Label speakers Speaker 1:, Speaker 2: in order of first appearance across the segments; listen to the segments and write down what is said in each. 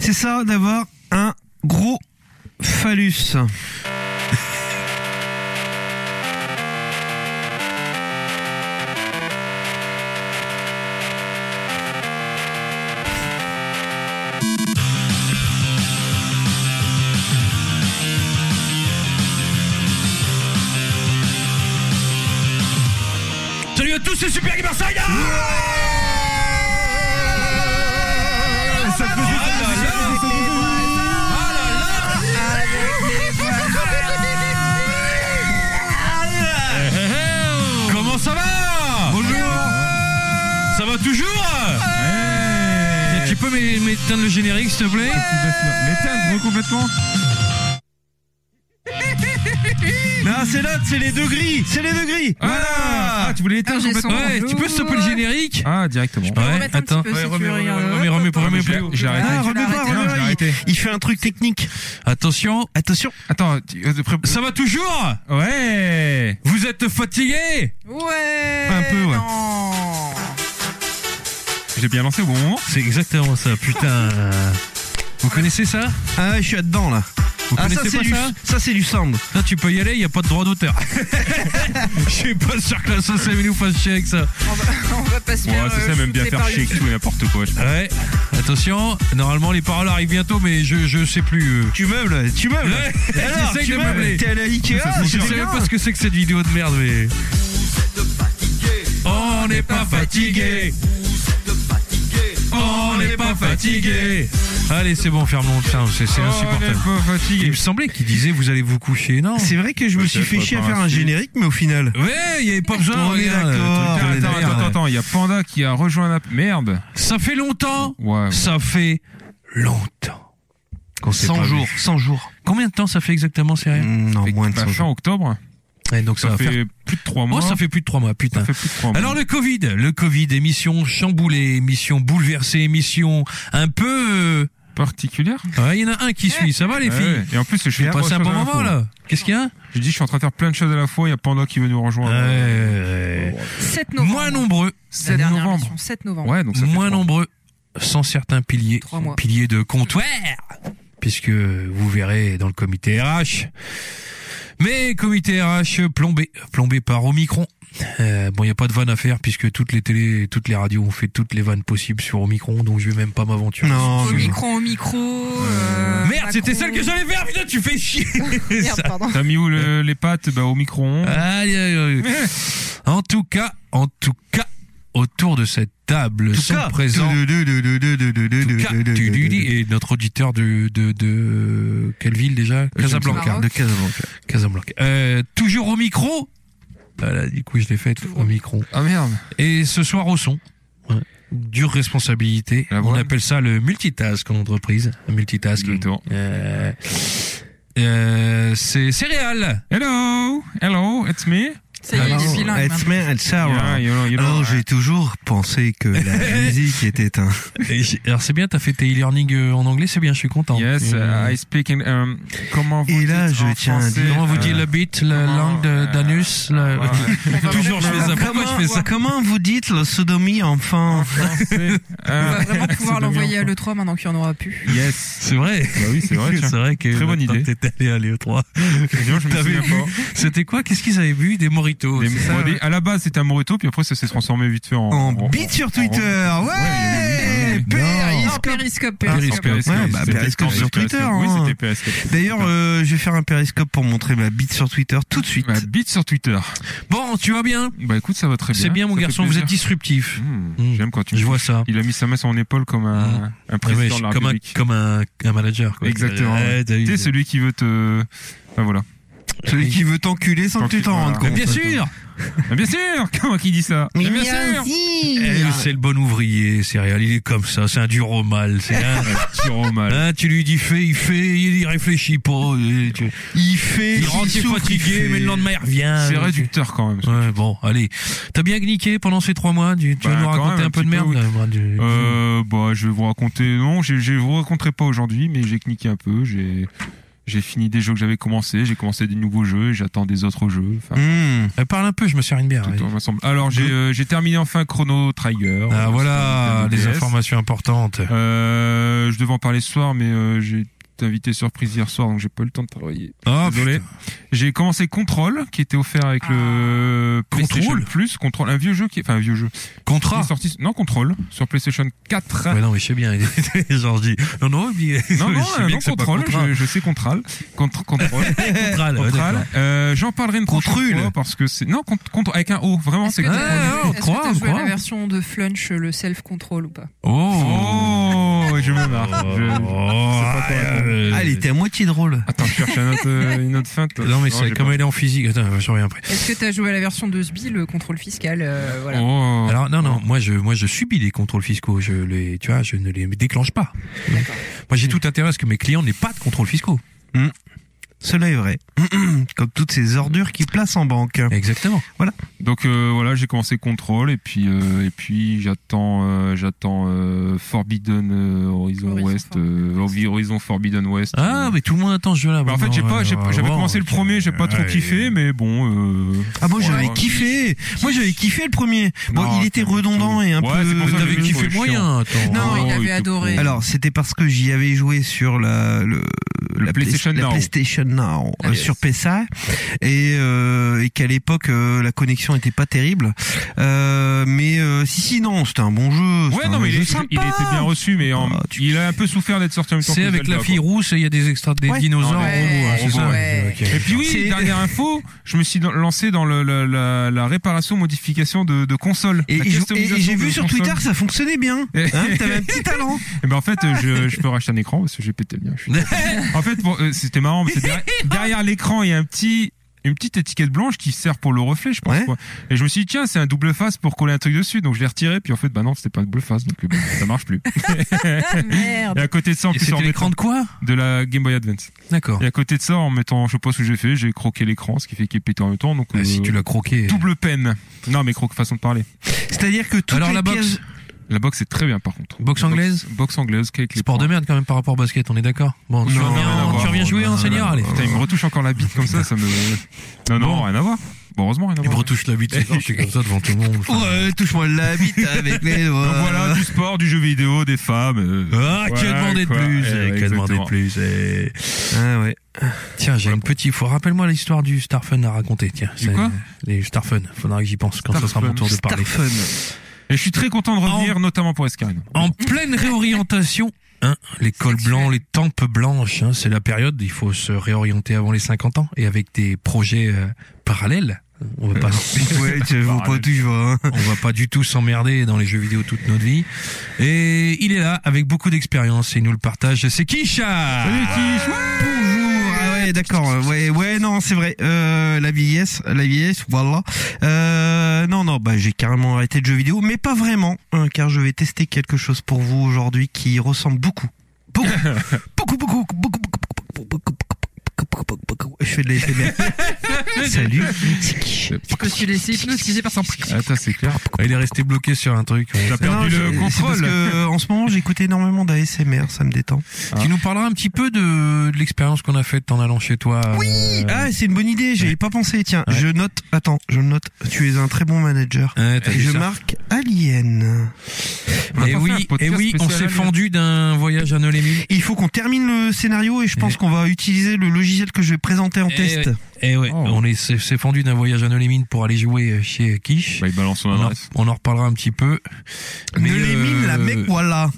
Speaker 1: C'est ça d'avoir un gros phallus.
Speaker 2: Salut à tous, c'est Super Gamer Saga Ah, bah, Comment ça va Bonjour Ça va toujours Tu peux m'é- m'éteindre le générique s'il te plaît M'éteindre complètement
Speaker 1: Non,
Speaker 2: Ah,
Speaker 1: c'est l'autre, c'est les deux gris, c'est les deux gris.
Speaker 2: Voilà.
Speaker 1: Ah, tu voulais éteindre
Speaker 2: Ah, j'ai
Speaker 1: complètement.
Speaker 2: son Ouais, tu peux stopper le générique
Speaker 3: Ah, directement.
Speaker 2: Ouais, attends. Ouais, remets, remets, remets, remets, remets,
Speaker 3: Je l'ai-
Speaker 2: remets.
Speaker 3: je l'ai arrêté.
Speaker 1: Ah, remets pas,
Speaker 3: Non,
Speaker 1: remets
Speaker 3: je l'ai
Speaker 1: pas.
Speaker 3: arrêté.
Speaker 1: Il, il fait un truc technique.
Speaker 2: Attention.
Speaker 1: Attention.
Speaker 3: Attends, tu- euh, de pré-
Speaker 2: Ça va toujours
Speaker 3: ouais.
Speaker 2: Vous êtes fatigué
Speaker 4: Ouais.
Speaker 3: Un peu, ouais.
Speaker 4: Non.
Speaker 3: J'ai bien lancé au bon moment.
Speaker 2: C'est exactement ça, putain. Vous connaissez ça
Speaker 1: Ah, je suis là-dedans là.
Speaker 2: Vous
Speaker 1: Ah, ça
Speaker 2: connaissez
Speaker 1: c'est
Speaker 2: pas
Speaker 1: du,
Speaker 2: ça
Speaker 1: ça c'est du sound.
Speaker 2: Là, tu peux y aller, il a pas de droit d'auteur. Je suis pas sûr que la société nous fasse chier avec ça.
Speaker 4: On va, on va pas se
Speaker 3: Ouais,
Speaker 4: faire.
Speaker 3: c'est
Speaker 4: euh,
Speaker 3: ça, même bien
Speaker 4: shooter
Speaker 3: faire
Speaker 4: par
Speaker 3: chier avec tout et n'importe quoi.
Speaker 2: Ouais, attention. Normalement, les paroles arrivent bientôt, mais je, je sais plus. euh.
Speaker 1: Tu meubles, tu meubles.
Speaker 2: Ouais,
Speaker 1: Alors,
Speaker 2: j'essaye
Speaker 1: tu
Speaker 2: de
Speaker 1: meubles,
Speaker 2: meubler.
Speaker 1: T'es allé à Ikea.
Speaker 3: Ça, c'est
Speaker 1: c'est
Speaker 2: Je
Speaker 1: bien.
Speaker 2: sais même pas ce que c'est que cette vidéo de merde, mais. On n'est pas fatigué. On n'est pas fatigué. Allez, c'est bon, ferme mon putain, c'est
Speaker 1: Oh,
Speaker 3: Oh,
Speaker 2: c'est insupportable. Il me semblait qu'il disait vous allez vous coucher, non
Speaker 1: C'est vrai que je me suis
Speaker 3: Peut-être
Speaker 1: fait
Speaker 3: pas
Speaker 1: chier à
Speaker 3: par
Speaker 1: faire un
Speaker 3: insulte.
Speaker 1: générique, mais au final.
Speaker 2: Ouais, il y avait pas besoin.
Speaker 1: On est d'accord.
Speaker 2: regarde, le truc,
Speaker 1: On est
Speaker 2: là,
Speaker 3: Attends,
Speaker 1: derrière,
Speaker 3: attends,
Speaker 2: derrière.
Speaker 3: attends, il y a Panda qui a rejoint la. Merde
Speaker 2: Ça fait longtemps.
Speaker 3: Ouais.
Speaker 2: Ça fait longtemps.
Speaker 3: Qu'on s'est pas
Speaker 1: 100
Speaker 3: vu.
Speaker 1: jours, 100 jours.
Speaker 2: Combien de temps ça fait exactement, sérieux
Speaker 1: Mm, Non,
Speaker 3: Fait
Speaker 1: moins de
Speaker 3: bah,
Speaker 1: 100
Speaker 3: fin
Speaker 1: jours.
Speaker 3: octobre,
Speaker 2: Ouais, Donc ça,
Speaker 3: ça
Speaker 2: va faire-
Speaker 3: fait plus de 3
Speaker 2: Moi,
Speaker 3: mois.
Speaker 2: ça fait plus de trois mois, putain.
Speaker 3: Ça fait plus de 3 mois.
Speaker 2: Alors le Covid, le Covid, émission chamboulée, émission bouleversée, émission un peu. euh,
Speaker 3: particulière
Speaker 2: ouais, Il y en a un qui suit. Ça va les
Speaker 3: Ouais,
Speaker 2: filles
Speaker 3: ouais. Et en plus, je suis
Speaker 2: Vous passez un bon moment là. Qu'est-ce qu'il y a
Speaker 3: Je dis, je suis en train de faire plein de choses à la fois. Il y a Panda qui veut nous rejoindre.
Speaker 2: Ouais.
Speaker 4: 7 novembre.
Speaker 2: Moins nombreux,
Speaker 4: La
Speaker 3: 7
Speaker 4: dernière
Speaker 3: novembre.
Speaker 4: mission, 7 novembre.
Speaker 3: Ouais, donc ça fait
Speaker 2: moins
Speaker 3: trois mois.
Speaker 2: nombreux, sans certains piliers,
Speaker 4: Trois mois.
Speaker 2: piliers de comptoir, puisque vous verrez dans le comité RH. Mais comité RH plombé, plombé par Omicron. Euh, bon, il n'y a pas de vanne à faire puisque toutes les télés, toutes les radios ont fait toutes les vannes possibles sur Omicron, donc je vais même pas m'aventurer.
Speaker 1: Non,
Speaker 4: Au
Speaker 1: mais-
Speaker 4: micro, au micro. euh,
Speaker 2: Merde, c'était
Speaker 4: macro.
Speaker 2: celle que j'allais faire, putain, tu fais chier.
Speaker 4: Merde,
Speaker 2: Ça.
Speaker 4: pardon.
Speaker 3: T'as mis où le- les pattes Bah, au micro-ondes.
Speaker 2: Aïe, aïe, aïe. En tout cas, en tout cas, autour de cette table
Speaker 1: Tout
Speaker 2: sont
Speaker 1: cas,
Speaker 2: présents.
Speaker 1: du- du- du- du- du- du- du- du-
Speaker 2: Tout
Speaker 1: du-
Speaker 2: cas,
Speaker 1: du- du-
Speaker 2: tu
Speaker 1: du-
Speaker 2: lui dis,
Speaker 1: du-
Speaker 2: et notre auditeur de, de, de quelle ville
Speaker 1: Euh,
Speaker 2: déjà Casablanca.
Speaker 4: Maroc.
Speaker 1: de Casablanca.
Speaker 2: Casablanca. Euh, toujours au micro voilà, Du coup, je l'ai faite
Speaker 4: Toujours
Speaker 2: au
Speaker 4: au
Speaker 2: micro.
Speaker 3: Ah merde
Speaker 2: Et ce soir au son. Ouais. Dure responsabilité.
Speaker 3: La
Speaker 2: On
Speaker 3: voix.
Speaker 2: appelle ça le multitask en entreprise. Un multitask.
Speaker 3: Exactement.
Speaker 2: Euh, euh, c'est céréales.
Speaker 3: Hello Hello, it's me
Speaker 4: Ça y est, il est bilingue.
Speaker 1: It's
Speaker 4: maintenant.
Speaker 1: me, it's Sarah.
Speaker 3: Yeah, you know, you know.
Speaker 1: Alors j'ai toujours pensé que la musique était un.
Speaker 2: Et j'ai- Alors c'est bien, t'as fait tes e-learning euh, en anglais, c'est bien, je suis content.
Speaker 3: Yes,
Speaker 2: Euh,
Speaker 3: uh, I speak in, um, comment vous
Speaker 1: Et
Speaker 3: dites
Speaker 1: là, je
Speaker 3: en
Speaker 1: tiens à
Speaker 3: français,
Speaker 1: dire-
Speaker 2: Comment vous
Speaker 3: euh,
Speaker 2: dites la bite, la
Speaker 3: comment,
Speaker 2: langue de-
Speaker 3: euh,
Speaker 2: d'anus la-
Speaker 3: ouais.
Speaker 2: Toujours, je fais ça. Pourquoi
Speaker 1: Comment,
Speaker 2: je fais ça
Speaker 1: comment vous dites la sodomie enfant
Speaker 3: Français.
Speaker 4: On va
Speaker 3: Euh,
Speaker 4: vraiment
Speaker 3: c'est
Speaker 4: pouvoir l'envoyer à
Speaker 3: bien.
Speaker 4: l'E3 maintenant qu'il n'y en aura plus.
Speaker 3: Yes.
Speaker 2: C'est vrai.
Speaker 3: Bah oui, c'est vrai, tiens.
Speaker 2: C'est vrai que
Speaker 3: Très bonne
Speaker 2: quand
Speaker 3: idée.
Speaker 2: T'étais allé à l'E3.
Speaker 3: Sinon, je me
Speaker 2: T'as vu
Speaker 3: souviens pas.
Speaker 2: C'était quoi Qu'est-ce qu'ils avaient bu Des moritos.
Speaker 3: Les-
Speaker 2: c'est ça
Speaker 3: bon, des- à la base, c'était un Morito, puis après, ça s'est transformé vite fait en.
Speaker 1: En
Speaker 3: en-
Speaker 1: bite sur Twitter
Speaker 3: Ouais,
Speaker 1: Ouais
Speaker 3: il y a eu-
Speaker 4: Non,
Speaker 1: Périscope.
Speaker 4: Periscope,
Speaker 3: Ah,
Speaker 4: Periscope.
Speaker 3: en PSK,
Speaker 1: Ouais, bah,
Speaker 3: c'était
Speaker 1: Periscope
Speaker 3: PSK,
Speaker 1: sur
Speaker 3: PSK.
Speaker 1: Twitter,
Speaker 3: Oui,
Speaker 1: hein.
Speaker 3: c'était PSK.
Speaker 1: D'ailleurs, euh, je vais faire un périscope pour montrer ma bite sur Twitter tout de suite.
Speaker 3: Ma bite sur Twitter.
Speaker 2: Bon, tu vas bien
Speaker 3: Bah écoute, ça va très bien.
Speaker 2: C'est bien, mon
Speaker 3: Ça fait
Speaker 2: garçon. Vous
Speaker 3: plaisir.
Speaker 2: êtes disruptif.
Speaker 3: Mmh,
Speaker 2: Mmh.
Speaker 3: J'aime quand tu.
Speaker 2: Je vois ça.
Speaker 3: Il a mis sa main sur mon épaule comme un, un
Speaker 2: Ah ouais, je
Speaker 3: président
Speaker 2: suis
Speaker 3: de la
Speaker 2: comme un,
Speaker 3: République.
Speaker 2: comme un, un manager. Quoi. Eh,
Speaker 3: Exactement,
Speaker 2: Ouais, t'as vu.
Speaker 3: T'es celui qui veut te. Bah voilà.
Speaker 1: Celui qui veut t'enculer sans que tu t'en
Speaker 3: Voilà.
Speaker 1: rendes
Speaker 2: Mais
Speaker 1: compte.
Speaker 2: bien sûr.
Speaker 3: Ah, bien sûr Comment qui dit ça
Speaker 1: Mais
Speaker 2: bien
Speaker 1: bien
Speaker 2: sûr. Eh,
Speaker 1: sûr.
Speaker 2: C'est le bon ouvrier, céréal. Il est comme ça. C'est un dur au mal. C'est un.
Speaker 3: Sur au mal.
Speaker 2: Hein, tu lui dis fais, il fait, il y réfléchit pas. euh, tu-
Speaker 1: Il fait.
Speaker 2: Il rentre il est
Speaker 1: souffle, il
Speaker 2: fatigué,
Speaker 1: fait.
Speaker 2: mais le lendemain il revient.
Speaker 3: C'est réducteur quand même.
Speaker 2: Ouais, bon, allez. T'as bien niqué pendant ces trois mois Tu, tu vas
Speaker 3: Bah,
Speaker 2: nous
Speaker 3: quand
Speaker 2: raconter
Speaker 3: même,
Speaker 2: un
Speaker 3: un
Speaker 2: peu de
Speaker 3: petit
Speaker 2: merde
Speaker 3: peu, oui.
Speaker 2: là, moi, du-
Speaker 3: Euh, bah, je vais vous raconter. Non, je, je vous raconterai pas aujourd'hui, mais j'ai niqué un peu. J'ai J'ai fini des jeux que j'avais commencé, j'ai commencé des nouveaux jeux, j'attends des autres jeux. Enfin,
Speaker 1: Mmh.
Speaker 2: Euh, Parle un peu, je me sers une bière.
Speaker 3: Hmm. tout
Speaker 2: allez.
Speaker 3: ensemble. Alors j'ai euh, j'ai terminé enfin Chrono Trigger.
Speaker 2: Ah
Speaker 3: Euh,
Speaker 2: voilà,
Speaker 3: sur
Speaker 2: les
Speaker 3: DS.
Speaker 2: informations importantes.
Speaker 3: Euh, je devais en parler ce soir, mais euh, j'ai été invité surprise hier soir, donc j'ai pas eu le temps de travailler.
Speaker 2: Oh,
Speaker 3: Désolé.
Speaker 2: putain.
Speaker 3: J'ai commencé Control, qui était offert avec le
Speaker 2: Ah.
Speaker 3: PlayStation
Speaker 2: Control
Speaker 3: Plus. Control, un vieux jeu qui, enfin un vieux jeu. Qui
Speaker 2: Contrat.
Speaker 3: est sorti, non Control sur PlayStation 4.
Speaker 2: Ouais, non, mais je sais bien. il est- Genre, je dis, non, non, oubliez.
Speaker 3: Non, non,
Speaker 2: je sais
Speaker 3: euh,
Speaker 2: bien
Speaker 3: non,
Speaker 2: que c'est pas
Speaker 3: Control,
Speaker 2: contrat.
Speaker 3: je, je sais Control. Contre, control.
Speaker 2: Contrat, là, ouais,
Speaker 3: Control.
Speaker 2: d'accord.
Speaker 3: Euh, J'en parlerai une prochaine
Speaker 2: Contrul.
Speaker 3: fois parce que c'est non contre, contre avec un O vraiment
Speaker 4: Est-ce
Speaker 3: c'est
Speaker 4: que t'as-
Speaker 2: Ah, on
Speaker 4: est-ce que
Speaker 2: croit, on
Speaker 4: t'as joué à
Speaker 2: croit.
Speaker 4: la version de Flunch, le self-control ou pas
Speaker 2: Oh.
Speaker 3: oh je me marre. Je-
Speaker 2: euh,
Speaker 1: Ah, elle était à moitié drôle.
Speaker 3: hein. Attends, je cherche un autre, euh, une autre feinte.
Speaker 2: Non, mais c'est
Speaker 3: j'ai
Speaker 2: comme
Speaker 3: pas-
Speaker 2: elle est en physique. Attends, je reviens après.
Speaker 4: Est-ce que t'as joué à la version de SBI, le contrôle fiscal euh, voilà.
Speaker 3: Oh.
Speaker 2: Alors non non, moi je moi je subis les contrôles fiscaux, je les tu vois, je ne les déclenche pas. Moi j'ai tout intérêt à ce que mes clients n'aient pas de contrôles fiscaux.
Speaker 1: Hum. Cela est vrai. Hum, Comme toutes ces ordures qu'ils placent en banque.
Speaker 2: Exactement.
Speaker 3: Donc euh, voilà, j'ai commencé Control et puis euh, et puis j'attends euh, j'attends euh, Forbidden euh, Horizon,
Speaker 4: Horizon
Speaker 3: West,
Speaker 4: Forbidden
Speaker 3: euh, Horizon Forbidden West.
Speaker 2: Ah
Speaker 3: Euh,
Speaker 2: mais tout le monde attend ce jeu là.
Speaker 3: bah, en fait, j'ai pas, j'ai- j'avais commencé le premier, j'ai pas trop kiffé, mais bon. Euh...
Speaker 1: Ah moi j'avais
Speaker 3: Ouais.
Speaker 1: kiffé. Moi j'avais kiffé le premier. Bon,
Speaker 3: Non,
Speaker 1: il était
Speaker 3: pas du
Speaker 1: redondant
Speaker 3: tout.
Speaker 1: et un
Speaker 3: Ouais, c'est
Speaker 1: peu.
Speaker 3: pour ça que
Speaker 2: T'avais
Speaker 3: j'avais
Speaker 2: kiffé
Speaker 3: trouvé
Speaker 2: le moyen. Attends.
Speaker 1: Non,
Speaker 4: Non, il avait
Speaker 3: Oh, il était
Speaker 4: adoré.
Speaker 3: pro.
Speaker 1: Alors c'était parce que j'y avais joué sur la le, la
Speaker 3: PlayStation
Speaker 1: Play- la
Speaker 3: Now.
Speaker 1: PlayStation Now,
Speaker 4: Ah,
Speaker 1: euh,
Speaker 4: yes.
Speaker 1: sur PSA et, euh, et qu'à l'époque euh, la connexion était pas terrible. Euh, mais euh, si si non c'était un bon jeu. c'était
Speaker 3: Ouais, non,
Speaker 1: un
Speaker 3: mais il,
Speaker 1: jeu
Speaker 3: est-
Speaker 1: sympa.
Speaker 3: il était bien reçu, mais en-
Speaker 1: Ah, tu-
Speaker 3: il a un peu souffert d'être sorti en même temps
Speaker 2: C'est
Speaker 3: que
Speaker 2: avec
Speaker 3: Zelda,
Speaker 2: la fille rousse et il y a des extra des
Speaker 1: Ouais.
Speaker 2: dinosaures
Speaker 3: Non,
Speaker 2: en
Speaker 4: mais-
Speaker 2: robot, hein, c'est ça.
Speaker 4: Ouais.
Speaker 2: Ok.
Speaker 3: quoi. Et puis oui,
Speaker 1: C'est-
Speaker 3: dernière info, je me suis dans- lancé dans le, la, la, la réparation modification de, de console.
Speaker 1: Et,
Speaker 3: La
Speaker 1: et je- et-
Speaker 3: customisation
Speaker 1: et j'ai
Speaker 3: de
Speaker 1: vu sur
Speaker 3: console.
Speaker 1: Twitter ça fonctionnait bien.
Speaker 3: Et-
Speaker 1: Hein, T'avais un petit talent.
Speaker 3: Eh ben en fait, je, je peux racheter un écran parce que j'ai pété le mien. Je suis désolé. en fait, bon, euh, c'était marrant parce que derrière, derrière l'écran, il y a un petit une petite étiquette blanche qui sert pour le reflet, je pense.
Speaker 1: Ouais.
Speaker 3: quoi. Et je me suis dit tiens, c'est un double face pour coller un truc dessus. Donc je l'ai retiré. Puis en fait, bah non, c'était pas un double face, donc euh, bah, ça marche plus.
Speaker 4: Ah, merde
Speaker 3: Et à côté de ça, en
Speaker 2: Et
Speaker 3: plus, en
Speaker 2: C'était l'écran
Speaker 3: mettant
Speaker 2: de quoi
Speaker 3: de la Game Boy Advance.
Speaker 2: D'accord.
Speaker 3: Et à côté de ça, en mettant, je sais pas ce que j'ai fait, j'ai croqué l'écran, ce qui fait qu'il est pété en même temps. Donc
Speaker 2: Ah, Si
Speaker 3: euh,
Speaker 2: tu l'as croqué.
Speaker 3: double peine. Non, mais croque façon de parler.
Speaker 1: C'est-à-dire que toutes
Speaker 2: Alors,
Speaker 1: les
Speaker 2: la boxe.
Speaker 1: pièces-
Speaker 3: La boxe est très bien par contre.
Speaker 2: Boxe
Speaker 3: La
Speaker 2: anglaise
Speaker 3: Boxe anglaise, avec les
Speaker 2: Sport de
Speaker 3: poings.
Speaker 2: merde quand même par rapport au basket, on est d'accord Bon, tu
Speaker 3: Non, rien à
Speaker 2: reviens,
Speaker 3: voir.
Speaker 2: tu reviens jouer
Speaker 1: Non,
Speaker 2: en
Speaker 1: non,
Speaker 2: hein, senior,
Speaker 1: non,
Speaker 2: allez.
Speaker 3: Putain, il me retouche encore la bite comme ça, ça me. Non, non,
Speaker 2: Bon.
Speaker 3: rien à voir. Bon, heureusement, rien à
Speaker 2: Il me
Speaker 3: voir.
Speaker 2: retouche la bite, c'est ça, je suis comme ça devant tout le monde. enfin.
Speaker 1: Ouais, touche-moi la bite avec les doigts.
Speaker 3: Donc voilà, du sport, du jeu vidéo, des femmes. euh.
Speaker 2: Ah, qui a
Speaker 3: Ouais,
Speaker 2: demandé de
Speaker 3: quoi,
Speaker 2: plus
Speaker 3: eh,
Speaker 2: eh, Qui a demandé de
Speaker 3: exactement.
Speaker 2: plus eh.
Speaker 1: Ah ouais.
Speaker 2: Tiens, j'ai une petite. Faut rappelle-moi l'histoire du Starfun à raconter. Tiens,
Speaker 3: Du
Speaker 2: C'est-
Speaker 3: quoi
Speaker 2: Les Starfun. Faudra que j'y pense quand ce sera
Speaker 3: Starfun.
Speaker 2: mon tour de parler.
Speaker 1: Starfun.
Speaker 3: Et je suis très content de revenir, notamment pour Escarine.
Speaker 2: En pleine réorientation. Hein, les cols
Speaker 4: Sexuel.
Speaker 2: blancs, les tempes blanches, hein, c'est la période. Il faut se réorienter avant les 50 ans et avec des projets euh, parallèles. On va pas,
Speaker 1: Ouais, tu vois pas tout, je vois. hein.
Speaker 2: on va pas du tout s'emmerder dans les jeux vidéo toute notre vie. Et il est là avec beaucoup d'expérience et il nous le partage. C'est Ah Kisha.
Speaker 3: Salut Kish
Speaker 1: Bonjour. Ah ouais, d'accord. euh, Ouais, ouais, non, c'est vrai. Euh, la vieillesse, la vieillesse, voilà. Euh, non, non, bah j'ai carrément arrêté de jeux vidéo, mais pas vraiment, hein, car je vais tester quelque chose pour vous aujourd'hui qui ressemble beaucoup, beaucoup, beaucoup, beaucoup, beaucoup, beaucoup, beaucoup, beaucoup, beaucoup, beaucoup, beaucoup, beaucoup. Je fais de la
Speaker 2: Eh ben,
Speaker 1: SMR. Salut. C'est qui
Speaker 4: C'est Parce qu'il est hypnotisé par son
Speaker 3: Attends, c'est clair.
Speaker 2: Ah, Il est resté bloqué sur un truc. on
Speaker 3: T'as
Speaker 2: sait
Speaker 3: perdu
Speaker 1: Non,
Speaker 3: le
Speaker 1: je- c'est parce
Speaker 3: contrôle.
Speaker 1: que, euh, en ce moment, j'écoute énormément d'ASMR, ça me détend.
Speaker 3: Ah.
Speaker 2: Tu nous parleras un petit peu de, de l'expérience qu'on a faite en allant chez toi.
Speaker 1: Oui,
Speaker 2: euh,
Speaker 1: ah c'est une bonne idée, j'y
Speaker 2: ouais.
Speaker 1: avais pas pensé. Tiens,
Speaker 2: Ouais.
Speaker 1: je note. Attends, je note. Tu es un très bon manager.
Speaker 2: ouais, t'as
Speaker 1: Et
Speaker 2: vu
Speaker 1: je
Speaker 2: ça.
Speaker 1: marque Alien.
Speaker 3: On va
Speaker 2: Et Eh
Speaker 3: pas faire un
Speaker 2: oui,
Speaker 3: podcast
Speaker 2: et oui, on
Speaker 3: spécial
Speaker 2: s'est
Speaker 3: Alien.
Speaker 2: fendu d'un voyage à Nolémie.
Speaker 1: Il faut qu'on termine le scénario et je pense
Speaker 2: Et-
Speaker 1: qu'on va utiliser le logiciel que je vais présenter en
Speaker 2: Et
Speaker 1: test.
Speaker 2: Et Eh. ouais,
Speaker 3: Oh.
Speaker 2: on est s'est s'est fendu d'un voyage à Nolémine pour aller jouer euh, chez Quiche.
Speaker 3: Bah, il balance son
Speaker 2: On en,
Speaker 3: adresse.
Speaker 2: on en reparlera un petit peu.
Speaker 1: ne les mine, la mec, voilà.
Speaker 2: euh,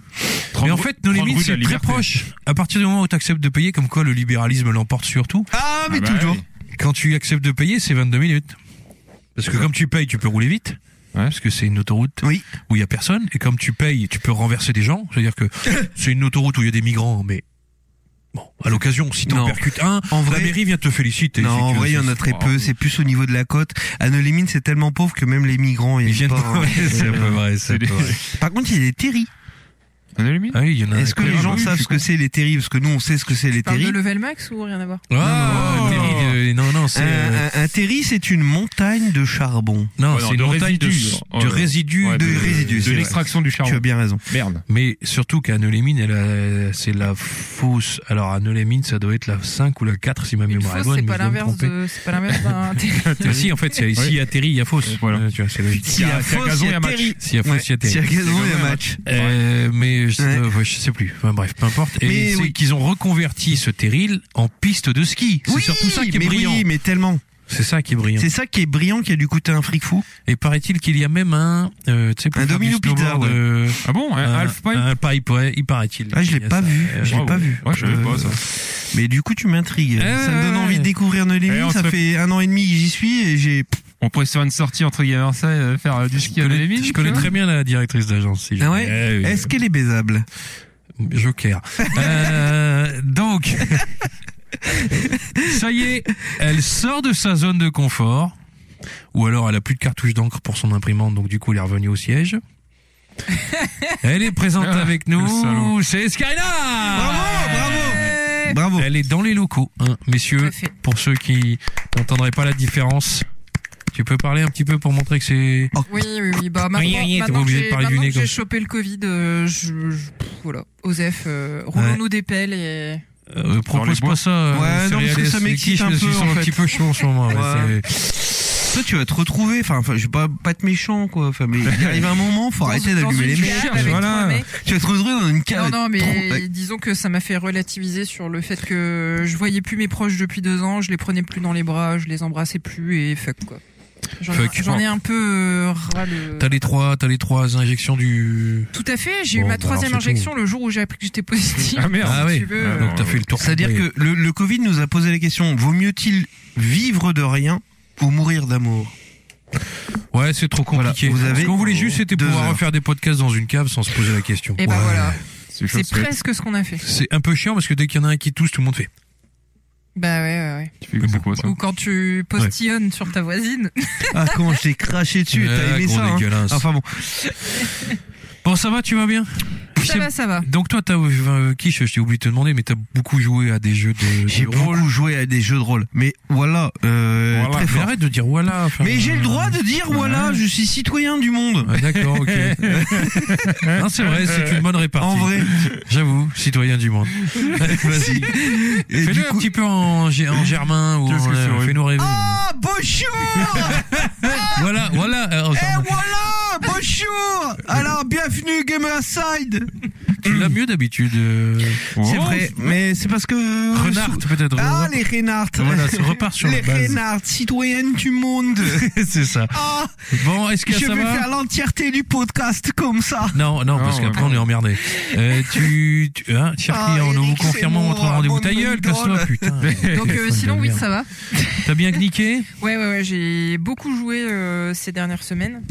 Speaker 2: Mais en
Speaker 3: Trente-
Speaker 2: fait,
Speaker 3: trente
Speaker 2: Nolémine,
Speaker 3: rue de la
Speaker 2: c'est très
Speaker 3: Liberté.
Speaker 2: proche. À partir du moment où tu acceptes de payer, comme quoi le libéralisme l'emporte surtout,
Speaker 1: Ah, mais
Speaker 3: Ah bah
Speaker 1: toujours.
Speaker 3: oui.
Speaker 2: quand tu acceptes de payer, c'est 22 minutes. Parce que comme tu payes, tu peux rouler vite.
Speaker 3: Ouais.
Speaker 2: Parce que c'est une autoroute
Speaker 1: Oui.
Speaker 2: où il y a personne. Et comme tu payes, tu peux renverser des gens. C'est-à-dire que c'est une autoroute où il y a des migrants, mais bon, à l'occasion, si t'en
Speaker 1: Non.
Speaker 2: percutes un,
Speaker 1: En
Speaker 2: la
Speaker 1: vrai.
Speaker 2: mairie vient te féliciter.
Speaker 1: Non,
Speaker 2: si
Speaker 1: en
Speaker 2: tu-
Speaker 1: vrai, il y en a très peu. C'est plus au niveau de la côte. À ne les mine, c'est tellement pauvre que même les migrants,
Speaker 2: Ils
Speaker 1: ils
Speaker 2: viennent
Speaker 1: viennent pas. hein.
Speaker 2: pas. c'est un peu vrai, c'est un
Speaker 3: C'est
Speaker 2: peu
Speaker 3: des-
Speaker 2: vrai.
Speaker 1: Par contre, il y a des terris.
Speaker 3: Un alumine
Speaker 2: Ah oui, il y en a.
Speaker 1: Est-ce que les
Speaker 3: incroyable.
Speaker 1: gens
Speaker 3: Oui,
Speaker 1: savent
Speaker 3: je
Speaker 1: ce que c'est les terris Parce que nous, on sait ce que c'est les
Speaker 4: Parle de
Speaker 1: terris.
Speaker 4: level max ou rien à voir
Speaker 2: Ah,
Speaker 1: Non, non,
Speaker 2: Terry,
Speaker 1: non,
Speaker 2: euh, c'est non non c'est
Speaker 1: Un,
Speaker 2: euh,
Speaker 1: un- un terri, c'est une montagne de charbon.
Speaker 2: non
Speaker 3: Ouais, non,
Speaker 2: c'est une
Speaker 3: de
Speaker 2: montagne de,
Speaker 3: résidus.
Speaker 2: s-
Speaker 3: Oh,
Speaker 2: de
Speaker 3: ouais.
Speaker 2: résidus
Speaker 3: Ouais,
Speaker 2: de,
Speaker 1: de résidus, c'est
Speaker 3: De
Speaker 1: vrai.
Speaker 3: l'extraction du
Speaker 1: Tu as
Speaker 3: charbon.
Speaker 1: bien raison.
Speaker 3: Merde.
Speaker 2: Mais surtout qu'à Neulémine, elle a- c'est la fausse. Alors à Neulémine, ça doit être la 5 ou la 4 si ma
Speaker 4: Une
Speaker 2: mémoire est
Speaker 4: fausse,
Speaker 2: bonne.
Speaker 4: c'est
Speaker 2: mais
Speaker 4: pas
Speaker 2: je dois me
Speaker 4: l'inverse
Speaker 2: tromper.
Speaker 4: de- c'est pas l'inverse d'un Bah, terri.
Speaker 2: Ah, si, en fait, c'est ici
Speaker 3: Ouais.
Speaker 2: atterri, il y a fausse.
Speaker 3: Voilà.
Speaker 2: Euh, tu vois, c'est logique.
Speaker 3: S'il y a- s'il y a gazon, il y a match.
Speaker 1: terri.
Speaker 2: S'il y a
Speaker 1: Ouais,
Speaker 2: fausse, il y a
Speaker 1: s'il y a
Speaker 2: atterri.
Speaker 1: gazon, il y a
Speaker 3: Ouais.
Speaker 1: match.
Speaker 2: Euh, mais je,
Speaker 1: Ouais.
Speaker 2: euh, ouais, je sais plus. Enfin, bref, peu importe. Et
Speaker 1: Mais
Speaker 2: c'est
Speaker 1: oui.
Speaker 2: qu'ils ont reconverti ce terril en piste de ski. C'est surtout ça qui est
Speaker 1: mais
Speaker 2: brillant.
Speaker 1: oui, mais tellement.
Speaker 2: C'est ça qui est brillant.
Speaker 1: C'est ça qui est brillant, qui a dû coûter un fric fou.
Speaker 2: Et paraît-il qu'il y a même un, euh, tu sais, pour
Speaker 1: Un
Speaker 2: faire du
Speaker 1: domino pizza,
Speaker 2: snowboard,
Speaker 1: ouais.
Speaker 2: euh,
Speaker 3: Ah bon, un half pipe
Speaker 2: un pipe, ouais, il paraît-il.
Speaker 1: Ah, je
Speaker 2: Il y
Speaker 1: l'ai
Speaker 2: a
Speaker 1: pas
Speaker 2: ça.
Speaker 1: vu. Je
Speaker 2: Euh,
Speaker 1: l'ai
Speaker 3: bravo.
Speaker 1: pas vu.
Speaker 3: Ouais, je savais
Speaker 1: Euh,
Speaker 3: pas, ça.
Speaker 1: Mais du coup, tu m'intrigues.
Speaker 2: Eh,
Speaker 1: ça me donne
Speaker 2: ouais,
Speaker 1: envie
Speaker 2: ouais.
Speaker 1: de découvrir
Speaker 3: Eh,
Speaker 1: Neulémine.
Speaker 3: on
Speaker 1: Ça
Speaker 3: se-
Speaker 1: fait un an et demi que j'y suis et j'ai.
Speaker 3: On pourrait se faire une sortie entre guillemets ça, et faire euh, du ski
Speaker 2: Je
Speaker 3: à
Speaker 2: connais,
Speaker 3: Belleville,
Speaker 2: je
Speaker 3: tu
Speaker 2: connais
Speaker 3: vois.
Speaker 2: très bien la directrice d'agence. si
Speaker 1: Hein Ah
Speaker 2: jamais.
Speaker 1: ouais
Speaker 2: Eh oui.
Speaker 1: Est-ce qu'elle est baisable
Speaker 2: Joker. Euh, donc, ça y est, elle sort de sa zone de confort. Ou alors elle a plus de cartouche d'encre pour son imprimante, donc du coup elle est revenue au siège. Elle est présente
Speaker 3: Ah,
Speaker 2: avec
Speaker 3: le salaud.
Speaker 2: nous, c'est Skylar
Speaker 1: Bravo, bravo, bravo.
Speaker 2: Elle est dans les locaux, hein,
Speaker 4: Tout
Speaker 2: messieurs.
Speaker 4: à fait.
Speaker 2: Pour ceux qui n'entendraient pas la différence, tu peux parler un petit peu pour montrer que c'est...
Speaker 4: Oui, oui, oui. Bah, maintenant,
Speaker 2: Oui, oui, t'es pas
Speaker 4: maintenant que
Speaker 2: obligé de
Speaker 4: j'ai-
Speaker 2: parler du hein.
Speaker 4: maintenant
Speaker 2: nez
Speaker 4: que j'ai
Speaker 2: comme-
Speaker 4: chopé le Covid, euh, je, je- pff, voilà. Osef, euh, roulons-nous des pelles et.
Speaker 2: Euh, propose
Speaker 3: bois.
Speaker 2: pas ça. euh,
Speaker 1: Ouais, non, parce que
Speaker 2: céréales,
Speaker 1: ça m'excite
Speaker 2: les quiches,
Speaker 1: un
Speaker 2: parce
Speaker 1: peu,
Speaker 2: qu'ils sont
Speaker 1: en
Speaker 2: un
Speaker 1: fait.
Speaker 2: petit peu chauds en ce moment. ouais,
Speaker 1: Ouais.
Speaker 2: c'est-
Speaker 1: Toi, tu vas te retrouver. Enfin, enfin, je vais pas, pas être méchant, quoi. Enfin, mais il arrive un moment, faut arrêter
Speaker 4: dans
Speaker 1: d'allumer
Speaker 4: une
Speaker 1: les
Speaker 4: cave
Speaker 1: mecs.
Speaker 4: avec
Speaker 3: voilà.
Speaker 4: trois mecs.
Speaker 1: Tu vas te retrouver dans une cave.
Speaker 4: Non, non, mais
Speaker 1: trop- ouais.
Speaker 4: disons que ça m'a fait relativiser sur le fait que je voyais plus mes proches depuis deux ans, je les prenais plus dans les bras, je les embrassais plus et fuck quoi. J'en ai-
Speaker 2: Fuck.
Speaker 4: J'en ai un peu euh, ras le.
Speaker 2: T'as les trois, t'as les trois injections du.
Speaker 4: Tout à fait, j'ai
Speaker 2: Bon, bah
Speaker 4: eu ma
Speaker 2: alors,
Speaker 4: troisième
Speaker 2: c'est
Speaker 4: injection le jour où j'ai appris que j'étais positive.
Speaker 3: Ah merde.
Speaker 2: Ah
Speaker 4: si
Speaker 2: oui.
Speaker 4: tu veux,
Speaker 3: Ah,
Speaker 4: euh,
Speaker 2: Donc t'as fait le tour.
Speaker 1: C'est-à-dire que le, le Covid nous a posé la question vaut mieux-il vivre de rien ou mourir d'amour
Speaker 2: Ouais, c'est trop compliqué.
Speaker 1: Voilà, vous avez
Speaker 2: Ce qu'on voulait juste, c'était
Speaker 1: deux
Speaker 2: pouvoir
Speaker 1: heures.
Speaker 2: refaire des podcasts dans une cave sans se poser la question.
Speaker 4: Et bah
Speaker 2: Ouais.
Speaker 4: voilà,
Speaker 3: C'est chaud,
Speaker 4: c'est
Speaker 3: c'est vrai.
Speaker 4: presque ce qu'on a fait.
Speaker 2: C'est un peu chiant parce que dès qu'il y en a un qui tousse, tout le monde fait.
Speaker 4: Bah ouais, ouais, ouais.
Speaker 3: Tu fais c'est quoi ça
Speaker 4: Ou quand tu postillonnes sur ta voisine.
Speaker 1: Ah, comment je t'ai craché dessus T'as
Speaker 2: Ah,
Speaker 1: aimé
Speaker 2: gros
Speaker 1: ça hein
Speaker 2: dégueulasse.
Speaker 1: Enfin bon,
Speaker 2: Bon, ça va, tu vas bien
Speaker 4: ça va, ça va.
Speaker 2: Donc toi, t'as euh, Quiche, je t'ai oublié de te demander, mais t'as beaucoup joué à des jeux de, de
Speaker 1: j'ai
Speaker 2: rôle.
Speaker 1: beaucoup joué à des jeux de rôle. Mais voilà, euh,
Speaker 2: Voilà.
Speaker 1: très
Speaker 2: Mais
Speaker 1: fort.
Speaker 2: arrête de dire voilà. enfin,
Speaker 1: Mais j'ai le droit de dire voilà, je suis citoyen du monde.
Speaker 2: Ah, D'accord, ok. non, c'est vrai, c'est une bonne répartie.
Speaker 1: En vrai,
Speaker 2: J'avoue, citoyen du monde. Vas-y.
Speaker 1: Et du
Speaker 2: Fais-le un
Speaker 1: coup-
Speaker 2: petit peu en, gé- en germain ou
Speaker 3: Qu'est-ce
Speaker 2: en,
Speaker 3: que c'est
Speaker 2: euh,
Speaker 3: horrible.
Speaker 2: fais-nous rêver.
Speaker 1: Ah, bonjour
Speaker 2: Voilà, voilà. euh, en
Speaker 1: Eh
Speaker 2: germain.
Speaker 1: voilà Bonjour Alors, bienvenue Gamerside
Speaker 2: tu l'as mieux d'habitude. euh,
Speaker 1: C'est vrai, mais c'est parce que... euh,
Speaker 2: Renard, peut-être.
Speaker 1: Ah, les Renards
Speaker 2: Voilà, ça repart sur
Speaker 1: Les
Speaker 2: la base.
Speaker 1: Renards, citoyennes du monde
Speaker 2: c'est ça.
Speaker 1: Ah,
Speaker 2: Bon, est-ce que
Speaker 1: je
Speaker 2: ça
Speaker 1: vais
Speaker 2: va
Speaker 1: faire l'entièreté du podcast comme ça
Speaker 2: Non, non, parce
Speaker 3: Non,
Speaker 2: qu'après
Speaker 3: ouais.
Speaker 2: on est emmerdé. Euh, tu, tu, hein, cher
Speaker 1: Ah,
Speaker 2: client, nous vous
Speaker 1: Eric, c'est
Speaker 2: confirmons
Speaker 1: moi,
Speaker 2: votre rendez-vous. Ta
Speaker 1: bonne
Speaker 2: gueule,
Speaker 1: drôle.
Speaker 2: casse-toi, putain.
Speaker 4: Donc euh,
Speaker 2: Téléphone
Speaker 4: sinon,
Speaker 2: de
Speaker 4: oui,
Speaker 2: merde.
Speaker 4: ça va.
Speaker 2: T'as bien gniqué
Speaker 4: Ouais, ouais, ouais, j'ai beaucoup joué euh, ces dernières semaines.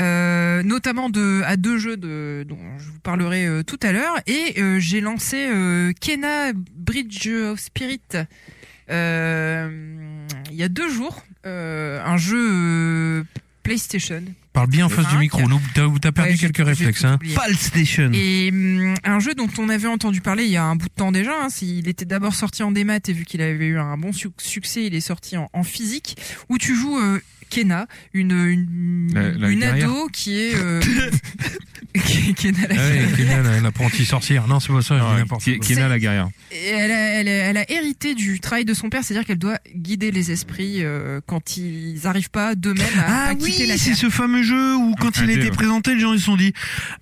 Speaker 4: Euh, notamment de, à deux jeux de, dont je vous parlerai euh, tout à l'heure. Et euh, j'ai lancé euh, Kena Bridge of Spirit euh, il y a deux jours. Euh, un jeu euh, PlayStation.
Speaker 2: Parle bien en face du
Speaker 4: Cinq.
Speaker 2: micro. Nous, T'as t'as perdu
Speaker 4: Ouais, j'ai-
Speaker 2: quelques
Speaker 4: j'ai
Speaker 2: réflexes.
Speaker 4: tout
Speaker 2: Hein.
Speaker 4: oublié.
Speaker 1: Pal Station
Speaker 4: Et hum, un jeu dont on avait entendu parler il y a un bout de temps déjà. hein, c'est- il était d'abord sorti en démat et vu qu'il avait eu un bon suc- succès, il est sorti en, en physique où tu joues euh, Kena, une une,
Speaker 3: La- la
Speaker 4: une
Speaker 3: guerrière.
Speaker 4: ado qui est euh, Kena la
Speaker 2: Ah ouais,
Speaker 4: guerrière.
Speaker 2: Kenan, euh, l'apprenti sorcière. Non, c'est pas ça, je dis
Speaker 3: Ah,
Speaker 2: n'importe
Speaker 3: Ké-
Speaker 2: quoi.
Speaker 3: Kéna la guerrière.
Speaker 4: Et elle, a, elle, a, elle a hérité du travail de son père, c'est-à-dire qu'elle doit guider les esprits euh, quand ils n'arrivent pas d'eux-mêmes à,
Speaker 1: Ah
Speaker 4: à
Speaker 1: oui,
Speaker 4: quitter la
Speaker 1: c'est
Speaker 4: terre.
Speaker 1: ce fameux jeu où quand il a
Speaker 3: Indé,
Speaker 1: été
Speaker 3: ouais.
Speaker 1: présenté, les gens ils se sont dit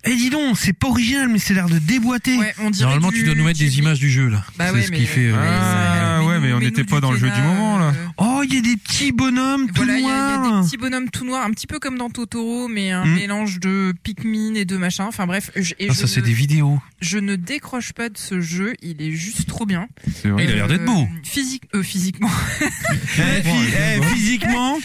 Speaker 1: Eh dis donc, c'est pas original, mais c'est l'air de déboîter.
Speaker 4: Ouais, on dirait
Speaker 2: Normalement,
Speaker 4: du-
Speaker 2: tu dois nous mettre
Speaker 4: du-
Speaker 2: des images du jeu, là.
Speaker 4: Bah
Speaker 2: c'est
Speaker 4: ouais,
Speaker 2: ce
Speaker 4: mais-
Speaker 2: qui fait. euh,
Speaker 3: Ah,
Speaker 4: mais
Speaker 3: ouais, mais on
Speaker 4: nous-
Speaker 3: n'était
Speaker 4: nous
Speaker 3: pas
Speaker 4: du
Speaker 3: dans le jeu
Speaker 4: Kena,
Speaker 3: du moment, là.
Speaker 4: euh,
Speaker 1: Oh, il y a des petits bonhommes tout
Speaker 4: Voilà, il y, a- il y a
Speaker 1: noirs.
Speaker 4: des petits bonhommes tout noirs, un petit peu comme dans Totoro, mais un
Speaker 1: Mm.
Speaker 4: mélange de Pikmin et de machin. Enfin bref, je, et
Speaker 2: Ah,
Speaker 4: je,
Speaker 2: ça, c'est
Speaker 4: ne,
Speaker 2: des vidéos.
Speaker 4: je ne décroche pas de ce jeu, il est juste trop bien.
Speaker 3: C'est vrai.
Speaker 2: Il a l'air d'être beau.
Speaker 4: Physique, euh, physiquement.
Speaker 1: Eh, phy- eh, physiquement,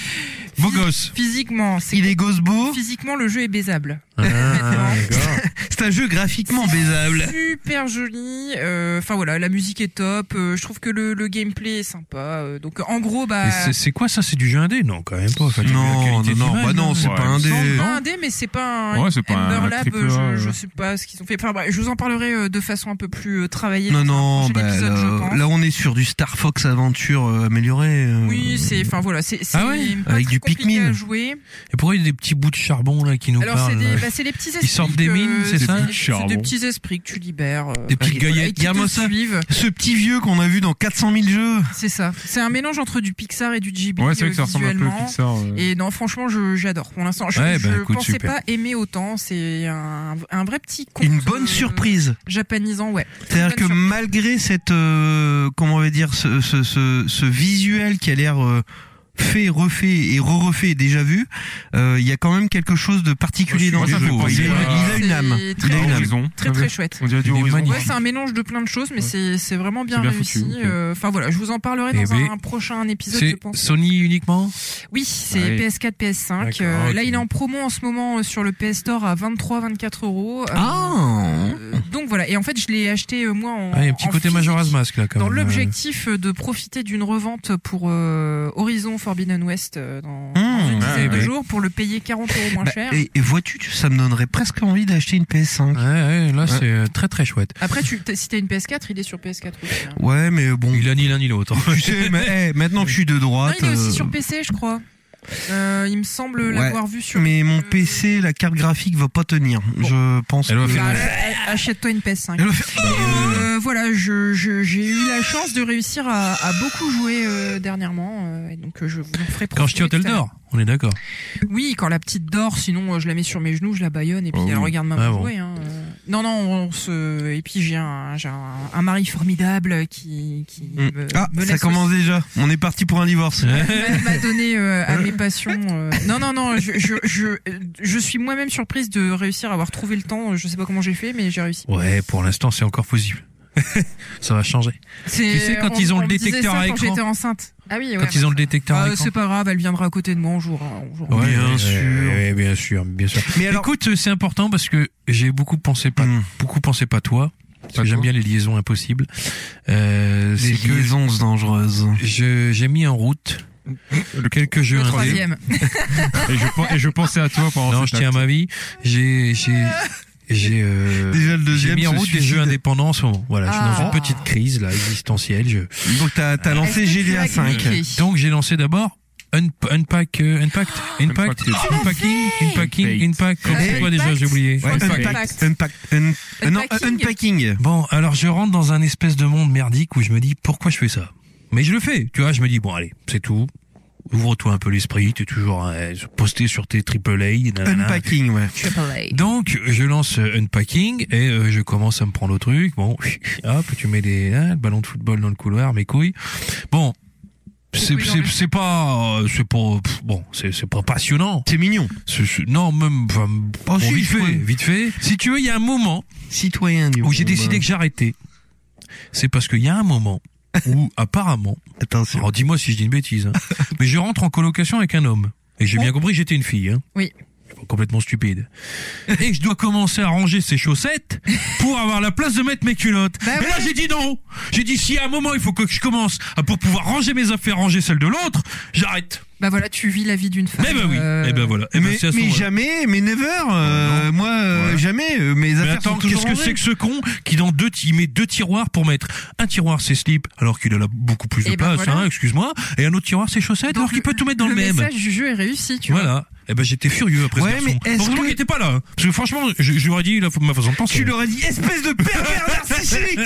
Speaker 2: Beau
Speaker 4: Physi-
Speaker 2: gosse.
Speaker 4: Physiquement, c'est
Speaker 1: il est gosse beau.
Speaker 4: Physiquement, le jeu est baisable.
Speaker 2: Ah,
Speaker 4: complètement.
Speaker 1: C'est un jeu graphiquement baisable.
Speaker 4: Super joli. euh, Enfin voilà, la musique est top. euh, je trouve que le, le gameplay est sympa. euh, donc en gros, bah.
Speaker 2: Et c'est- C'est quoi ça C'est du jeu indé Non, quand même pas. Faut dire la
Speaker 1: Non,
Speaker 2: qualité
Speaker 1: non,
Speaker 2: d'image,
Speaker 1: non, bah non, c'est
Speaker 3: ouais,
Speaker 1: pas
Speaker 3: il
Speaker 1: un
Speaker 3: me
Speaker 1: des.
Speaker 4: Pas un dé, mais c'est pas un.
Speaker 3: Ouais, c'est pas un
Speaker 4: Ember Lab,
Speaker 3: triple A,
Speaker 4: bah, je, je
Speaker 3: ouais.
Speaker 4: sais pas ce qu'ils ont fait. Enfin, bref, je vous en parlerai euh, de façon un peu plus euh, travaillée.
Speaker 1: Non,
Speaker 4: dans un
Speaker 1: non,
Speaker 4: prochain
Speaker 1: bah,
Speaker 4: épisode, je
Speaker 1: là,
Speaker 4: pense.
Speaker 1: là, on est sur du Star Fox Aventure euh, amélioré. euh,
Speaker 4: Oui, c'est. Enfin voilà, c'est. c'est
Speaker 2: Ah ouais
Speaker 4: pas
Speaker 1: Avec
Speaker 4: très
Speaker 1: du
Speaker 4: compliqué
Speaker 1: Pikmin.
Speaker 4: à jouer.
Speaker 2: Et pourquoi il y a des petits bouts de charbon là qui nous
Speaker 4: Alors c'est
Speaker 2: parlent
Speaker 4: des,
Speaker 2: là
Speaker 4: bah, c'est les petits esprits.
Speaker 2: sortent des
Speaker 4: que-
Speaker 2: mines, c'est ça
Speaker 4: des-
Speaker 3: Du
Speaker 4: C'est des
Speaker 3: charbon.
Speaker 4: petits esprits que tu libères. euh,
Speaker 2: Des petites
Speaker 4: et voilà,
Speaker 2: gueulettes.
Speaker 4: et qui
Speaker 1: Garde-moi
Speaker 4: te
Speaker 1: ça.
Speaker 4: suivent.
Speaker 1: Ce petit vieux qu'on a vu dans 400 000 jeux.
Speaker 4: C'est ça. C'est un mélange entre du Pixar et du Ghibli.
Speaker 3: Ouais, c'est vrai que ça
Speaker 4: euh,
Speaker 3: ressemble un peu au
Speaker 4: visuellement.
Speaker 3: Pixar. euh.
Speaker 4: Et non, franchement, je- j'adore. Pour l'instant, je,
Speaker 2: Ouais, bah,
Speaker 4: je
Speaker 2: écoute,
Speaker 4: pensais
Speaker 2: super.
Speaker 4: pas aimer autant. C'est un, un vrai petit conte,
Speaker 1: Une bonne
Speaker 4: euh,
Speaker 1: surprise.
Speaker 4: Japanisant, ouais.
Speaker 1: C'est-à-dire que
Speaker 4: bonne surprise.
Speaker 1: malgré cette, euh, comment on va dire, ce, ce, ce, ce visuel qui a l'air euh, fait, refait et re-refait et déjà vu, euh, il y a quand même quelque chose de particulier
Speaker 3: Moi,
Speaker 1: dans
Speaker 3: je-
Speaker 1: le
Speaker 3: moi,
Speaker 1: jeu.
Speaker 3: ça me fait
Speaker 1: Il,
Speaker 3: penser
Speaker 1: a- il a une âme.
Speaker 4: C'est
Speaker 1: Il a une âme.
Speaker 3: Horizon.
Speaker 4: Très très chouette.
Speaker 3: On dirait du
Speaker 2: Il est
Speaker 3: Horizon.
Speaker 2: magnifique.
Speaker 4: Ouais, c'est un mélange de plein de choses, mais
Speaker 3: Ouais.
Speaker 4: c'est c'est vraiment bien,
Speaker 3: C'est bien
Speaker 4: réussi.
Speaker 3: foutu, ok.
Speaker 4: Euh, Enfin voilà, je vous en parlerai
Speaker 2: Eh
Speaker 4: dans un,
Speaker 2: ben,
Speaker 4: prochain épisode, je
Speaker 2: C'est
Speaker 4: pense.
Speaker 2: Sony uniquement
Speaker 4: Oui, c'est
Speaker 3: Ouais.
Speaker 4: PS4, PS5.
Speaker 2: Ah D'accord, ah,
Speaker 4: Euh,
Speaker 2: ok.
Speaker 4: Là, il est en promo en ce moment euh, sur le PS Store à 23-24 euros. Euh,
Speaker 1: Ah
Speaker 4: euh, Donc voilà, et en fait, je l'ai acheté euh, moi en.
Speaker 2: Ah, Il y a un petit
Speaker 4: en
Speaker 2: côté
Speaker 4: physique,
Speaker 2: Majora's Mask là quand
Speaker 4: Dans
Speaker 2: même. euh.
Speaker 4: l'objectif euh, de profiter d'une revente pour euh, Horizon Forbidden West euh, dans, dans
Speaker 2: Hmm,
Speaker 1: Mmh,
Speaker 4: une
Speaker 3: ah,
Speaker 4: dizaine de
Speaker 3: ouais.
Speaker 4: jours pour le payer 40 euros moins
Speaker 1: Bah,
Speaker 4: cher.
Speaker 1: et, et vois-tu, tu- ça me donnerait presque envie d'acheter une PS5.
Speaker 2: Ouais, ouais, là c'est euh, très très chouette.
Speaker 4: Après, tu, t'as- si t'as une PS4, il est sur PS4 aussi. hein.
Speaker 1: Ouais, mais bon.
Speaker 2: Il a ni l'un ni l'autre.
Speaker 1: Tu sais, mais, eh, maintenant que je suis de
Speaker 4: Non,
Speaker 1: droite.
Speaker 4: il est aussi
Speaker 1: euh,
Speaker 4: sur PC, je crois. Euh, il me semble
Speaker 1: Ouais.
Speaker 4: l'avoir vu sur. E.
Speaker 1: mais mon PC, la carte graphique va pas tenir. Je pense.
Speaker 2: Elle va
Speaker 1: que- Mm.
Speaker 2: faire-
Speaker 4: Bah, Achète-toi une PS5.
Speaker 1: Elle va faire-
Speaker 4: Euh, voilà, je- je- j'ai eu la chance de réussir à, à beaucoup jouer euh, dernièrement, euh, et donc euh, je vous en ferai
Speaker 2: Quand je tire,
Speaker 4: profiter
Speaker 2: elle
Speaker 4: tout à l'heure.
Speaker 2: dort. On est d'accord.
Speaker 4: Oui, quand la petite dort, sinon euh, je la mets sur mes genoux, je la baïonne et puis
Speaker 3: Oh
Speaker 4: elle
Speaker 3: oui.
Speaker 4: regarde maman
Speaker 2: Ah bon.
Speaker 4: jouer. hein, euh. Non, non, on se. Et puis j'ai un, j'ai un, un mari formidable qui, qui
Speaker 1: Mm.
Speaker 4: me,
Speaker 1: Ah,
Speaker 4: me
Speaker 1: ça
Speaker 4: laisse
Speaker 1: commence déjà. On est parti pour un divorce.
Speaker 4: m'a- m'a donné euh, à mes passions. euh. Non, non, non, je, je, je, je suis moi-même surprise de réussir à avoir trouvé le temps. Je sais pas comment j'ai fait, mais j'ai réussi.
Speaker 2: Ouais, pour l'instant c'est encore possible. ça va changer.
Speaker 4: C'est-
Speaker 2: Tu sais, quand ils ont le
Speaker 4: me disait
Speaker 2: détecteur
Speaker 4: ça
Speaker 2: à
Speaker 4: quand
Speaker 2: écran.
Speaker 4: j'étais enceinte. Ah oui, ouais.
Speaker 2: Quand ils ont le détecteur à
Speaker 4: Ah,
Speaker 2: l'écran.
Speaker 4: c'est pas grave, elle viendra à côté de moi un jour. hein, un jour.
Speaker 2: Ouais,
Speaker 1: Bien
Speaker 2: ouais,
Speaker 1: sûr.
Speaker 2: ouais, bien sûr, bien sûr.
Speaker 1: Mais alors.
Speaker 2: Écoute, euh, c'est important parce que j'ai beaucoup pensé pas,
Speaker 1: Hum,
Speaker 2: beaucoup pensé pas toi. Parce
Speaker 3: Hmm. Pas
Speaker 2: que j'aime bien
Speaker 3: toi.
Speaker 2: les liaisons impossibles. Euh,
Speaker 1: les
Speaker 2: c'est que
Speaker 1: liaisons dangereuses.
Speaker 2: je- j'ai mis en route quelques jeux
Speaker 4: Le
Speaker 2: indés.
Speaker 4: troisième.
Speaker 3: Et je pen- Et je pensais à toi pendant
Speaker 2: Non, je
Speaker 3: cette
Speaker 2: tiens à ma vie. J'ai, j'ai, j'ai, euh,
Speaker 1: Déjà le
Speaker 2: j'ai
Speaker 1: deuxième.
Speaker 2: mis en
Speaker 1: se
Speaker 2: route des
Speaker 1: suicide.
Speaker 2: jeux indépendants. en ce moment. Voilà, je suis dans
Speaker 4: Ah.
Speaker 2: une petite crise là existentielle. Je...
Speaker 1: Donc t'as t'as lancé
Speaker 4: Est-ce que tu
Speaker 1: GTA
Speaker 4: as
Speaker 1: 5.
Speaker 4: cliqué
Speaker 2: Donc j'ai lancé d'abord Un- Unpack, euh, Unpacked,
Speaker 1: Oh,
Speaker 2: Unpacked,
Speaker 3: Unpacked.
Speaker 2: Unpacking, Unpacking,
Speaker 3: Unpacked.
Speaker 2: Unpack. Comment c'est quoi
Speaker 3: Unpacked.
Speaker 2: déjà J'ai oublié.
Speaker 1: Ouais,
Speaker 4: Unpacked.
Speaker 1: Unpacked. Unpacked. Un- euh, Non,
Speaker 4: Unpacking.
Speaker 1: unpacking.
Speaker 2: Bon, alors je rentre dans un espèce de monde merdique où je me dis pourquoi je fais ça. Mais je le fais, tu vois. Je me dis bon allez, c'est tout. Ouvre-toi un peu l'esprit. T'es toujours euh, posté sur tes triple A. nanana.
Speaker 1: Unpacking, ouais.
Speaker 2: Donc, je lance euh, Unpacking et euh, je commence à me prendre au truc. Bon, hop, tu mets des hein, le ballon de football dans le couloir, mes couilles. Bon, c'est
Speaker 4: couilles dans
Speaker 2: c'est
Speaker 4: les-
Speaker 2: c'est pas euh, c'est pas pff, bon, c'est c'est pas passionnant.
Speaker 1: C'est mignon.
Speaker 2: C'est- c'est- non, même enfin, bon,
Speaker 1: si,
Speaker 2: vite fait,
Speaker 1: ouais.
Speaker 2: vite fait. Si tu veux, il y a un moment
Speaker 1: Citoyen du
Speaker 2: où j'ai décidé que j'arrêtais. C'est parce qu'il y a un moment où apparemment,
Speaker 1: Attention.
Speaker 2: alors dis-moi si je dis une bêtise, hein, mais je rentre en colocation avec un homme et j'ai bien compris que j'étais une fille. Hein.
Speaker 4: Oui.
Speaker 2: complètement stupide. Et je dois commencer à ranger ses chaussettes pour avoir la place de mettre mes culottes.
Speaker 4: Bah
Speaker 2: et là, j'ai dit non. J'ai dit si à un moment il faut que je commence à pour pouvoir ranger mes affaires, ranger celles de l'autre, j'arrête.
Speaker 4: Bah voilà, tu vis la vie d'une femme.
Speaker 2: Mais ben oui.
Speaker 4: euh,
Speaker 2: Et ben voilà. Eh ben,
Speaker 1: Mais,
Speaker 2: c'est à ce
Speaker 1: mais
Speaker 2: moment-là.
Speaker 1: jamais, mais never, euh, moi euh,
Speaker 2: Ouais.
Speaker 1: jamais, euh, mes
Speaker 2: Mais
Speaker 1: affaires
Speaker 2: attends,
Speaker 1: sont toujours
Speaker 2: qu'est-ce que
Speaker 1: en
Speaker 2: c'est
Speaker 1: vrai.
Speaker 2: que ce con qui dans deux, il met deux tiroirs pour mettre un tiroir ses slips alors qu'il a là beaucoup plus de
Speaker 4: Eh ben
Speaker 2: place,
Speaker 4: voilà.
Speaker 2: hein, excuse-moi, et un autre tiroir ses chaussettes
Speaker 4: Donc,
Speaker 2: alors qu'il peut tout mettre dans le, même.
Speaker 4: message du jeu est réussi, tu vois.
Speaker 2: Voilà. Eh ben j'étais furieux après
Speaker 1: Ouais,
Speaker 2: ce
Speaker 1: mais
Speaker 2: garçon.
Speaker 1: est-ce
Speaker 2: Heureusement
Speaker 1: que-
Speaker 2: qu'il était pas là. hein. Parce que franchement, je, je lui aurais dit la, ma façon de penser.
Speaker 1: Tu leur as dit espèce de pervers narcissique.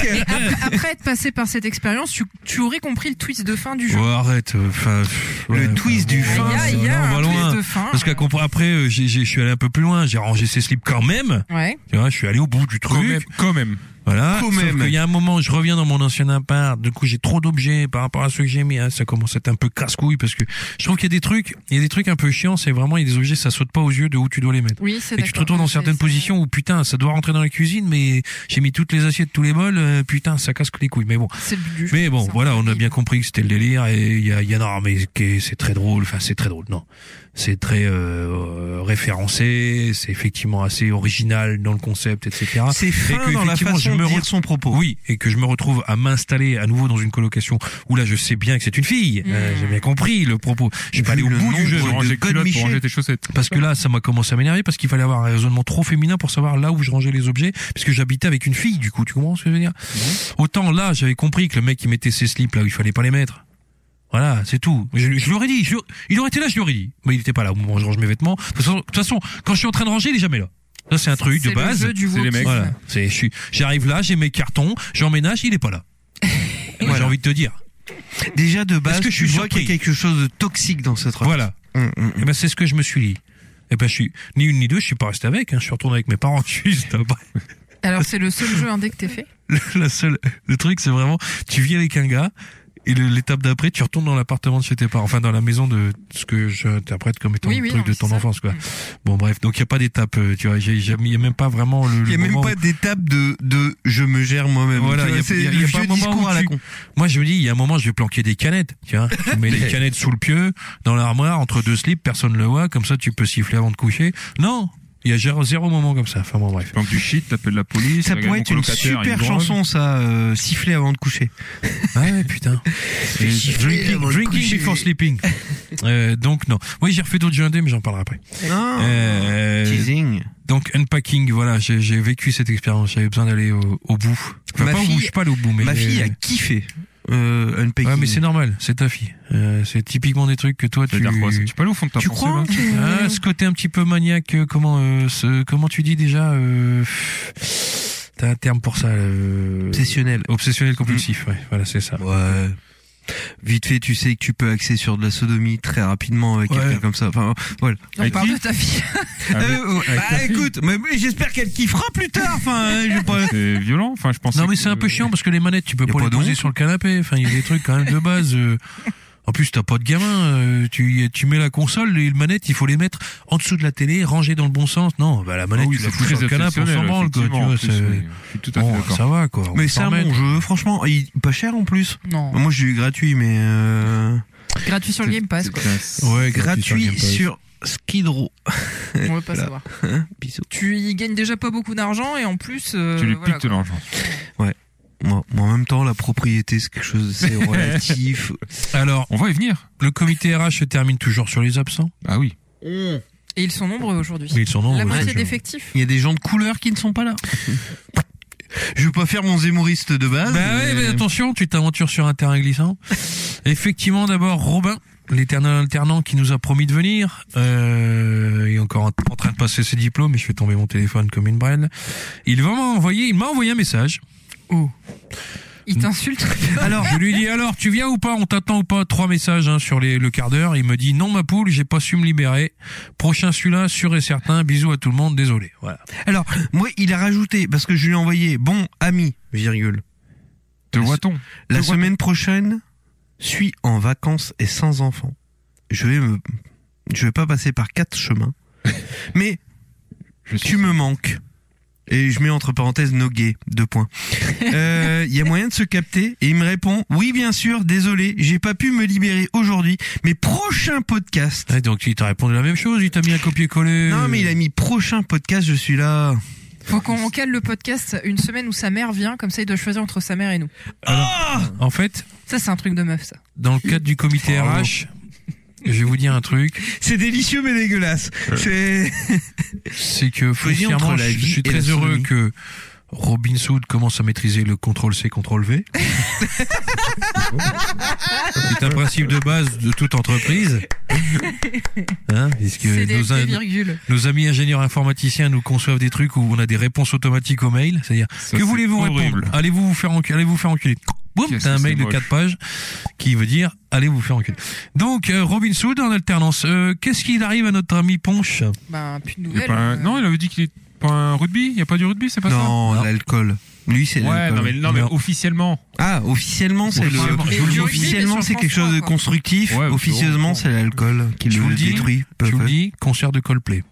Speaker 4: Après être passé par cette expérience, tu, tu aurais compris le twist de fin du jeu.
Speaker 2: Ouais, arrête. euh, Enfin, pff,
Speaker 1: Le
Speaker 2: ouais,
Speaker 1: twist
Speaker 2: enfin,
Speaker 1: du
Speaker 2: bon,
Speaker 4: Il y
Speaker 1: fin,
Speaker 4: a,
Speaker 2: euh,
Speaker 4: il y
Speaker 2: non,
Speaker 4: a
Speaker 2: on va
Speaker 4: un
Speaker 2: loin.
Speaker 4: twist de fin.
Speaker 2: Parce qu'après, après, euh, j'ai- j'ai- je suis allé un peu plus loin. J'ai rangé ses slips quand même.
Speaker 4: Ouais.
Speaker 2: Tu vois, je suis allé au bout du
Speaker 3: Quand même,
Speaker 2: truc.
Speaker 3: quand même.
Speaker 2: Voilà.
Speaker 1: Quand
Speaker 2: Sauf
Speaker 1: même.
Speaker 2: qu'il y a un moment, je reviens dans mon ancien appart. Du coup, j'ai trop d'objets par rapport à ceux que j'ai mis. hein, ça commence à être un peu casse-couille parce que je trouve qu'il y a des trucs, il y a des trucs un peu chiants. C'est vraiment, il y a des objets, ça saute pas aux yeux de où tu dois les mettre.
Speaker 4: Oui, c'est
Speaker 2: Et tu te retrouves dans certaines positions où putain, ça doit rentrer dans la cuisine, mais j'ai mis toutes les assiettes, tous les bols, euh, putain, ça casse que les couilles. Mais bon.
Speaker 4: C'est le but du jeu.
Speaker 2: Mais bon,
Speaker 4: Ça.
Speaker 2: voilà, on a bien compris que c'était le délire et il y a, il y a non, mais que- c'est très drôle. Enfin, c'est très drôle. Non, c'est très euh, euh, référencé. C'est effectivement assez original dans le concept, etc.
Speaker 1: C'est fin
Speaker 2: que,
Speaker 1: dans la
Speaker 2: effectivement,
Speaker 1: façon
Speaker 2: je me
Speaker 1: de dire
Speaker 2: re-
Speaker 1: son propos.
Speaker 2: Oui, et que je me retrouve à m'installer à nouveau dans une colocation où là, je sais bien que c'est une fille. Euh,
Speaker 4: Mmh.
Speaker 2: J'ai bien compris le propos. Je suis pas allé
Speaker 1: Vu
Speaker 2: au
Speaker 1: le
Speaker 2: bout du
Speaker 1: nombre
Speaker 2: jeu.
Speaker 1: de
Speaker 3: Pour ranger les
Speaker 1: Code
Speaker 3: culottes,
Speaker 1: Michel.
Speaker 3: pour ranger tes chaussettes.
Speaker 2: Parce que là, ça m'a commencé à m'énerver parce qu'il fallait avoir un raisonnement trop féminin pour savoir là où je rangeais les objets, parce que j'habitais avec une fille, du coup, tu comprends ce que je veux dire
Speaker 3: Mhm.
Speaker 2: Autant là, j'avais compris que le mec il mettait ses slips là où il fallait pas les mettre. Voilà, c'est tout. Je, je l'aurais dit, je l'aurais- il aurait été là, je l'aurais dit. Mais il était pas là au moment où je range mes vêtements. De toute façon, de toute façon, quand je suis en train de ranger, il est jamais là. Ça c'est un truc de
Speaker 4: C'est le
Speaker 2: base.
Speaker 4: jeu du
Speaker 3: c'est les
Speaker 4: wokisme.
Speaker 3: mecs.
Speaker 2: Voilà, c'est je suis j'arrive là, j'ai mes cartons, j'emménage, il est pas là.
Speaker 1: Voilà.
Speaker 2: J'ai envie de te dire.
Speaker 1: Déjà de base,
Speaker 2: que je
Speaker 1: tu
Speaker 2: suis
Speaker 1: vois qu'il y a
Speaker 2: surpris
Speaker 1: quelque chose de toxique dans cette remarque.
Speaker 2: Voilà.
Speaker 1: Hum, hum.
Speaker 2: Et ben c'est ce que je me suis dit. Et ben je suis ni une ni deux, je suis pas resté avec. Hein. Je suis retourné avec mes parents juste après.
Speaker 4: Alors, c'est le seul jeu indé que t'es fait.
Speaker 2: Le, la seule, le truc, c'est vraiment, tu vis avec un gars, et le- l'étape d'après, tu retournes dans l'appartement de chez tes parents, enfin dans la maison de ce que j'interprète comme étant
Speaker 4: Oui,
Speaker 2: le
Speaker 4: oui,
Speaker 2: truc
Speaker 4: non,
Speaker 2: de
Speaker 4: c'est
Speaker 2: ton
Speaker 4: ça.
Speaker 2: enfance, quoi.
Speaker 4: Mm.
Speaker 2: Bon, bref, donc il y a pas d'étape, euh, tu vois, j'ai- j'ai- il y a même pas vraiment le.
Speaker 1: Il n'y a
Speaker 2: le
Speaker 1: même
Speaker 2: moment
Speaker 1: pas d'étape de, de je me gère moi-même.
Speaker 2: Voilà,
Speaker 1: Tu vois,
Speaker 2: il y a-
Speaker 1: c'est
Speaker 2: il y a- il y
Speaker 1: le
Speaker 2: a pas
Speaker 1: vieux
Speaker 2: un moment
Speaker 1: discours
Speaker 2: où
Speaker 1: à la
Speaker 2: tu-
Speaker 1: con.
Speaker 2: où- Moi, je me dis, il y a un moment, je vais planquer des canettes, tu vois. Tu mets des canettes sous le pieu, dans l'armoire, entre deux slips, personne le voit, comme ça, tu peux siffler avant de coucher. Non! Il y a zéro, zéro moment comme ça. Enfin bon, bref.
Speaker 3: Donc du shit, t'appelles la police.
Speaker 1: Ça
Speaker 3: regarde
Speaker 1: pourrait
Speaker 3: mon
Speaker 1: être une Ah
Speaker 3: colocataire, il
Speaker 1: super
Speaker 3: branle.
Speaker 1: chanson, ça, euh, siffler avant de coucher.
Speaker 2: Ouais, putain. Et drinking drinking before sleeping. Euh, donc non. Oui, j'ai refait d'autres jeux indés, mais j'en parlerai après.
Speaker 1: Non.
Speaker 2: Euh,
Speaker 1: Teasing.
Speaker 2: donc unpacking, voilà, j'ai j'ai vécu cette expérience. J'avais besoin d'aller au, au bout. Enfin,
Speaker 1: Ma
Speaker 2: pas au bout,
Speaker 1: fille-
Speaker 2: je suis pas allé au bout, mais
Speaker 1: Ma fille a kiffé euh, Unpacking.
Speaker 2: Ouais, mais c'est normal, c'est ta fille. Euh, c'est typiquement des trucs que toi tu.
Speaker 3: C'est-à-dire quoi ça Tu peux aller au fond de ta
Speaker 1: Tu
Speaker 3: pensée,
Speaker 1: crois
Speaker 3: là
Speaker 2: Ah, ce côté un petit peu maniaque, euh, comment, euh, ce- comment tu dis déjà euh, T'as un terme pour ça. euh,
Speaker 1: Obsessionnel. Mm.
Speaker 2: Obsessionnel compulsif. Ouais, voilà, c'est ça.
Speaker 1: Ouais. Vite fait, tu sais que tu peux axer sur de la sodomie très rapidement avec
Speaker 2: Ouais.
Speaker 1: quelqu'un comme ça. Enfin, voilà.
Speaker 4: On
Speaker 3: Avec
Speaker 4: parle
Speaker 3: qui
Speaker 4: de ta fille.
Speaker 3: Avec-
Speaker 1: Euh, ouais. bah écoute, mais, mais j'espère qu'elle kiffera plus tard. Enfin, hein, j'ai pas.
Speaker 3: C'est violent. Enfin, je pensais.
Speaker 2: Non mais
Speaker 3: que-
Speaker 2: c'est un peu chiant parce que les manettes tu peux
Speaker 1: Y a
Speaker 2: pas,
Speaker 1: pas
Speaker 2: les
Speaker 1: de
Speaker 2: poser
Speaker 1: honte.
Speaker 2: sur le canapé. Enfin il y a des trucs quand même de base. euh, En plus t'as pas de gamin. euh, Tu tu mets la console et les manettes il faut les mettre en dessous de la télé, rangées dans le bon sens. Non bah la
Speaker 3: Ah
Speaker 2: manette
Speaker 3: oui,
Speaker 2: tu
Speaker 3: c'est
Speaker 2: la fous sur
Speaker 3: très
Speaker 2: le canapé on s'en
Speaker 3: exceptionnel,
Speaker 2: branle quoi. Tu
Speaker 3: effectivement,
Speaker 2: vois,
Speaker 3: en plus,
Speaker 2: c'est-
Speaker 3: oui. Je suis tout à fait
Speaker 2: Bon,
Speaker 3: d'accord.
Speaker 2: ça va quoi. on
Speaker 1: Mais
Speaker 2: s'en
Speaker 1: c'est un
Speaker 2: remet.
Speaker 1: bon jeu, franchement. Il, pas cher en plus.
Speaker 4: Non.
Speaker 1: Moi, j'ai eu gratuit, mais euh,
Speaker 4: Gratuit sur le Game Pass,
Speaker 3: C'est-
Speaker 4: quoi.
Speaker 3: c'est-
Speaker 2: Ouais
Speaker 1: gratuit
Speaker 2: sur.
Speaker 1: sur Skid Row.
Speaker 4: On veut pas
Speaker 1: Là.
Speaker 4: savoir.
Speaker 1: Hein, bisous.
Speaker 4: Tu y gagnes déjà pas beaucoup d'argent et en plus. euh,
Speaker 3: Tu lui
Speaker 4: voilà,
Speaker 3: piques de
Speaker 4: quoi.
Speaker 3: l'argent.
Speaker 1: Moi, moi, en même temps, la propriété, c'est quelque chose c'est relatif.
Speaker 2: Game Pass. Alors
Speaker 3: On va y venir.
Speaker 2: le comité RH se termine toujours sur les absents.
Speaker 3: Ah oui.
Speaker 4: Et ils sont nombreux aujourd'hui.
Speaker 2: Mais ils sont nombreux. hein,
Speaker 4: La moitié
Speaker 2: je-
Speaker 4: d'effectifs.
Speaker 1: Il y a des gens de couleur qui ne sont pas là. Je veux pas faire mon zémoriste de base.
Speaker 2: Bah ouais, mais
Speaker 1: mais-
Speaker 2: attention, tu t'aventures sur un terrain glissant. Effectivement, d'abord Robin, l'éternel alternant qui nous a promis de venir, euh, il est encore en, en train de passer ses diplômes, mais je fais tomber mon téléphone comme une brêle. Il va m'envoyer, il m'a envoyé un message.
Speaker 4: Ils t'insultent.
Speaker 2: Alors, je lui dis alors, tu viens ou pas On t'attend ou pas Trois messages hein, sur les, le quart d'heure. Il me dit non, ma poule, j'ai pas su me libérer. Prochain celui-là, sûr et certain. Bisous à tout le monde. Désolé. Voilà.
Speaker 1: Moi, il a rajouté, parce que je lui ai envoyé, bon, ami, virgule,
Speaker 3: Te voit-on
Speaker 1: la
Speaker 3: Je vois-
Speaker 1: semaine prochaine, suis en vacances et sans enfant. Je vais me, je vais pas passer par quatre chemins. mais
Speaker 3: Je suis-
Speaker 1: tu me manques. Et je mets entre parenthèses no gay, deux points. Euh, Il y a moyen de se capter et il me répond oui bien sûr désolé j'ai pas pu me libérer aujourd'hui mais prochain podcast
Speaker 2: Ouais, donc il t'a répondu la même chose. Il t'a mis un copier-coller.
Speaker 1: Non, mais il a mis prochain podcast, je suis là.
Speaker 4: Faut qu'on cale le podcast une semaine où sa mère vient, comme ça il doit choisir entre sa mère et nous.
Speaker 1: Ah
Speaker 2: En fait,
Speaker 4: Ça, c'est un truc de meuf, ça.
Speaker 2: dans le cadre du comité
Speaker 1: Bravo.
Speaker 2: RH, je vais vous dire un truc, Euh,
Speaker 1: C'est délicieux mais dégueulasse. C'est
Speaker 2: c'est que
Speaker 1: Faut dire entre
Speaker 2: foncièrement,
Speaker 1: la
Speaker 2: je, je
Speaker 1: vie
Speaker 2: suis
Speaker 1: et la
Speaker 2: très heureux
Speaker 1: sodomie.
Speaker 2: que Robin Sood commence à maîtriser le contrôle C, contrôle V. c'est un principe de base de toute entreprise. Hein, puisque
Speaker 4: C'est des,
Speaker 2: nos,
Speaker 4: des
Speaker 2: in-
Speaker 4: virgules.
Speaker 2: nos amis ingénieurs informaticiens nous conçoivent des trucs où on a des réponses automatiques aux mails, c'est-à-dire
Speaker 3: Ça,
Speaker 2: que
Speaker 3: c'est
Speaker 2: voulez-vous
Speaker 3: horrible.
Speaker 2: répondre Allez-vous vous faire enculer Allez-vous vous faire enculer Boum,
Speaker 3: Qu'est-ce
Speaker 2: t'as un
Speaker 3: que
Speaker 2: mail
Speaker 3: c'est
Speaker 2: de
Speaker 3: moche.
Speaker 2: 4 pages qui veut dire allez vous faire enculer. Donc euh, Robin Sood en alternance. Euh, Qu'est-ce qu'il arrive à notre ami Ponche
Speaker 4: Ben, plus
Speaker 3: Il y a
Speaker 4: de nouvelles.
Speaker 3: pas un-
Speaker 4: euh.
Speaker 3: Non, il avait dit qu'il est pas un rugby. Il y a pas du rugby, c'est pas ça
Speaker 1: non l'alcool. Lui, c'est
Speaker 3: Ouais,
Speaker 1: le-
Speaker 3: non mais, non, mais officiellement.
Speaker 1: Ah, officiellement, c'est le.
Speaker 3: Officiellement, je vous le dis.
Speaker 1: Officiellement, c'est quelque chose de constructif.
Speaker 3: Ouais,
Speaker 1: Officieusement, c'est l'alcool qui
Speaker 2: Je vous
Speaker 1: le
Speaker 2: le dis,
Speaker 1: détruit.
Speaker 2: Je vous le dis, concert de Coldplay.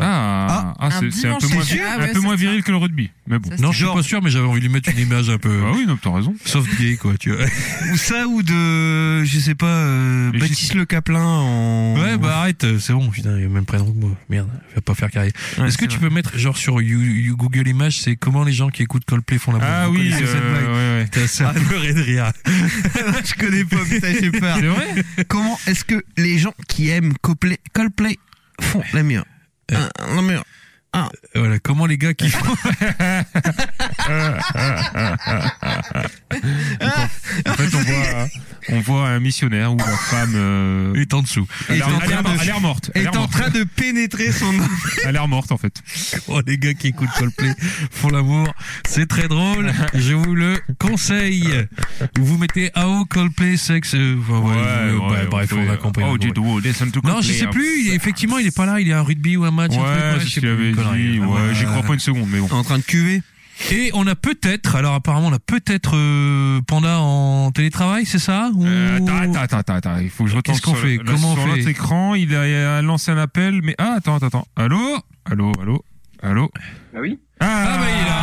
Speaker 3: Ah, ah, c'est c'est un peu
Speaker 4: dimanche,
Speaker 3: moins,
Speaker 4: c'est sûr Ah ouais,
Speaker 3: un peu
Speaker 4: ça,
Speaker 3: moins
Speaker 4: c'est
Speaker 3: viril que le rugby. Mais bon.
Speaker 4: Ça,
Speaker 2: Non, je suis pas sûr, mais j'avais envie de lui mettre une image un peu
Speaker 3: Ah oui, non, t'as raison.
Speaker 2: soft gay, quoi, tu vois.
Speaker 1: Ou ça, ou de, je sais pas, euh,
Speaker 3: Mais
Speaker 1: Baptiste Le Caplin en.
Speaker 2: Ouais, bah arrête, euh, c'est bon, putain, il a le même prénom que moi. Merde, je vais pas faire carré.
Speaker 1: Ouais,
Speaker 2: Est-ce que
Speaker 1: c'est
Speaker 2: tu
Speaker 1: vrai.
Speaker 2: peux mettre, genre, sur You- You Google Images, c'est comment les gens qui écoutent Coldplay font la
Speaker 3: Ah
Speaker 2: Vous
Speaker 3: oui,
Speaker 2: connaissez cette blague
Speaker 3: euh, ouais, ouais.
Speaker 2: Putain, ça me pleurait de rire.
Speaker 1: Je connais pas, putain, j'ai peur.
Speaker 3: C'est vrai
Speaker 1: Comment est-ce que les gens qui aiment Coldplay, Coldplay font la mire
Speaker 2: Euh.
Speaker 1: Un- La Ah. mire.
Speaker 2: Voilà, comment les gars qui font.
Speaker 3: En fait, on voit, on voit un missionnaire ou la femme. euh,
Speaker 2: est en dessous.
Speaker 3: elle
Speaker 1: est en
Speaker 3: a
Speaker 1: train
Speaker 3: l'air
Speaker 1: de-
Speaker 3: elle a l'air morte. Elle
Speaker 1: Est
Speaker 3: a l'air
Speaker 1: en
Speaker 3: morte.
Speaker 1: train de pénétrer son.
Speaker 3: Elle a l'air morte en fait.
Speaker 2: Oh, les gars qui écoutent Coldplay font l'amour. C'est très drôle. Je vous le conseille. Vous mettez AO Coldplay sexe. euh, enfin, ouais, euh, bah, bref, on a compris. on
Speaker 3: Oh,
Speaker 2: a compris.
Speaker 3: did you listen to
Speaker 2: Non, je sais
Speaker 3: Coldplay,
Speaker 2: plus. il est- effectivement, il est pas là. Il est à un rugby ou un match. un truc,
Speaker 3: hein. Ouais,
Speaker 2: je
Speaker 3: c'est
Speaker 2: sais
Speaker 3: ce qu'il
Speaker 2: plus,
Speaker 3: avait
Speaker 2: une connerie.
Speaker 3: dit. Ouais,
Speaker 2: Ouais.
Speaker 3: j'y crois pas une seconde, mais bon.
Speaker 1: En train de cuver.
Speaker 2: Et on a peut-être, alors apparemment, on a peut-être euh, Panda en télétravail, c'est ça Ou-
Speaker 3: Euh, attends, attends, attends, attends, il faut que je retourne
Speaker 2: Qu'est-ce qu'on
Speaker 3: sur le-
Speaker 2: fait
Speaker 3: là,
Speaker 2: Comment on
Speaker 3: sur
Speaker 2: fait
Speaker 3: l'autre écran, il a, il a lancé un appel, mais ah, attends, attends, attends. Allô Allô, allô, allô
Speaker 5: Ah oui
Speaker 2: Ah, bah, il est là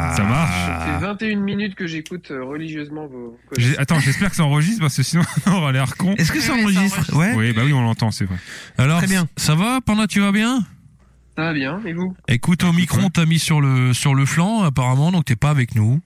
Speaker 2: Ah.
Speaker 3: Ça marche.
Speaker 5: C'est 21 minutes que j'écoute euh, religieusement vos vos
Speaker 3: J'ai-
Speaker 5: connaissances.
Speaker 3: Attends, j'espère que ça enregistre parce que sinon on aura l'air con.
Speaker 1: Est-ce que ça
Speaker 4: Ouais, ça
Speaker 1: enregistre
Speaker 4: enregistre.
Speaker 1: Ouais.
Speaker 3: Oui, bah oui, on l'entend, c'est vrai.
Speaker 2: Alors,
Speaker 1: Très bien.
Speaker 2: ça va Panda, tu vas bien
Speaker 5: Ça va bien, et vous
Speaker 2: Écoute, Omicron t'a mis sur le sur le flanc apparemment, donc t'es pas avec nous.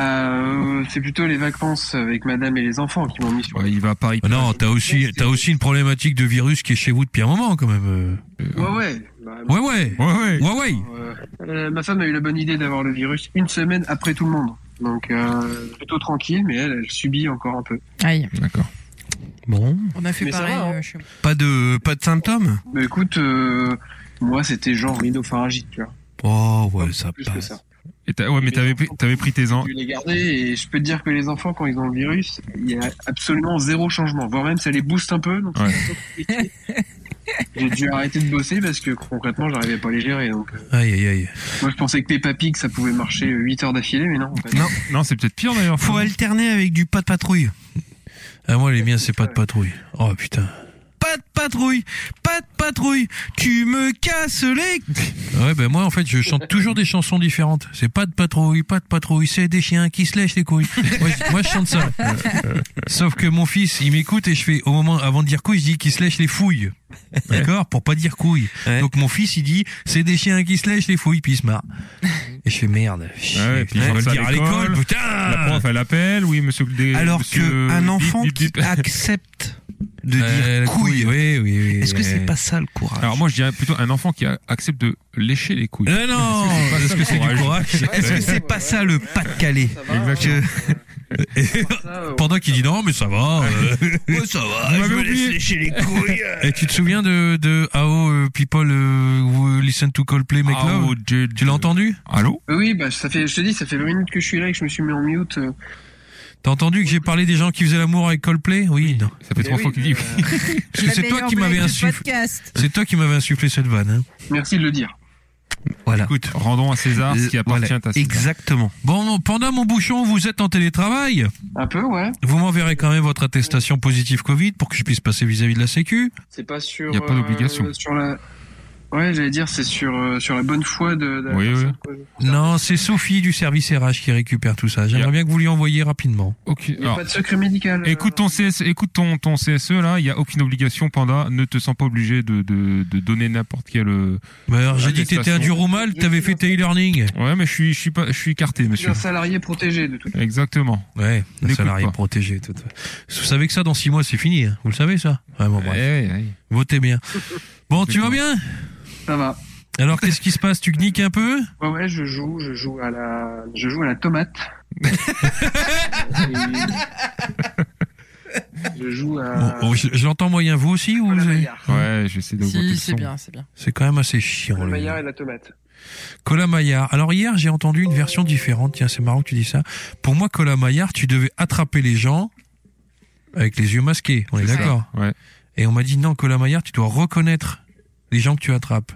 Speaker 5: Euh, C'est plutôt les vacances avec madame et les enfants qui m'ont mis sur...
Speaker 3: Ouais, il va à Paris.
Speaker 2: Ah Non, t'as aussi t'as aussi une problématique de virus qui est chez vous depuis un moment quand même.
Speaker 5: Ouais, ouais. Bah,
Speaker 2: euh. Ouais ouais.
Speaker 3: Euh. Ouais, ouais.
Speaker 2: Ouais ouais.
Speaker 5: euh, euh, ma femme a eu la bonne idée d'avoir le virus une semaine après tout le monde. Donc, euh, plutôt tranquille, mais elle, elle subit encore un peu.
Speaker 4: Aïe,
Speaker 3: D'accord.
Speaker 1: Bon.
Speaker 4: on a fait
Speaker 5: Mais ça
Speaker 4: pareil
Speaker 5: va, hein.
Speaker 4: euh, chez moi.
Speaker 1: Pas de pas de symptômes.
Speaker 5: Mais écoute, euh, moi, c'était genre rhinopharyngite, tu vois.
Speaker 1: Oh ouais, ça
Speaker 5: Plus que
Speaker 1: passe.
Speaker 5: ça.
Speaker 3: Et t'as- ouais, mais t'avais pris, t'avais pris tes ans.
Speaker 5: Je les garder et je peux te dire que les enfants, quand ils ont le virus, il y a absolument zéro changement. Voire même, ça les booste un peu. donc
Speaker 3: Ouais.
Speaker 5: c'est pas compliqué. J'ai dû arrêter de bosser parce que concrètement, je n'arrivais pas à les gérer. Donc, euh,
Speaker 2: Aïe aïe aïe.
Speaker 5: moi, je pensais que Peppa Pig, ça pouvait marcher 8 heures d'affilée, mais non. en fait.
Speaker 3: Non, c'est peut-être pire d'ailleurs.
Speaker 1: Faut alterner avec du pas de patrouille.
Speaker 2: Ah moi les miens c'est pas de patrouille. Oh putain.
Speaker 1: Pas de patrouille, pas de patrouille. Tu me casses les.
Speaker 2: Ouais ben moi en fait je chante toujours des chansons différentes. C'est pas de patrouille, pas de patrouille, c'est des chiens qui se lèchent les couilles. moi, je, moi, je chante ça. Euh, Sauf que mon fils il m'écoute et je fais au moment avant de dire couille je dis qu'il se lèche les fouilles. D'accord Pour pas dire couille.
Speaker 1: Ouais.
Speaker 2: Donc mon fils il dit c'est des chiens qui se lèchent les fouilles puis il se marre. Et je fais merde.
Speaker 3: Ouais, et puis il
Speaker 2: on
Speaker 3: chante
Speaker 2: va le
Speaker 3: ça à
Speaker 2: dire à l'école
Speaker 3: l'école.
Speaker 2: putain.
Speaker 3: La prof, elle appelle, oui, monsieur. Des,
Speaker 1: Alors que un enfant
Speaker 3: qui...
Speaker 1: qui accepte de
Speaker 2: Euh,
Speaker 1: dire
Speaker 2: la
Speaker 1: couille.
Speaker 2: Oui, oui, oui.
Speaker 1: Est-ce que c'est
Speaker 2: oui.
Speaker 1: pas ça le courage
Speaker 3: Alors moi, je dirais plutôt un enfant qui a- accepte de lécher les couilles.
Speaker 1: Euh,
Speaker 2: Ah non Est-ce que c'est du courage
Speaker 1: Est-ce que c'est pas ça le Pas-de-Calais
Speaker 5: Ça va,
Speaker 1: Exactement.
Speaker 5: euh, par ça, euh,
Speaker 2: Pendant qu'il dit non, mais ça va. euh.
Speaker 1: Oh, ça va,
Speaker 2: m'avez oublié. Et tu te souviens de, de AO euh, People euh, who Listen to Coldplay Make
Speaker 3: Ah,
Speaker 2: Love
Speaker 3: oh, Dieu,
Speaker 2: Tu l'as entendu
Speaker 3: Allô
Speaker 5: Oui, bah, ça fait, je te dis, ça fait 20 minutes que je suis là et que je me suis mis en mute. euh.
Speaker 2: T'as entendu que j'ai parlé des gens qui faisaient l'amour avec Coldplay Oui, non.
Speaker 3: Ça fait trois
Speaker 5: Eh
Speaker 3: fois
Speaker 5: oui,
Speaker 3: qu'il dit.
Speaker 5: euh,
Speaker 2: Parce que c'est toi qui m'avais insufflé.
Speaker 4: podcast.
Speaker 2: C'est toi qui m'avais insufflé cette vanne. hein.
Speaker 5: Merci de le dire.
Speaker 1: Voilà.
Speaker 3: Écoute, rendons à César ce qui
Speaker 1: Euh,
Speaker 3: appartient
Speaker 1: voilà.
Speaker 3: à César.
Speaker 1: Exactement.
Speaker 2: Bon, mon- pendant mon bouchon, vous êtes en télétravail.
Speaker 5: Un peu, ouais.
Speaker 2: Vous m'enverrez quand même votre attestation positive Covid pour que je puisse passer vis-à-vis de la Sécu.
Speaker 5: C'est pas sur.
Speaker 3: Y a pas d'obligation.
Speaker 5: euh, sur la. Ouais, j'allais dire, c'est sur, euh, sur la bonne foi de. de la
Speaker 3: Oui, oui.
Speaker 5: personne, quoi.
Speaker 2: Non, c'est Sophie du service RH qui récupère tout ça. J'aimerais
Speaker 3: Yeah.
Speaker 2: bien que vous lui envoyiez rapidement.
Speaker 3: Ok.
Speaker 5: Il n'y a
Speaker 3: Alors,
Speaker 5: pas de secret médical. euh.
Speaker 3: écoute ton CS, écoute ton ton CSE là. Il y a aucune obligation, Panda. Ne te sens pas obligé de de, de donner n'importe quel. euh,
Speaker 2: Bah alors, j'ai dit que t'étais un dur ou mal, t'avais fait tes e-learning.
Speaker 3: Ouais, mais je suis je suis pas je suis
Speaker 5: Je
Speaker 3: écarté,
Speaker 5: suis
Speaker 3: monsieur.
Speaker 5: un salarié protégé de toute
Speaker 3: Exactement.
Speaker 2: Ouais, un
Speaker 3: N'écoute
Speaker 2: salarié
Speaker 3: pas.
Speaker 2: protégé. tout à fait. Vous savez que ça, dans six mois, c'est fini. hein. Vous le savez, ça Ouais, bon, bref.
Speaker 3: Eh, eh, eh.
Speaker 2: Votez bien. Bon, tu vas bien
Speaker 5: Ça va.
Speaker 2: Alors, qu'est-ce qui se passe Tu gniques un peu
Speaker 5: Ouais, ouais, je joue, je joue à la, je joue à la tomate. Et je joue à.
Speaker 2: Bon, oh, Je, je l'entends moyen, vous aussi ou
Speaker 5: à la
Speaker 2: vous avez-
Speaker 5: maillard.
Speaker 3: Ouais, j'essaie d'augmenter le
Speaker 4: Si,
Speaker 3: son.
Speaker 4: c'est bien, c'est bien.
Speaker 2: C'est quand même assez chiant.
Speaker 5: La
Speaker 2: le-
Speaker 5: maillard et la tomate.
Speaker 2: Cola Maillard. Alors, hier, j'ai entendu une version différente. Tiens, c'est marrant que tu dis ça. Pour moi, Cola Maillard, tu devais attraper les gens avec les yeux masqués. On est,
Speaker 3: C'est ça.
Speaker 2: d'accord
Speaker 3: Ouais.
Speaker 2: Et on m'a dit non, Cola Maillard, tu dois reconnaître les gens que tu attrapes.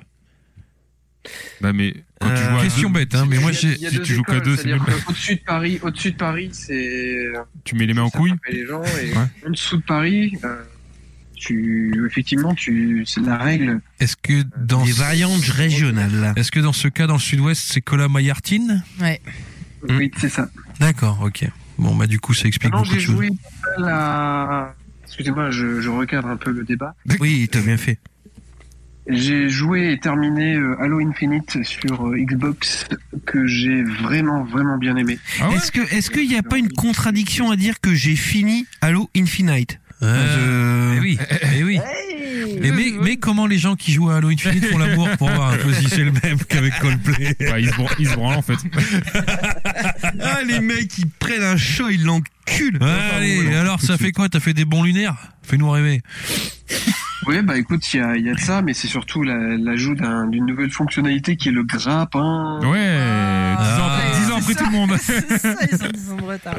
Speaker 3: Bah, mais quand tu
Speaker 1: Euh,
Speaker 3: joues à
Speaker 2: Question
Speaker 3: deux,
Speaker 2: bête, hein, mais moi,
Speaker 5: Il y a-
Speaker 2: j'ai.
Speaker 5: il y a
Speaker 3: si
Speaker 5: deux
Speaker 3: tu joues qu'à
Speaker 5: écoles,
Speaker 3: deux, c'est
Speaker 5: c'est-à-dire
Speaker 3: mieux.
Speaker 5: que Au-dessus de Paris, au-dessus de Paris, c'est
Speaker 3: tu mets les mains en
Speaker 5: ça
Speaker 3: couille.
Speaker 5: rappelle les gens et
Speaker 3: Ouais.
Speaker 5: en dessous de Paris, euh, tu effectivement, tu c'est la règle.
Speaker 2: Est-ce que dans
Speaker 1: Des
Speaker 2: ce-
Speaker 1: variantes régionales. là.
Speaker 2: Est-ce que dans ce cas, dans le sud-ouest, c'est Cola Mayartine
Speaker 1: Hmm.
Speaker 5: Oui, c'est ça.
Speaker 2: D'accord, ok. Bon, bah du coup, ça explique
Speaker 5: Maintenant,
Speaker 2: beaucoup de
Speaker 5: j'ai
Speaker 2: choses.
Speaker 5: joué pas mal à- Excusez-moi, je, je recadre un peu le débat.
Speaker 1: Oui, t'as bien fait.
Speaker 5: J'ai joué et terminé euh, Halo Infinite sur euh, Xbox que j'ai vraiment vraiment bien aimé.
Speaker 3: Ah ouais
Speaker 1: Est-ce que est-ce qu'il n'y a pas une contradiction à dire que j'ai fini Halo Infinite
Speaker 2: Euh,
Speaker 1: Euh,
Speaker 2: eh oui, eh oui. Et mais, mais comment les gens qui jouent à Halo Infinite font l'amour pour voir un peu si c'est le même qu'avec Coldplay
Speaker 3: Bah, il se bran- il se branle en fait.
Speaker 1: Ah les mecs ils prennent un chat, ils l'enculent.
Speaker 2: Ouais, allez, alors ça fait quoi T'as fait des bons lunaires Fais-nous rêver.
Speaker 5: Oui, bah écoute, il y a, il y a de ça, mais c'est surtout la- l'ajout d'un- d'une nouvelle fonctionnalité qui est le grappin.
Speaker 3: Ouais,
Speaker 2: Ah.
Speaker 3: 10 ans, 10 ans après tout le monde.
Speaker 4: C'est ça, ils ont dix ans de retard.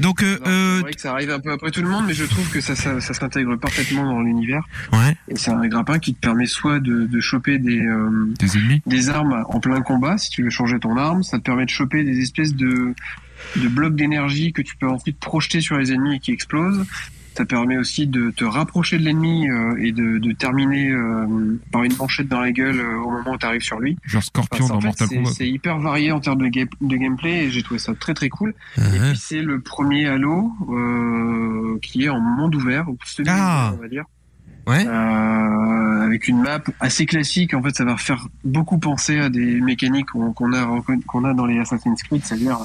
Speaker 1: Donc euh,
Speaker 5: Non,
Speaker 1: euh,
Speaker 5: C'est vrai que ça arrive un peu après tout le monde, mais je trouve que ça, ça, ça s'intègre parfaitement dans l'univers.
Speaker 1: Ouais.
Speaker 5: Et c'est un grappin qui te permet soit de, de choper des, euh,
Speaker 3: Tes ennemis.
Speaker 5: des armes en plein combat, si tu veux changer ton arme, ça te permet de choper des espèces de, de blocs d'énergie que tu peux ensuite projeter sur les ennemis et qui explosent. Ça permet aussi de te rapprocher de l'ennemi euh, et de, de terminer euh, par une manchette dans la gueule euh, au moment où tu arrives sur lui.
Speaker 3: Genre Scorpion
Speaker 5: Enfin,
Speaker 3: dans
Speaker 5: en fait,
Speaker 3: Mortal
Speaker 5: c'est-
Speaker 3: Kombat.
Speaker 5: c'est hyper varié en termes de, ga- de gameplay et j'ai trouvé ça très très cool. Et
Speaker 1: Uh-huh.
Speaker 2: Hein
Speaker 5: puis c'est le premier Halo euh, qui est en monde ouvert, ou semi
Speaker 1: Ah.
Speaker 5: on va dire.
Speaker 1: Ouais.
Speaker 5: Euh, avec une map assez classique. En fait, ça va faire beaucoup penser à des mécaniques qu'on qu'on a, recon- qu'on a dans les Assassin's Creed, c'est-à-dire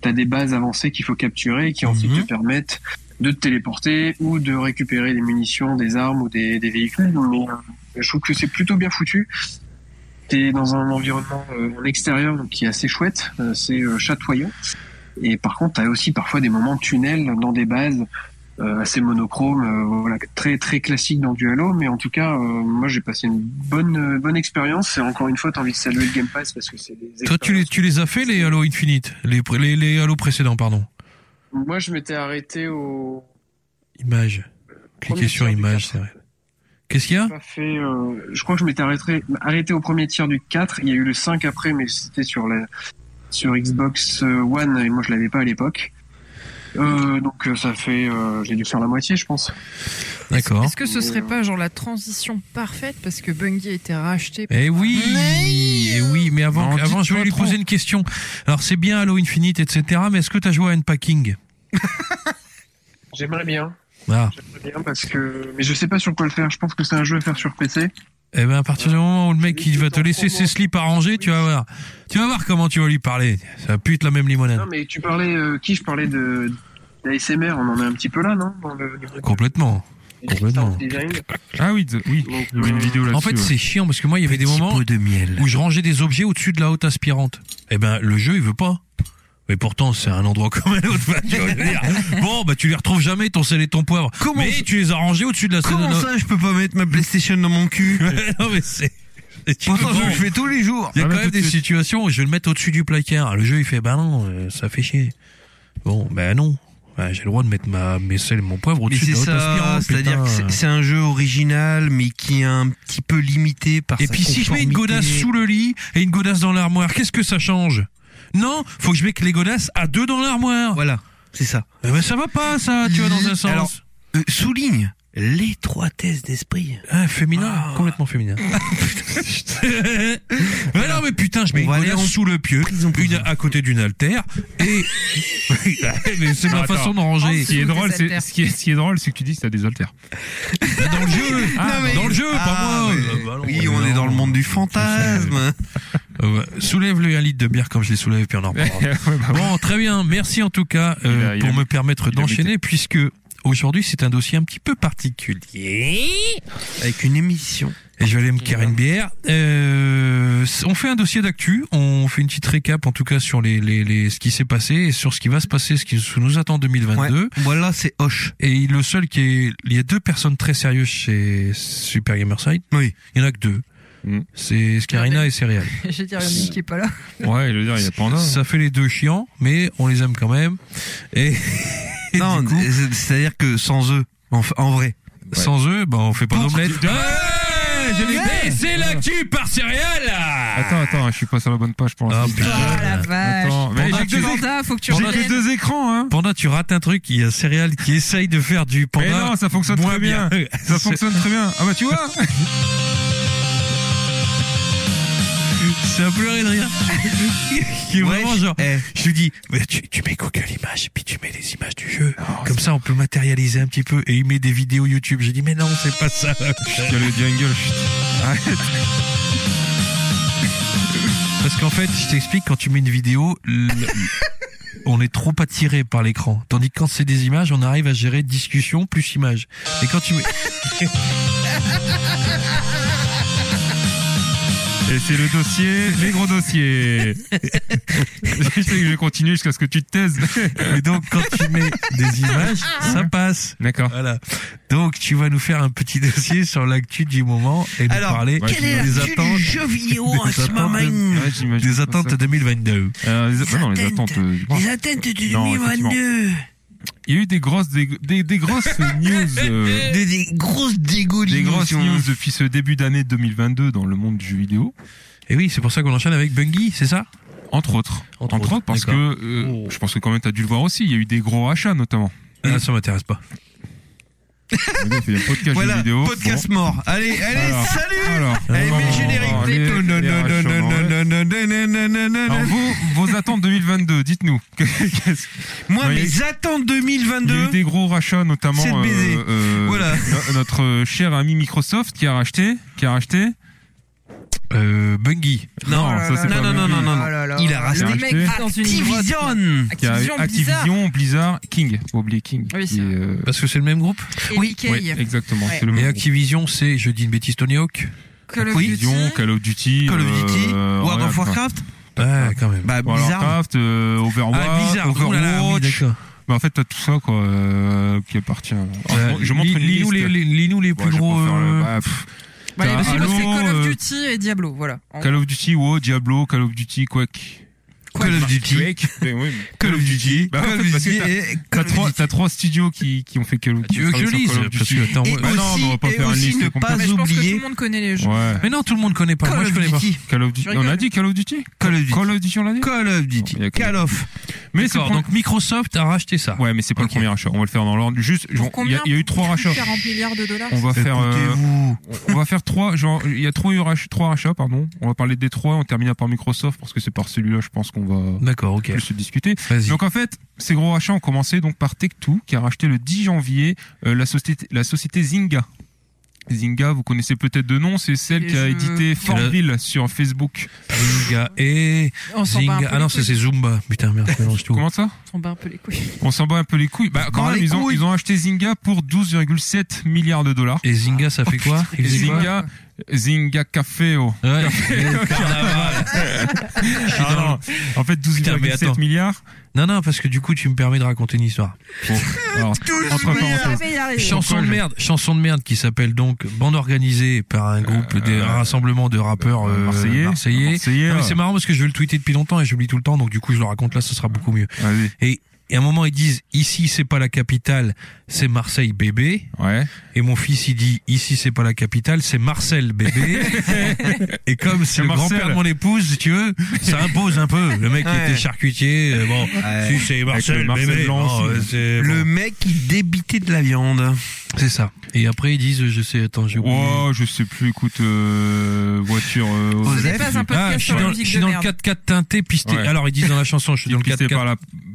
Speaker 5: t'as des bases avancées qu'il faut capturer qui ensuite
Speaker 1: Mhm.
Speaker 5: te permettent de te téléporter ou de récupérer des munitions, des armes ou des, des véhicules. Mais euh, je trouve que c'est plutôt bien foutu. T'es dans un environnement euh, en extérieur donc, qui est assez chouette, euh, c'est euh, chatoyant. Et par contre, t'as aussi parfois des moments tunnels dans des bases euh, assez monochromes, euh, voilà, très très classique dans du Halo. Mais en tout cas, euh, moi j'ai passé une bonne euh, bonne expérience. Et encore une fois, t'as envie de saluer le Game Pass parce que c'est des
Speaker 2: Toi, tu les,
Speaker 5: expériences
Speaker 2: tu les as fait les Halo Infinite les, pré- les, les Halo précédents, pardon.
Speaker 5: Moi, je m'étais arrêté au.
Speaker 2: Image. Cliquez
Speaker 5: Premier
Speaker 2: sur
Speaker 5: tir du
Speaker 2: image,
Speaker 5: quatre.
Speaker 2: c'est vrai. Qu'est-ce qu'il y a
Speaker 5: Pas fait, euh, je crois que je m'étais arrêté, arrêté au premier tir du 4. Il y a eu le 5 après, mais c'était sur, la, sur Xbox euh, One et moi je l'avais pas à l'époque. Euh, donc euh, ça fait. euh, J'ai dû faire la moitié, je pense.
Speaker 2: D'accord.
Speaker 4: Est-ce que ce serait pas genre la transition parfaite parce que Bungie a été racheté
Speaker 2: Eh oui,
Speaker 4: Mais-
Speaker 2: eh oui, mais avant, avant
Speaker 3: Non,
Speaker 2: je
Speaker 3: dites-moi
Speaker 2: voulais lui
Speaker 3: trop.
Speaker 2: poser une question. Alors c'est bien Halo Infinite, etc. Mais est-ce que t'as joué à Unpacking
Speaker 5: euh, J'aimerais bien.
Speaker 2: Ah,
Speaker 5: J'aimerais bien parce que. Mais je sais pas sur quoi le faire. Je pense que c'est un jeu à faire sur PC.
Speaker 2: eh ben à partir du moment où le mec
Speaker 5: Mais
Speaker 2: il va
Speaker 5: c'est
Speaker 2: te
Speaker 5: en
Speaker 2: laisser ses
Speaker 5: promo.
Speaker 2: slips arrangés, tu vas voir, tu vas voir comment tu vas lui parler. Ça pute la même limonade.
Speaker 5: Non, mais tu parlais. euh, qui je parlais de. D'ASMR, on en est un petit peu là, non Dans le-
Speaker 2: Complètement. complètement.
Speaker 5: Design.
Speaker 3: Ah oui, de- oui.
Speaker 5: Donc,
Speaker 3: Il y avait une
Speaker 5: euh,
Speaker 3: vidéo là-dessus.
Speaker 2: En fait, c'est chiant parce que moi il y avait des
Speaker 1: petit
Speaker 2: moments
Speaker 1: pot de miel.
Speaker 2: où je rangeais des objets au-dessus de la haute aspirante. Eh ben, le jeu, il veut pas. Mais pourtant, c'est un endroit comme un autre. Enfin, tu vois, je veux dire. Bon, bah, tu les retrouves jamais, ton sel et ton poivre.
Speaker 1: Comment
Speaker 2: mais
Speaker 1: ça-
Speaker 2: tu les as rangés au-dessus de la scène.
Speaker 1: Comment
Speaker 2: de-
Speaker 1: ça je peux pas mettre ma PlayStation dans mon cul
Speaker 2: Ouais, non, mais c'est. c'est-
Speaker 1: Pourtant je
Speaker 2: Bon,
Speaker 1: le fais tous les jours.
Speaker 2: Il y a
Speaker 3: Ah,
Speaker 2: quand
Speaker 3: mais
Speaker 2: même
Speaker 3: tout de
Speaker 2: des
Speaker 3: suite.
Speaker 2: situations où je vais le mettre au-dessus du placard. Le jeu, il fait, bah non, euh, ça fait chier. Bon, bah non. Bah, j'ai le droit de mettre ma, mes sels et mon poivre
Speaker 1: Mais
Speaker 2: au-dessus de
Speaker 1: c'est
Speaker 2: la haute
Speaker 1: ça,
Speaker 2: aspirante.
Speaker 1: c'est-à-dire que
Speaker 2: hein, putain.
Speaker 1: c'est- c'est un jeu original mais qui est un petit peu limité par
Speaker 2: Et
Speaker 1: sa
Speaker 2: puis si je mets une
Speaker 1: Ah, conformité.
Speaker 2: godasse sous le lit et une godasse dans l'armoire, qu'est-ce que ça change Non, faut que je mette les godasses à deux dans l'armoire.
Speaker 1: Voilà, c'est ça.
Speaker 2: Eh ben, ça va pas ça, tu vois dans un sens.
Speaker 1: Alors- Euh, souligne l'étroitesse d'esprit.
Speaker 2: Ah, féminin,
Speaker 1: Ah.
Speaker 2: complètement féminin. mais non mais putain, je mets
Speaker 1: On
Speaker 2: une
Speaker 1: va aller
Speaker 2: godasse
Speaker 1: en
Speaker 2: sous le pieu,
Speaker 1: prison,
Speaker 2: une
Speaker 1: prison.
Speaker 2: à côté d'une altère et mais c'est ma
Speaker 3: Attends.
Speaker 2: façon de ranger.
Speaker 3: Ce qui est
Speaker 4: Sous
Speaker 3: drôle,
Speaker 4: des
Speaker 3: c'est
Speaker 4: haltères.
Speaker 3: ce qui est, ce qui est drôle, c'est que tu dis que t'as des haltères.
Speaker 2: Dans le jeu,
Speaker 3: Ah, mais-
Speaker 2: dans le jeu, pas
Speaker 1: Ah,
Speaker 2: moi.
Speaker 1: ouais.
Speaker 2: Ah, bah non,
Speaker 1: oui,
Speaker 2: mais
Speaker 1: on est
Speaker 2: non.
Speaker 1: dans le monde du fantasme.
Speaker 2: Euh, ouais. Soulève-le un litre de bière comme je les soulève puis on en
Speaker 3: Ouais,
Speaker 2: reparlera.
Speaker 3: bah,
Speaker 2: Bon, très bien. Merci en tout cas euh,
Speaker 3: Il a- il
Speaker 2: pour
Speaker 3: a-
Speaker 2: me permettre
Speaker 3: il a
Speaker 2: d'enchaîner puisque aujourd'hui c'est un dossier un petit peu particulier.
Speaker 1: Avec une émission.
Speaker 2: Et je vais aller me carrer une bière. Euh, on fait un dossier d'actu. On fait une petite récap en tout cas sur les, les, les ce qui s'est passé et sur ce qui va se passer, ce qui nous attend en 2022.
Speaker 1: Voilà, c'est Hoche.
Speaker 2: Et le seul qui est, il y a deux personnes très sérieuses chez Super Gamerside.
Speaker 1: Oui.
Speaker 2: Il y en a que deux.
Speaker 3: Mm.
Speaker 2: C'est Scarina et Céréales.
Speaker 4: J'ai dit Rémi qui est pas là.
Speaker 3: ouais, je veux dire, il y a Panda.
Speaker 2: Ça fait les deux chiants, mais on les aime quand même. Et, et
Speaker 1: Non,
Speaker 2: du coup,
Speaker 1: c'est- c'est-à-dire que sans eux, en, en vrai.
Speaker 3: bah,
Speaker 2: Sans eux, ben on fait pas
Speaker 1: Pour-
Speaker 2: d'omelette.
Speaker 3: Ouais.
Speaker 2: Ouais
Speaker 3: je l'ai
Speaker 2: Mais c'est l'actu par céréales
Speaker 3: Attends, attends, hein, je suis pas sur la bonne page pour
Speaker 2: Ah,
Speaker 3: l'instant.
Speaker 2: putain.
Speaker 4: Ah la vache.
Speaker 3: Attends, mais
Speaker 2: Pendant
Speaker 3: j'ai
Speaker 2: que
Speaker 3: que, deux-
Speaker 4: Panda, faut que tu
Speaker 3: j'ai que
Speaker 4: reviennes.
Speaker 3: deux écrans, hein.
Speaker 2: Pendant tu rates un truc, il y a céréales qui essaye de faire du
Speaker 3: Mais
Speaker 2: panda.
Speaker 3: non, ça fonctionne
Speaker 2: moins
Speaker 3: très bien. Ça fonctionne très bien. Ah bah tu vois
Speaker 2: C'est un pleurer de rire. qui est vraiment
Speaker 1: Wesh,
Speaker 2: genre.
Speaker 1: eh,
Speaker 2: Je lui dis, mais tu, tu mets Google Images, puis tu mets les images du jeu. Comme ça, on peut matérialiser un petit peu. Et il met des vidéos YouTube. J'ai dit, mais non, c'est pas ça.
Speaker 3: Il y a le jungle. chut.
Speaker 2: Parce qu'en fait, je t'explique, quand tu mets une vidéo, l- on est trop attiré par l'écran. Tandis que quand c'est des images, on arrive à gérer discussion plus images. Et quand tu mets...
Speaker 3: Et c'est le dossier, les gros dossiers. je sais que je vais continuer jusqu'à ce que tu te taises.
Speaker 2: Mais donc, quand tu mets des images, ça passe.
Speaker 3: D'accord.
Speaker 2: Voilà. Donc, tu vas nous faire un petit dossier sur l'actu du moment et nous
Speaker 1: Alors,
Speaker 2: parler
Speaker 3: quelle est
Speaker 2: des
Speaker 1: l'actu du
Speaker 2: attentes,
Speaker 1: jeu vidéo en
Speaker 2: des
Speaker 1: ce
Speaker 2: attentes
Speaker 1: moment
Speaker 2: de-
Speaker 3: Ouais, j'imagine
Speaker 2: des
Speaker 3: pas
Speaker 2: attentes
Speaker 3: ça.
Speaker 2: 2022.
Speaker 3: Euh, les, bah non, les attentes. euh, je pense.
Speaker 1: Les attentes de
Speaker 3: Non, effectivement.
Speaker 1: 2022.
Speaker 3: Il y a eu des grosses, des, des, des grosses news. euh,
Speaker 1: Des, des grosses dégoulines.
Speaker 3: des grosses news depuis ce début d'année 2022 dans le monde du jeu vidéo.
Speaker 2: Et oui, c'est pour ça qu'on enchaîne avec Bungie, c'est ça
Speaker 3: Entre autres.
Speaker 2: Entre
Speaker 3: Entre,
Speaker 2: autres,
Speaker 3: autres, parce que
Speaker 2: d'accord.
Speaker 3: euh, je pense que quand même t'as dû le voir aussi. Il y a eu des gros achats notamment.
Speaker 2: Ah, Ça m'intéresse pas.
Speaker 3: Le gars, Il y a un podcast
Speaker 1: Voilà,
Speaker 3: jeux vidéo.
Speaker 1: podcast mort. Allez, allez,
Speaker 3: Alors. Bon.
Speaker 1: salut
Speaker 3: Alors,
Speaker 1: Allez,
Speaker 3: non,
Speaker 1: mets le
Speaker 3: non, les-
Speaker 1: générique.
Speaker 3: les rachats, non, ouais. Alors, vos, vos attentes 2022, dites-nous. Qu'est-ce-
Speaker 1: Moi,
Speaker 3: Ouais,
Speaker 1: mes attentes
Speaker 3: Il y a eu
Speaker 1: 2022,
Speaker 3: des gros rachats, notamment
Speaker 1: C'est de baiser.
Speaker 3: euh,
Speaker 1: Voilà.
Speaker 3: no- notre euh, cher ami Microsoft qui a racheté, qui a racheté.
Speaker 2: Euh, Bungie.
Speaker 1: Non,
Speaker 4: Oh là
Speaker 3: ça c'est
Speaker 4: là
Speaker 1: là
Speaker 3: pas Bungie.
Speaker 1: là là.
Speaker 4: Oh là là.
Speaker 1: Il a racheté.
Speaker 4: Le mec vit dans une grotte.
Speaker 1: Activision
Speaker 3: Qui
Speaker 2: Ah
Speaker 3: a-
Speaker 4: Activision bizarre.
Speaker 3: Activision, Blizzard, King. Faut pas oublier King.
Speaker 4: Oui,
Speaker 3: qui
Speaker 4: c'est
Speaker 3: est,
Speaker 4: vrai.
Speaker 3: euh,
Speaker 2: Parce que c'est le même groupe.
Speaker 4: Oui,
Speaker 3: ouais, exactement. C'est le
Speaker 2: Et
Speaker 3: même
Speaker 2: Activision, c'est, je dis une bêtise, Tony Hawk.
Speaker 4: Call of
Speaker 1: Oui.
Speaker 4: Duty.
Speaker 3: Activision, Call of Duty,
Speaker 1: Call of Duty,
Speaker 3: euh,
Speaker 1: World of
Speaker 3: Warcraft,
Speaker 1: Warcraft,
Speaker 2: Ah, quand même.
Speaker 1: bah bizarre.
Speaker 3: Warcraft, euh, Overwatch,
Speaker 2: ah, bizarre. Ouh là là, oui,
Speaker 3: Overwatch.
Speaker 2: d'accord.
Speaker 3: Bah, en fait, t'as tout ça quoi euh, qui appartient. Alors, je montre une
Speaker 2: Lis-
Speaker 3: liste.
Speaker 2: lis-nous les, les, lis-nous les plus
Speaker 3: Ouais, je vais
Speaker 2: gros.
Speaker 3: pas faire le-
Speaker 2: euh,
Speaker 3: bah, pff,
Speaker 4: Bah,
Speaker 3: T'as
Speaker 4: parce que moi, c'est
Speaker 3: Halo,
Speaker 4: Call of
Speaker 3: euh,
Speaker 4: Duty et Diablo, voilà. En-
Speaker 3: Call of Duty, WoW, Diablo, Call of Duty, Quake.
Speaker 1: Call of Duty,
Speaker 3: Quake. Ben oui, mais-
Speaker 1: Call of Duty,
Speaker 3: Bah,
Speaker 1: Call
Speaker 3: en fait,
Speaker 1: of
Speaker 3: parce que
Speaker 1: Duty
Speaker 3: t'as-
Speaker 1: et
Speaker 3: T'as
Speaker 1: Call of
Speaker 3: trois,
Speaker 1: Duty.
Speaker 3: t'as trois studios qui, qui ont fait Call of Duty.
Speaker 2: Tu veux que je
Speaker 3: sur
Speaker 2: lise
Speaker 3: Call of
Speaker 2: Parce
Speaker 3: Duty.
Speaker 2: que, attends,
Speaker 1: Et
Speaker 2: moi-
Speaker 3: Bah non,
Speaker 1: aussi-
Speaker 3: mais on va pas
Speaker 1: et
Speaker 3: faire une
Speaker 1: aussi
Speaker 3: liste
Speaker 1: ne
Speaker 3: complète.
Speaker 1: pas
Speaker 4: Mais je pense que tout
Speaker 1: oublier
Speaker 4: le monde connaît les jeux.
Speaker 3: Ouais.
Speaker 2: Mais non, tout le monde connaît pas. Moi,
Speaker 1: Call
Speaker 2: je
Speaker 1: of
Speaker 2: connais pas.
Speaker 1: Duty,
Speaker 3: Call of Duty.
Speaker 4: Je rigole.
Speaker 3: On a dit Call of Duty
Speaker 1: Call of Duty.
Speaker 3: Call of Duty, on l'a dit
Speaker 1: Call of Duty,
Speaker 3: Bon, il y a que-
Speaker 1: Call of.
Speaker 3: Mais c'est
Speaker 2: D'accord,
Speaker 3: pour-
Speaker 2: donc Microsoft a racheté ça.
Speaker 3: Ouais, mais c'est pas
Speaker 2: Ok.
Speaker 3: le premier rachat. On va le faire dans l'ordre. Juste,
Speaker 4: Pour
Speaker 3: genre, il y,
Speaker 4: combien
Speaker 3: a- il y a eu trois
Speaker 4: Plus de
Speaker 3: rachats.
Speaker 4: 40 milliards de dollars.
Speaker 3: On va faire, euh,
Speaker 1: Écoutez-vous.
Speaker 3: on va faire trois. Genre, il y a trois, eu rach- trois rachats, pardon. On va parler des trois. On terminera par Microsoft parce que c'est par celui-là, je pense qu'on va
Speaker 2: D'accord, ok.
Speaker 3: plus se discuter.
Speaker 2: Vas-y.
Speaker 3: Donc en fait, ces gros rachats ont commencé donc par Tech2 qui a racheté le 10 janvier euh, la société la société Zynga. Zynga, vous connaissez peut-être de nom, c'est celle
Speaker 4: Les
Speaker 3: qui a
Speaker 4: jeux-
Speaker 3: édité
Speaker 2: C'est la-
Speaker 3: Farmville sur Facebook.
Speaker 2: Zynga et
Speaker 4: On s'en bat un
Speaker 2: Zynga.
Speaker 4: peu
Speaker 2: Ah non,
Speaker 4: les
Speaker 2: c'est
Speaker 4: couilles.
Speaker 2: c'est Zumba. Putain, merde, je mélange tout.
Speaker 3: Comment ça
Speaker 4: On s'en bat un peu les couilles.
Speaker 3: On s'en bat un peu les couilles. Bah quand
Speaker 1: Dans
Speaker 3: même,
Speaker 1: les
Speaker 3: ils ont,
Speaker 1: couilles.
Speaker 3: ils ont acheté Zynga pour 12,7 milliards de dollars. Oh,
Speaker 2: Et Zynga, ça fait quoi Il
Speaker 3: Et
Speaker 2: faisait quoi
Speaker 3: Zynga, Zynga Café. oh.
Speaker 2: Ouais, le carnaval.
Speaker 3: Ah non. En fait,
Speaker 2: Putain, mais attends.
Speaker 3: 12,7 milliards.
Speaker 2: Non, non, parce que du coup, tu me permets de raconter une histoire.
Speaker 3: Alors, entre parenthèses.
Speaker 2: Chanson de
Speaker 3: je-
Speaker 2: merde, chanson de merde qui s'appelle donc bande organisée par un groupe, des
Speaker 3: euh,
Speaker 2: rassemblements de rappeurs euh,
Speaker 3: Marseillais.
Speaker 2: marseillais.
Speaker 3: Marseillais.
Speaker 2: Non, mais c'est marrant parce que je veux le tweeter depuis longtemps et j'oublie tout le temps, donc du coup je le raconte là, ce sera beaucoup mieux.
Speaker 3: Vas-y.
Speaker 2: Et à un moment ils disent ici c'est pas la capitale, c'est Marseille bébé.
Speaker 3: Ouais.
Speaker 2: Et mon fils il dit ici c'est pas la capitale, c'est Marcel bébé. et comme c'est
Speaker 3: C'est
Speaker 2: le
Speaker 3: Marcel.
Speaker 2: grand-père de mon épouse, si tu veux, ça impose un peu. Le mec qui
Speaker 1: Ouais.
Speaker 2: était charcutier, euh, bon, si c'est Marcel
Speaker 3: le Marcel
Speaker 2: bébé.
Speaker 3: blanc
Speaker 2: bon,
Speaker 3: aussi.
Speaker 2: euh, c'est
Speaker 1: Le
Speaker 2: bon.
Speaker 1: mec qui débitait de la viande.
Speaker 2: c'est ça. Et après ils disent je sais attends, j'ai oublié.
Speaker 3: Oh, je sais plus, écoute, euh, voiture, euh,
Speaker 1: Osef.
Speaker 4: Ce n'est pas un
Speaker 2: Ah,
Speaker 4: podcast
Speaker 2: je suis
Speaker 4: sur la
Speaker 2: dans,
Speaker 4: musique
Speaker 2: je suis
Speaker 4: de
Speaker 2: dans le
Speaker 4: merde.
Speaker 2: 4-4 teinté, pisté.
Speaker 3: Ouais.
Speaker 2: Alors, ils disent dans la chanson, je suis
Speaker 3: qui est
Speaker 2: dans le
Speaker 3: pistée
Speaker 2: 4-4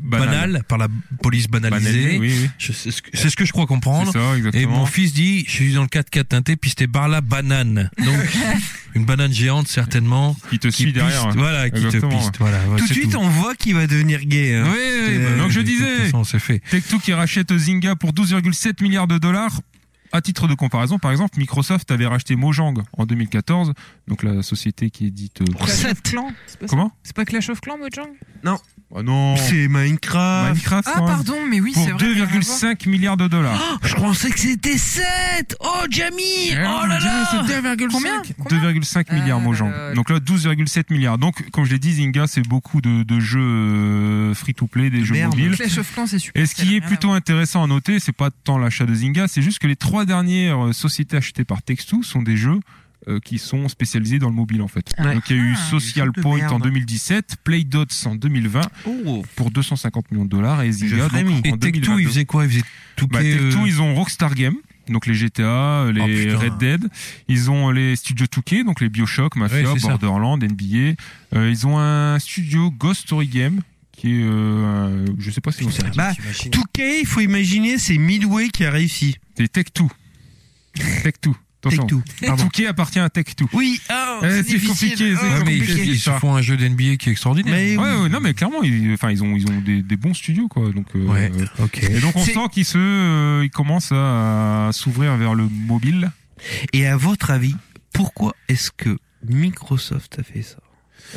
Speaker 3: par
Speaker 2: banal,
Speaker 3: la banale.
Speaker 2: par la police banalisée.
Speaker 3: Banalisée, oui, oui.
Speaker 2: Je- C'est ce que- c'est ce que je crois comprendre.
Speaker 3: C'est ça,
Speaker 2: Et
Speaker 3: exactement.
Speaker 2: mon fils dit, je suis dans le 4-4 teinté, pisté par la banane. Donc, une banane géante, certainement.
Speaker 3: qui te
Speaker 2: Qui
Speaker 3: suit
Speaker 2: piste,
Speaker 3: derrière.
Speaker 2: Voilà, qui te
Speaker 3: Exactement,
Speaker 2: piste. Voilà,
Speaker 1: Tout de
Speaker 2: c'est
Speaker 1: suite, on voit qu'il va devenir gay. hein.
Speaker 2: Oui, oui, bah,
Speaker 3: donc euh, je
Speaker 2: de toute
Speaker 3: disais-
Speaker 2: façon, c'est fait.
Speaker 3: Tech2 qui rachète Zynga pour 12,7 milliards de dollars. À titre de comparaison, par exemple, Microsoft avait racheté Mojang en 2014, donc la société qui est dite. euh,
Speaker 4: Clash of Clans, c'est pas ça
Speaker 3: Comment
Speaker 4: C'est pas Clash of Clans, Mojang
Speaker 3: Ah non.
Speaker 1: C'est Minecraft.
Speaker 3: Minecraft.
Speaker 4: Ah,
Speaker 3: quand même,
Speaker 4: pardon, mais oui,
Speaker 3: Pour
Speaker 4: c'est vrai. rien à voir.
Speaker 3: 2,5 milliards de dollars.
Speaker 1: Oh, je pensais que c'était 7 Oh, Jamie
Speaker 3: Ah,
Speaker 1: Oh là
Speaker 3: déjà,
Speaker 1: là
Speaker 3: c'est 2,5
Speaker 4: Combien Combien
Speaker 3: 2,5 milliards
Speaker 4: Ah,
Speaker 3: Mojang.
Speaker 1: Euh,
Speaker 4: là, là.
Speaker 3: Donc là 12,7 milliards. Donc comme je l'ai dit Zynga c'est beaucoup de, de jeux euh, free to play, des jeux
Speaker 1: Merde.
Speaker 3: mobiles.
Speaker 4: Clash of Clans, c'est super.
Speaker 3: Et ce
Speaker 4: ça
Speaker 3: qui
Speaker 4: n'a
Speaker 3: est
Speaker 4: rien à
Speaker 3: plutôt
Speaker 4: voir.
Speaker 3: intéressant à noter, c'est pas tant l'achat de Zynga, c'est juste que les trois dernières euh, sociétés achetées par Tech2 sont des jeux euh, qui sont spécialisés dans le mobile en fait.
Speaker 1: Ouais.
Speaker 3: Donc il y a eu
Speaker 4: Ah,
Speaker 3: Social
Speaker 1: des trucs de
Speaker 3: Point
Speaker 1: merde.
Speaker 3: en 2017, Playdots en 2020
Speaker 1: Oh,
Speaker 3: pour 250 millions de dollars et Zynga donc,
Speaker 1: frémis.
Speaker 3: en
Speaker 2: Et Tech2,
Speaker 3: 2022.
Speaker 2: ils faisaient quoi Ils faisaient tout
Speaker 3: Bah,
Speaker 2: que, euh,
Speaker 3: Tech2, ils ont Rockstar Games, donc les GTA,
Speaker 1: Oh,
Speaker 3: les
Speaker 2: putain.
Speaker 3: Red Dead. Ils ont les studios 2K, donc les Bioshock, Mafia,
Speaker 2: Ouais, c'est ça.
Speaker 3: Borderlands, NBA. Euh, ils ont un studio Ghost Story Game, qui est, euh, un- je sais pas si on sait.
Speaker 2: Putain,
Speaker 1: Bah,
Speaker 2: t'imagines.
Speaker 1: Touquet, il faut imaginer, c'est Midway qui a réussi.
Speaker 3: C'est Tech2. Tech2.
Speaker 1: Take
Speaker 3: Attention.
Speaker 1: two. Pardon.
Speaker 3: 2K appartient à Tech2.
Speaker 1: Oui, oh,
Speaker 3: Euh,
Speaker 1: c'est
Speaker 3: c'est
Speaker 1: difficile.
Speaker 3: compliqué, c'est
Speaker 1: Oh,
Speaker 2: Ouais, mais ils-
Speaker 1: compliqué.
Speaker 2: ils, se font un jeu d'NBA qui est extraordinaire.
Speaker 1: Mais
Speaker 3: Ouais,
Speaker 1: oui.
Speaker 3: ouais, non mais clairement, ils, enfin ils ont ils ont des, des bons studios quoi. Donc euh,
Speaker 2: Ouais,
Speaker 3: euh,
Speaker 2: ok.
Speaker 3: et donc on
Speaker 1: C'est-
Speaker 3: sent qu'ils se euh, ils commencent à, à s'ouvrir vers le mobile.
Speaker 1: Et à votre avis, pourquoi est-ce que Microsoft a fait ça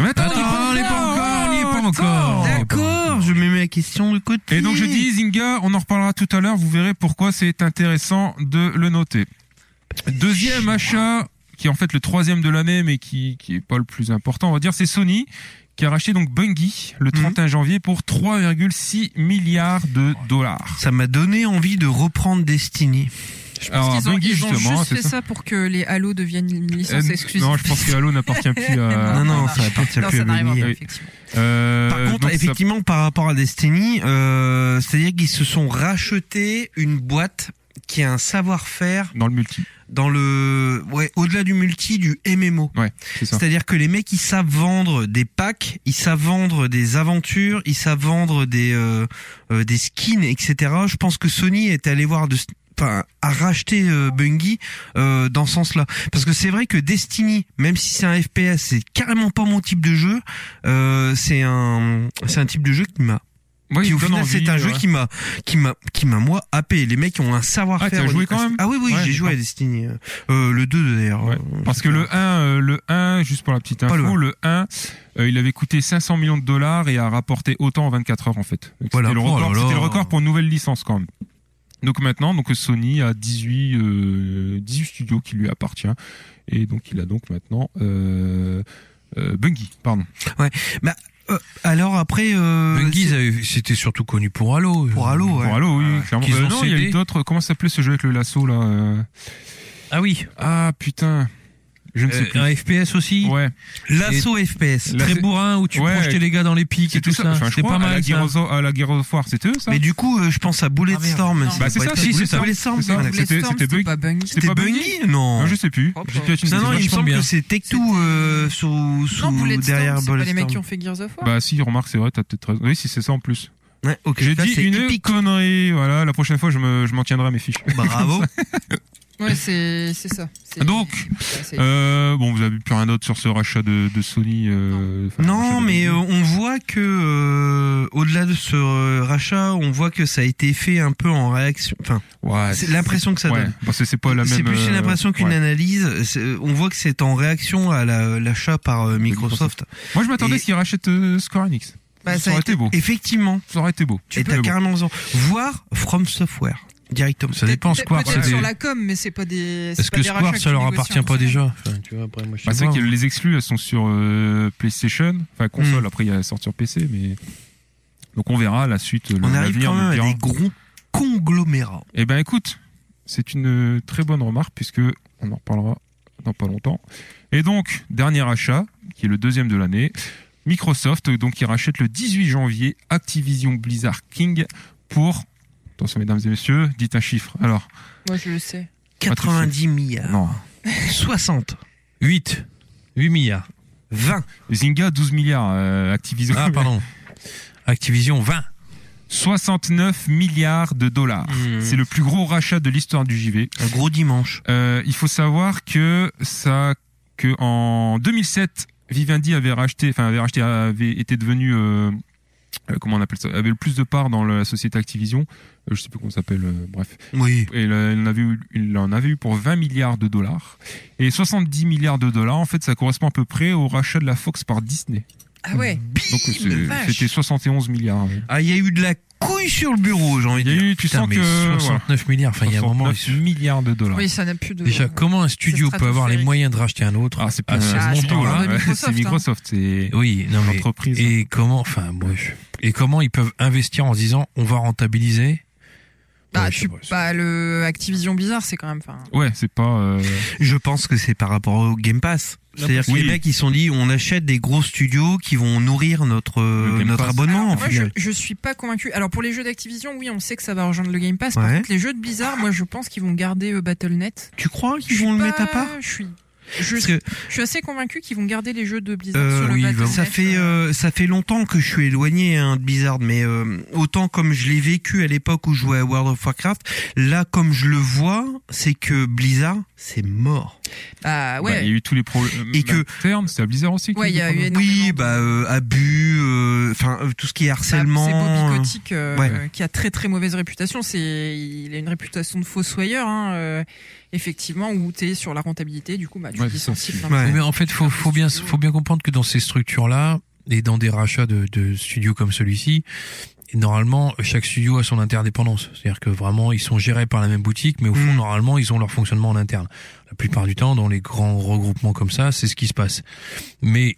Speaker 3: Mais
Speaker 2: Attends, on n'est pas encore, on n'y est pas
Speaker 3: attends.
Speaker 2: encore.
Speaker 1: D'accord, je me mets la question de côté.
Speaker 3: Et donc je dis Zinga, on en reparlera tout à l'heure, vous verrez pourquoi c'est intéressant de le noter. Deuxième achat, qui est en fait le troisième de l'année, mais qui, qui est pas le plus important, on va dire, c'est Sony, qui a racheté donc Bungie
Speaker 1: Mhm.
Speaker 3: le 31 janvier pour 3,6 milliards de dollars.
Speaker 1: ça m'a donné envie de reprendre Destiny.
Speaker 3: Alors,
Speaker 4: Ils ont,
Speaker 3: Bungie,
Speaker 4: ils ont juste
Speaker 3: c'est
Speaker 4: fait ça. pour que les Halo deviennent une licence
Speaker 3: Euh,
Speaker 4: exclusive.
Speaker 3: non, je pense que Halo n'appartient plus à.
Speaker 1: non, non, ça appartient
Speaker 4: Non,
Speaker 1: plus
Speaker 4: ça
Speaker 1: à
Speaker 4: n'arrivera
Speaker 1: Bungie.
Speaker 4: pas,
Speaker 3: oui.
Speaker 4: effectivement.
Speaker 3: Euh,
Speaker 1: Par contre,
Speaker 3: donc ça-
Speaker 1: effectivement, par rapport à Destiny, euh, c'est-à-dire qu'ils se sont rachetés une boîte qui a un savoir-faire
Speaker 3: dans le multi,
Speaker 1: dans le, ouais, au-delà du multi, du MMO.
Speaker 3: c'est ça.
Speaker 1: C'est-à-dire que les mecs, ils savent vendre des packs, ils savent vendre des aventures, ils savent vendre des euh, euh, des skins, etc. Je pense que Sony est allé voir de Enfin, à racheter euh, Bungie euh, dans ce sens-là. Parce que c'est vrai que Destiny, même si c'est un FPS, c'est carrément pas mon type de jeu. Euh, c'est un, c'est un type de jeu qui m'a.
Speaker 3: Ouais,
Speaker 1: qui
Speaker 3: il
Speaker 1: au
Speaker 3: donne
Speaker 1: final,
Speaker 3: envie,
Speaker 1: c'est un jeu
Speaker 3: ouais.
Speaker 1: qui m'a, qui m'a, qui m'a moi happé. Les mecs ont un
Speaker 3: Ah,
Speaker 1: savoir-faire.
Speaker 3: t'as
Speaker 1: au-
Speaker 3: joué quand même
Speaker 1: Ah oui, oui,
Speaker 3: Ouais,
Speaker 1: j'ai
Speaker 3: d'accord.
Speaker 1: joué à Destiny. Euh, le 2 d'ailleurs.
Speaker 3: Ouais, Parce que le 1, euh, le 1, juste pour la petite
Speaker 1: Pas le
Speaker 3: info, le 1, euh, il avait coûté 500 millions de dollars et a rapporté autant en 24 heures en fait. Donc,
Speaker 1: Voilà.
Speaker 3: C'était le,
Speaker 1: Oh
Speaker 3: record-
Speaker 1: là là.
Speaker 3: c'était le record pour une nouvelle licence quand même. Donc maintenant, donc Sony a 18, euh, 18 studios qui lui appartient et donc il a donc maintenant euh, euh, Bungie, pardon.
Speaker 1: Bah, euh, Alors après, euh,
Speaker 2: Bungie, ils avaient- c'était surtout connu pour Halo.
Speaker 1: Pour Halo, ouais.
Speaker 3: Pour Halo, oui, clairement.
Speaker 2: Qu'ils
Speaker 3: Euh,
Speaker 2: ont
Speaker 3: non, il y a
Speaker 2: cédé.
Speaker 3: eu d'autres. Comment ça s'appelait ce jeu avec le lasso là euh
Speaker 2: Ah oui.
Speaker 3: Ah putain, je ne sais
Speaker 2: Euh,
Speaker 3: plus.
Speaker 2: un FPS aussi.
Speaker 3: Ouais.
Speaker 1: l'assaut FPS.
Speaker 3: Là,
Speaker 2: Très
Speaker 3: c'est-
Speaker 2: bourrin où tu
Speaker 3: Ouais.
Speaker 2: projetais les gars dans les pics et tout
Speaker 3: C'était
Speaker 2: ça.
Speaker 3: Enfin, je
Speaker 2: C'était
Speaker 3: crois,
Speaker 2: pas
Speaker 3: À la
Speaker 2: mal. ça.
Speaker 3: Gears of- à la Gears of War, c'était eux ça
Speaker 1: Mais du coup, euh, je pense à Bulletstorm.
Speaker 4: Ah, merde.
Speaker 1: c'est
Speaker 3: Bah,
Speaker 1: pas
Speaker 3: c'est ça,
Speaker 1: été-
Speaker 3: si, c'est ça.
Speaker 1: Bulletstorm,
Speaker 3: C'est ça.
Speaker 1: voilà.
Speaker 3: C'était-
Speaker 4: C'était
Speaker 3: c'était Bug-
Speaker 4: pas Bungie.
Speaker 1: hein. C'était Bungie Non.
Speaker 3: Non, je sais plus.
Speaker 4: Oh,
Speaker 3: J'ai plus la thune
Speaker 1: Non,
Speaker 3: des
Speaker 1: non, il me
Speaker 2: vachement
Speaker 1: semble
Speaker 2: bien.
Speaker 1: que c'est Take-Two euh, sous,
Speaker 4: Non,
Speaker 1: sous
Speaker 4: Bulletstorm,
Speaker 1: derrière
Speaker 4: c'est pas les mecs qui
Speaker 1: Bulletstorm.
Speaker 4: ont fait Gears of War.
Speaker 3: Bah si, remarque, c'est vrai, t'as peut-être raison. Oui, si c'est ça en plus.
Speaker 1: Ouais, ok.
Speaker 3: J'ai
Speaker 1: Là,
Speaker 3: dit
Speaker 1: c'est
Speaker 3: une
Speaker 1: épique.
Speaker 3: connerie, voilà, la prochaine fois je me- je m'en tiendrai à mes fiches.
Speaker 1: Bravo.
Speaker 4: Ouais, c'est c'est ça. C'est-
Speaker 3: Donc,
Speaker 4: Ouais, c'est-
Speaker 3: Euh, bon, vous avez plus rien d'autre sur ce rachat de, de Sony euh, enfin, rachat
Speaker 1: non,
Speaker 3: de-
Speaker 1: mais euh, on voit que euh, au-delà de ce euh, rachat, on voit que ça a été fait un peu en réaction. Enfin,
Speaker 3: Ouais,
Speaker 1: c'est l'impression que ça
Speaker 3: ouais,
Speaker 1: donne.
Speaker 3: parce que c'est pas la même...
Speaker 1: C'est plus une
Speaker 3: euh,
Speaker 1: impression qu'une
Speaker 3: ouais.
Speaker 1: analyse. C'est- On voit que c'est en réaction à la- l'achat par euh, Microsoft.
Speaker 3: Moi, je m'attendais
Speaker 1: Et-
Speaker 3: à ce qu'ils rachètent euh, Square Enix.
Speaker 1: Bah,
Speaker 3: ça
Speaker 1: a
Speaker 3: aurait été beau.
Speaker 1: Effectivement.
Speaker 3: Ça aurait été beau.
Speaker 1: Et t'as
Speaker 3: Mais bon.
Speaker 1: carrément raison. Voir From Software directement.
Speaker 2: Ça dépend,
Speaker 4: Peut-être-
Speaker 2: Square.
Speaker 4: peut-être
Speaker 2: c'est
Speaker 4: sur
Speaker 2: des-
Speaker 4: la com, mais c'est pas des. c'est
Speaker 2: Est-ce
Speaker 4: pas
Speaker 2: que
Speaker 4: des rachats
Speaker 2: Square,
Speaker 4: que
Speaker 2: ça
Speaker 4: tu
Speaker 2: leur
Speaker 4: négocies
Speaker 2: appartient
Speaker 4: en
Speaker 1: hein.
Speaker 2: pas
Speaker 4: direct.
Speaker 2: déjà Enfin, tu vois, après, moi, je
Speaker 3: Bah,
Speaker 2: sais
Speaker 3: c'est
Speaker 2: pas.
Speaker 3: vrai que les exclus, elles sont sur euh, PlayStation, enfin console,
Speaker 1: Mm.
Speaker 3: après il y a la sortie sur PC, mais... Donc on verra la suite, le-
Speaker 1: On arrive
Speaker 3: l'avenir
Speaker 1: quand
Speaker 3: nous
Speaker 1: même à
Speaker 3: dira.
Speaker 1: des gros conglomérats.
Speaker 3: Eh ben écoute, c'est une euh, très bonne remarque puisque on en reparlera dans pas longtemps. Et donc, dernier achat, qui est le deuxième de l'année, Microsoft, euh, donc qui rachète le 18 janvier Activision Blizzard King pour, attention mesdames et messieurs, dites un chiffre. Alors,
Speaker 4: Moi, je le sais.
Speaker 1: 90 milliards.
Speaker 3: non,
Speaker 1: 60.
Speaker 2: 8. 8 milliards.
Speaker 1: 20.
Speaker 3: Zynga 12 milliards, euh, Activision
Speaker 2: Ah, pardon. Activision, 20.
Speaker 3: 69 milliards de dollars. C'est le plus gros rachat de l'histoire du JV.
Speaker 1: Mmh. Un gros dimanche.
Speaker 3: Euh, il faut savoir que ça, que en 2007, Vivendi avait racheté, enfin avait racheté, avait été devenu, euh, euh, comment on appelle ça, avait le plus de parts dans la société Activision. Euh, je sais plus comment ça s'appelle, euh, bref.
Speaker 1: Oui.
Speaker 3: Et il, en avait eu, il en avait eu pour 20 milliards de dollars. Et 70 milliards de dollars, en fait, ça correspond à peu près au rachat de la Fox par Disney.
Speaker 4: Ah ouais.
Speaker 3: Donc c'est-
Speaker 4: la vache.
Speaker 3: c'était 71 milliards. ouais.
Speaker 1: Ah, il y a eu de la couille sur le bureau, j'ai envie
Speaker 3: Il
Speaker 1: de
Speaker 3: y
Speaker 1: dire.
Speaker 3: a eu, tu
Speaker 2: Putain,
Speaker 3: sens
Speaker 2: mais
Speaker 3: que voilà,
Speaker 2: 69 milliards. Enfin, il y a un moment.
Speaker 3: 69 milliards de dollars.
Speaker 4: Oui, ça n'a plus de.
Speaker 2: Déjà, comment un studio
Speaker 4: C'est
Speaker 2: peut avoir les
Speaker 4: stratosphérique.
Speaker 2: moyens de racheter un autre
Speaker 3: Ah, c'est pas
Speaker 2: à ce
Speaker 4: Ah, c'est
Speaker 2: montant-là
Speaker 4: pas
Speaker 3: montant-là.
Speaker 4: grave.
Speaker 1: hein.
Speaker 3: ouais. C'est
Speaker 4: Microsoft,
Speaker 3: Microsoft, c'est
Speaker 2: Oui, non mais
Speaker 3: l'entreprise.
Speaker 2: et comment, enfin, moi, je- et comment ils peuvent investir en se disant on va rentabiliser
Speaker 4: Bah,
Speaker 2: Ouais, je sais
Speaker 4: tu,
Speaker 2: pas, c'est-
Speaker 4: bah, le Activision Bizarre, c'est quand même. Enfin,
Speaker 3: Ouais, c'est pas. euh,
Speaker 1: Je pense que c'est par rapport au Game Pass. C'est-à-dire que
Speaker 3: Oui.
Speaker 1: les mecs ils se sont dit on achète des gros studios qui vont nourrir notre euh,
Speaker 3: Game
Speaker 1: notre
Speaker 3: Pass. Ah,
Speaker 1: abonnement
Speaker 4: Alors,
Speaker 1: en
Speaker 4: moi,
Speaker 1: final.
Speaker 4: Je, je suis pas convaincu. Alors pour les jeux d'Activision, oui, on sait que ça va rejoindre le Game Pass. Par
Speaker 1: Ouais.
Speaker 4: contre, les jeux de Blizzard, moi, je pense qu'ils vont garder euh, Battle.net.
Speaker 1: Tu crois
Speaker 4: Je
Speaker 1: qu'ils
Speaker 4: suis
Speaker 1: vont le
Speaker 4: pas-
Speaker 1: mettre à part
Speaker 4: Je suis. Je,
Speaker 1: Parce que
Speaker 4: je suis assez convaincu qu'ils vont garder les jeux de Blizzard
Speaker 1: euh,
Speaker 4: sur le
Speaker 1: oui,
Speaker 4: Battle.net.
Speaker 1: ça fait euh, ça fait longtemps que je suis éloigné hein, de Blizzard, mais euh, autant comme je l'ai vécu à l'époque où je jouais à World of Warcraft, là comme je le vois, c'est que Blizzard c'est mort.
Speaker 4: Bah
Speaker 3: bah,
Speaker 4: ouais.
Speaker 3: Il y a eu tous les problèmes.
Speaker 1: Et que-
Speaker 3: Terme, c'est à Blizzard aussi. hein.
Speaker 4: Ouais, il y a eu énormément
Speaker 1: Oui,
Speaker 4: de-
Speaker 1: bah euh, abus, euh, enfin euh, tout ce qui est
Speaker 4: Bah,
Speaker 1: harcèlement.
Speaker 4: C'est
Speaker 1: euh,
Speaker 4: Bobby Kotick euh,
Speaker 1: ouais.
Speaker 4: euh, qui a très très mauvaise réputation. C'est il a une réputation de fossoyeur, hein, euh, effectivement, où t'es sur la rentabilité. Du coup, bah tu
Speaker 3: Ouais,
Speaker 4: licencies.
Speaker 3: c'est-
Speaker 4: plein de
Speaker 1: Ouais.
Speaker 4: gens.
Speaker 2: Mais en fait, faut, faut bien, faut bien comprendre que dans ces structures-là et dans des rachats de, de studios comme celui-ci, normalement, chaque studio a son interdépendance. C'est-à-dire que vraiment, ils sont gérés par la même boutique, mais au fond,
Speaker 1: Mm.
Speaker 2: normalement, ils ont leur fonctionnement en interne. La plupart du temps, dans les grands regroupements comme ça, c'est ce qui se passe. Mais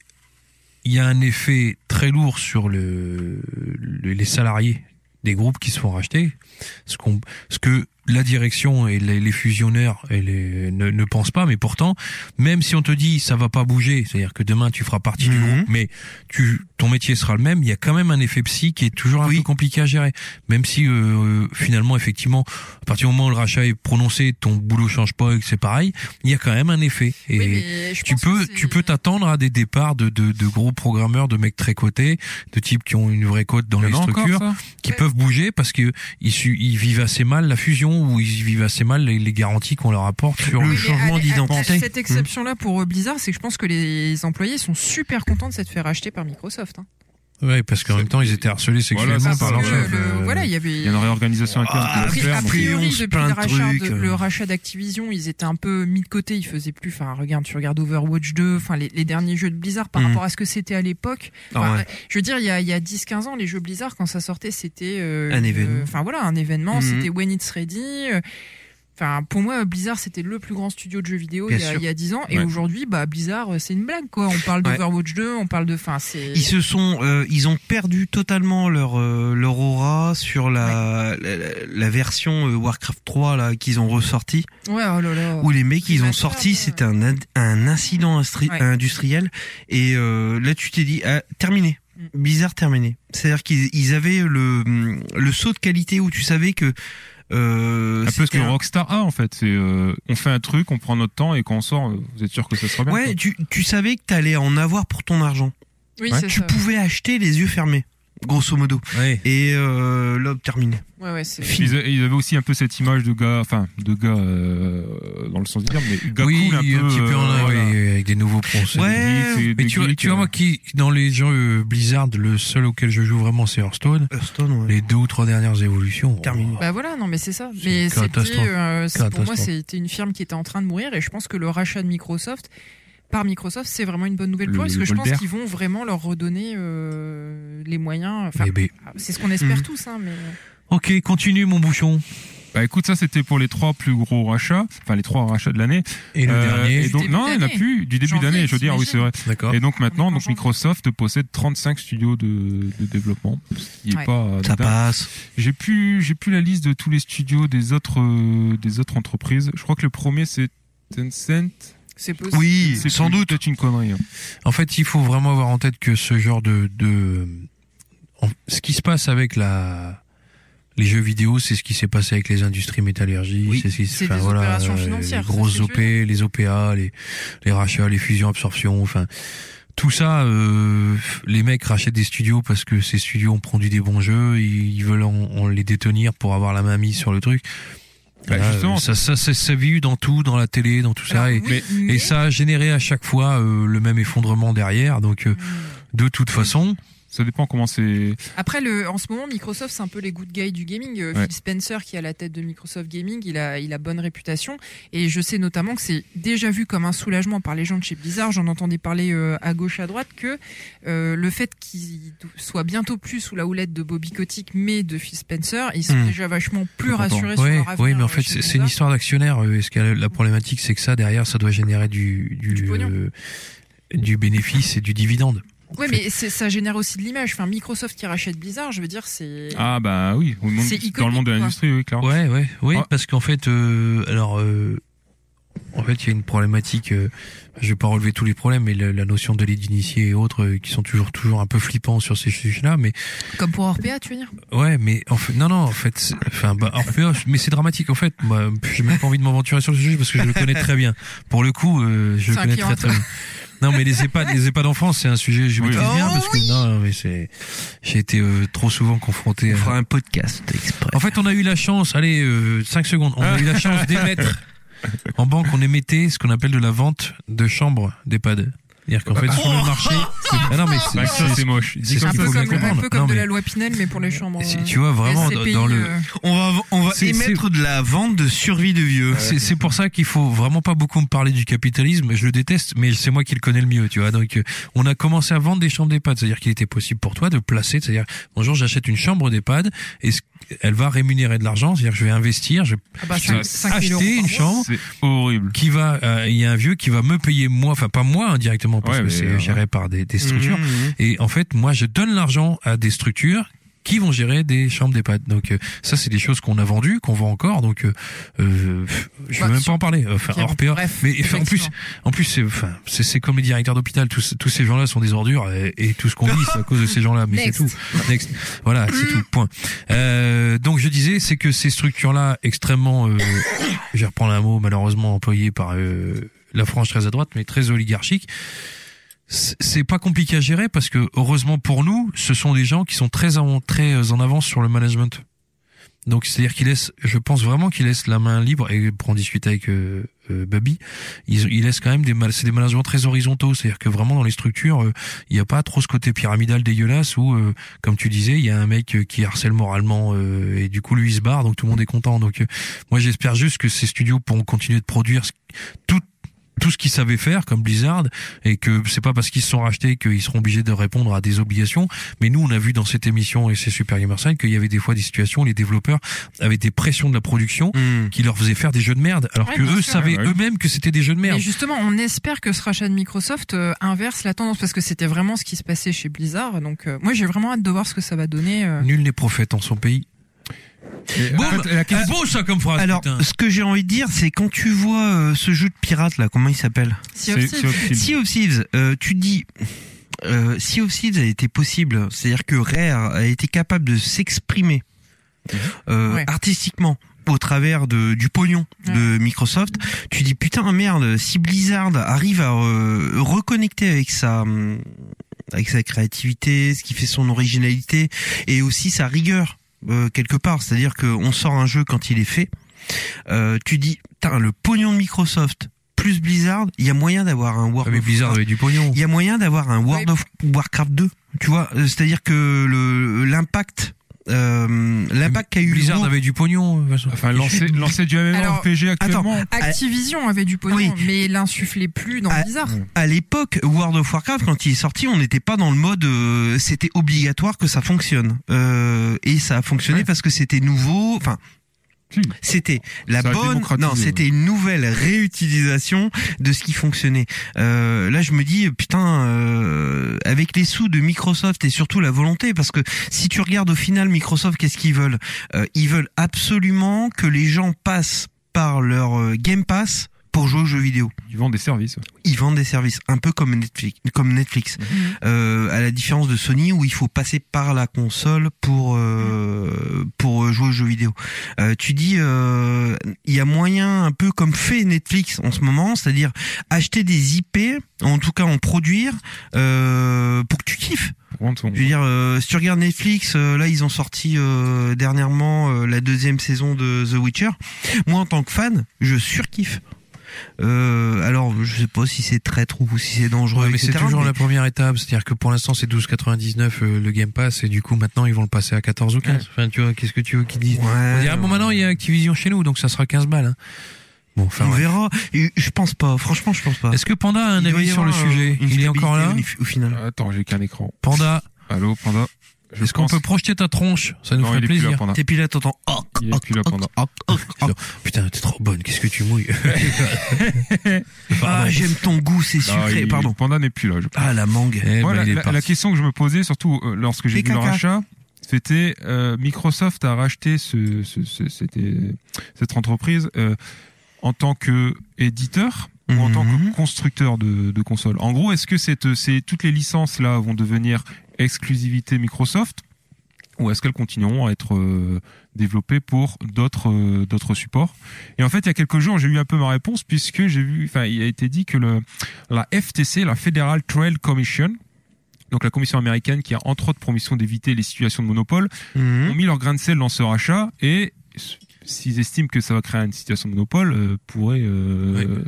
Speaker 2: il y a un effet très lourd sur le, le- les salariés des groupes qui se font racheter. Ce, qu'on, ce que la direction et les, les fusionnaires et les- ne, ne pensent pas, mais pourtant, même si on te dit ça va pas bouger, c'est-à-dire que demain tu feras partie du
Speaker 1: Mhm.
Speaker 2: groupe, mais tu, ton métier sera le même, il y a quand même un effet psy qui est toujours un
Speaker 1: Oui.
Speaker 2: peu compliqué à gérer. Même si euh, euh, finalement, effectivement, à partir du moment où le rachat est prononcé, ton boulot change pas et que c'est pareil, il y a quand même un effet. Et
Speaker 4: Oui, mais je
Speaker 2: tu
Speaker 4: pense que
Speaker 2: peux,
Speaker 4: c'est-
Speaker 2: tu peux t'attendre à des départs de, de, de gros programmeurs, de mecs très cotés, de types qui ont une vraie cote dans
Speaker 3: Il y
Speaker 2: les
Speaker 3: en a encore,
Speaker 2: structures,
Speaker 3: ça
Speaker 2: qui
Speaker 4: Ouais.
Speaker 2: peuvent bouger parce que ils, su- ils vivent assez mal la fusion ou ils vivent assez mal les, les garanties qu'on leur apporte sur
Speaker 1: Le
Speaker 2: le
Speaker 4: Oui, mais à-
Speaker 2: changement
Speaker 4: à-
Speaker 2: d'identité.
Speaker 4: à
Speaker 3: Hum.
Speaker 4: Cette exception-là pour euh, Blizzard, c'est que je pense que les employés sont super contents de s'être fait racheter par Microsoft. hein.
Speaker 2: Ouais, parce qu'en même temps, ils étaient harcelés sexuellement
Speaker 3: Voilà, c'est
Speaker 2: par
Speaker 3: ça.
Speaker 2: leur
Speaker 4: Parce que
Speaker 2: chef.
Speaker 4: le-
Speaker 2: euh,
Speaker 4: Voilà, il
Speaker 3: Il
Speaker 4: y
Speaker 3: y a une
Speaker 4: avait.
Speaker 3: réorganisation interne
Speaker 1: Ah,
Speaker 4: A
Speaker 3: qui
Speaker 4: pri-
Speaker 3: va se
Speaker 1: après-
Speaker 3: faire.
Speaker 4: a
Speaker 1: après-
Speaker 3: donc-
Speaker 1: on
Speaker 4: priori,
Speaker 1: se
Speaker 4: depuis
Speaker 1: plaint
Speaker 4: le
Speaker 1: de
Speaker 4: rachat, de-
Speaker 1: trucs, euh.
Speaker 4: le rachat d'Activision, ils étaient un peu mis de côté. Ils faisaient plus. Enfin, regarde, tu regardes Overwatch 2, enfin les, les derniers jeux de Blizzard par
Speaker 1: Mhm.
Speaker 4: rapport à ce que c'était à l'époque.
Speaker 1: Ah
Speaker 4: Enfin,
Speaker 1: ouais.
Speaker 4: Je veux dire, il y a, il y a 10-15 ans, les jeux Blizzard, quand ça sortait, c'était. euh,
Speaker 1: Un
Speaker 4: une-
Speaker 1: événement.
Speaker 4: Enfin voilà, un événement,
Speaker 1: Mhm.
Speaker 4: c'était When It's Ready. euh, Enfin, pour moi, Blizzard, c'était le plus grand studio de jeux vidéo il
Speaker 1: Bien
Speaker 4: y, a,
Speaker 1: sûr.
Speaker 4: il y a 10 ans. Et
Speaker 3: Ouais.
Speaker 4: aujourd'hui, bah, Blizzard, euh, c'est une blague, quoi. On parle
Speaker 1: Ouais.
Speaker 4: d'Overwatch 2, on parle de. Enfin, c'est.
Speaker 1: Ils se sont, euh, ils ont perdu totalement leur euh, leur aura sur la la, la- la version euh, Warcraft 3 là qu'ils ont ressorti.
Speaker 4: Ouais, oh là là.
Speaker 1: Où les mecs ils
Speaker 4: Bah,
Speaker 1: ont
Speaker 4: ça,
Speaker 1: sorti,
Speaker 4: ouais.
Speaker 1: c'était un ind- un incident instri-
Speaker 4: Ouais.
Speaker 1: industriel et euh, là tu t'es dit ah, terminé.
Speaker 4: Mm.
Speaker 1: Bizarre terminé. C'est-à-dire qu'ils ils avaient le hum, le saut de qualité où tu savais que euh,
Speaker 3: Un peu ce que
Speaker 1: c'était un-
Speaker 3: Rockstar a en fait. C'est euh, on fait un truc, on prend notre temps et quand on sort, euh, vous êtes sûr que ça sera bien.
Speaker 1: Ouais,
Speaker 3: quoi.
Speaker 1: tu, tu savais que t'allais en avoir pour ton argent.
Speaker 4: Oui,
Speaker 3: Ouais,
Speaker 4: c'est
Speaker 1: Tu
Speaker 4: ça.
Speaker 1: pouvais acheter les yeux fermés, grosso modo.
Speaker 2: ouais.
Speaker 1: Et euh, là, terminé.
Speaker 4: Ouais, ouais, c'est.
Speaker 3: Ils, a- ils avaient aussi un peu cette image de gars, enfin de gars euh, dans le sens du terme, mais gars
Speaker 2: oui,
Speaker 3: cool un peu.
Speaker 2: petit peu en
Speaker 3: euh,
Speaker 2: a,
Speaker 3: voilà.
Speaker 2: oui, avec des nouveaux procès.
Speaker 1: Ouais,
Speaker 3: Des geeks et
Speaker 2: Mais
Speaker 3: des
Speaker 2: tu vois,
Speaker 3: geeks,
Speaker 2: tu vois,
Speaker 3: euh,
Speaker 2: moi qui, dans les jeux euh, Blizzard, le seul auquel je joue vraiment, c'est Hearthstone.
Speaker 1: Hearthstone, ouais.
Speaker 2: Les deux ou trois dernières évolutions. oh.
Speaker 1: Terminé.
Speaker 4: Bah voilà, non mais c'est ça.
Speaker 2: C'est
Speaker 4: Mais
Speaker 2: une
Speaker 4: c'était,
Speaker 2: catastrophe.
Speaker 4: euh, c'est- pour moi,
Speaker 2: Catastrophe.
Speaker 4: c'était une firme qui était en train de mourir et je pense que le rachat de Microsoft par Microsoft, c'est vraiment une bonne nouvelle
Speaker 3: Le-
Speaker 4: pour eux parce
Speaker 3: le
Speaker 4: que je
Speaker 3: bol
Speaker 4: pense
Speaker 3: d'air.
Speaker 4: qu'ils vont vraiment leur redonner euh, les moyens. Enfin,
Speaker 2: Eh ben.
Speaker 4: c'est ce qu'on espère
Speaker 1: Mhm.
Speaker 4: tous, hein, mais
Speaker 2: Ok, continue mon bouchon.
Speaker 3: Bah écoute, ça c'était pour les trois plus gros rachats, enfin les trois rachats de l'année.
Speaker 2: Et le
Speaker 3: Euh,
Speaker 2: dernier.
Speaker 3: et donc-
Speaker 4: Du début
Speaker 3: non, il n'y en a
Speaker 4: d'année.
Speaker 3: plus du début
Speaker 4: Janvier,
Speaker 3: d'année, je veux dire, oui c'est vrai.
Speaker 2: D'accord.
Speaker 3: Et donc
Speaker 4: On
Speaker 3: maintenant,
Speaker 4: est en
Speaker 3: donc
Speaker 4: janvier.
Speaker 3: Microsoft possède 35 studios de, de développement, ce qui est
Speaker 4: Ouais.
Speaker 3: pas. euh,
Speaker 1: Ça
Speaker 3: dingue.
Speaker 1: passe.
Speaker 3: J'ai plus, j'ai plus la liste de tous les studios des autres, euh, des autres entreprises. Je crois que le premier c'est Tencent.
Speaker 4: c'est possible.
Speaker 1: Oui,
Speaker 3: C'est
Speaker 1: sans
Speaker 3: plus-
Speaker 1: doute.
Speaker 3: peut-être une connerie. hein.
Speaker 2: En fait, il faut vraiment avoir en tête que ce genre de, de en- ce qui se passe avec la les jeux vidéo, c'est ce qui s'est passé avec les industries métallurgie,
Speaker 1: Oui.
Speaker 2: c'est ce qui
Speaker 4: C'est des opérations financières,
Speaker 2: euh, les grosses
Speaker 4: c'est ce
Speaker 2: OP,
Speaker 4: que je
Speaker 2: les OPA, les les rachats, les fusions absorptions, enfin tout ça, euh, les mecs rachètent des studios parce que ces studios ont produit des bons jeux, ils, ils veulent en, en les détenir pour avoir la main mise sur le truc.
Speaker 3: Bah,
Speaker 2: Voilà,
Speaker 3: justement.
Speaker 2: ça, ça, ça, ça vit dans tout, dans la télé, dans tout ça.
Speaker 4: Alors,
Speaker 2: et-
Speaker 4: oui, mais-
Speaker 2: et ça a généré à chaque fois euh, le même effondrement derrière. Donc, euh,
Speaker 4: Mhm.
Speaker 2: de toute façon,
Speaker 3: Ça dépend comment c'est.
Speaker 4: Après, le, en ce moment, Microsoft, c'est un peu les good guys du gaming. Euh,
Speaker 3: Ouais.
Speaker 4: Phil Spencer, qui est à la tête de Microsoft Gaming, il a, il a bonne réputation. Et je sais notamment que c'est déjà vu comme un soulagement par les gens de chez Blizzard. J'en entendais parler euh, à gauche, à droite, que euh, le fait qu'ils soient bientôt plus sous la houlette de Bobby Kotick, mais de Phil Spencer, ils sont
Speaker 1: Hmm.
Speaker 4: déjà vachement plus
Speaker 3: Content.
Speaker 4: rassurés sur
Speaker 2: oui,
Speaker 4: leur avenir.
Speaker 2: oui, mais en
Speaker 4: euh,
Speaker 2: fait,
Speaker 4: chez
Speaker 2: c'est c'est une
Speaker 4: Blizzard.
Speaker 2: histoire d'actionnaire. euh, Est-ce que la problématique, c'est que ça derrière, ça doit générer du du,
Speaker 4: Du pognon.
Speaker 2: euh, du bénéfice et du dividende.
Speaker 4: Ouais, mais c'est- ça génère aussi de l'image. Enfin, Microsoft qui rachète Blizzard, je veux dire, c'est.
Speaker 3: Ah bah oui, au monde-
Speaker 4: C'est
Speaker 3: dans le monde de
Speaker 4: iconique,
Speaker 3: l'industrie, oui, clairement. Ah.
Speaker 2: Ouais, ouais, oui,
Speaker 3: Ouais.
Speaker 2: parce qu'en fait, euh, alors, euh, en fait, il y a une problématique. euh, je vais pas relever tous les problèmes, mais la, la notion de l'aide initiée et autres euh, qui sont toujours, toujours un peu flippants sur ces sujets-là. Mais
Speaker 4: Comme pour Orpea, tu veux dire
Speaker 2: ouais, mais en fait, non, non, en fait, c'est- enfin, bah, Orpheus, mais c'est dramatique. En fait, moi, j'ai même pas envie de m'aventurer sur le sujet parce que je le connais très bien. Pour le coup, euh, je le
Speaker 4: C'est un
Speaker 2: connais
Speaker 4: client
Speaker 2: très
Speaker 4: à
Speaker 2: très bien. Non, mais les EHPAD, les EHPAD en France, c'est un sujet que je
Speaker 3: Oui.
Speaker 2: maîtrise bien
Speaker 1: Oh
Speaker 2: parce que non, mais c'est, j'ai été euh, trop souvent confronté.
Speaker 1: On
Speaker 2: à-
Speaker 1: fera un podcast exprès.
Speaker 2: en fait, on a eu la chance, allez, 5 secondes, on a eu la chance d'émettre. En banque, on émettait ce qu'on appelle de la vente de chambres d'EHPAD. C'est-à-dire qu'en fait, sur le marché. Ah non, mais c'est-
Speaker 3: Bah, ça, c'est moche.
Speaker 2: c'est
Speaker 4: Un
Speaker 2: ça qu'il
Speaker 4: peu
Speaker 2: faut bien
Speaker 4: comme, un
Speaker 2: comprendre.
Speaker 4: peu comme
Speaker 2: Non,
Speaker 4: de
Speaker 2: mais-
Speaker 4: la loi Pinel, mais pour les chambres.
Speaker 2: Si
Speaker 4: euh,
Speaker 2: tu vois vraiment dans,
Speaker 4: SCPI,
Speaker 2: dans le Oh,
Speaker 4: euh,
Speaker 1: On va, on va
Speaker 2: C'est-
Speaker 1: émettre de la vente de survie de vieux.
Speaker 2: c'est c'est pour ça qu'il faut vraiment pas beaucoup me parler du capitalisme. Je le déteste, mais c'est moi qui le connais le mieux, tu vois. Donc, euh, on a commencé à vendre des chambres d'EHPAD, c'est-à-dire qu'il était possible pour toi de placer, c'est-à-dire bonjour, j'achète une chambre d'EHPAD et ce- elle va rémunérer de l'argent, c'est-à-dire que je vais investir, je vais
Speaker 4: ah bah,
Speaker 3: Putain,
Speaker 4: cinq- cinq mille euros
Speaker 2: acheter
Speaker 4: par
Speaker 2: une
Speaker 4: mois.
Speaker 2: chambre
Speaker 3: C'est horrible.
Speaker 2: qui va, euh, il y a un vieux qui va me payer moi, enfin pas moi indirectement parce
Speaker 3: Ouais,
Speaker 2: que
Speaker 3: mais,
Speaker 2: c'est
Speaker 3: euh,
Speaker 2: géré par des, des structures.
Speaker 1: Mmh, mmh.
Speaker 2: Et en fait, moi, je donne l'argent à des structures qui vont gérer des chambres d'EHPAD. Donc euh, ça, c'est des choses qu'on a vendues, qu'on vend encore. Donc euh, euh, pff, je vais
Speaker 4: Bah,
Speaker 2: même
Speaker 4: sur-
Speaker 2: pas en parler. Enfin,
Speaker 4: Pierre,
Speaker 2: hors pair.
Speaker 4: bref,
Speaker 2: Mais enfin, en plus,
Speaker 4: effectivement.
Speaker 2: en plus, c'est enfin, c'est c'est comme les directeurs d'hôpital. Tous, tous ces gens-là sont des ordures et, et tout ce qu'on dit, c'est à cause de ces gens-là. Mais c'est
Speaker 4: Next.
Speaker 2: tout. Next. Voilà, c'est tout. Point. Euh, donc je disais, c'est que ces structures-là, extrêmement, euh, je vais reprendre un mot malheureusement employé par euh, la France très à droite, mais très oligarchique. C'est c'est pas compliqué à gérer parce que heureusement pour nous, ce sont des gens qui sont très en, très euh, en avance sur le management. Donc c'est-à-dire qu'ils laissent, je pense vraiment qu'ils laissent la main libre et pour en discuter avec euh, euh, Babi, ils, ils laissent quand même des mal- c'est des managements très horizontaux, c'est-à-dire que vraiment dans les structures, euh, il n'y a pas trop ce côté pyramidal dégueulasse où euh, comme tu disais, il y a un mec euh, qui harcèle moralement euh, et du coup lui il se barre donc tout le monde est content. Donc euh, moi j'espère juste que ces studios pourront continuer de produire ce- tout tout ce qu'ils savaient faire comme Blizzard et que c'est pas parce qu'ils se sont rachetés qu'ils seront obligés de répondre à des obligations mais nous on a vu dans cette émission et c'est Super Gamerside qu'il y avait des fois des situations où les développeurs avaient des pressions de la production
Speaker 3: Hmm.
Speaker 1: Mmh.
Speaker 2: qui leur faisaient faire des jeux de merde alors
Speaker 4: Ouais,
Speaker 2: que
Speaker 4: bien
Speaker 2: eux
Speaker 4: sûr.
Speaker 2: savaient
Speaker 3: Ouais, ouais.
Speaker 2: eux-mêmes que c'était des jeux de
Speaker 4: Et
Speaker 2: merde
Speaker 4: justement, on espère que ce rachat de Microsoft euh, inverse la tendance parce que c'était vraiment ce qui se passait chez Blizzard. Donc, euh, moi, j'ai vraiment hâte de voir ce que ça va donner. euh.
Speaker 2: nul n'est prophète en son pays
Speaker 3: Et,
Speaker 2: Boum
Speaker 3: en fait, la
Speaker 2: c'est
Speaker 3: question-
Speaker 2: beau ça comme phrase
Speaker 1: Alors,
Speaker 2: putain.
Speaker 1: ce que j'ai envie de dire, c'est quand tu vois euh, ce jeu de pirate là, comment il s'appelle
Speaker 4: Sea of
Speaker 3: c'est
Speaker 4: Thieves.
Speaker 3: c'est horrible.
Speaker 1: Sea of Thieves, euh, tu dis. Euh, sea of Thieves a été possible, c'est-à-dire que Rare a été capable de s'exprimer euh,
Speaker 4: Ouais.
Speaker 1: artistiquement au travers de, du pognon de Microsoft. Tu dis putain merde, si Blizzard arrive à euh, reconnecter avec sa hum, avec sa créativité, ce qui fait son originalité et aussi sa rigueur euh, quelque part, c'est-à-dire qu'on sort un jeu quand il est fait. Euh, tu dis, putain, le pognon de Microsoft plus Blizzard, il y a moyen d'avoir un
Speaker 2: Ah,
Speaker 1: World
Speaker 2: mais
Speaker 1: of
Speaker 2: Blizzard avait du pognon
Speaker 1: il y a moyen d'avoir un World
Speaker 4: Oui.
Speaker 1: of Warcraft 2. Tu vois, euh, c'est-à-dire que le l'impact euh, l'impact qu'a eu le
Speaker 2: Blizzard
Speaker 1: mot-
Speaker 2: avait du pognon Vincent.
Speaker 3: Enfin, lancer, lancer du MMORPG actuellement.
Speaker 2: ah,
Speaker 4: Activision avait du pognon,
Speaker 1: Oui.
Speaker 4: mais il l'insufflait plus dans
Speaker 1: Ah,
Speaker 4: Blizzard.
Speaker 1: à l'époque World of Warcraft quand il est sorti, on n'était pas dans le mode euh, c'était obligatoire que ça fonctionne. Euh, et ça a fonctionné
Speaker 3: Ouais.
Speaker 1: parce que c'était nouveau, enfin
Speaker 3: Si.
Speaker 1: c'était la
Speaker 3: Ça a
Speaker 1: bonne
Speaker 3: démocratisé,
Speaker 1: non,
Speaker 3: ouais.
Speaker 1: c'était une nouvelle réutilisation de ce qui fonctionnait. Euh, là, je me dis putain euh, avec les sous de Microsoft et surtout la volonté parce que si tu regardes au final Microsoft qu'est-ce qu'ils veulent Euh, ils veulent absolument que les gens passent par leur euh, Game Pass pour jouer aux jeux vidéo
Speaker 3: Ils vendent des services. Mhm.
Speaker 1: ils vendent des services, un peu comme Netflix, comme Netflix. Euh, à la différence de Sony où il faut passer par la console pour euh, pour jouer aux jeux vidéo. Euh, tu dis, euh, il y a moyen un peu comme fait Netflix en ce moment, c'est-à-dire acheter des IP, en tout cas en produire euh, pour que tu kiffes.
Speaker 3: Pour vendre son-
Speaker 1: Je veux dire, euh, si tu regardes Netflix, euh, là ils ont sorti euh, dernièrement euh, la deuxième saison de The Witcher. Moi, en tant que fan, je surkiffe. Euh, alors, je sais pas si c'est traître ou si c'est dangereux,
Speaker 2: Ouais, mais c'est
Speaker 1: etc.,
Speaker 2: toujours
Speaker 1: mais-
Speaker 2: la première étape, c'est-à-dire que pour l'instant c'est 12,99 euh, le Game Pass et du coup maintenant ils vont le passer à 14 ou 15. Enfin tu vois, qu'est-ce que tu veux qu'ils disent
Speaker 1: Ouais,
Speaker 2: On dit, ah bon maintenant il y a Activision chez nous donc ça sera 15 balles. hein. Bon, enfin
Speaker 1: on
Speaker 2: ouais.
Speaker 1: verra. Et Je pense pas. Franchement, je pense pas.
Speaker 2: Est-ce que Panda a un
Speaker 1: Il doit
Speaker 2: avis
Speaker 1: y
Speaker 2: sur le
Speaker 1: avoir, euh,
Speaker 2: sujet
Speaker 1: une
Speaker 2: Il est encore là
Speaker 1: stabilité Au au final.
Speaker 3: Attends, j'ai qu'un écran.
Speaker 2: Panda,
Speaker 3: Allô, Panda je
Speaker 2: Est-ce qu'on
Speaker 3: pense.
Speaker 2: peut projeter ta tronche Ça nous
Speaker 3: Non,
Speaker 2: ferait
Speaker 3: il est plus là
Speaker 2: plaisir.
Speaker 3: pendant.
Speaker 1: Et puis là, t'entends. Oh,
Speaker 3: Il est plus là pendant.
Speaker 2: Putain, t'es trop bonne. Qu'est-ce que tu mouilles Ah,
Speaker 1: ah,
Speaker 2: Pardon.
Speaker 1: j'aime ton goût, c'est
Speaker 3: Non,
Speaker 1: sucré.
Speaker 3: il-
Speaker 1: Pardon.
Speaker 3: Panda n'est plus là. je-
Speaker 1: Ah, la mangue.
Speaker 2: Eh ben,
Speaker 3: Moi, la-
Speaker 2: il est
Speaker 3: la, la
Speaker 2: parti.
Speaker 3: question que je me posais, surtout euh, lorsque
Speaker 1: Les
Speaker 3: j'ai vu le
Speaker 1: caca.
Speaker 3: rachat, c'était euh, Microsoft a racheté ce, ce- ce- c'était, cette entreprise euh, en tant que éditeur ou en tant que
Speaker 1: Mhm.
Speaker 3: constructeur de, de consoles. En gros, est-ce que cette, ces, toutes les licences là vont devenir exclusivité Microsoft ou est-ce qu'elles continueront à être euh, développées pour d'autres euh, d'autres supports Et en fait, il y a quelques jours, j'ai eu un peu ma réponse puisque j'ai vu, enfin, il a été dit que le, la FTC, la Federal Trail Commission, donc la commission américaine qui a entre autres promission d'éviter les situations de monopole, ont
Speaker 1: Mhm.
Speaker 3: mis leur grain de sel dans ce rachat et s- s'ils estiment que ça va créer une situation de monopole, euh, pourraient euh,
Speaker 2: Oui.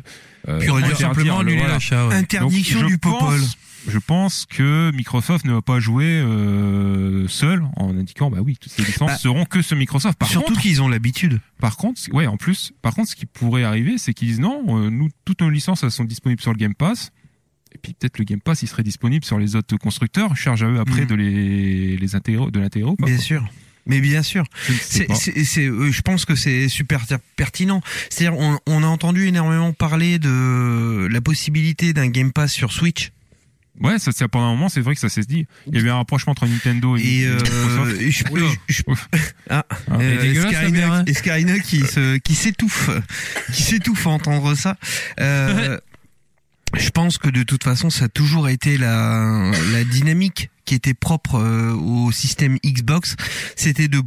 Speaker 3: euh,
Speaker 2: Puis on
Speaker 3: interdire
Speaker 2: dit simplement
Speaker 3: le-
Speaker 2: annuler
Speaker 3: voilà.
Speaker 2: l'achat. ouais.
Speaker 1: Interdiction
Speaker 3: Donc, je
Speaker 1: du popol.
Speaker 3: pense- Je pense que Microsoft ne va pas jouer euh, seul en indiquant bah oui toutes ces licences
Speaker 1: Bah,
Speaker 3: seront que ce Microsoft. Par
Speaker 1: Surtout
Speaker 3: contre,
Speaker 1: qu'ils ont l'habitude.
Speaker 3: par contre, c- ouais en plus, par contre ce qui pourrait arriver c'est qu'ils disent non, euh, nous toutes nos licences elles sont disponibles sur le Game Pass. Et puis peut-être le Game Pass il serait disponible sur les autres constructeurs. Charge à eux après
Speaker 1: Mhm.
Speaker 3: de les les intégrer, de l'intégrer. ou pas,
Speaker 1: Bien
Speaker 3: quoi.
Speaker 1: sûr. Mais bien sûr.
Speaker 3: Je ne sais
Speaker 1: C'est,
Speaker 3: pas.
Speaker 1: c'est, c'est- euh, je pense que c'est super ter- pertinent. C'est-à-dire, on, on a entendu énormément parler de la possibilité d'un Game Pass sur Switch.
Speaker 3: Ouais, ça, ça, pendant un moment, c'est vrai que ça s'est dit. Il y avait un rapprochement entre Nintendo et,
Speaker 1: Et, euh,
Speaker 3: Microsoft.
Speaker 1: je, je-
Speaker 3: Oula.
Speaker 1: je- Ah.
Speaker 3: Ah,
Speaker 1: euh,
Speaker 2: elle est dégueulasse, la
Speaker 1: Skynet-
Speaker 2: bière, hein.
Speaker 1: et Skynet qui se, qui s'étouffe, qui s'étouffe à entendre ça. Euh, je pense que de toute façon, ça a toujours été la, la dynamique qui était propre euh, au système Xbox. C'était de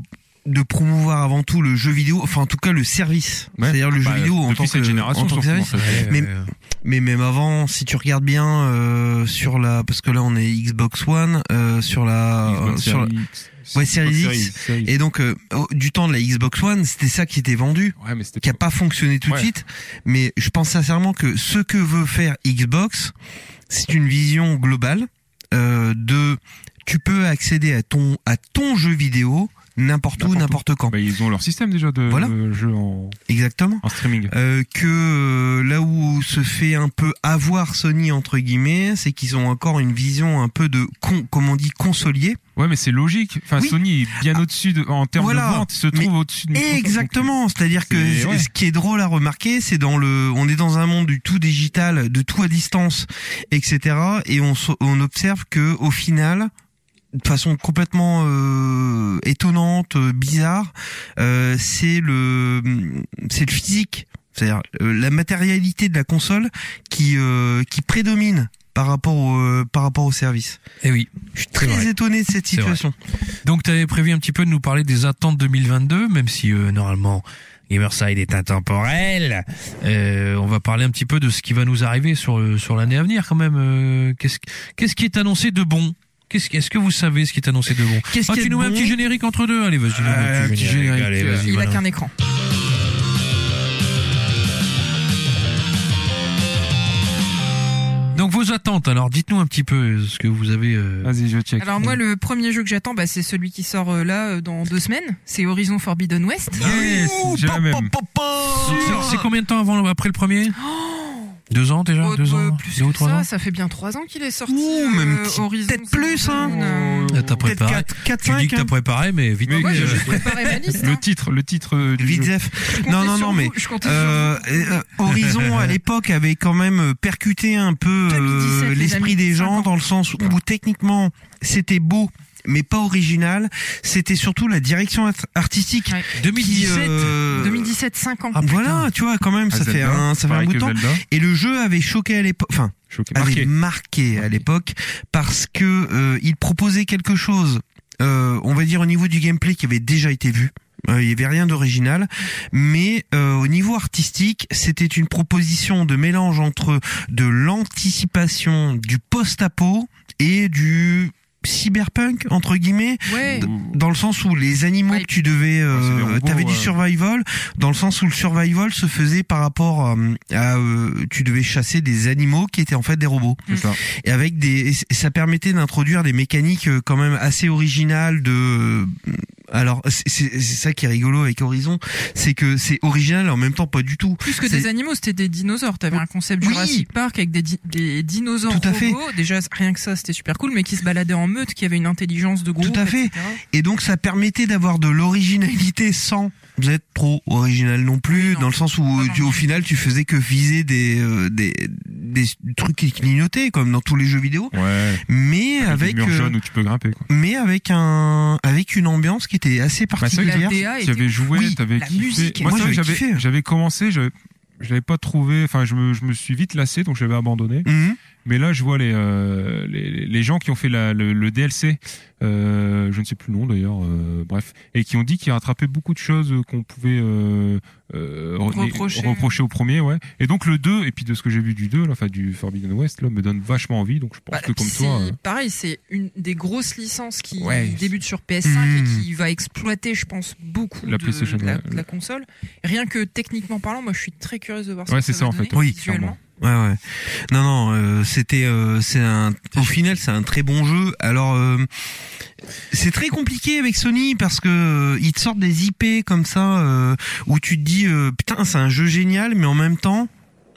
Speaker 1: de promouvoir avant tout le jeu vidéo, enfin en tout cas le service,
Speaker 3: Ouais.
Speaker 1: c'est-à-dire le
Speaker 3: Bah,
Speaker 1: jeu vidéo en
Speaker 3: depuis
Speaker 1: tant
Speaker 3: cette
Speaker 1: que,
Speaker 3: génération,
Speaker 1: en tant que
Speaker 3: surtout, en
Speaker 1: service.
Speaker 3: fait.
Speaker 1: Mais-
Speaker 2: euh,
Speaker 1: Mais même avant, si tu regardes bien euh, sur la, parce que là on est Xbox One, euh, sur la,
Speaker 3: Xbox
Speaker 1: sur la-
Speaker 3: Series X.
Speaker 1: Ouais, Series
Speaker 3: Xbox
Speaker 1: X.
Speaker 3: Series.
Speaker 1: et donc euh, au- du temps de la Xbox One, c'était ça qui était vendu
Speaker 3: Ouais, mais c'était
Speaker 1: qui a
Speaker 3: pas-
Speaker 1: pas fonctionné tout de
Speaker 3: Ouais.
Speaker 1: suite, mais je pense sincèrement que ce que veut faire Xbox, c'est une vision globale euh, de tu peux accéder à ton à ton jeu vidéo n'importe où,
Speaker 3: N'importe où.
Speaker 1: n'importe quand.
Speaker 3: Bah, ils ont leur système déjà de
Speaker 1: Voilà.
Speaker 3: de jeu en,
Speaker 1: Exactement.
Speaker 3: en streaming.
Speaker 1: Euh, que euh, là où se fait un peu avoir Sony entre guillemets, c'est qu'ils ont encore une vision un peu de con, comme on dit consolier.
Speaker 3: Ouais, mais c'est logique. Enfin,
Speaker 1: Oui. Ah,
Speaker 3: Sony est bien au-dessus de, en termes
Speaker 1: Voilà.
Speaker 3: de vente, se
Speaker 1: Mais-
Speaker 3: trouve au-dessus de Microsoft.
Speaker 1: Exactement, c'est-à-dire que
Speaker 3: euh, C'est- ouais.
Speaker 1: ce qui est drôle à remarquer, c'est dans le, on est dans un monde du tout digital, de tout à distance, etc. Et on, se- on observe que au final, de façon complètement euh, étonnante, euh, bizarre, euh, c'est le, c'est le physique, c'est-à-dire euh, la matérialité de la console qui euh, qui prédomine par rapport au, euh, par rapport au service.
Speaker 2: Eh oui.
Speaker 1: Je suis très
Speaker 2: C'est vrai.
Speaker 1: étonné de cette
Speaker 2: C'est vrai.
Speaker 1: situation.
Speaker 2: Donc tu avais prévu un petit peu de nous parler des attentes 2022, même si euh, normalement Gamerside est intemporel. Euh, on va parler un petit peu de ce qui va nous arriver sur euh, sur l'année à venir quand même. Euh, qu'est-ce qu'est-ce qui est annoncé de bon Qu'est-ce que- est-ce que vous savez ce qui est annoncé de bon
Speaker 1: Qu'est-ce
Speaker 2: ah,
Speaker 1: qu'il y a
Speaker 2: Tu
Speaker 1: de
Speaker 2: nous mets un
Speaker 1: bon
Speaker 2: petit générique entre deux. Allez, vas-y. nous mets
Speaker 1: Ah,
Speaker 2: un
Speaker 1: petit générique,
Speaker 2: Allez,
Speaker 1: euh,
Speaker 2: vas-y.
Speaker 4: Il a
Speaker 2: Manon.
Speaker 4: qu'un écran.
Speaker 2: Donc vos attentes. Alors, dites-nous un petit peu ce que vous avez. euh,
Speaker 3: Vas-y, je check.
Speaker 4: Alors moi, le premier jeu que j'attends, bah, c'est celui qui sort euh, là euh, dans deux semaines. C'est Horizon Forbidden West.
Speaker 3: Yes, j'ai la même.
Speaker 2: C'est- C'est combien de temps avant après le premier Deux ans déjà,
Speaker 4: Oh,
Speaker 2: deux
Speaker 4: euh,
Speaker 2: ans,
Speaker 4: plus
Speaker 2: deux ou
Speaker 4: que
Speaker 2: trois
Speaker 4: ça,
Speaker 2: ans.
Speaker 4: ça fait bien trois ans qu'il est sorti.
Speaker 1: Ouh, même
Speaker 4: euh,
Speaker 1: petit-
Speaker 4: Horizon
Speaker 1: peut-être plus, hein.
Speaker 4: Forbidden, euh,
Speaker 2: Ah, T'as
Speaker 1: Peut-être
Speaker 2: préparé.
Speaker 1: 4, 4
Speaker 2: Tu
Speaker 1: 5
Speaker 2: dis que t'as préparé, mais vite.
Speaker 3: Mais
Speaker 4: Moi,
Speaker 2: euh,
Speaker 4: j'ai juste préparé ma liste.
Speaker 3: Le
Speaker 4: hein.
Speaker 3: titre, le titre euh, du
Speaker 1: Vite
Speaker 3: jeu.
Speaker 1: Zef.
Speaker 4: Je comptais
Speaker 1: Non, non,
Speaker 4: sur
Speaker 1: non,
Speaker 4: vous,
Speaker 1: mais
Speaker 4: je comptais sur vous.
Speaker 1: euh, euh, Horizon à l'époque avait quand même percuté un peu euh,
Speaker 4: 2017, les
Speaker 1: l'esprit
Speaker 4: amis,
Speaker 1: des
Speaker 4: cinq
Speaker 1: gens
Speaker 4: ans.
Speaker 1: dans le sens où techniquement c'était beau mais pas original, c'était surtout la direction art- artistique.
Speaker 4: Ouais.
Speaker 1: qui,
Speaker 2: 2017.
Speaker 1: euh,
Speaker 4: 2017, 5 ans.
Speaker 1: ah, voilà, tu vois quand même ça
Speaker 3: Ah,
Speaker 1: fait
Speaker 3: Zelda,
Speaker 1: un ça fait un
Speaker 3: pareil
Speaker 1: bout de
Speaker 3: que
Speaker 1: temps
Speaker 3: Zelda.
Speaker 1: et le jeu avait choqué à l'époque enfin
Speaker 3: Choqué.
Speaker 1: avait
Speaker 3: Marqué.
Speaker 1: marqué à
Speaker 3: Marqué.
Speaker 1: l'époque parce que euh, il proposait quelque chose, euh, on va dire au niveau du gameplay qui avait déjà été vu. Euh, Il y avait rien d'original, mais euh, au niveau artistique, c'était une proposition de mélange entre de l'anticipation du post-apo et du cyberpunk entre guillemets
Speaker 4: Ouais.
Speaker 3: Ou-
Speaker 1: dans le sens où les animaux
Speaker 4: Ouais.
Speaker 1: que tu devais
Speaker 3: c'est des
Speaker 1: euh,
Speaker 3: robots,
Speaker 1: t'avais du
Speaker 3: ouais.
Speaker 1: survival dans le sens où le survival se faisait par rapport euh, à euh, tu devais chasser des animaux qui étaient en fait des robots
Speaker 3: C'est ça.
Speaker 1: et avec des et ça permettait d'introduire des mécaniques euh, quand même assez originales de euh, Alors c'est- c'est c'est ça qui est rigolo avec Horizon, c'est que c'est original et en même temps pas du tout.
Speaker 4: Plus que
Speaker 1: C'est-
Speaker 4: des animaux, c'était des dinosaures. T'avais un concept
Speaker 1: Oui.
Speaker 4: Jurassic Park avec des, di- des dinosaures
Speaker 1: Tout à fait.
Speaker 4: robots. Déjà, rien que ça, c'était super cool, mais qui se baladaient en meute, qui avaient une intelligence de groupe.
Speaker 1: Tout à fait.
Speaker 4: etc.
Speaker 1: Et donc ça permettait d'avoir de l'originalité sans être trop original non plus,
Speaker 4: Oui, non.
Speaker 1: dans le sens où
Speaker 4: Pas
Speaker 1: tu- au final tu faisais que viser des euh, des, des trucs qui clignotaient comme dans tous les jeux vidéo,
Speaker 3: Ouais.
Speaker 1: mais avec
Speaker 3: Des murs
Speaker 1: euh,
Speaker 3: jaunes où tu peux grimper, quoi.
Speaker 1: mais avec un avec une ambiance qui était assez
Speaker 3: Bah, c'est vrai que
Speaker 1: particulière.
Speaker 4: La DA
Speaker 3: Tu
Speaker 4: était
Speaker 3: avais joué,
Speaker 1: Oui,
Speaker 3: t'avais
Speaker 4: la
Speaker 3: kiffé.
Speaker 4: musique.
Speaker 3: Moi,
Speaker 1: Moi,
Speaker 3: c'est vrai que
Speaker 1: j'avais
Speaker 3: j'avais,
Speaker 1: kiffé. hein.
Speaker 3: j'avais commencé, j'avais, je l'avais pas trouvé, enfin, je me, je me suis vite lassé, donc j'avais abandonné.
Speaker 1: Mhm.
Speaker 3: Mais là, je vois les, euh, les, les gens qui ont fait la, le, le DLC, euh, je ne sais plus le nom d'ailleurs, euh, bref, et qui ont dit qu'ils rattrapaient beaucoup de choses euh, qu'on pouvait euh, euh, re-
Speaker 4: Reprocher.
Speaker 3: les- reprocher au premier, ouais. Et donc le 2, et puis de ce que j'ai vu du 2, là, enfin du Forbidden West, là, me donne vachement envie, donc je pense
Speaker 4: Bah,
Speaker 3: que comme
Speaker 4: c'est-
Speaker 3: toi... euh,
Speaker 4: Pareil, c'est une des grosses licences qui
Speaker 3: Ouais.
Speaker 4: débute sur PS5 et
Speaker 1: Mmh.
Speaker 4: qui va exploiter, je pense, beaucoup
Speaker 3: La
Speaker 4: de,
Speaker 3: PlayStation,
Speaker 4: de la,
Speaker 3: ouais.
Speaker 4: de la console. Rien que techniquement parlant, moi je suis très curieuse de voir
Speaker 3: Ouais,
Speaker 4: ce
Speaker 3: c'est
Speaker 4: que ça,
Speaker 3: ça, en
Speaker 4: va donner
Speaker 3: fait. Oui,
Speaker 4: visuellement.
Speaker 1: Ouais ouais. Non non, euh, c'était euh, c'est un au final c'est un très bon jeu. Alors euh, c'est très compliqué avec Sony parce que euh, ils te sortent des IP comme ça euh, où tu te dis euh, putain, c'est un jeu génial mais en même temps,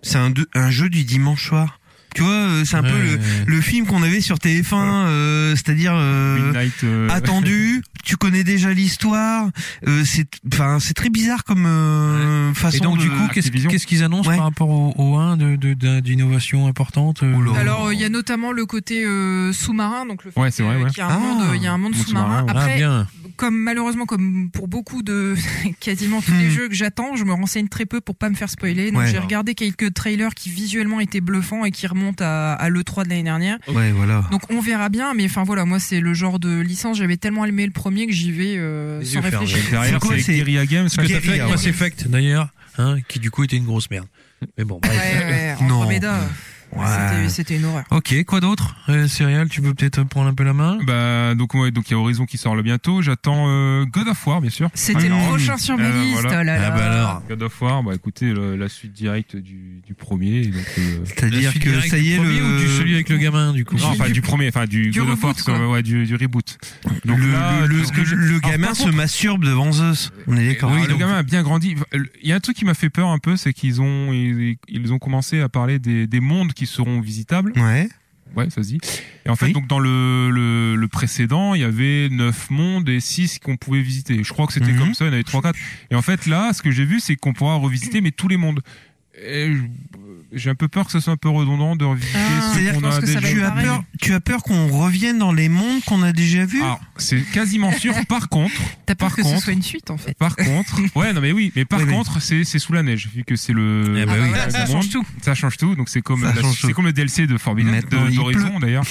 Speaker 1: c'est un de- un jeu du dimanche soir. Tu vois, euh, c'est un peu le le film qu'on avait sur TF1, euh, c'est-à-dire euh,
Speaker 3: Midnight... euh,
Speaker 1: attendu, tu connais déjà l'histoire, euh, c'est enfin c'est très bizarre comme euh, façon
Speaker 2: Et donc
Speaker 1: de-
Speaker 2: du coup, qu'est-ce
Speaker 3: Activision.
Speaker 2: qu'est-ce qu'ils annoncent
Speaker 1: Ouais.
Speaker 2: par rapport au, au 1 de- de- d'un- d'innovation importante euh,
Speaker 1: Oula.
Speaker 4: Alors euh, il y a notamment le côté euh, sous-marin, donc le fait
Speaker 3: Ouais, c'est vrai,
Speaker 4: que-
Speaker 3: ouais.
Speaker 4: Euh, qu'il y a
Speaker 1: Ah.
Speaker 4: un monde, il y a un monde
Speaker 3: Monde
Speaker 4: sous-marin.
Speaker 3: sous-marin,
Speaker 2: Ah,
Speaker 4: Après,
Speaker 2: bien.
Speaker 4: comme malheureusement comme pour beaucoup de quasiment tous
Speaker 1: Hmm.
Speaker 4: les jeux que j'attends, je me renseigne très peu pour pas me faire spoiler. Donc
Speaker 1: Ouais.
Speaker 4: j'ai regardé quelques trailers qui visuellement étaient bluffants et qui remontent à, à l'E3 de l'année dernière.
Speaker 1: Ouais, voilà.
Speaker 4: Donc on verra bien, mais enfin voilà, moi c'est le genre de licence, j'avais tellement aimé le premier que j'y vais euh,
Speaker 2: Les
Speaker 4: sans
Speaker 2: yeux
Speaker 4: réfléchir.
Speaker 2: fermés.
Speaker 1: C'est
Speaker 3: Derrière,
Speaker 1: quoi,
Speaker 3: c'est
Speaker 1: c'est-
Speaker 3: Guerrilla Games,
Speaker 2: Ce que t'as fait
Speaker 1: Guerrilla,
Speaker 2: avec Mass Effect d'ailleurs, hein, qui du coup était une grosse merde. Mais bon, bref.
Speaker 4: Ouais, ouais, en
Speaker 1: Non.
Speaker 4: Andromeda,
Speaker 1: Ouais.
Speaker 4: c'était- c'était une horreur.
Speaker 2: Ok, quoi d'autre euh, Céréal, tu peux peut-être prendre un peu la main
Speaker 3: Bah donc ouais, donc il y a Horizon qui sort là bientôt. J'attends euh, God of War bien sûr.
Speaker 4: C'était
Speaker 3: Ah,
Speaker 4: le
Speaker 3: non.
Speaker 4: prochain sur ma
Speaker 3: Euh,
Speaker 4: liste.
Speaker 3: voilà.
Speaker 4: oh là là.
Speaker 2: Ah bah alors.
Speaker 3: God of War, bah écoutez le- la suite directe du, du premier. Donc, euh,
Speaker 1: C'est-à-dire que ça y est,
Speaker 2: Premier
Speaker 1: le,
Speaker 2: ou du celui avec le gamin du coup
Speaker 3: non, enfin du premier, enfin du,
Speaker 4: Du
Speaker 3: God of War,
Speaker 4: reboot,
Speaker 3: parce que,
Speaker 4: quoi.
Speaker 3: ouais, du, du reboot.
Speaker 1: le,
Speaker 3: Donc là,
Speaker 1: le- le-
Speaker 3: parce que je-
Speaker 1: le
Speaker 3: alors, par
Speaker 1: gamin
Speaker 3: contre-
Speaker 1: se masturbe devant Zeus. On est d'accord.
Speaker 3: Alors,
Speaker 1: Oui,
Speaker 3: Ah, le
Speaker 1: donc-
Speaker 3: gamin a bien grandi. Il y a un truc qui m'a fait peur un peu, c'est qu'ils ont ils, ils ont commencé à parler des, des mondes qui seront visitables.
Speaker 1: Ouais.
Speaker 3: Ouais, ça se dit. Et en fait,
Speaker 1: Oui.
Speaker 3: donc dans le, le le précédent, il y avait neuf mondes et six qu'on pouvait visiter. Je crois que c'était
Speaker 1: Mhm.
Speaker 3: comme ça. Il y en avait trois, quatre. Et en fait, là, ce que j'ai vu, c'est qu'on pourra revisiter mais tous les mondes. Et je- j'ai un peu peur que ce soit un peu redondant de revisiter
Speaker 4: Ah,
Speaker 3: ceux
Speaker 4: c'est-à-dire
Speaker 3: qu'on
Speaker 4: que je
Speaker 3: a
Speaker 4: pense que
Speaker 3: déjà
Speaker 4: ça va être
Speaker 1: Tu as
Speaker 4: pareil.
Speaker 1: peur, tu as peur qu'on revienne dans les mondes qu'on a déjà vus.
Speaker 3: Alors, Ah, c'est quasiment sûr. Par contre,
Speaker 4: T'as peur
Speaker 3: par
Speaker 4: que
Speaker 3: contre-
Speaker 4: ce soit une suite en fait.
Speaker 3: par contre, ouais, non mais oui, mais par
Speaker 1: Oui, oui.
Speaker 3: contre, c'est c'est sous la neige vu que c'est le.
Speaker 2: Eh ben oui.
Speaker 3: le
Speaker 4: ça
Speaker 3: monde.
Speaker 4: change tout.
Speaker 3: Ça change tout. Donc c'est comme
Speaker 1: Ça
Speaker 3: la-
Speaker 1: change
Speaker 3: c'est
Speaker 1: tout.
Speaker 3: comme le DLC de Forbidden
Speaker 1: Maintenant,
Speaker 3: de-
Speaker 1: il
Speaker 3: d'Horizon d'ailleurs.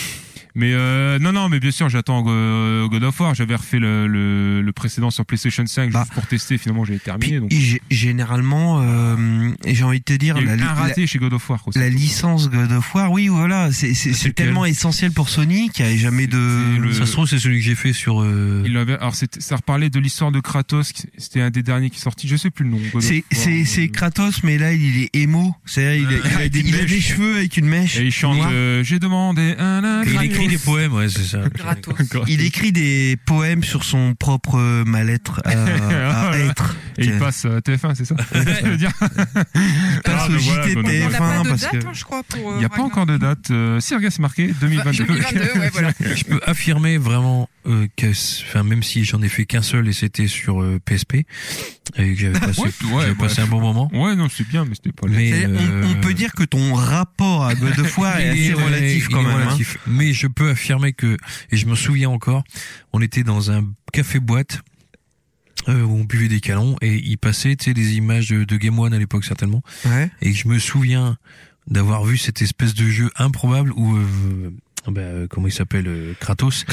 Speaker 3: Mais euh, non non, mais bien sûr, j'attends euh, God of War. J'avais refait le, le, le précédent sur PlayStation 5
Speaker 1: Bah.
Speaker 3: juste pour tester. Finalement, j'ai terminé.
Speaker 1: Puis,
Speaker 3: Donc
Speaker 1: gé- généralement, euh, j'ai envie de te dire
Speaker 3: il y a
Speaker 1: la,
Speaker 3: eu
Speaker 1: la-
Speaker 3: un raté chez God of War. quoi.
Speaker 1: la licence God of War. Oui, voilà, c'est c'est- c'est
Speaker 3: lequel
Speaker 1: tellement essentiel pour Sony qu'il n'y a jamais de.
Speaker 3: Ah, C'est le-
Speaker 2: Ça se trouve, c'est celui que j'ai fait sur. euh,
Speaker 3: Il avait, alors c'était- ça reparlait de l'histoire de Kratos. qui- C'était un des derniers qui est sorti. Je sais plus le nom. God of
Speaker 1: C'est
Speaker 3: War. euh,
Speaker 1: c'est c'est Kratos, mais là il est émo. C'est-à-dire il, a- il a des- il a des cheveux avec une mèche.
Speaker 3: Et il chante.
Speaker 1: noire.
Speaker 3: euh, j'ai demandé. un un-
Speaker 2: Il écrit
Speaker 3: Kratos.
Speaker 2: des poèmes, ouais, c'est ça.
Speaker 4: Gratos.
Speaker 1: Il écrit des poèmes sur son propre euh, mal-être euh, à, à être.
Speaker 3: Et il passe à TF1, c'est ça Je veux dire,
Speaker 1: Il passe
Speaker 3: Ah,
Speaker 1: au
Speaker 3: ben voilà,
Speaker 1: JT
Speaker 3: God of
Speaker 4: On
Speaker 3: War.
Speaker 4: n'a pas
Speaker 1: TF1
Speaker 4: de
Speaker 1: parce
Speaker 4: date,
Speaker 1: que.
Speaker 4: hein, je crois, pour.
Speaker 1: euh,
Speaker 3: Il n'y a pas encore de date. Euh, si, regarde, c'est marqué 2022.
Speaker 4: 2022, ouais, voilà.
Speaker 2: Je peux affirmer vraiment euh, que, c'est- enfin, même si j'en ai fait qu'un seul et c'était sur euh, PSP, et que j'avais passé,
Speaker 3: Ouais, ouais,
Speaker 2: j'avais
Speaker 3: bref.
Speaker 2: passé un bon moment.
Speaker 3: Ouais, non, c'est bien, mais c'était pas
Speaker 2: Mais
Speaker 1: C'est-à-dire, on- on,
Speaker 2: euh,
Speaker 1: peut dire que ton rapport à God of War est
Speaker 2: il
Speaker 1: assez
Speaker 2: ouais,
Speaker 1: relatif
Speaker 2: il
Speaker 1: quand
Speaker 2: est
Speaker 1: même. hein.
Speaker 2: relatif. Mais je peux affirmer que, et je me souviens encore, on était dans un café-boîte euh, où on buvait des canons et il passait tu sais, des images de, de Game One à l'époque certainement.
Speaker 1: Ouais.
Speaker 2: Et je me souviens d'avoir vu cette espèce de jeu improbable où, euh, bah, euh, comment il s'appelle, euh, Kratos,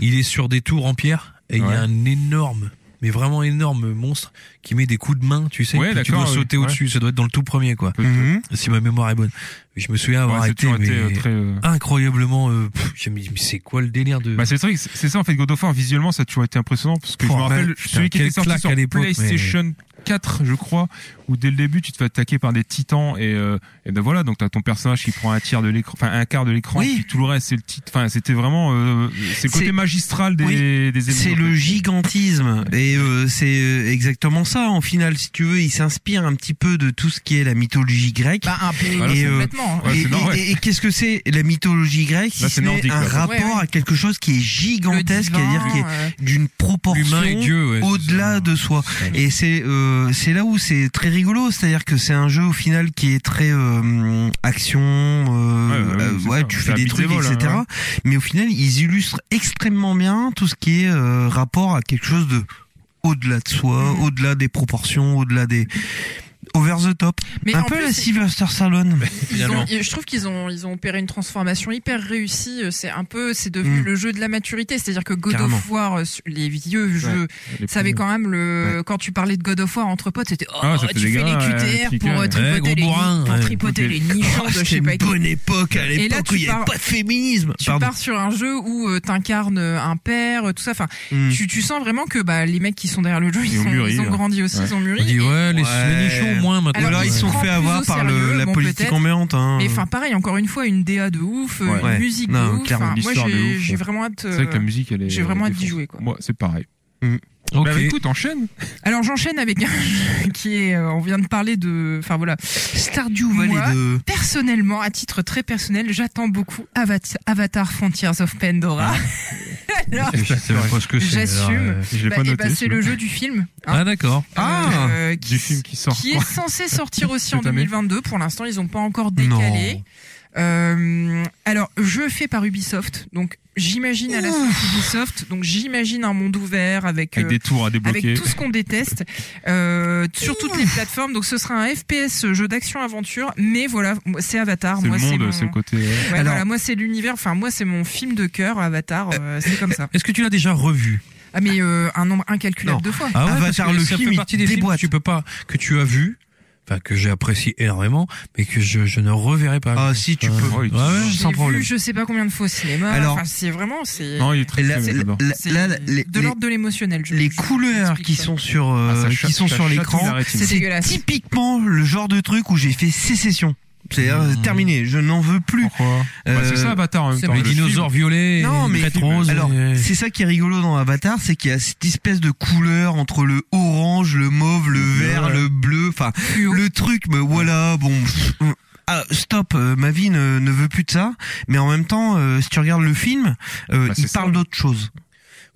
Speaker 2: il est sur des tours en pierre et il y
Speaker 3: Ouais.
Speaker 2: a un énorme mais vraiment énorme monstre qui met des coups de main, tu sais,
Speaker 3: Ouais,
Speaker 2: que tu dois
Speaker 3: d'accord, oui.
Speaker 2: sauter
Speaker 3: Ouais.
Speaker 2: au-dessus. Ça doit être dans le tout premier, quoi.
Speaker 1: Mhm.
Speaker 2: Si ma mémoire est bonne. Je me souviens avoir
Speaker 3: Ouais, c'est
Speaker 2: été,
Speaker 3: toujours été
Speaker 2: mais-
Speaker 3: euh, très. euh,
Speaker 2: incroyablement. Euh, pff, j'ai mis- mais c'est quoi le délire de
Speaker 3: Bah, c'est le truc, c'est c'est ça en fait, God of War, visuellement, ça a toujours été impressionnant parce que je
Speaker 2: Oh,
Speaker 3: me rappelle,
Speaker 2: ouais, putain,
Speaker 3: celui qui
Speaker 2: quelle
Speaker 3: était sorti
Speaker 2: claque
Speaker 3: sur
Speaker 2: à l'époque, mais-
Speaker 3: PlayStation 4, je crois, où dès le début tu te fais attaquer par des titans et, euh, et ben voilà, donc t'as ton personnage qui prend un tiers de l'écran, enfin un quart de l'écran,
Speaker 1: Oui.
Speaker 3: puis tout le reste c'est le titre. Enfin, c'était vraiment euh, c'est le côté
Speaker 1: C'est-
Speaker 3: magistral des
Speaker 1: Oui.
Speaker 3: des
Speaker 1: C'est
Speaker 3: éléments.
Speaker 1: le gigantisme et euh, c'est euh, exactement ça. En final, si tu veux, il s'inspire un petit peu de tout ce qui est la mythologie grecque.
Speaker 4: Bah, un peu
Speaker 1: Voilà, Ah, c'est-
Speaker 4: complètement. hein.
Speaker 3: ouais,
Speaker 1: et
Speaker 3: c'est nor-
Speaker 1: et-
Speaker 3: ouais.
Speaker 1: et- et qu'est-ce que c'est la mythologie grecque si
Speaker 3: Là,
Speaker 1: ce
Speaker 3: c'est
Speaker 1: n'est
Speaker 3: nordique,
Speaker 1: un
Speaker 3: là.
Speaker 1: rapport
Speaker 4: Ouais, ouais.
Speaker 1: à quelque chose qui est gigantesque, c'est-à-dire qui est
Speaker 4: euh,
Speaker 1: d'une proportion
Speaker 2: L'humain et Dieu, ouais, c'est
Speaker 1: au-delà
Speaker 2: ça.
Speaker 1: de soi.
Speaker 2: Ouais.
Speaker 1: Et c'est euh, c'est là où c'est très rigolo, c'est-à-dire que c'est un jeu au final qui est très euh, action, euh,
Speaker 3: Ouais, ouais,
Speaker 1: euh,
Speaker 3: c'est
Speaker 1: ouais,
Speaker 3: ça.
Speaker 1: tu
Speaker 3: C'est
Speaker 1: fais des
Speaker 3: habité
Speaker 1: trucs,
Speaker 3: vol, hein,
Speaker 1: etc.
Speaker 3: ouais.
Speaker 1: Mais au final, ils illustrent extrêmement bien tout ce qui est euh, rapport à quelque chose de au-delà de soi,
Speaker 4: Mhm.
Speaker 1: au-delà des proportions, au-delà des over the top,
Speaker 4: Mais
Speaker 1: un
Speaker 4: en
Speaker 1: peu
Speaker 4: plus,
Speaker 1: la Sylvester Stallone.
Speaker 4: Ils
Speaker 2: Finalement.
Speaker 4: ont- ils- je trouve qu'ils ont, ils ont opéré une transformation hyper réussie. Euh, C'est un peu, c'est devenu
Speaker 1: Mm.
Speaker 4: le jeu de la maturité. C'est-à-dire que God
Speaker 1: Carrément.
Speaker 4: of War, euh, sur les vieux jeux,
Speaker 3: Les
Speaker 4: ça avait
Speaker 3: premiers.
Speaker 4: quand même le, quand tu parlais de God of War entre potes, c'était, oh,
Speaker 3: Ah, ça fait
Speaker 4: tu
Speaker 3: des
Speaker 4: fais
Speaker 3: gars,
Speaker 4: les
Speaker 3: ouais,
Speaker 4: QTR
Speaker 3: qui
Speaker 4: pour euh,
Speaker 3: gueulent.
Speaker 4: tripoter,
Speaker 2: Ouais, gros
Speaker 4: les, ni-
Speaker 2: bourrin,
Speaker 4: pour
Speaker 2: ouais.
Speaker 4: tripoter
Speaker 3: Ok.
Speaker 4: les nichons
Speaker 1: Oh,
Speaker 4: de je
Speaker 1: c'était
Speaker 4: sais pas
Speaker 1: une
Speaker 4: qui.
Speaker 1: bonne époque, à
Speaker 4: là,
Speaker 1: l'époque
Speaker 4: tu
Speaker 1: où il n'y avait
Speaker 4: pars-
Speaker 1: pas de féminisme.
Speaker 4: Tu
Speaker 1: Pardon.
Speaker 4: pars sur un jeu où euh, t'incarnes un père, euh, tout ça. Enfin,
Speaker 1: Hmm.
Speaker 4: tu, tu sens vraiment que bah, les mecs qui sont derrière le jeu, ils,
Speaker 3: Ils ont
Speaker 4: sont,
Speaker 3: mûri,
Speaker 4: ils ont
Speaker 3: ouais.
Speaker 4: grandi aussi,
Speaker 3: Ouais.
Speaker 4: ils ont mûri.
Speaker 2: On dit, ouais, les,
Speaker 1: Ouais.
Speaker 2: les nichons, moins maintenant.
Speaker 1: Ou alors
Speaker 4: Alors,
Speaker 1: ils
Speaker 4: on
Speaker 1: se sont
Speaker 4: prend
Speaker 1: fait
Speaker 4: plus
Speaker 1: avoir
Speaker 4: au
Speaker 1: par le-
Speaker 4: sérieux,
Speaker 1: la
Speaker 4: bon,
Speaker 1: politique
Speaker 4: peut-être.
Speaker 1: ambiante. Hein.
Speaker 4: Mais enfin, pareil, encore une fois, une DA de ouf, euh,
Speaker 3: Ouais.
Speaker 4: une
Speaker 1: Ouais.
Speaker 4: musique
Speaker 1: Non,
Speaker 4: de ouf.
Speaker 1: clairement,
Speaker 4: Enfin,
Speaker 3: une
Speaker 4: moi,
Speaker 3: histoire de
Speaker 4: j'ai
Speaker 3: ouf,
Speaker 4: j'ai
Speaker 3: ouais.
Speaker 4: vraiment hâte.
Speaker 3: C'est vrai que la
Speaker 4: euh,
Speaker 3: musique elle est
Speaker 4: J'ai vraiment
Speaker 3: elle
Speaker 4: hâte d'y
Speaker 3: défonce.
Speaker 4: jouer, quoi.
Speaker 3: Moi, c'est pareil.
Speaker 4: Mm.
Speaker 2: Ok.
Speaker 3: Bah, écoute, enchaîne.
Speaker 4: Alors j'enchaîne avec un jeu qui est, euh, on vient de parler de, enfin voilà,
Speaker 1: Stardew Valley
Speaker 4: Moi,
Speaker 1: 2.
Speaker 4: personnellement, à titre très personnel, j'attends beaucoup Avat- Avatar Frontiers of
Speaker 3: Ah.
Speaker 4: Pandora. Alors,
Speaker 2: Je sais même pas ce que c'est.
Speaker 4: J'assume.
Speaker 2: alors, euh,
Speaker 3: Je l'ai
Speaker 4: bah,
Speaker 3: pas
Speaker 4: eh
Speaker 3: noté.
Speaker 4: ben, c'est
Speaker 3: celui-là.
Speaker 4: le jeu du film. hein,
Speaker 2: Ah, d'accord.
Speaker 1: Ah,
Speaker 4: euh, qui,
Speaker 3: du film qui sort.
Speaker 4: qui est censé sortir aussi en
Speaker 3: Cette année.
Speaker 4: 2022. Pour l'instant, ils n'ont pas encore
Speaker 1: Non.
Speaker 4: décalé. Euh, alors, jeu fait par Ubisoft, donc j'imagine à la sortie Ubisoft, donc j'imagine un monde ouvert avec,
Speaker 3: Avec
Speaker 4: euh,
Speaker 3: des tours à
Speaker 4: avec
Speaker 3: débloquer.
Speaker 4: tout ce qu'on déteste euh, sur toutes les plateformes. Donc ce sera un FPS euh, jeu d'action aventure, mais voilà, moi, c'est Avatar.
Speaker 3: C'est le
Speaker 4: Moi c'est mon...
Speaker 3: monde, c'est le côté. euh, ouais.
Speaker 4: Ouais,
Speaker 1: Alors-
Speaker 4: voilà, moi c'est l'univers. Enfin moi c'est mon film de cœur Avatar. euh, c'est comme ça.
Speaker 2: Est-ce que tu l'as déjà revu
Speaker 4: Ah mais euh, un nombre incalculable
Speaker 1: Non.
Speaker 4: de fois.
Speaker 2: Ah
Speaker 1: Avatar,
Speaker 2: parce que
Speaker 1: le
Speaker 2: ça
Speaker 1: film,
Speaker 2: fait
Speaker 1: il
Speaker 2: partie des films que
Speaker 1: déboîte.
Speaker 2: tu peux pas, que tu as vu, enfin que j'ai apprécié énormément, mais que je, je ne reverrai pas.
Speaker 1: Ah, si, tu
Speaker 2: Ouais,
Speaker 1: peux.
Speaker 2: ouais,
Speaker 3: Ouais,
Speaker 2: ouais.
Speaker 4: Euh, J'ai
Speaker 1: sans
Speaker 4: vu
Speaker 1: problème.
Speaker 4: je sais pas combien de fois au cinéma.
Speaker 1: Alors-
Speaker 4: Enfin, c'est vraiment c'est
Speaker 3: Non, il est très
Speaker 1: Et Là,
Speaker 3: très bien,
Speaker 1: là,
Speaker 3: j'adore.
Speaker 4: c'est
Speaker 1: là, là, les,
Speaker 4: de l'ordre de l'émotionnel. je-
Speaker 1: les- les
Speaker 4: je-
Speaker 1: couleurs
Speaker 4: j'explique
Speaker 1: qui
Speaker 4: pas.
Speaker 1: sont sur, euh,
Speaker 3: Ah, ça
Speaker 1: qui
Speaker 3: chatte-
Speaker 1: sont
Speaker 3: ça
Speaker 1: sur
Speaker 3: chatouille la
Speaker 1: l'écran,
Speaker 3: rétine.
Speaker 4: C'est
Speaker 1: c'est
Speaker 4: dégueulasse.
Speaker 1: typiquement le genre de truc où j'ai fait sécession. C'est euh,
Speaker 2: Mmh.
Speaker 1: terminé, je n'en veux plus.
Speaker 3: Pourquoi Bah,
Speaker 1: Euh,
Speaker 3: C'est ça, Avatar en même
Speaker 4: c'est
Speaker 3: temps.
Speaker 2: Les
Speaker 3: le film. Mmh.
Speaker 2: dinosaures violets,
Speaker 1: Non, mais-
Speaker 2: très roses.
Speaker 1: Alors,
Speaker 2: mais-
Speaker 1: C'est ça qui est rigolo dans Avatar, c'est qu'il y a cette espèce de couleur entre le orange, le mauve, le vert,
Speaker 2: ouais.
Speaker 1: le bleu, enfin le truc. Mais voilà, bon. pff, ah, stop, euh, ma vie ne, ne veut plus de ça. Mais en même temps, euh, si tu regardes le film, euh,
Speaker 3: Bah, c'est
Speaker 1: il
Speaker 3: ça.
Speaker 1: parle d'autre chose.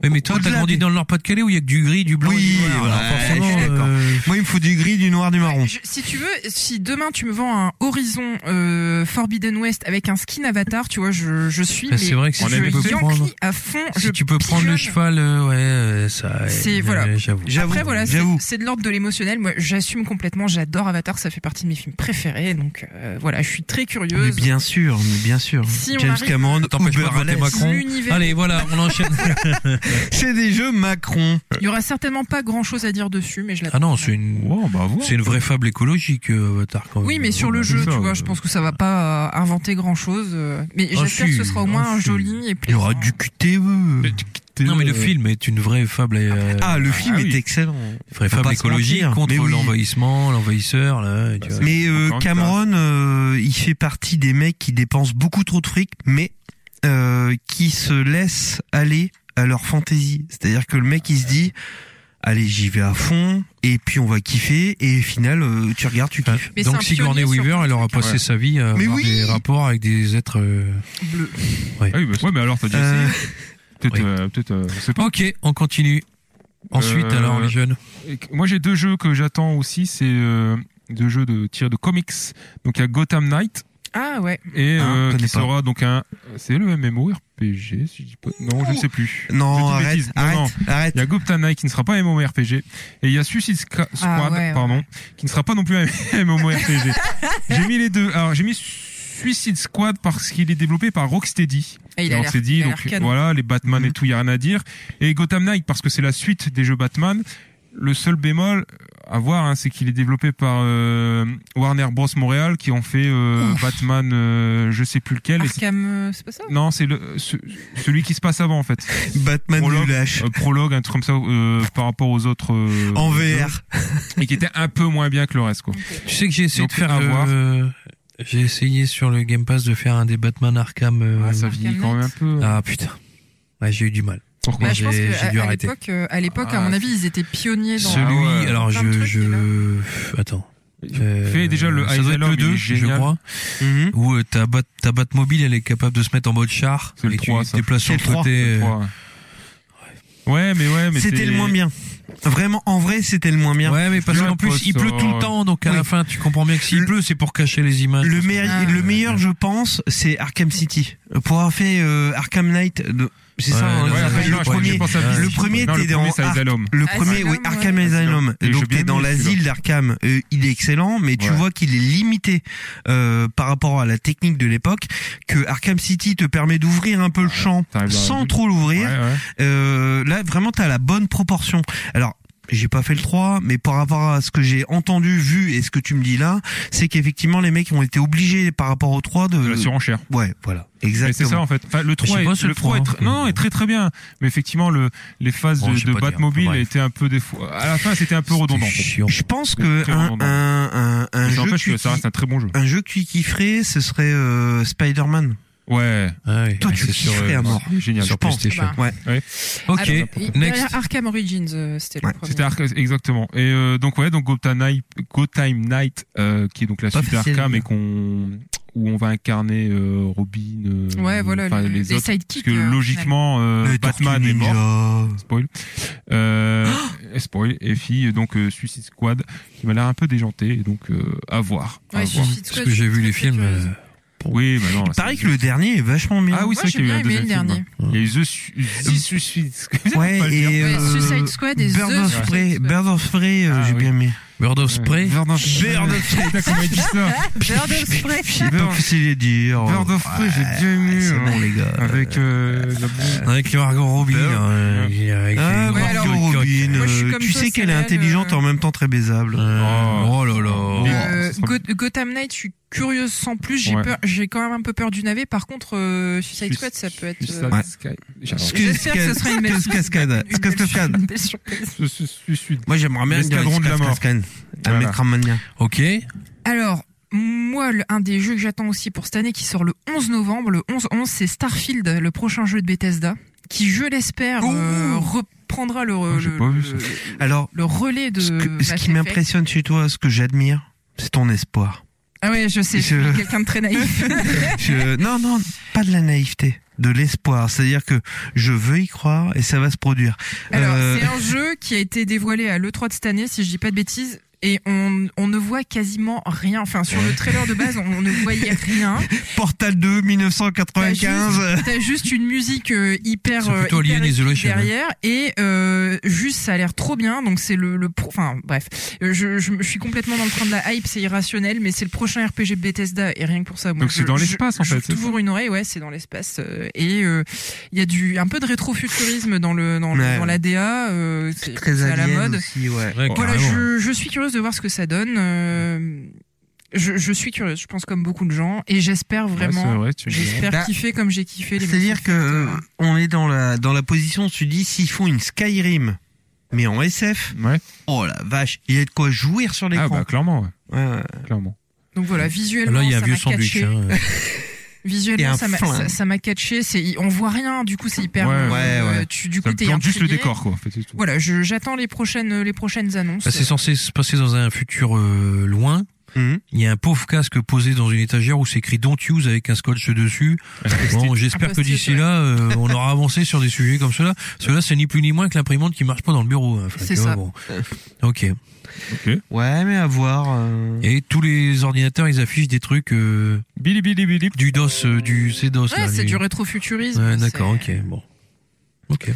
Speaker 2: Oui, mais toi, t'as
Speaker 1: au-delà
Speaker 2: grandi
Speaker 1: des-
Speaker 2: dans le Nord-Pas-de-Calais où il y a que du gris, du blanc.
Speaker 1: Oui,
Speaker 2: et du noir.
Speaker 1: voilà,
Speaker 2: Alors,
Speaker 1: ouais,
Speaker 2: forcément,
Speaker 1: je suis d'accord.
Speaker 2: euh,
Speaker 1: Moi, il me faut du gris, du noir, du marron.
Speaker 4: Ah, Je- si tu veux, si demain tu me vends un Horizon euh, Forbidden West avec un skin Avatar, tu vois, je, je suis.
Speaker 2: Bah, c'est
Speaker 4: mais
Speaker 2: vrai que si
Speaker 4: je
Speaker 3: on
Speaker 2: tu peux
Speaker 4: yankee
Speaker 2: prendre,
Speaker 4: à fond. je
Speaker 2: hein. si tu peux prendre le
Speaker 4: pigeonne.
Speaker 2: cheval, euh, ouais, euh, ça.
Speaker 4: C'est-
Speaker 2: euh,
Speaker 4: voilà.
Speaker 2: J'avoue.
Speaker 1: J'avoue,
Speaker 4: Après voilà, c'est
Speaker 1: j'avoue.
Speaker 4: c'est de l'ordre de l'émotionnel. Moi, j'assume complètement. J'adore Avatar. Ça fait partie de mes films préférés. Donc euh, voilà, je suis très
Speaker 1: Mais
Speaker 4: curieuse.
Speaker 1: bien sûr, mais bien sûr.
Speaker 4: Si on
Speaker 1: James
Speaker 4: arrive-
Speaker 1: Cameron,
Speaker 2: Ça t'empêche
Speaker 1: Uber
Speaker 2: pas de voter
Speaker 1: Alex.
Speaker 2: Macron.
Speaker 4: L'univers.
Speaker 2: Allez, voilà, on enchaîne.
Speaker 1: C'est des jeux Macron.
Speaker 4: Il y aura certainement pas grand chose à dire dessus, mais je
Speaker 2: Ah
Speaker 4: l'attends.
Speaker 2: non, c'est une,
Speaker 3: Wow, bravo.
Speaker 2: c'est une vraie fable écologique, euh, Avatar, quand même.
Speaker 4: Oui, mais sur le
Speaker 2: Euh,
Speaker 4: jeu,
Speaker 3: ça,
Speaker 4: tu vois,
Speaker 3: euh,
Speaker 4: je pense que ça va pas euh, inventer grand chose. Mais
Speaker 2: Ah,
Speaker 4: j'espère que ce
Speaker 2: si,
Speaker 4: sera au moins
Speaker 2: ah,
Speaker 4: un
Speaker 2: si.
Speaker 4: joli et
Speaker 1: Il y
Speaker 4: plaisant.
Speaker 1: aura du QTE.
Speaker 2: Non, mais le film est une vraie fable, euh,
Speaker 1: Ah, le film
Speaker 3: Ah
Speaker 1: est
Speaker 3: oui.
Speaker 1: excellent.
Speaker 2: vraie
Speaker 1: faut
Speaker 2: fable
Speaker 1: pas se
Speaker 2: écologique
Speaker 1: mentir,
Speaker 2: contre
Speaker 1: mais oui.
Speaker 2: l'envahissement, l'envahisseur, là, tu
Speaker 3: Bah,
Speaker 2: vois.
Speaker 3: c'est-
Speaker 1: Mais euh,
Speaker 3: Encore une
Speaker 1: Cameron, euh, il fait partie des mecs qui dépensent beaucoup trop de fric, mais euh, qui se laissent aller à leur fantaisie. C'est-à-dire que le mec, il se dit, allez, j'y vais à fond, et puis on va kiffer, et au final, euh, tu regardes, tu
Speaker 2: Enfin,
Speaker 1: kiffes.
Speaker 4: Mais
Speaker 2: donc
Speaker 4: c'est un
Speaker 2: Sigourney
Speaker 4: pionnier sur
Speaker 2: Weaver,
Speaker 4: plein de
Speaker 2: elle aura
Speaker 4: trucs, hein.
Speaker 2: passé sa vie à
Speaker 1: Mais
Speaker 2: avoir
Speaker 1: oui.
Speaker 2: des rapports avec des êtres. euh,
Speaker 4: bleu.
Speaker 3: Ah oui, bah, ouais, mais alors t'as dû
Speaker 1: Euh,
Speaker 3: essayer. Peut-être,
Speaker 2: oui.
Speaker 3: euh, peut-être. euh, je sais pas.
Speaker 2: Ok, on continue. Ensuite,
Speaker 3: Euh,
Speaker 2: alors les jeunes.
Speaker 3: Et que- Moi, j'ai deux jeux que j'attends aussi. C'est euh, deux jeux de tir de comics. Donc il y a Gotham Knight
Speaker 4: Ah ouais.
Speaker 3: et
Speaker 1: Ah,
Speaker 3: euh,
Speaker 1: je connais
Speaker 3: qui
Speaker 1: pas.
Speaker 3: sera donc un. C'est le MMORPG, si je dis pas. Non, je ne sais plus.
Speaker 1: non,
Speaker 3: Je dis
Speaker 1: arrête,
Speaker 3: bêtise. Non,
Speaker 1: arrête,
Speaker 3: non.
Speaker 1: arrête.
Speaker 3: Il y a Gotham Knight qui ne sera pas MMORPG et il y a Suicide Squa-
Speaker 4: Ah,
Speaker 3: Squad
Speaker 4: ouais, ouais.
Speaker 3: pardon, qui ne sera pas non plus un MMORPG. j'ai mis les deux. Alors j'ai mis Suicide Squad parce qu'il est développé par Rocksteady.
Speaker 4: Et il
Speaker 3: Et
Speaker 4: a
Speaker 3: on
Speaker 4: l'air.
Speaker 3: s'est dit
Speaker 4: il a
Speaker 3: donc
Speaker 4: l'air canon.
Speaker 3: voilà les Batman
Speaker 1: Mhm.
Speaker 3: et tout, il y a rien à dire. Et Gotham Knight parce que c'est la suite des jeux Batman. Le seul bémol, à voir, hein, c'est qu'il est développé par euh, Warner Bros Montréal qui ont fait euh, Batman, euh, je sais plus lequel. et c'est-
Speaker 4: Arkham, euh, c'est pas ça
Speaker 3: non, c'est le ce- celui qui se passe avant en fait.
Speaker 1: Batman
Speaker 3: Prologue.
Speaker 1: du lâche.
Speaker 3: Euh, prologue, un truc comme ça euh, par rapport aux autres euh,
Speaker 1: En
Speaker 3: jeux,
Speaker 1: VR.
Speaker 3: et qui était un peu moins bien que le reste quoi.
Speaker 2: Tu sais que j'ai essayé
Speaker 3: Donc,
Speaker 2: de faire
Speaker 3: à voir.
Speaker 2: euh, J'ai essayé sur le Game Pass de faire un des Batman Arkham. euh,
Speaker 3: Ah, ça vieillit quand même un peu.
Speaker 2: ah, putain. Ouais, j'ai eu du mal.
Speaker 3: Pourquoi
Speaker 4: Bah, je pense
Speaker 2: j'ai-
Speaker 4: que
Speaker 2: j'ai
Speaker 4: à-
Speaker 2: dû
Speaker 4: à
Speaker 2: arrêter.
Speaker 4: l'époque, euh, à l'époque, à
Speaker 3: Ah,
Speaker 4: mon
Speaker 3: c'est-
Speaker 4: avis, ils étaient pionniers dans.
Speaker 2: Celui,
Speaker 3: Ah ouais.
Speaker 2: alors
Speaker 4: Plein de
Speaker 2: je,
Speaker 4: trucs, il a.
Speaker 2: je, attends. Euh,
Speaker 3: Fais déjà le
Speaker 2: ça doit être
Speaker 3: Isle of
Speaker 2: le
Speaker 3: Man, il est
Speaker 2: 2, je
Speaker 3: génial.
Speaker 2: crois.
Speaker 1: Mhm.
Speaker 2: Où euh, ta, bat, ta Batmobile, elle est capable de se mettre en mode char.
Speaker 3: C'est le
Speaker 2: et tu
Speaker 3: 3,
Speaker 2: te
Speaker 3: ça.
Speaker 2: déplaces
Speaker 1: C'est
Speaker 2: sur
Speaker 1: le
Speaker 2: le côté. euh,
Speaker 3: Ouais. Ouais, mais ouais, mais
Speaker 1: C'était
Speaker 3: c'est-
Speaker 1: le moins bien. Vraiment, en vrai, c'était le moins bien.
Speaker 2: Ouais, mais parce
Speaker 3: Bien,
Speaker 2: qu'en plus,
Speaker 3: poste,
Speaker 2: il pleut
Speaker 3: ça,
Speaker 2: tout le
Speaker 3: ouais.
Speaker 2: temps, donc à
Speaker 1: Oui.
Speaker 2: la fin, tu comprends bien que s'il
Speaker 1: Le-
Speaker 2: pleut, c'est pour cacher les images.
Speaker 1: Le, meilleur-
Speaker 4: Ah.
Speaker 1: le meilleur, je pense, c'est Arkham City. Pour avoir fait euh, Arkham Knight, de- c'est ça,
Speaker 2: Ouais,
Speaker 1: hein,
Speaker 2: ouais,
Speaker 1: ça
Speaker 3: Ouais,
Speaker 1: s'appelle
Speaker 3: après,
Speaker 1: le
Speaker 3: non, je crois que je
Speaker 1: premier.
Speaker 3: pense à
Speaker 2: le
Speaker 3: Visage.
Speaker 1: premier,
Speaker 3: Non,
Speaker 1: t'es dans
Speaker 3: c'est
Speaker 1: Arc-
Speaker 3: Isle of Man.
Speaker 1: Le
Speaker 4: Ah,
Speaker 1: premier,
Speaker 4: Asylum,
Speaker 1: oui,
Speaker 4: ouais.
Speaker 1: Arkham
Speaker 3: Asylum.
Speaker 1: Asylum.
Speaker 3: Et
Speaker 1: Et
Speaker 3: j'ai
Speaker 1: donc
Speaker 3: bien
Speaker 1: t'es dans
Speaker 3: aimé
Speaker 1: l'asile
Speaker 3: celui-là.
Speaker 1: d'Arkham. Euh, il est excellent, mais tu
Speaker 3: Ouais.
Speaker 1: vois qu'il est limité euh, par rapport à la technique de l'époque. Que Arkham City te permet d'ouvrir un peu le champ
Speaker 3: t'arrives dans la
Speaker 1: sans
Speaker 3: ville.
Speaker 1: trop
Speaker 3: Ouais,
Speaker 1: l'ouvrir.
Speaker 3: ouais.
Speaker 1: Euh, là, vraiment, t'as la bonne proportion. Alors. J'ai pas fait le 3, mais par rapport à ce que j'ai entendu, vu et ce que tu me dis là, c'est qu'effectivement les mecs ont été obligés par rapport au 3 de...
Speaker 3: De la surenchère.
Speaker 1: Ouais, voilà.
Speaker 3: Mais c'est
Speaker 1: Exactement.
Speaker 3: ça en fait. Enfin, le 3
Speaker 2: sais
Speaker 3: est,
Speaker 2: pas si
Speaker 3: le
Speaker 2: le 3,
Speaker 3: 3 est tr-
Speaker 2: hein.
Speaker 3: non, non, est très très bien. Mais effectivement, le, les phases
Speaker 2: Bon,
Speaker 3: de,
Speaker 2: je sais
Speaker 3: de
Speaker 2: pas dire.
Speaker 3: Batmobile
Speaker 2: Bref.
Speaker 3: étaient un peu des fois. À la fin, c'était un peu redondant.
Speaker 2: C'était chiant.
Speaker 1: Je pense
Speaker 3: C'est
Speaker 1: que
Speaker 3: très
Speaker 1: un,
Speaker 3: redondant.
Speaker 1: un, un, un
Speaker 3: Mais
Speaker 1: jeu
Speaker 3: n'empêche que
Speaker 1: qui-
Speaker 3: ça reste un très bon jeu.
Speaker 1: un jeu que tu kifferais, ce serait euh, Spider-Man.
Speaker 3: Ouais.
Speaker 2: Ah oui,
Speaker 1: Toi, tu
Speaker 2: c'est sur, euh,
Speaker 1: kifferais à mort.
Speaker 3: Génial.
Speaker 2: sur
Speaker 1: je pense.
Speaker 2: PlayStation.
Speaker 4: Bah,
Speaker 2: Ok,
Speaker 4: alors, il-
Speaker 2: next.
Speaker 4: derrière Arkham Origins, euh, c'était le
Speaker 1: Ouais,
Speaker 4: premier.
Speaker 3: C'était Arc- exactement. Et euh, donc ouais, donc Gotham Knight, Gotham Knight euh, qui est donc la
Speaker 1: Pas
Speaker 3: suite
Speaker 1: facile.
Speaker 3: d'Arkham et qu'on où on va incarner euh, Robin, euh,
Speaker 4: Ouais, voilà,
Speaker 3: enfin,
Speaker 4: le-
Speaker 3: les
Speaker 4: les
Speaker 3: autres, parce
Speaker 4: sidekicks.
Speaker 3: que
Speaker 4: euh,
Speaker 3: logiquement euh,
Speaker 1: Le
Speaker 3: Batman
Speaker 1: Tortue
Speaker 3: est mort.
Speaker 1: Ninja.
Speaker 3: Spoil. Euh, spoil. Et fille donc euh, Suicide Squad qui m'a l'air un peu déjanté et donc euh, à voir. à
Speaker 4: Ouais, Suicide
Speaker 3: voir.
Speaker 4: Squad,
Speaker 2: parce que j'ai vu
Speaker 4: très,
Speaker 2: les
Speaker 4: très
Speaker 2: films.
Speaker 4: curieuse.
Speaker 2: euh,
Speaker 3: Oui, bah non.
Speaker 1: Il
Speaker 3: là,
Speaker 1: paraît
Speaker 3: c'est-
Speaker 1: que le dernier est vachement Euh, bien.
Speaker 3: Ah oui,
Speaker 4: Moi,
Speaker 3: c'est vrai
Speaker 4: j'ai
Speaker 3: qu'il y a eu
Speaker 4: bien
Speaker 3: un
Speaker 4: aimé
Speaker 3: deuxième
Speaker 4: le
Speaker 3: film.
Speaker 4: dernier.
Speaker 3: Il y a eu The, Su- The Suicide Squad.
Speaker 1: Ouais,
Speaker 3: Pas le
Speaker 1: et
Speaker 3: dire.
Speaker 4: Ouais,
Speaker 1: euh,
Speaker 4: Suicide Squad et
Speaker 1: Bird
Speaker 4: The
Speaker 1: of
Speaker 4: Suicide
Speaker 1: Prey,
Speaker 4: Squad.
Speaker 1: Bird of Prey, euh,
Speaker 3: Ah
Speaker 1: j'ai
Speaker 3: oui.
Speaker 1: bien aimé. Euh,
Speaker 2: Bird of Prey.
Speaker 3: Bird
Speaker 1: Bird
Speaker 3: of
Speaker 1: of Prey. Ah,
Speaker 3: Putain, comment il dit ça
Speaker 4: Bird of Prey.
Speaker 1: Je sais pas facile à dire.
Speaker 3: Bird of Prey, j'ai bien
Speaker 1: Ouais,
Speaker 3: aimé.
Speaker 1: C'est
Speaker 3: hein.
Speaker 1: bon les gars.
Speaker 3: Avec euh, la
Speaker 2: Avec Margot Robbie.
Speaker 1: Bird.
Speaker 2: hein, euh, avec
Speaker 1: Ah,
Speaker 2: les
Speaker 1: Margot
Speaker 2: grandes
Speaker 4: alors,
Speaker 2: coques.
Speaker 1: Robin,
Speaker 4: Moi, je suis
Speaker 1: euh,
Speaker 4: comme
Speaker 1: tu
Speaker 4: toi,
Speaker 1: sais qu'elle est
Speaker 4: Samuel,
Speaker 1: intelligente
Speaker 4: euh,
Speaker 1: en même temps très baisable.
Speaker 2: Euh, oh là là.
Speaker 4: Euh,
Speaker 3: ça sera-
Speaker 4: Go- Gotham Knight, je suis curieuse sans plus. J'ai
Speaker 3: Ouais.
Speaker 4: peur, j'ai quand même un peu peur du navet. Par contre, euh, Suicide Squad, ça peut être. euh,
Speaker 1: Ouais.
Speaker 3: Suicide
Speaker 1: Excuse-
Speaker 4: J'espère que ce sera une belle
Speaker 1: excuse- cascade.
Speaker 4: une belle-
Speaker 1: Excuse- cascade.
Speaker 4: une belle surprise.
Speaker 3: Suicide.
Speaker 1: Moi j'aimerais bien
Speaker 3: L'escadron de la mort. Voilà.
Speaker 1: Mecramania.
Speaker 2: Ok.
Speaker 4: Alors, moi, le- un des jeux que j'attends aussi pour cette année qui sort le 11 novembre, le 11-11, c'est Starfield, le prochain jeu de Bethesda, qui, je l'espère,
Speaker 1: Oh.
Speaker 4: euh, reprendra le,
Speaker 3: Ah, j'ai
Speaker 4: le-
Speaker 3: pas vu
Speaker 4: le-
Speaker 1: Alors
Speaker 4: le relais de.
Speaker 1: ce que- ce
Speaker 4: Mass
Speaker 1: qui
Speaker 4: Effect.
Speaker 1: m'impressionne chez toi, ce que j'admire, c'est ton espoir.
Speaker 4: Ah ouais, je sais, je
Speaker 1: Je-
Speaker 4: suis quelqu'un de très naïf.
Speaker 1: Je- Non, non, pas de la naïveté, de l'espoir. C'est-à-dire que je veux y croire et ça va se produire.
Speaker 4: Alors,
Speaker 1: Euh,
Speaker 4: c'est un jeu qui a été dévoilé à l'E3 de cette année, si je dis pas de bêtises. Et on, on ne voit quasiment rien. Enfin, sur le trailer de base, on ne voyait rien.
Speaker 1: Portal 2,
Speaker 4: T'as
Speaker 1: 1995.
Speaker 4: juste- T'as juste une musique euh, hyper,
Speaker 2: C'est
Speaker 4: euh,
Speaker 2: plutôt
Speaker 4: hyper
Speaker 2: Alien
Speaker 4: épique
Speaker 2: Isolation, hein.
Speaker 4: derrière et euh, juste ça a l'air trop bien. Donc c'est le, le pro- enfin bref, Euh, je, je, me- je suis complètement dans le train de la hype, c'est irrationnel, mais c'est le prochain RPG Bethesda et rien que pour ça. moi,
Speaker 3: Donc c'est
Speaker 4: je-
Speaker 3: dans
Speaker 4: je-
Speaker 3: l'espace, en
Speaker 4: je
Speaker 3: fait,
Speaker 4: ouvre
Speaker 3: c'est
Speaker 4: Toujours une oreille, ouais, c'est dans l'espace euh, et euh, il y a du un peu de rétrofuturisme dans le dans, le-
Speaker 1: Ouais.
Speaker 4: dans la DA, euh, c'est
Speaker 1: Très
Speaker 4: c'est à la
Speaker 1: alien
Speaker 4: mode.
Speaker 1: aussi, ouais.
Speaker 2: Ouais,
Speaker 4: Voilà,
Speaker 2: carrément.
Speaker 4: Euh, je, je suis curieuse de voir ce que ça donne. euh, je, je suis curieuse, je pense comme beaucoup de gens, et j'espère vraiment
Speaker 3: Ouais, c'est vrai, tu me diras.
Speaker 4: J'espère
Speaker 1: Bah,
Speaker 4: kiffer comme j'ai kiffé les
Speaker 1: C'est-à-dire
Speaker 4: Mass
Speaker 1: que euh,
Speaker 4: Effect,
Speaker 1: on est dans la dans la position, tu dis s'ils font une Skyrim mais en SF,
Speaker 3: Ouais.
Speaker 1: oh la vache, il y a de quoi jouir sur
Speaker 3: Ah
Speaker 1: l'écran.
Speaker 3: bah clairement, ouais.
Speaker 1: Ouais, ouais.
Speaker 3: clairement.
Speaker 4: euh. Donc voilà, visuellement,
Speaker 2: Là, il y a un
Speaker 4: ça
Speaker 2: vieux
Speaker 4: m'a
Speaker 2: sandwich.
Speaker 4: catché.
Speaker 2: hein.
Speaker 1: Et
Speaker 4: Visuellement,
Speaker 1: un
Speaker 4: ça m'a-
Speaker 1: flingue.
Speaker 4: ça ça m'a catché. C'est, on voit rien, du coup, c'est hyper.
Speaker 3: Ouais,
Speaker 4: euh,
Speaker 1: ouais, ouais.
Speaker 4: Tu, du
Speaker 3: Ça
Speaker 4: coup,
Speaker 3: me
Speaker 4: t'es
Speaker 3: plante juste le
Speaker 4: intrigué.
Speaker 3: décor, quoi. en fait, c'est tout.
Speaker 4: Voilà, je- j'attends les prochaines, les prochaines annonces.
Speaker 2: Bah, C'est censé se passer dans un futur euh, loin.
Speaker 1: Mhm.
Speaker 2: Il y a un pauvre casque posé dans une étagère où c'est écrit Don't use avec un scotch dessus. Bon, j'espère que
Speaker 4: post-it,
Speaker 2: d'ici
Speaker 4: ouais.
Speaker 2: là, euh, on aura avancé sur des sujets comme cela. Cela, c'est ni plus ni moins que l'imprimante qui marche pas dans le bureau. hein. Enfin,
Speaker 4: C'est
Speaker 2: tu vois,
Speaker 4: ça.
Speaker 2: bon. Ok.
Speaker 1: Ouais, mais à voir. euh.
Speaker 2: Et tous les ordinateurs, ils affichent des trucs euh,
Speaker 3: Billy, Billy, Billy.
Speaker 2: du DOS, euh, du CDOS.
Speaker 4: Ouais,
Speaker 2: là,
Speaker 4: c'est
Speaker 2: les-
Speaker 4: du rétrofuturisme.
Speaker 2: Ouais, d'accord,
Speaker 4: c'est-
Speaker 2: ok, bon. Ok.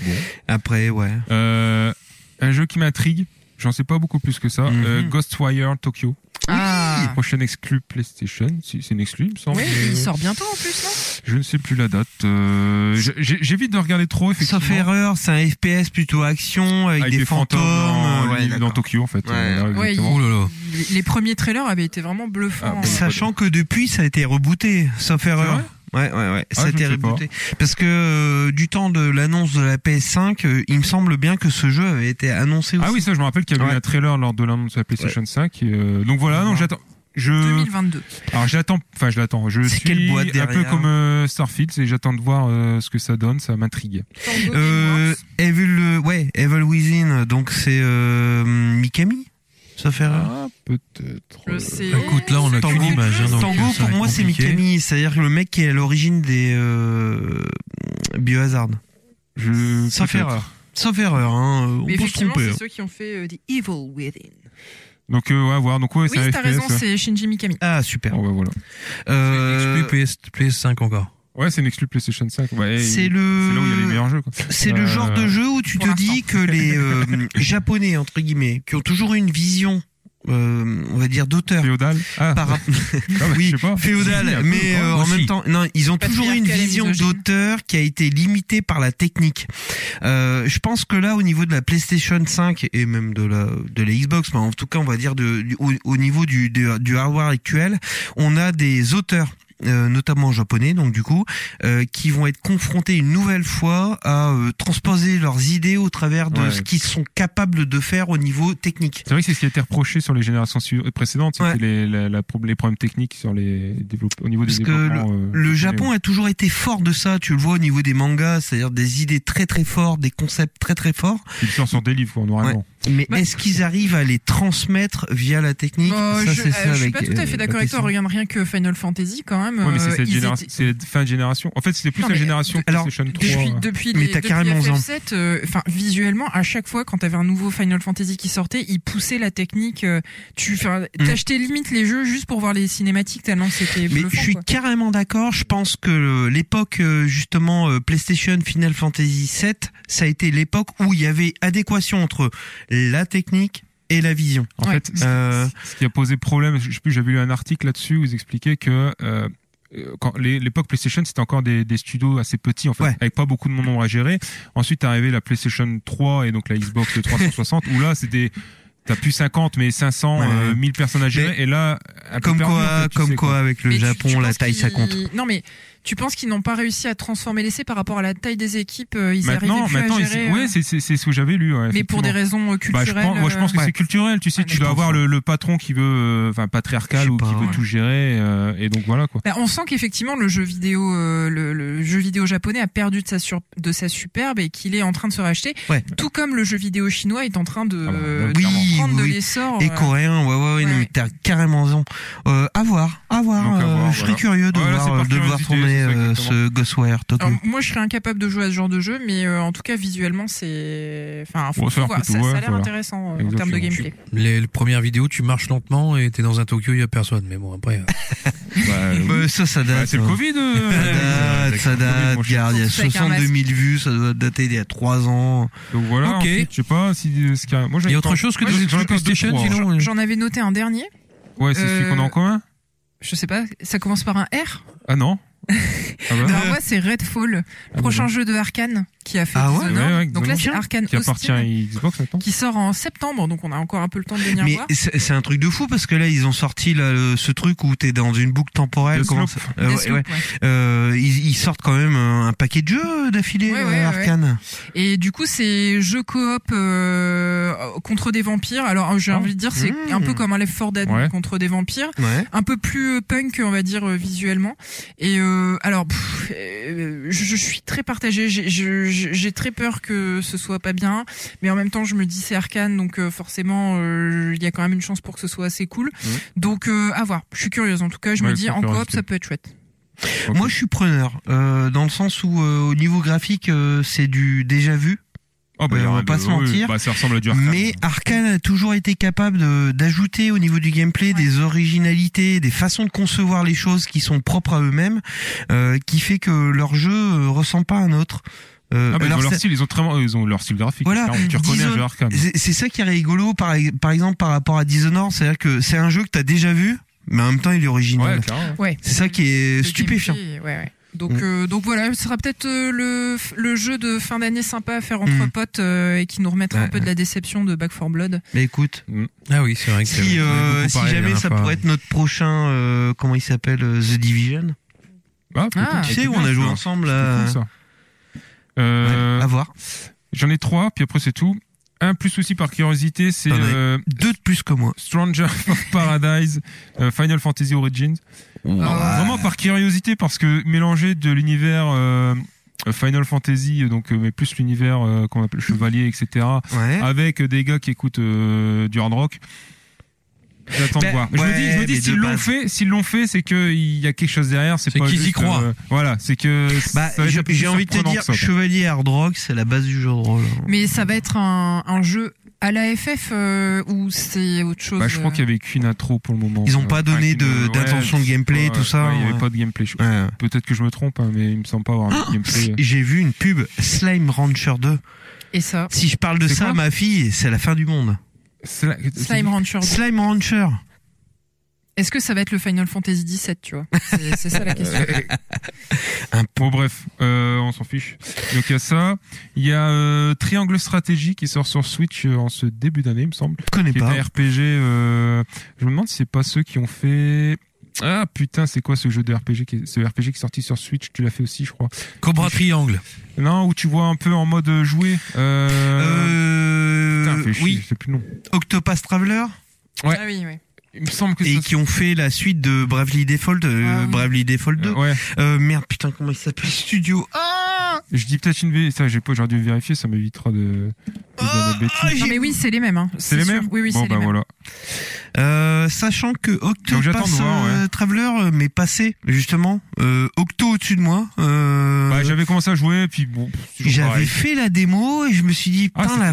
Speaker 1: Après, ouais.
Speaker 3: Euh, un jeu qui m'intrigue. J'en sais pas beaucoup plus que ça.
Speaker 1: Mhm.
Speaker 3: Euh, Ghostwire Tokyo.
Speaker 4: Ah.
Speaker 3: Prochaine exclue PlayStation. Si, C'est une exclue, il me semble.
Speaker 4: Oui,
Speaker 3: mais-
Speaker 4: il sort bientôt en plus, non
Speaker 3: Je ne sais plus la date. euh, j'ai- j'ai- J'évite de regarder trop, effectivement.
Speaker 1: Sauf erreur, c'est un FPS plutôt action avec, des, fantômes.
Speaker 3: dans,
Speaker 1: euh, ouais,
Speaker 3: l'île- dans
Speaker 1: d'accord.
Speaker 3: Tokyo, en fait.
Speaker 1: Ouais.
Speaker 3: euh, là,
Speaker 4: Ouais,
Speaker 3: exactement.
Speaker 2: Oh là là.
Speaker 4: Les, les premiers trailers avaient été vraiment bluffants. hein.
Speaker 3: Ah, bon.
Speaker 1: Sachant que depuis, ça a été rebooté, sauf erreur.
Speaker 3: vrai Ah,
Speaker 1: Ouais, ouais, ouais. ça
Speaker 3: je
Speaker 1: a
Speaker 3: ne
Speaker 1: été
Speaker 3: sais pas.
Speaker 1: rebooté. Parce que euh, du temps de l'annonce de la PS5, euh, il me semble bien que ce jeu avait été annoncé aussi.
Speaker 3: Ah oui, ça, je me rappelle qu'il y avait eu
Speaker 1: Ouais.
Speaker 3: un trailer lors de l'annonce de la PlayStation 5. et, euh, donc voilà, non,
Speaker 1: Ouais.
Speaker 3: j'attends. Je,
Speaker 4: 2022.
Speaker 3: alors j'attends, enfin je l'attends. Je
Speaker 1: C'est
Speaker 3: suis
Speaker 1: quelle boîte
Speaker 3: un peu
Speaker 1: derrière hein
Speaker 3: comme euh, Starfield, et j'attends de voir euh, ce que ça donne. Ça m'intrigue.
Speaker 4: Tango
Speaker 1: Euh,
Speaker 4: Gameworks.
Speaker 1: Evil, euh, ouais, Evil Within, donc c'est euh, Mikami, sauf erreur.
Speaker 3: Ah, peut-être.
Speaker 4: Je sais.
Speaker 2: Bah, Écoute, là, on a
Speaker 4: C'est
Speaker 2: qu'une
Speaker 4: le
Speaker 2: image, hein,
Speaker 4: jeu.
Speaker 2: donc-
Speaker 1: Tango,
Speaker 2: ça va
Speaker 1: pour
Speaker 2: être
Speaker 1: moi, c'est
Speaker 2: compliqué.
Speaker 1: Mikami, c'est-à-dire que le mec qui est à l'origine des euh, Biohazard.
Speaker 3: Je,
Speaker 1: Sauf
Speaker 3: peut-être.
Speaker 1: erreur. Sauf erreur, hein, on
Speaker 4: Mais
Speaker 1: peut se
Speaker 4: effectivement,
Speaker 1: tromper.
Speaker 4: c'est ceux qui ont fait euh, The Evil Within.
Speaker 3: Donc euh, ouais, voir. Donc ouais,
Speaker 4: Oui,
Speaker 3: c'est un
Speaker 4: t'as
Speaker 3: FPS,
Speaker 4: raison,
Speaker 3: ouais.
Speaker 4: c'est Shinji Mikami.
Speaker 1: Ah, super.
Speaker 3: Bon, bah, voilà.
Speaker 1: Euh,
Speaker 2: Exclu PS, PS5 encore.
Speaker 3: Ouais, c'est une exclu PlayStation 5. Ouais,
Speaker 1: c'est
Speaker 3: il- c'est là où il y a les
Speaker 1: le
Speaker 3: meilleurs jeux. Quoi.
Speaker 1: c'est le
Speaker 3: Euh,
Speaker 1: genre de jeu où tu
Speaker 4: pour
Speaker 1: te dis que les euh, japonais entre guillemets qui ont toujours une vision euh, on va dire d'auteur
Speaker 3: Féodal. Ah,
Speaker 1: par rapport
Speaker 3: ah, bah,
Speaker 1: oui,
Speaker 3: je sais pas. Si, si,
Speaker 1: féodal
Speaker 3: un peu,
Speaker 1: mais
Speaker 3: quand
Speaker 1: euh, en
Speaker 2: Aussi.
Speaker 1: même temps non ils ont toujours eu une
Speaker 4: Patriarcal et
Speaker 1: vision
Speaker 4: misogyne.
Speaker 1: d'auteur qui a été limitée par la technique euh, je pense que là au niveau de la PlayStation 5 et même de la de la Xbox mais en tout cas on va dire de du- au, au niveau du, du du hardware actuel on a des auteurs euh, notamment japonais donc du coup euh, qui vont être confrontés une nouvelle fois à euh, transposer leurs idées au travers de
Speaker 3: Ouais.
Speaker 1: ce qu'ils sont capables de faire au niveau technique
Speaker 3: C'est vrai que c'est ce qui a été reproché sur les générations su- précédentes, c'était
Speaker 1: Ouais.
Speaker 3: les, la- la pro- les problèmes techniques sur les développe- au niveau
Speaker 1: Parce
Speaker 3: des
Speaker 1: que
Speaker 3: développements. euh,
Speaker 1: Le
Speaker 3: japonais,
Speaker 1: Japon
Speaker 3: ouais.
Speaker 1: a toujours été fort de ça, tu le vois au niveau des mangas, c'est-à-dire des idées très très fortes, des concepts très très forts.
Speaker 3: ils sortent sur des livres quoi, en noir et
Speaker 1: Ouais.
Speaker 3: blanc.
Speaker 1: Mais
Speaker 4: Bah-
Speaker 1: est-ce qu'ils arrivent à les transmettre via la technique
Speaker 4: Euh,
Speaker 1: Ça,
Speaker 4: je,
Speaker 1: c'est
Speaker 4: euh,
Speaker 1: ça
Speaker 4: je suis
Speaker 1: avec,
Speaker 4: pas tout à
Speaker 1: euh,
Speaker 4: fait
Speaker 1: la
Speaker 4: d'accord avec toi.
Speaker 1: question.
Speaker 4: Regarde rien que Final Fantasy quand même.
Speaker 3: Ouais, mais c'est
Speaker 4: euh,
Speaker 3: cette
Speaker 4: ils
Speaker 3: génération,
Speaker 4: étaient-
Speaker 3: c'est la fin de génération. En fait, c'était plus
Speaker 4: Non,
Speaker 3: la
Speaker 4: mais
Speaker 3: génération
Speaker 1: alors,
Speaker 3: PlayStation 3.
Speaker 4: Depuis,
Speaker 3: euh,
Speaker 4: depuis
Speaker 1: hein. Mais
Speaker 4: les,
Speaker 1: t'as
Speaker 4: depuis
Speaker 1: carrément raison.
Speaker 4: FF7, euh, enfin visuellement, à chaque fois quand t'avais un nouveau Final Fantasy qui sortait, ils poussaient la technique. euh, tu enfin, t'achetais limite les jeux juste pour voir les cinématiques. Tellement c'était
Speaker 1: Mm. Mais
Speaker 4: bluffant.
Speaker 1: je suis
Speaker 4: quoi.
Speaker 1: carrément d'accord. Je pense que euh, l'époque euh, justement euh, PlayStation Final Fantasy VII, ça a été l'époque où il y avait adéquation entre la technique et la vision.
Speaker 3: En
Speaker 4: Ouais.
Speaker 3: fait,
Speaker 1: Euh,
Speaker 3: ce qui a posé problème, je sais plus, j'avais lu un article là-dessus où ils expliquaient que euh, euh, quand les- l'époque PlayStation, c'était encore des, des studios assez petits en fait,
Speaker 1: Ouais.
Speaker 3: avec pas beaucoup de monde à gérer. Ensuite, est arrivée la PlayStation 3 et donc la Xbox 360 où là, c'était T'as plus 50, mais 500,
Speaker 1: Ouais.
Speaker 3: euh, 1000 personnes à gérer. et là, un peu
Speaker 1: comme
Speaker 3: perdu, en
Speaker 1: quoi,
Speaker 3: fait, tu
Speaker 1: comme
Speaker 3: sais,
Speaker 1: quoi, avec le
Speaker 4: Mais tu-
Speaker 1: Japon,
Speaker 4: tu
Speaker 1: la
Speaker 4: penses
Speaker 1: taille, ça
Speaker 4: qu'ils-
Speaker 1: compte.
Speaker 4: Non mais tu penses qu'ils n'ont pas réussi à transformer l'essai par rapport à la taille des équipes euh, Ils
Speaker 3: Maintenant,
Speaker 4: arrivaient plus
Speaker 3: maintenant,
Speaker 4: à
Speaker 3: ils-
Speaker 4: gérer. euh,
Speaker 3: ouais, c'est c'est c'est ce que j'avais lu. ouais,
Speaker 4: mais pour des
Speaker 3: effectivement.
Speaker 4: raisons euh,
Speaker 3: Bah,
Speaker 4: culturelles.
Speaker 3: je pense, moi, je pense que
Speaker 4: euh,
Speaker 3: c'est culturel. Tu sais,
Speaker 4: Ouais,
Speaker 3: tu
Speaker 1: je
Speaker 3: dois
Speaker 1: pense,
Speaker 3: avoir
Speaker 1: ouais.
Speaker 3: le, le patron qui veut, euh, enfin,
Speaker 1: Je sais
Speaker 3: patriarcal ou qui
Speaker 1: pas,
Speaker 3: veut
Speaker 1: ouais.
Speaker 3: tout gérer. euh, et donc voilà quoi.
Speaker 4: Bah, on sent qu'effectivement le jeu vidéo, euh, le, le jeu vidéo japonais a perdu de sa, sur- de sa superbe et qu'il est en train de se racheter.
Speaker 1: Ouais.
Speaker 4: Tout comme le jeu vidéo chinois est en train de,
Speaker 3: Ah bah,
Speaker 4: euh,
Speaker 1: oui,
Speaker 4: de prendre
Speaker 1: oui,
Speaker 4: de
Speaker 1: oui.
Speaker 4: l'essor.
Speaker 1: Et
Speaker 4: euh,
Speaker 1: coréen, ouais, ouais, ouais, non,
Speaker 4: ouais.
Speaker 1: mais t'as carrément raison. Euh, à voir, à voir.
Speaker 3: Donc, à
Speaker 1: euh,
Speaker 3: voir,
Speaker 1: je serais
Speaker 3: voilà.
Speaker 1: curieux de
Speaker 3: Ouais, là, c'est
Speaker 1: voir, euh,
Speaker 3: par
Speaker 1: de voir
Speaker 3: curiosité,
Speaker 1: tourner
Speaker 3: c'est ça,
Speaker 1: euh,
Speaker 3: exactement.
Speaker 1: ce Ghostwire Tokyo.
Speaker 3: Ah,
Speaker 4: alors,
Speaker 3: bah,
Speaker 4: moi, je serais incapable de jouer à ce genre de jeu, mais euh, en tout cas, visuellement, c'est. Enfin, faut
Speaker 3: Faut faire
Speaker 4: voir.
Speaker 3: plutôt,
Speaker 4: Ça, ça a
Speaker 3: ouais,
Speaker 4: l'air
Speaker 3: voilà.
Speaker 4: intéressant euh, en
Speaker 3: Exactement.
Speaker 4: termes de gameplay.
Speaker 2: Les, les premières vidéos, tu marches lentement et t'es dans un Tokyo, il y a personne. Mais bon, après. euh,
Speaker 3: Bah, euh,
Speaker 1: Euh, ça, ça
Speaker 3: bah,
Speaker 1: date.
Speaker 3: c'est le
Speaker 1: hein.
Speaker 3: Covid. euh,
Speaker 1: Ça date, ça
Speaker 3: Covid,
Speaker 1: date,
Speaker 3: mon cher.
Speaker 1: regarde, il y a
Speaker 4: Surtout avec un
Speaker 1: 62 000 vues, ça doit dater d'il y a 3 ans.
Speaker 3: Donc voilà.
Speaker 2: Ok.
Speaker 3: ensuite, je sais pas si euh, ce qu'il y a. Moi,
Speaker 2: Il
Speaker 3: j'en
Speaker 2: y
Speaker 3: ai
Speaker 2: a autre
Speaker 3: pas-
Speaker 2: chose que
Speaker 3: Moi,
Speaker 2: tu-
Speaker 3: j'en ai
Speaker 2: sur
Speaker 3: pas
Speaker 2: le PlayStation,
Speaker 3: deux, trois.
Speaker 2: sinon euh,
Speaker 4: J'en avais noté un dernier.
Speaker 3: Ouais, c'est celui qu'on a
Speaker 4: Euh,
Speaker 3: en commun.
Speaker 4: Je sais pas, ça commence par un R.
Speaker 3: Ah non. Ah bah,
Speaker 4: Alors, moi, c'est Redfall,
Speaker 3: ah,
Speaker 4: prochain
Speaker 3: bah,
Speaker 4: jeu de Arkane qui a fait
Speaker 1: Ah ouais
Speaker 4: Dishonored.
Speaker 3: Ouais, ouais,
Speaker 4: Donc là, c'est
Speaker 3: Dishonored.
Speaker 4: Arkane
Speaker 3: Qui appartient à
Speaker 4: Austin,
Speaker 3: Xbox maintenant.
Speaker 4: qui sort en septembre, donc on a encore un peu le temps de venir
Speaker 1: Mais
Speaker 4: voir.
Speaker 1: c'est c'est un truc de fou parce que là, ils ont sorti là, le- ce truc où t'es dans une boucle temporelle.
Speaker 3: Deathloop.
Speaker 1: comment ça- euh, ouais,
Speaker 4: Deathloop,
Speaker 1: ouais.
Speaker 4: ouais.
Speaker 1: Euh, ils, ils sortent quand même euh, un, un paquet de jeux d'affilée,
Speaker 4: Ouais,
Speaker 1: euh,
Speaker 4: ouais, ouais.
Speaker 1: Arkane.
Speaker 4: Et du coup, c'est jeu coop euh, contre des vampires. Alors, euh, j'ai
Speaker 3: Ah.
Speaker 4: envie de dire, c'est
Speaker 1: Mmh.
Speaker 4: un peu comme un Left 4 Dead
Speaker 3: Ouais.
Speaker 4: contre des vampires.
Speaker 1: Ouais.
Speaker 4: Un peu plus euh, punk, on va dire, euh, visuellement. Et euh, alors, pff, euh, je, je suis très partagée. J'ai- je- je- J'ai très peur que ce soit pas bien. Mais en même temps, je me dis, c'est arcane, donc euh, forcément, euh, il y a quand même une chance pour que ce soit assez cool.
Speaker 3: Mmh.
Speaker 1: Hmm.
Speaker 4: Donc, euh, à voir. Je suis curieuse. En tout cas, je
Speaker 3: Ouais,
Speaker 4: me
Speaker 3: il
Speaker 4: dis,
Speaker 3: faut
Speaker 4: en
Speaker 3: faire
Speaker 4: coop,
Speaker 3: rester.
Speaker 4: ça peut être chouette.
Speaker 3: Ok.
Speaker 1: Moi, je suis preneur, euh, dans le sens où euh, au niveau graphique, euh, c'est du déjà vu.
Speaker 3: Ah bah,
Speaker 1: Euh,
Speaker 3: il y
Speaker 1: on
Speaker 3: aura
Speaker 1: va pas
Speaker 3: de-
Speaker 1: se
Speaker 3: oui,
Speaker 1: mentir.
Speaker 3: Bah, ça ressemble à du arcade.
Speaker 1: Mais Arkane a toujours été capable de- d'ajouter au niveau du gameplay des originalités, des façons de concevoir les choses qui sont propres à eux-mêmes, euh, qui fait que leur jeu euh, ressemble pas à un autre. Euh,
Speaker 3: Ah bah, ils
Speaker 1: alors
Speaker 3: ont leur
Speaker 1: c'est-
Speaker 3: style, ils ont très- ils ont leur style graphique.
Speaker 1: Voilà,
Speaker 3: clairement. Tu reconnais un
Speaker 1: Dishonored-
Speaker 3: jeu arcade.
Speaker 1: c'est c'est ça qui est rigolo par, par exemple par rapport à Dishonored, c'est-à-dire que c'est un jeu que t'as déjà vu, mais en même temps il est original.
Speaker 3: Ouais, clairement.
Speaker 4: Ouais.
Speaker 1: C'est ça qui est
Speaker 4: Le
Speaker 1: stupéfiant.
Speaker 4: gameplay, ouais, ouais. Donc,
Speaker 1: Mm.
Speaker 4: euh, donc voilà, ce sera peut-être euh, le, f- le jeu de fin d'année sympa à faire entre
Speaker 1: Mm.
Speaker 4: potes euh, et qui nous remettra un
Speaker 1: Ouais,
Speaker 4: peu de la déception de Back 4 Blood.
Speaker 1: Mais écoute,
Speaker 3: Mm.
Speaker 2: Ah oui, c'est vrai que
Speaker 1: si, euh, si jamais ça pourrait être notre prochain, euh, comment il s'appelle, euh, The Division.
Speaker 3: Ah, peut-être.
Speaker 4: Ah.
Speaker 1: Tu sais où on a joué
Speaker 3: Ouais,
Speaker 1: ensemble
Speaker 3: c'était
Speaker 1: là
Speaker 3: cool, ça. Euh,
Speaker 1: Ouais, à voir.
Speaker 3: J'en ai trois, puis après c'est tout. Un plus aussi par curiosité, c'est
Speaker 1: T'en as-
Speaker 3: euh,
Speaker 1: Deux de plus que moi.
Speaker 3: Stranger of Paradise, euh, Final Fantasy Origins.
Speaker 1: Ah,
Speaker 3: Vraiment par curiosité parce que mélanger de l'univers euh, Final Fantasy, donc euh, mais plus l'univers euh, qu'on appelle chevalier, etc.
Speaker 1: Ouais.
Speaker 3: Avec des gars qui écoutent euh, du hard rock. J'attends
Speaker 1: Ben,
Speaker 3: de voir. Je me dis, je
Speaker 1: ouais,
Speaker 3: me dis,
Speaker 1: mais
Speaker 3: s'ils
Speaker 1: de
Speaker 3: l'ont
Speaker 1: base.
Speaker 3: fait, s'ils l'ont fait, c'est que il y a quelque chose derrière. C'est
Speaker 2: C'est
Speaker 3: pas
Speaker 2: qu'ils y
Speaker 3: juste,
Speaker 2: croient.
Speaker 3: euh, voilà, c'est que.
Speaker 1: Bah,
Speaker 3: ça va être
Speaker 1: j'ai
Speaker 3: un peu
Speaker 1: j'ai envie de te
Speaker 3: surprenant
Speaker 1: dire,
Speaker 3: que ça, quoi.
Speaker 1: Chevalier Hard Rock, c'est la base du jeu de rôle.
Speaker 4: Mais ça va être un, un jeu à la FF euh, ou c'est autre chose
Speaker 3: Bah, je crois
Speaker 4: euh,
Speaker 3: qu'il y avait qu'une intro pour le moment. euh,
Speaker 1: Ils ont pas donné
Speaker 3: qu'une,
Speaker 1: de-
Speaker 3: ouais,
Speaker 1: d'intention de gameplay,
Speaker 3: ouais,
Speaker 1: tout ça,
Speaker 3: ouais, Il y
Speaker 1: ouais.
Speaker 3: avait pas de gameplay. Je-
Speaker 1: Ouais. Ah,
Speaker 3: Peut-être que je me trompe, hein, mais il me semble pas avoir de gameplay. euh.
Speaker 1: J'ai vu une pub Slime Rancher 2.
Speaker 4: Et ça
Speaker 1: Si je parle de
Speaker 3: C'est
Speaker 1: ça à
Speaker 3: quoi
Speaker 1: ma fille, c'est la fin du monde.
Speaker 3: Sli-
Speaker 4: Slime Rancher.
Speaker 1: Slime Rancher.
Speaker 4: Est-ce que ça va être le Final Fantasy 17, tu vois C'est c'est ça la question.
Speaker 3: Bon bref, euh, on s'en fiche. Donc il y a ça, il y a euh, Triangle Stratégie qui sort sur Switch euh, en ce début d'année, il me semble,
Speaker 1: Je connais
Speaker 3: qui est
Speaker 1: pas.
Speaker 3: un RPG. euh, je me demande si c'est pas ceux qui ont fait. Ah putain, c'est quoi ce jeu de RPG qui est... ce RPG qui est sorti sur Switch Tu l'as fait aussi, je crois.
Speaker 2: Cobra Triangle.
Speaker 3: Non, où tu vois un peu en mode jouer. Euh...
Speaker 1: Euh,
Speaker 3: Putain, fais chier,
Speaker 1: oui,
Speaker 3: je sais plus le nom.
Speaker 1: Octopath Traveler
Speaker 3: Ouais.
Speaker 4: Ah oui, oui.
Speaker 3: Il me semble que
Speaker 1: et
Speaker 3: ça-
Speaker 1: qui ont fait la suite de Bravely Default, euh,
Speaker 4: Ah oui.
Speaker 1: Bravely Default 2.
Speaker 3: Euh, ouais,
Speaker 1: Euh, merde, putain, comment il s'appelle Studio
Speaker 3: je dis peut-être une vérité, ça j'ai pas, j'aurais dû vérifier, ça m'évitera de, de dire des
Speaker 1: Ah,
Speaker 3: bêtises.
Speaker 4: Non, mais oui, c'est les mêmes. hein.
Speaker 3: C'est les
Speaker 4: sûr.
Speaker 3: mêmes
Speaker 4: Oui, oui,
Speaker 3: Bon
Speaker 4: c'est
Speaker 3: bah
Speaker 4: les mêmes.
Speaker 3: voilà.
Speaker 1: Euh, sachant que
Speaker 3: Donc j'attends
Speaker 1: Octopath
Speaker 3: de voir, ouais.
Speaker 1: euh, Traveler euh, m'est passé justement euh, Octo au-dessus de moi. euh,
Speaker 3: Bah, j'avais commencé à jouer, puis bon. pff, c'est toujours
Speaker 1: J'avais
Speaker 3: pareil.
Speaker 1: fait la démo et je me suis dit
Speaker 3: Ah,
Speaker 1: putain
Speaker 3: c'est-
Speaker 1: la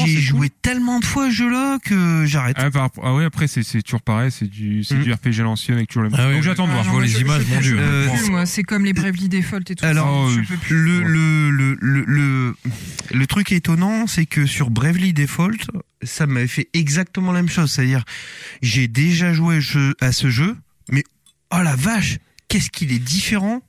Speaker 1: vache
Speaker 3: c'est
Speaker 1: j'ai
Speaker 3: cool.
Speaker 1: joué tellement de fois à ce jeu-là que j'arrête.
Speaker 3: Ah, par- ah ouais, après, c'est, c'est toujours pareil, c'est du, c'est
Speaker 1: Mm.
Speaker 3: du RPG à l'ancienne avec toujours le même.
Speaker 2: Ah oui,
Speaker 3: Donc
Speaker 2: oui.
Speaker 3: j'attends de
Speaker 4: Ah,
Speaker 3: voir.
Speaker 2: Je
Speaker 4: non,
Speaker 2: vois
Speaker 4: moi,
Speaker 2: les
Speaker 4: je-
Speaker 2: images, mon dieu.
Speaker 1: Euh,
Speaker 2: Bon.
Speaker 4: Plus, moi, C'est comme les Bravely Default et tout ça.
Speaker 1: Alors,
Speaker 4: Je
Speaker 3: euh,
Speaker 4: peux plus.
Speaker 1: Le, le, le, le, le, le truc étonnant, c'est que sur Bravely Default, ça m'avait fait exactement la même chose. C'est-à-dire, j'ai déjà joué je- à ce jeu, mais oh la vache, qu'est-ce qu'il est différent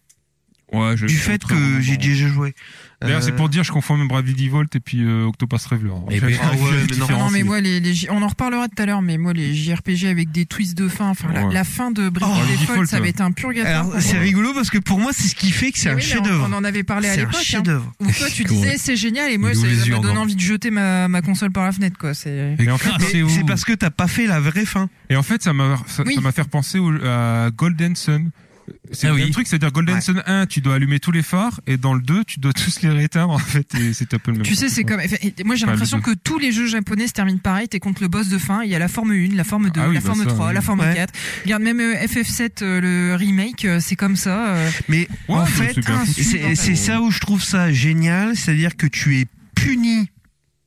Speaker 3: Ouais, je-
Speaker 1: du
Speaker 3: je-
Speaker 1: fait
Speaker 3: très bon moment.
Speaker 1: que j'ai déjà joué.
Speaker 3: D'ailleurs, c'est
Speaker 1: Euh,
Speaker 3: pour dire, je confonds même Bravely Default et puis euh, Octopath Traveler.
Speaker 2: Eh ben,
Speaker 1: ah ouais, mais non.
Speaker 4: Ah non mais moi les, les J- on en reparlera tout à l'heure mais moi les JRPG avec des twists de fin enfin la,
Speaker 3: Ouais.
Speaker 4: la fin de Bravely
Speaker 1: Oh,
Speaker 4: Default,
Speaker 3: Default,
Speaker 4: ça
Speaker 3: ouais.
Speaker 4: avait été un purgatoire.
Speaker 1: Alors, c'est rigolo parce que pour moi, c'est ce qui fait que c'est
Speaker 4: Mais
Speaker 1: un
Speaker 4: oui, mais on-
Speaker 1: chef-d'œuvre.
Speaker 4: On en avait parlé à
Speaker 1: C'est un
Speaker 4: l'époque. hein,
Speaker 1: chef-d'œuvre.
Speaker 4: Où toi tu disais c'est génial et moi
Speaker 2: Il
Speaker 4: ça
Speaker 2: ouvre les yeux
Speaker 4: me donne
Speaker 2: encore.
Speaker 4: envie de jeter ma, ma console par la fenêtre quoi. C'est
Speaker 3: Et en fait,
Speaker 2: Ah,
Speaker 1: Mais
Speaker 2: c'est où
Speaker 1: C'est parce que t'as pas fait la vraie fin.
Speaker 3: Et en fait, ça m'a ça,
Speaker 4: Oui.
Speaker 3: ça m'a fait penser au- à Golden Sun. C'est
Speaker 2: Ah
Speaker 3: le
Speaker 2: oui.
Speaker 3: même truc, c'est-à-dire Golden
Speaker 1: Ouais.
Speaker 3: Sun 1, tu dois allumer tous les phares, et dans le 2, tu dois tous les réteindre, en fait, et c'est un peu le même.
Speaker 4: Tu sais, c'est
Speaker 3: quoi
Speaker 4: comme. enfin, et Moi, j'ai
Speaker 3: Pas
Speaker 4: l'impression
Speaker 3: les
Speaker 4: que tous les jeux japonais se terminent pareil. T'es contre le boss de fin. Il y a la forme 1, la forme 2,
Speaker 3: Ah oui,
Speaker 4: la
Speaker 3: bah
Speaker 4: forme
Speaker 3: ça,
Speaker 4: 3,
Speaker 3: oui.
Speaker 4: la forme
Speaker 1: Ouais.
Speaker 4: 4. Regarde, même euh, FF7, euh, le remake, euh, c'est comme ça. euh.
Speaker 1: Mais
Speaker 3: Ouais,
Speaker 1: en
Speaker 3: mais
Speaker 1: fait,
Speaker 3: c'est bien
Speaker 4: foutu. hein.
Speaker 1: c'est hein. c'est ça où je trouve ça génial, c'est-à-dire que tu es puni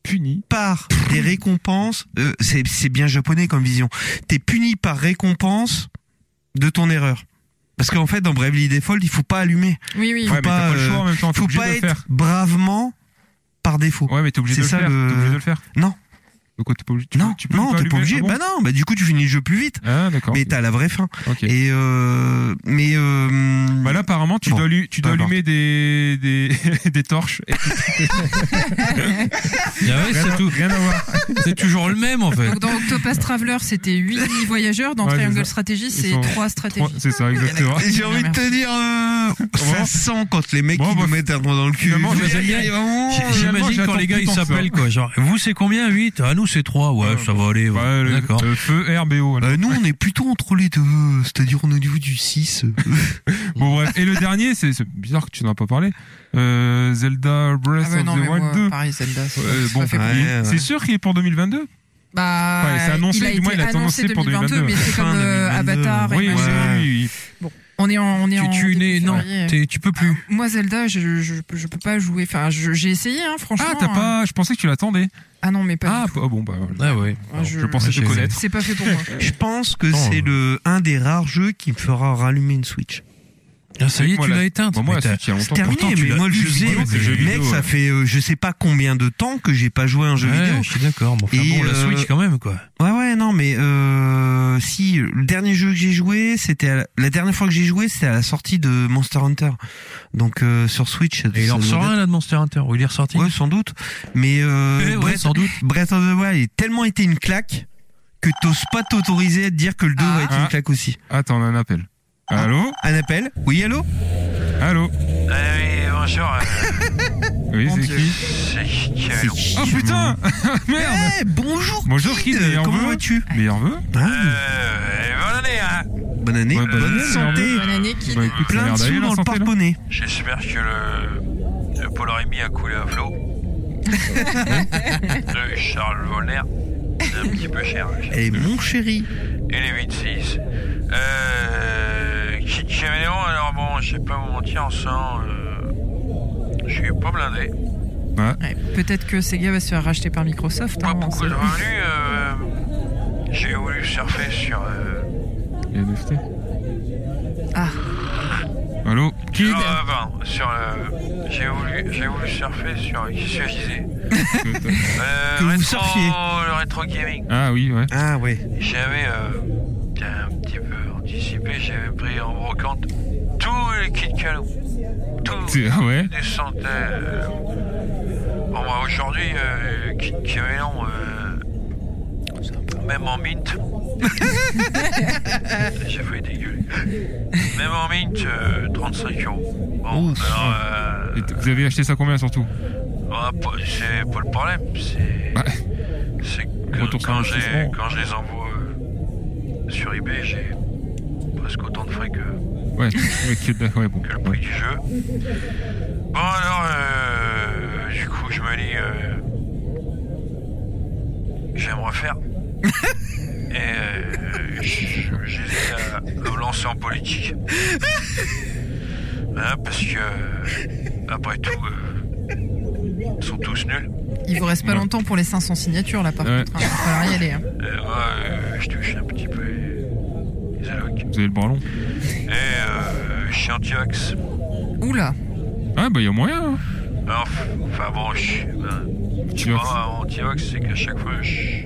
Speaker 3: Puni.
Speaker 1: par des récompenses. euh, c'est c'est bien japonais comme vision. T'es puni par récompense de ton erreur. Parce qu'en fait, dans Bravely Default, il faut pas allumer,
Speaker 4: Oui, oui.
Speaker 3: Ouais, mais
Speaker 1: pas, euh,
Speaker 3: t'as pas le choix en même temps, t'es
Speaker 1: faut
Speaker 3: obligé
Speaker 1: pas
Speaker 3: de le
Speaker 1: être
Speaker 3: faire.
Speaker 1: bravement par défaut.
Speaker 3: Ouais, mais t'es obligé de
Speaker 1: C'est ça,
Speaker 3: le faire.
Speaker 1: le-
Speaker 3: T'es obligé de le faire.
Speaker 1: Non.
Speaker 3: Donc, t'es pas obligé. tu-
Speaker 1: Non,
Speaker 3: tu peux
Speaker 1: non, t'es pas
Speaker 3: allumer,
Speaker 1: obligé.
Speaker 3: ah bon
Speaker 1: bah non, bah du coup, tu finis le jeu plus vite.
Speaker 3: Ah, d'accord.
Speaker 1: Mais t'as la vraie fin.
Speaker 3: Ok.
Speaker 1: Et euh, mais euh,
Speaker 3: Bah là, apparemment, tu
Speaker 1: Bon,
Speaker 3: dois, allu- tu dois
Speaker 1: peu
Speaker 3: allumer des, des, des torches. Et
Speaker 2: Ah ouais, c'est tout.
Speaker 3: rien à voir.
Speaker 2: C'est toujours le même en fait.
Speaker 4: Donc, dans Octopath Traveler, c'était 8 voyageurs. Dans
Speaker 3: Ouais, c'est
Speaker 4: Triangle
Speaker 3: ça.
Speaker 4: Strategy,
Speaker 3: sont
Speaker 4: c'est 3 stratégies. Ah,
Speaker 3: Trois- C'est ça, exactement.
Speaker 1: j'ai envie de te dire,
Speaker 3: Ah,
Speaker 1: euh, ça
Speaker 3: Bon.
Speaker 1: sent quand les mecs
Speaker 3: Bon,
Speaker 1: ils
Speaker 3: bah,
Speaker 1: nous mettent un doigt dans le cul.
Speaker 3: finalement, je-
Speaker 1: Aïe, aïe, aïe, vraiment, euh,
Speaker 3: Finalement,
Speaker 2: J'imagine
Speaker 3: j'attends
Speaker 2: quand les gars
Speaker 3: plus
Speaker 2: ils
Speaker 3: tant que ça.
Speaker 2: s'appellent quoi. Genre, vous c'est combien 8 Ah, nous c'est 3. Ouais,
Speaker 3: Ouais,
Speaker 2: ça va aller. ouais.
Speaker 3: Ouais, le-
Speaker 2: D'accord.
Speaker 3: le feu RBO. là.
Speaker 1: Euh, nous, on est plutôt entre les deux, c'est-à-dire on est au niveau du 6. euh.
Speaker 3: Bon, bref. Et le dernier, c'est c'est bizarre que tu n'en as pas parlé. Euh, Zelda Breath
Speaker 4: Ah, bah
Speaker 3: of
Speaker 4: non, mais
Speaker 3: the
Speaker 4: moi,
Speaker 3: Wild 2.
Speaker 4: pareil, Zelda. c'est-
Speaker 3: Euh,
Speaker 4: c'est
Speaker 3: bon,
Speaker 4: pas fait pour
Speaker 1: ouais.
Speaker 4: moi.
Speaker 3: il- c'est sûr qu'il est pour 2022
Speaker 4: Bah,
Speaker 3: Ouais, c'est annoncé,
Speaker 4: il a
Speaker 3: du moins,
Speaker 4: été
Speaker 3: il a été
Speaker 4: annoncé
Speaker 3: annoncé pour
Speaker 4: 2022, mais c'est
Speaker 1: Fin
Speaker 4: comme euh,
Speaker 1: 2022.
Speaker 4: Avatar. et
Speaker 3: Oui, oui,
Speaker 4: machin.
Speaker 1: ouais.
Speaker 3: oui, oui.
Speaker 4: On est en, on est
Speaker 2: Tu,
Speaker 4: en
Speaker 2: tu
Speaker 4: début
Speaker 2: n'es. Non,
Speaker 4: février.
Speaker 2: t'es- tu peux plus.
Speaker 4: Moi, Zelda, je, je, je peux pas jouer. Enfin, je- j'ai essayé, hein, franchement.
Speaker 3: Ah, t'as
Speaker 4: hein.
Speaker 3: pas. Je pensais que tu l'attendais.
Speaker 4: Ah non, mais pas.
Speaker 3: Ah, p- ah, bon, bah. voilà.
Speaker 2: Ah ouais.
Speaker 4: Ah,
Speaker 3: je pensais
Speaker 2: te connaître.
Speaker 4: C'est pas fait pour moi.
Speaker 1: Je pense que
Speaker 2: Non,
Speaker 1: c'est
Speaker 2: euh.
Speaker 1: le un des rares jeux qui me fera rallumer une Switch.
Speaker 2: Ah, ça y est,
Speaker 3: Moi,
Speaker 2: tu
Speaker 3: la-
Speaker 2: l'as éteinte.
Speaker 3: Bon, moi,
Speaker 2: Mais
Speaker 3: la
Speaker 2: t'as-
Speaker 3: suite, il y a longtemps.
Speaker 1: Terminé,
Speaker 2: pourtant, tu
Speaker 1: mais
Speaker 2: l'as
Speaker 1: moi le
Speaker 2: usé,
Speaker 1: jeu
Speaker 2: ouais,
Speaker 1: vidéo,
Speaker 2: mais le jeu
Speaker 1: mec,
Speaker 3: vidéo,
Speaker 1: ça
Speaker 3: ouais.
Speaker 1: fait euh, je sais pas combien de temps que j'ai pas joué à un jeu
Speaker 2: Ouais,
Speaker 1: vidéo.
Speaker 2: Je suis d'accord. Mais enfin
Speaker 1: Et,
Speaker 2: bon, la
Speaker 1: euh,
Speaker 2: Switch quand même quoi.
Speaker 1: Ouais ouais, ouais, non, mais euh, si le dernier jeu que j'ai joué, c'était à la, la dernière fois que j'ai joué, c'était à la sortie de Monster Hunter. Donc euh, sur Switch.
Speaker 2: Et il
Speaker 1: ça
Speaker 2: en
Speaker 1: doit
Speaker 2: ressort
Speaker 1: être-
Speaker 2: un là de Monster Hunter, ou il est ressorti
Speaker 1: Ouais, sans doute. Mais euh,
Speaker 2: Eh ouais,
Speaker 1: Breath-
Speaker 2: sans doute.
Speaker 1: Breath of the Wild est tellement été une claque que t'oses pas t'autoriser à te dire que le 2 va être
Speaker 3: Ah.
Speaker 1: une claque aussi.
Speaker 3: Attends, on a un appel. Allô
Speaker 1: Ah. Un appel Oui, allô
Speaker 3: Allô
Speaker 6: Eh oui, bonjour.
Speaker 3: Oui,
Speaker 1: Mon
Speaker 3: c'est
Speaker 1: Dieu.
Speaker 3: qui
Speaker 1: C'est
Speaker 6: Euh,
Speaker 1: qui
Speaker 3: Oh putain Merde
Speaker 1: Eh, bonjour
Speaker 3: Bonjour,
Speaker 1: Kid,
Speaker 3: Kid, meilleur
Speaker 1: Comment
Speaker 3: vœu.
Speaker 1: vas-tu
Speaker 3: Meilleur vœu
Speaker 1: Ah,
Speaker 6: bonne année, hein.
Speaker 1: Euh, Bonne année,
Speaker 3: Ouais, bonne
Speaker 1: bonne,
Speaker 3: année,
Speaker 1: santé,
Speaker 4: Bonne année, Kid.
Speaker 3: Bah écoute, ça a
Speaker 1: plein
Speaker 3: l'air
Speaker 1: de
Speaker 3: d'aller,
Speaker 1: sous
Speaker 3: la
Speaker 1: dans le
Speaker 3: santé, là.
Speaker 1: porte-monnaie.
Speaker 6: J'espère que le, le Polarémie a coulé à flot. le Charles Volner, c'est un petit peu cher.
Speaker 1: Et Eh, mon chéri,
Speaker 6: Et les 8-6. Euh, Kid Caméléon, alors bon, je vais pas vous mentir, en sang, euh, je suis pas blindé.
Speaker 4: Ouais, Peut-être que Sega va se faire racheter par Microsoft.
Speaker 3: Ah,
Speaker 6: Pas
Speaker 4: hein, on
Speaker 6: beaucoup
Speaker 4: sait
Speaker 6: de
Speaker 4: pas.
Speaker 6: revenus, euh, j'ai voulu surfer sur... Euh,
Speaker 3: Les NFT.
Speaker 4: Ah.
Speaker 3: Allô Kid
Speaker 6: sur, euh, pardon, sur le- j'ai voulu, j'ai voulu surfer sur... Qu'est-ce que je disais Euh,
Speaker 1: Que vous
Speaker 6: rétro-
Speaker 1: surfiez.
Speaker 6: Le rétro gaming.
Speaker 3: Ah oui, ouais.
Speaker 1: ah ouais,
Speaker 6: J'avais euh, un petit peu anticipé, j'avais pris en brocante tous les kits canons. Tous
Speaker 3: C'est- ah ouais.
Speaker 6: des centaines. euh. Bon bah aujourd'hui, euh, kit caméléon, euh, même en mint. J'ai failli dégueuler. Même en mint, euh, 35 euros. Bon,
Speaker 1: Ouf.
Speaker 6: alors, euh,
Speaker 3: Et t- Vous avez acheté ça combien surtout
Speaker 6: bah, pas- c'est pas le problème, c'est.
Speaker 3: Bah.
Speaker 6: C'est que
Speaker 3: Retour sur
Speaker 6: quand,
Speaker 3: investissement.
Speaker 6: j'ai- quand je les envoie euh, sur eBay, j'ai presque autant de frais que,
Speaker 3: Ouais. ouais, Kid, ouais, bon.
Speaker 6: que le prix du jeu. Bon, alors, Oh euh, du coup, je me dis. euh, je vais me refaire. Et euh, j- j'hésite à, à me lancer en politique.
Speaker 4: Ah.
Speaker 6: Hein, parce que, après tout, euh, ils sont tous nuls.
Speaker 4: Il vous reste pas
Speaker 3: Ouais.
Speaker 4: longtemps pour les 500 signatures là par
Speaker 3: Ouais.
Speaker 4: contre. hein. Il va falloir y aller. hein.
Speaker 6: Euh, moi, euh, je touche un petit peu les, les allocs.
Speaker 3: Vous avez le bras long.
Speaker 6: Et euh, je suis anti-vax.
Speaker 4: Oula.
Speaker 3: Ah bah y'a moyen. hein.
Speaker 6: Alors, f- Enfin bon, je suis ben,
Speaker 3: Tu
Speaker 6: tu
Speaker 3: vois.
Speaker 6: vois, anti-vax, c'est qu'à chaque fois, je,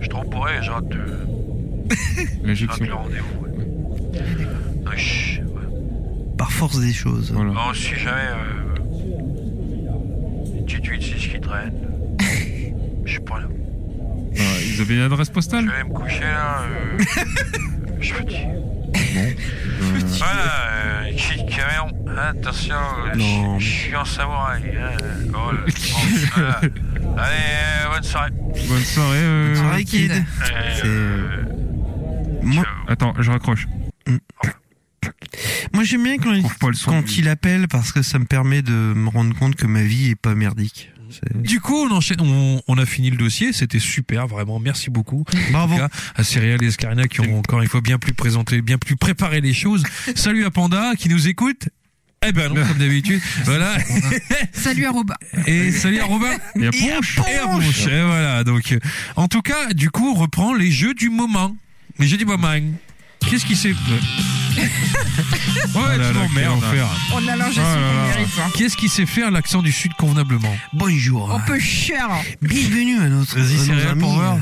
Speaker 6: je trompe pour et je rate, euh, je rate
Speaker 3: L'injection.
Speaker 6: le rendez-vous. ouais. Donc, je- ouais.
Speaker 1: par force des choses.
Speaker 3: Voilà.
Speaker 6: Bon, Oh, si jamais euh, une petite 8-6 qui traîne, je suis pas là.
Speaker 3: Voilà, Vous avez Ah, une adresse
Speaker 6: Je
Speaker 3: postale
Speaker 6: vais aller me coucher là. euh, je suis petit.
Speaker 3: Euh,
Speaker 6: Voilà, euh, Kid Cameron, attention, euh,
Speaker 1: Non.
Speaker 6: je je suis en samouraï. hein. Oh là, bon, voilà. Allez, euh, bonne soirée.
Speaker 3: Bonne soirée. euh,
Speaker 1: Bonne soirée, Kid.
Speaker 4: Kid.
Speaker 6: Euh,
Speaker 1: C'est-
Speaker 6: euh,
Speaker 1: Moi,
Speaker 3: Attends, je raccroche.
Speaker 4: Mm.
Speaker 1: moi j'aime bien quand il,
Speaker 3: Trouve pas le son.
Speaker 1: quand il appelle parce que ça me permet de me rendre compte que ma vie est pas merdique. C'est-
Speaker 2: Du coup, on, enchaîne, on, on a fini le dossier, c'était super, vraiment, merci beaucoup. En
Speaker 1: Bravo.
Speaker 2: tout cas, à Céréal et Escarina qui ont encore une fois bien plus présenté, bien plus préparé les choses. Salut à Panda qui nous écoute. Eh ben non, comme d'habitude. Voilà.
Speaker 1: hein.
Speaker 4: Salut à Robin.
Speaker 2: bah. Et salut à Robin.
Speaker 3: Et à
Speaker 2: Ponche. Et à Ponche. Et voilà. Donc, euh, en tout cas, du coup, on reprend les jeux du moment. Les jeux du moment. Qu'est-ce qui s'est,
Speaker 3: Ouais,
Speaker 2: Oh là
Speaker 3: tu
Speaker 2: là, quel
Speaker 3: m'emmerdes.
Speaker 2: enfer.
Speaker 4: On l'a
Speaker 3: Oh
Speaker 4: lingé
Speaker 3: là là.
Speaker 1: hein.
Speaker 2: qu'est-ce qui sait faire l'accent du Sud convenablement?
Speaker 1: Bonjour.
Speaker 4: On peut cher.
Speaker 1: Bienvenue à notre.
Speaker 2: Vas-y,
Speaker 1: à nos
Speaker 2: céréales
Speaker 1: amis.
Speaker 2: pour voir.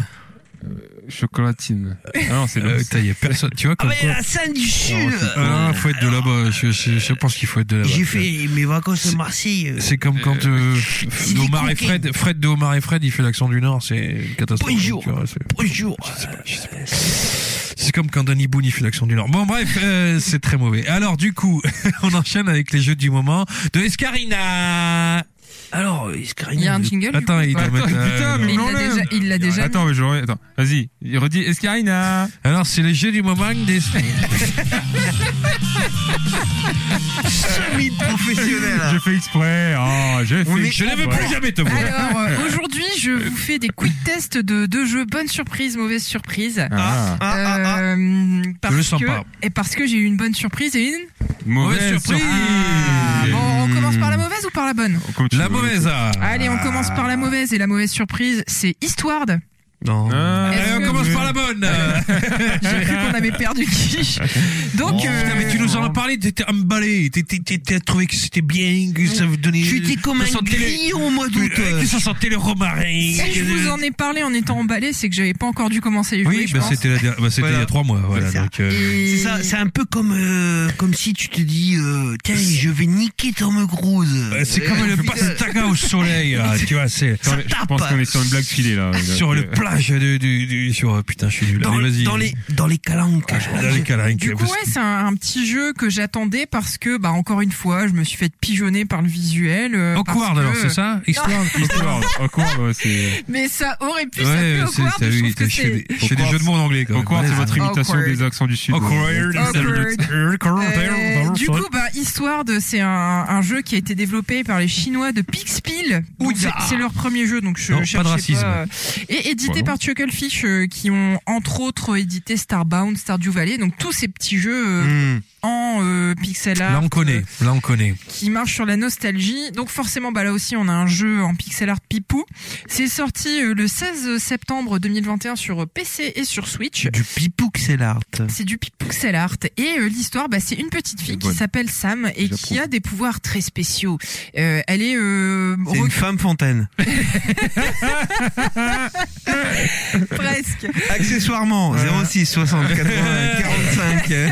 Speaker 3: Chocolatine. Ah non, c'est
Speaker 2: Euh,
Speaker 3: le.
Speaker 2: putain, y a personne. Tu vois,
Speaker 1: Ah
Speaker 2: comme
Speaker 1: mais
Speaker 2: quoi.
Speaker 1: la scène du
Speaker 3: Non,
Speaker 1: Sud.
Speaker 3: c'est-
Speaker 2: Ah, faut être de là-bas. Je, je- je pense qu'il faut être de là-bas.
Speaker 1: J'ai fait mes vacances
Speaker 2: C'est-
Speaker 1: à Marseille.
Speaker 2: C'est comme quand euh, F-
Speaker 1: c'est
Speaker 2: de Omar
Speaker 1: des
Speaker 2: et Fred, Fred de Omar et Fred, il fait l'accent du Nord, c'est une catastrophe.
Speaker 1: Bonjour.
Speaker 2: tu vois, c'est-
Speaker 1: Bonjour.
Speaker 2: je sais pas, je sais pas. C'est comme quand Danny Boone il fait l'accent du Nord. Bon bref, euh, c'est très mauvais. Alors du coup, on enchaîne avec les jeux du moment de Escarina.
Speaker 1: Alors,
Speaker 4: Il y a
Speaker 1: Escarina.
Speaker 4: un jingle. du
Speaker 2: Attends,
Speaker 4: coup, ou
Speaker 2: il
Speaker 4: pas
Speaker 2: doit
Speaker 3: Attends,
Speaker 2: mettre.
Speaker 3: putain, mais
Speaker 4: Il
Speaker 3: non,
Speaker 4: l'a
Speaker 3: là.
Speaker 4: déjà. Il l'a déjà.
Speaker 3: Attends, mais je re- Attends, vas-y. Il redit Escarina.
Speaker 2: Alors c'est les jeux du moment des.
Speaker 1: Semi-professionnel.
Speaker 3: J'ai fait exprès. Oh, j'ai
Speaker 1: On
Speaker 3: fait
Speaker 1: est-
Speaker 2: Je ne veux plus jamais te voir.
Speaker 4: Alors euh, aujourd'hui, je vous fais des quick tests de deux jeux. Bonne surprise, mauvaise surprise.
Speaker 3: Ah,
Speaker 1: Ah, ah, ah.
Speaker 4: Euh, parce
Speaker 2: le sens
Speaker 4: que,
Speaker 2: pas.
Speaker 4: Et parce que j'ai eu une bonne surprise et une.
Speaker 3: mauvaise
Speaker 2: Mauvaise
Speaker 3: surprise.
Speaker 4: Ah, bon, on commence par la mauvaise ou par la bonne
Speaker 3: Comme tu
Speaker 2: La
Speaker 3: veux.
Speaker 2: mauvaise. ah.
Speaker 4: Allez, on commence par la mauvaise. Et la mauvaise surprise, c'est Histoire.
Speaker 1: Non.
Speaker 3: Ah,
Speaker 4: Est-ce
Speaker 2: Allez, on
Speaker 4: que-
Speaker 2: commence par la bonne. euh,
Speaker 4: J'ai cru qu'on avait perdu Quiche. Donc,
Speaker 2: oh,
Speaker 4: euh,
Speaker 2: putain, mais tu nous en as parlé, t'étais emballé, t'étais- t'étais- t'as trouvé que c'était bien, que ça vous donnait. ça sentait le-
Speaker 1: au mois
Speaker 2: euh, Que ça sentait le romarin.
Speaker 4: si je vous en ai parlé en étant emballé, c'est que j'avais pas encore dû commencer à y jouer.
Speaker 2: Oui,
Speaker 4: je
Speaker 2: bah
Speaker 4: pense.
Speaker 2: c'était la dernière- bah, c'était il y
Speaker 1: Voilà.
Speaker 2: a trois mois, voilà.
Speaker 1: C'est ça.
Speaker 2: Donc, euh,
Speaker 1: C'est ça, c'est un peu comme euh, comme si tu te dis euh, tiens je vais niquer Tom Cruise.
Speaker 2: euh, c'est comme le pastaga au soleil, là, tu vois, c'est
Speaker 3: Attends, Je pense
Speaker 1: tape.
Speaker 3: qu'on est sur une blague filée là. euh,
Speaker 2: sur le plage du, du, du- sur, oh, putain, je suis nul.
Speaker 1: dans,
Speaker 2: Allez, vas-y. Ah,
Speaker 1: dans les dans les calanques.
Speaker 2: dans les câlins,
Speaker 4: Du coup, ouais, c'est un, un petit jeu que j'attendais parce que, bah, encore une fois, je me suis fait pigeonner par le visuel. euh, parce
Speaker 2: Awkward,
Speaker 4: que-
Speaker 2: alors, c'est ça? Histoire?
Speaker 3: Awkward, awkward, ouais, c'est.
Speaker 4: Mais ça aurait pu
Speaker 2: Ouais,
Speaker 4: s'appeler
Speaker 2: c'est,
Speaker 4: awkward.
Speaker 2: t'as
Speaker 4: je
Speaker 2: vu,
Speaker 4: trouve
Speaker 2: t'as-
Speaker 4: que
Speaker 2: je fais
Speaker 4: c'est
Speaker 2: des- je fais des jeux de mots en anglais, quand même.
Speaker 3: Awkward, c'est votre imitation
Speaker 4: Awkward.
Speaker 3: des accents du sud.
Speaker 2: Awkward.
Speaker 4: Awkward. Euh,
Speaker 2: Awkward.
Speaker 4: du coup, bah, Histoire, de- c'est un, un jeu qui a été développé par les Chinois de Pixpil. Donc,
Speaker 2: Ouya.
Speaker 4: C'est c'est leur premier jeu, donc je
Speaker 2: Non, pas de
Speaker 4: cherchais
Speaker 2: racisme.
Speaker 4: pas. euh, Et édité
Speaker 2: Voilà.
Speaker 4: par Chucklefish, euh, qui ont entre autres édité Starbound, Stardew Valley, donc tous ces petits jeux euh,
Speaker 1: Hmm.
Speaker 4: en euh, pixel art.
Speaker 2: Là, on connaît. Là, on connaît.
Speaker 4: qui marche sur la nostalgie. Donc forcément, bah là aussi, on a un jeu en pixel art pipou. C'est sorti euh, le 16 septembre 2021 sur euh, PC et sur Switch.
Speaker 1: Du pipouxel art.
Speaker 4: C'est du pixel art et euh, l'histoire, bah, c'est une petite fille qui
Speaker 3: bonne.
Speaker 4: s'appelle Sam et
Speaker 3: J'approuve.
Speaker 4: qui a des pouvoirs très spéciaux. Euh, elle est euh,
Speaker 1: C'est une femme fontaine.
Speaker 4: presque.
Speaker 1: Accessoirement 06 60 80 45. euh,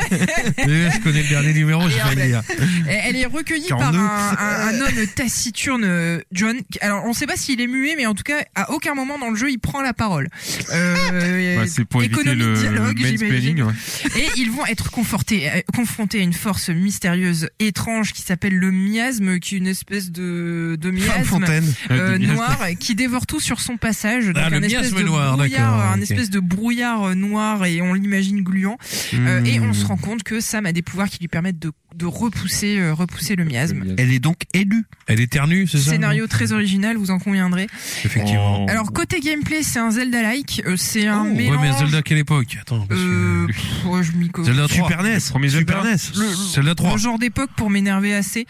Speaker 2: Mais je connais le dernier numéro, je vais le dire.
Speaker 4: Elle est recueillie
Speaker 1: 42.
Speaker 4: par un, un- un homme taciturne, euh, John. Alors, on ne sait pas s'il est muet, mais en tout cas, à aucun moment dans le jeu, il prend la parole. Euh,
Speaker 3: Ouais, c'est pour éviter
Speaker 4: économie de
Speaker 3: le,
Speaker 4: dialogue,
Speaker 3: le
Speaker 4: j'imagine.
Speaker 3: mansplaining. ouais.
Speaker 4: Et ils vont être confrontés, euh, confrontés à une force mystérieuse, étrange, qui s'appelle le miasme, qui est une espèce de, de
Speaker 1: Femme
Speaker 4: miasme
Speaker 1: fontaine.
Speaker 4: euh,
Speaker 3: Ouais, du-
Speaker 4: noir qui dévore tout sur son passage. Donc
Speaker 2: Ah, le
Speaker 4: un espèce
Speaker 2: miasme
Speaker 4: de
Speaker 2: noir,
Speaker 4: brouillard,
Speaker 2: d'accord,
Speaker 4: un
Speaker 2: ok.
Speaker 4: espèce de brouillard euh, noir et on l'imagine gluant. Euh, et on se
Speaker 1: Hmm.
Speaker 4: rend compte que Sam a des pouvoirs qui lui permettent de, de repousser, euh, repousser le miasme.
Speaker 1: Elle est donc élue.
Speaker 2: Elle éternue, c'est ça?
Speaker 4: Scénario très original, vous en conviendrez.
Speaker 2: Effectivement.
Speaker 3: Oh.
Speaker 4: Alors côté gameplay, c'est un Zelda-like, euh, c'est un
Speaker 2: Oh, ouais, mais à
Speaker 4: mélange.
Speaker 2: Zelda, quelle époque? Attends, parce
Speaker 4: euh,
Speaker 2: que.
Speaker 4: pff, ouais, je m'y connais.
Speaker 2: Zelda 3.
Speaker 1: Super NES.
Speaker 3: premier
Speaker 1: Super
Speaker 3: Zelda.
Speaker 1: NES.
Speaker 2: Zelda 3.
Speaker 4: le genre d'époque pour m'énerver assez.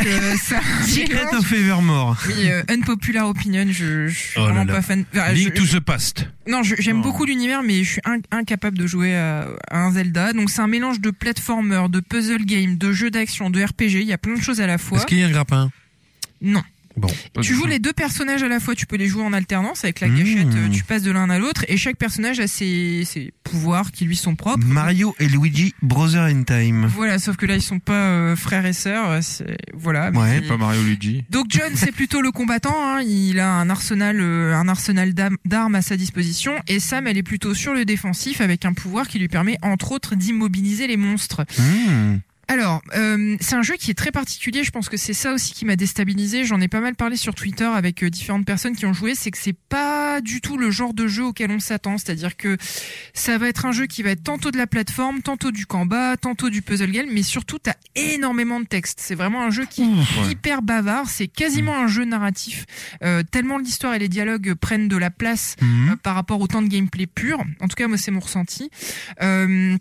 Speaker 4: euh, ça.
Speaker 1: Secret of Evermore.
Speaker 4: Oui, euh, unpopular opinion, je, je suis
Speaker 2: Oh là
Speaker 4: vraiment
Speaker 2: là.
Speaker 4: pas fan. Enfin, je-
Speaker 2: Link to the past.
Speaker 4: non, je- j'aime
Speaker 3: Oh.
Speaker 4: beaucoup l'univers, mais je suis in- incapable de jouer à, à un Zelda. Donc c'est un mélange de platformer, de puzzle game, de jeu d'action, de RPG. Il y a plein de choses à la fois.
Speaker 2: Est-ce qu'il y a un grappin?
Speaker 4: Non.
Speaker 2: Bon.
Speaker 4: Tu joues les deux personnages à la fois. Tu peux les jouer en alternance avec la
Speaker 1: Mmh.
Speaker 4: gâchette. euh, Tu passes de l'un à l'autre et chaque personnage a ses, ses pouvoirs qui lui sont propres.
Speaker 1: Mario et Luigi Brother in Time.
Speaker 4: Voilà, sauf que là ils sont pas euh, frères et sœurs. euh, c'est- Voilà. mais
Speaker 1: Ouais.
Speaker 4: c'est-
Speaker 3: Pas Mario Luigi.
Speaker 4: Donc John, c'est plutôt le combattant. hein. Il a un arsenal, euh, un arsenal d'am- d'armes à sa disposition. Et Sam, elle est plutôt sur le défensif avec un pouvoir qui lui permet entre autres d'immobiliser les monstres.
Speaker 1: Hmm.
Speaker 4: Alors, euh, c'est un jeu qui est très particulier. Je pense que c'est ça aussi qui m'a déstabilisé. J'en ai pas mal parlé sur Twitter avec euh, différentes personnes qui ont joué. C'est que c'est pas du tout le genre de jeu auquel on s'attend. C'est-à-dire que ça va être un jeu qui va être tantôt de la plateforme, tantôt du combat, tantôt du puzzle game, mais surtout t'as énormément de texte. C'est vraiment un jeu qui
Speaker 3: ouais.
Speaker 4: hyper bavard. C'est quasiment un jeu narratif. Euh, tellement l'histoire et les dialogues prennent de la place
Speaker 1: Mhm.
Speaker 4: euh, par rapport au temps de gameplay pur. En tout cas, moi, c'est mon ressenti. Euh,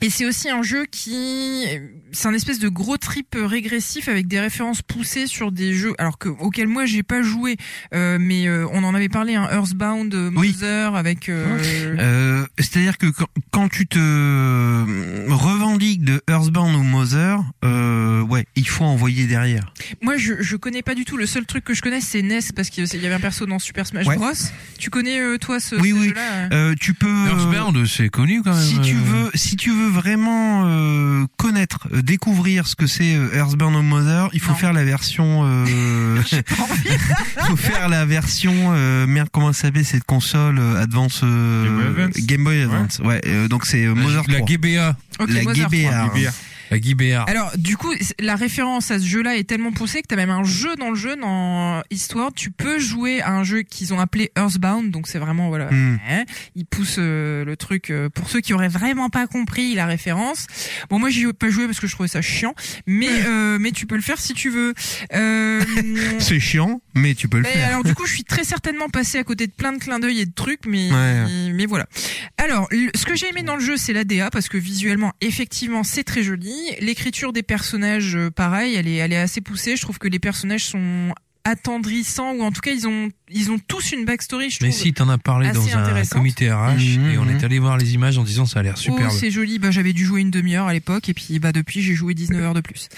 Speaker 4: et c'est aussi un jeu qui, c'est un espèce de gros trip régressif avec des références poussées sur des jeux, alors que auxquels moi j'ai pas joué, Euh, mais euh, on en avait parlé, hein, Earthbound, euh,
Speaker 1: Oui.
Speaker 4: Mother, avec. euh,
Speaker 1: Euh, C'est-à-dire que quand, quand tu te euh, revendiques de Earthbound ou Mother, euh, ouais, il faut envoyer derrière.
Speaker 4: Moi, je, je connais pas du tout. Le seul truc que je connais, c'est NES parce qu'il y avait un perso dans Super Smash
Speaker 1: Ouais.
Speaker 4: Bros. Tu connais euh, toi ce,
Speaker 1: Oui,
Speaker 4: ce
Speaker 1: oui.
Speaker 4: jeu-là
Speaker 1: Euh, tu peux. euh,
Speaker 2: Earthbound, c'est connu quand même.
Speaker 1: si tu
Speaker 2: euh.
Speaker 1: veux, si tu veux vraiment euh, connaître, euh, découvrir ce que c'est euh, Earthbound ou Mother, il faut
Speaker 4: Non.
Speaker 1: faire la version. Euh, il faut faire la version. euh, merde, comment ça s'appelait cette console euh, Advance euh,
Speaker 3: Game Boy Advance.
Speaker 1: Game Boy Advance. Ouais. euh, donc c'est euh,
Speaker 2: La-
Speaker 1: Mother
Speaker 2: La
Speaker 1: 3.
Speaker 2: GBA.
Speaker 4: Ok,
Speaker 1: la
Speaker 4: Mother,
Speaker 1: GBA.
Speaker 4: quoi.
Speaker 1: hein.
Speaker 3: Bière.
Speaker 2: La GBA.
Speaker 4: Alors, du coup, c- la référence à ce jeu-là est tellement poussée que t'as même un jeu dans le jeu, dans Eastward. Tu peux jouer à un jeu qu'ils ont appelé Earthbound, donc c'est vraiment, voilà.
Speaker 1: Hmm.
Speaker 4: hein, ils poussent euh, le truc euh, pour ceux qui auraient vraiment pas compris la référence. Bon, moi, j'y ai pas joué parce que je trouvais ça chiant, mais,
Speaker 1: Hmm.
Speaker 4: euh, mais tu peux le faire si tu veux. Euh,
Speaker 1: C'est chiant, mais tu peux le
Speaker 4: Mais
Speaker 1: faire.
Speaker 4: alors du coup, je suis très certainement passé à côté de plein de clins d'œil et de trucs, mais
Speaker 1: Ouais.
Speaker 4: mais voilà. Alors, le- ce que j'ai aimé dans le jeu, c'est la DA parce que visuellement, effectivement, c'est très joli. L'écriture des personnages, euh, pareil, elle est elle est assez poussée. Je trouve que les personnages sont attendrissant ou en tout cas ils ont ils ont tous une backstory je
Speaker 2: Mais
Speaker 4: trouve.
Speaker 2: si, t'en as parlé
Speaker 4: assez
Speaker 2: dans un
Speaker 4: intéressante.
Speaker 2: comité RH
Speaker 3: Mhm,
Speaker 2: et on
Speaker 3: mhm.
Speaker 2: est allé voir les images en disant ça a l'air superbe.
Speaker 4: Oh, c'est joli. Bah, j'avais dû jouer une demi-heure à l'époque et puis bah depuis j'ai joué 19 heures de plus.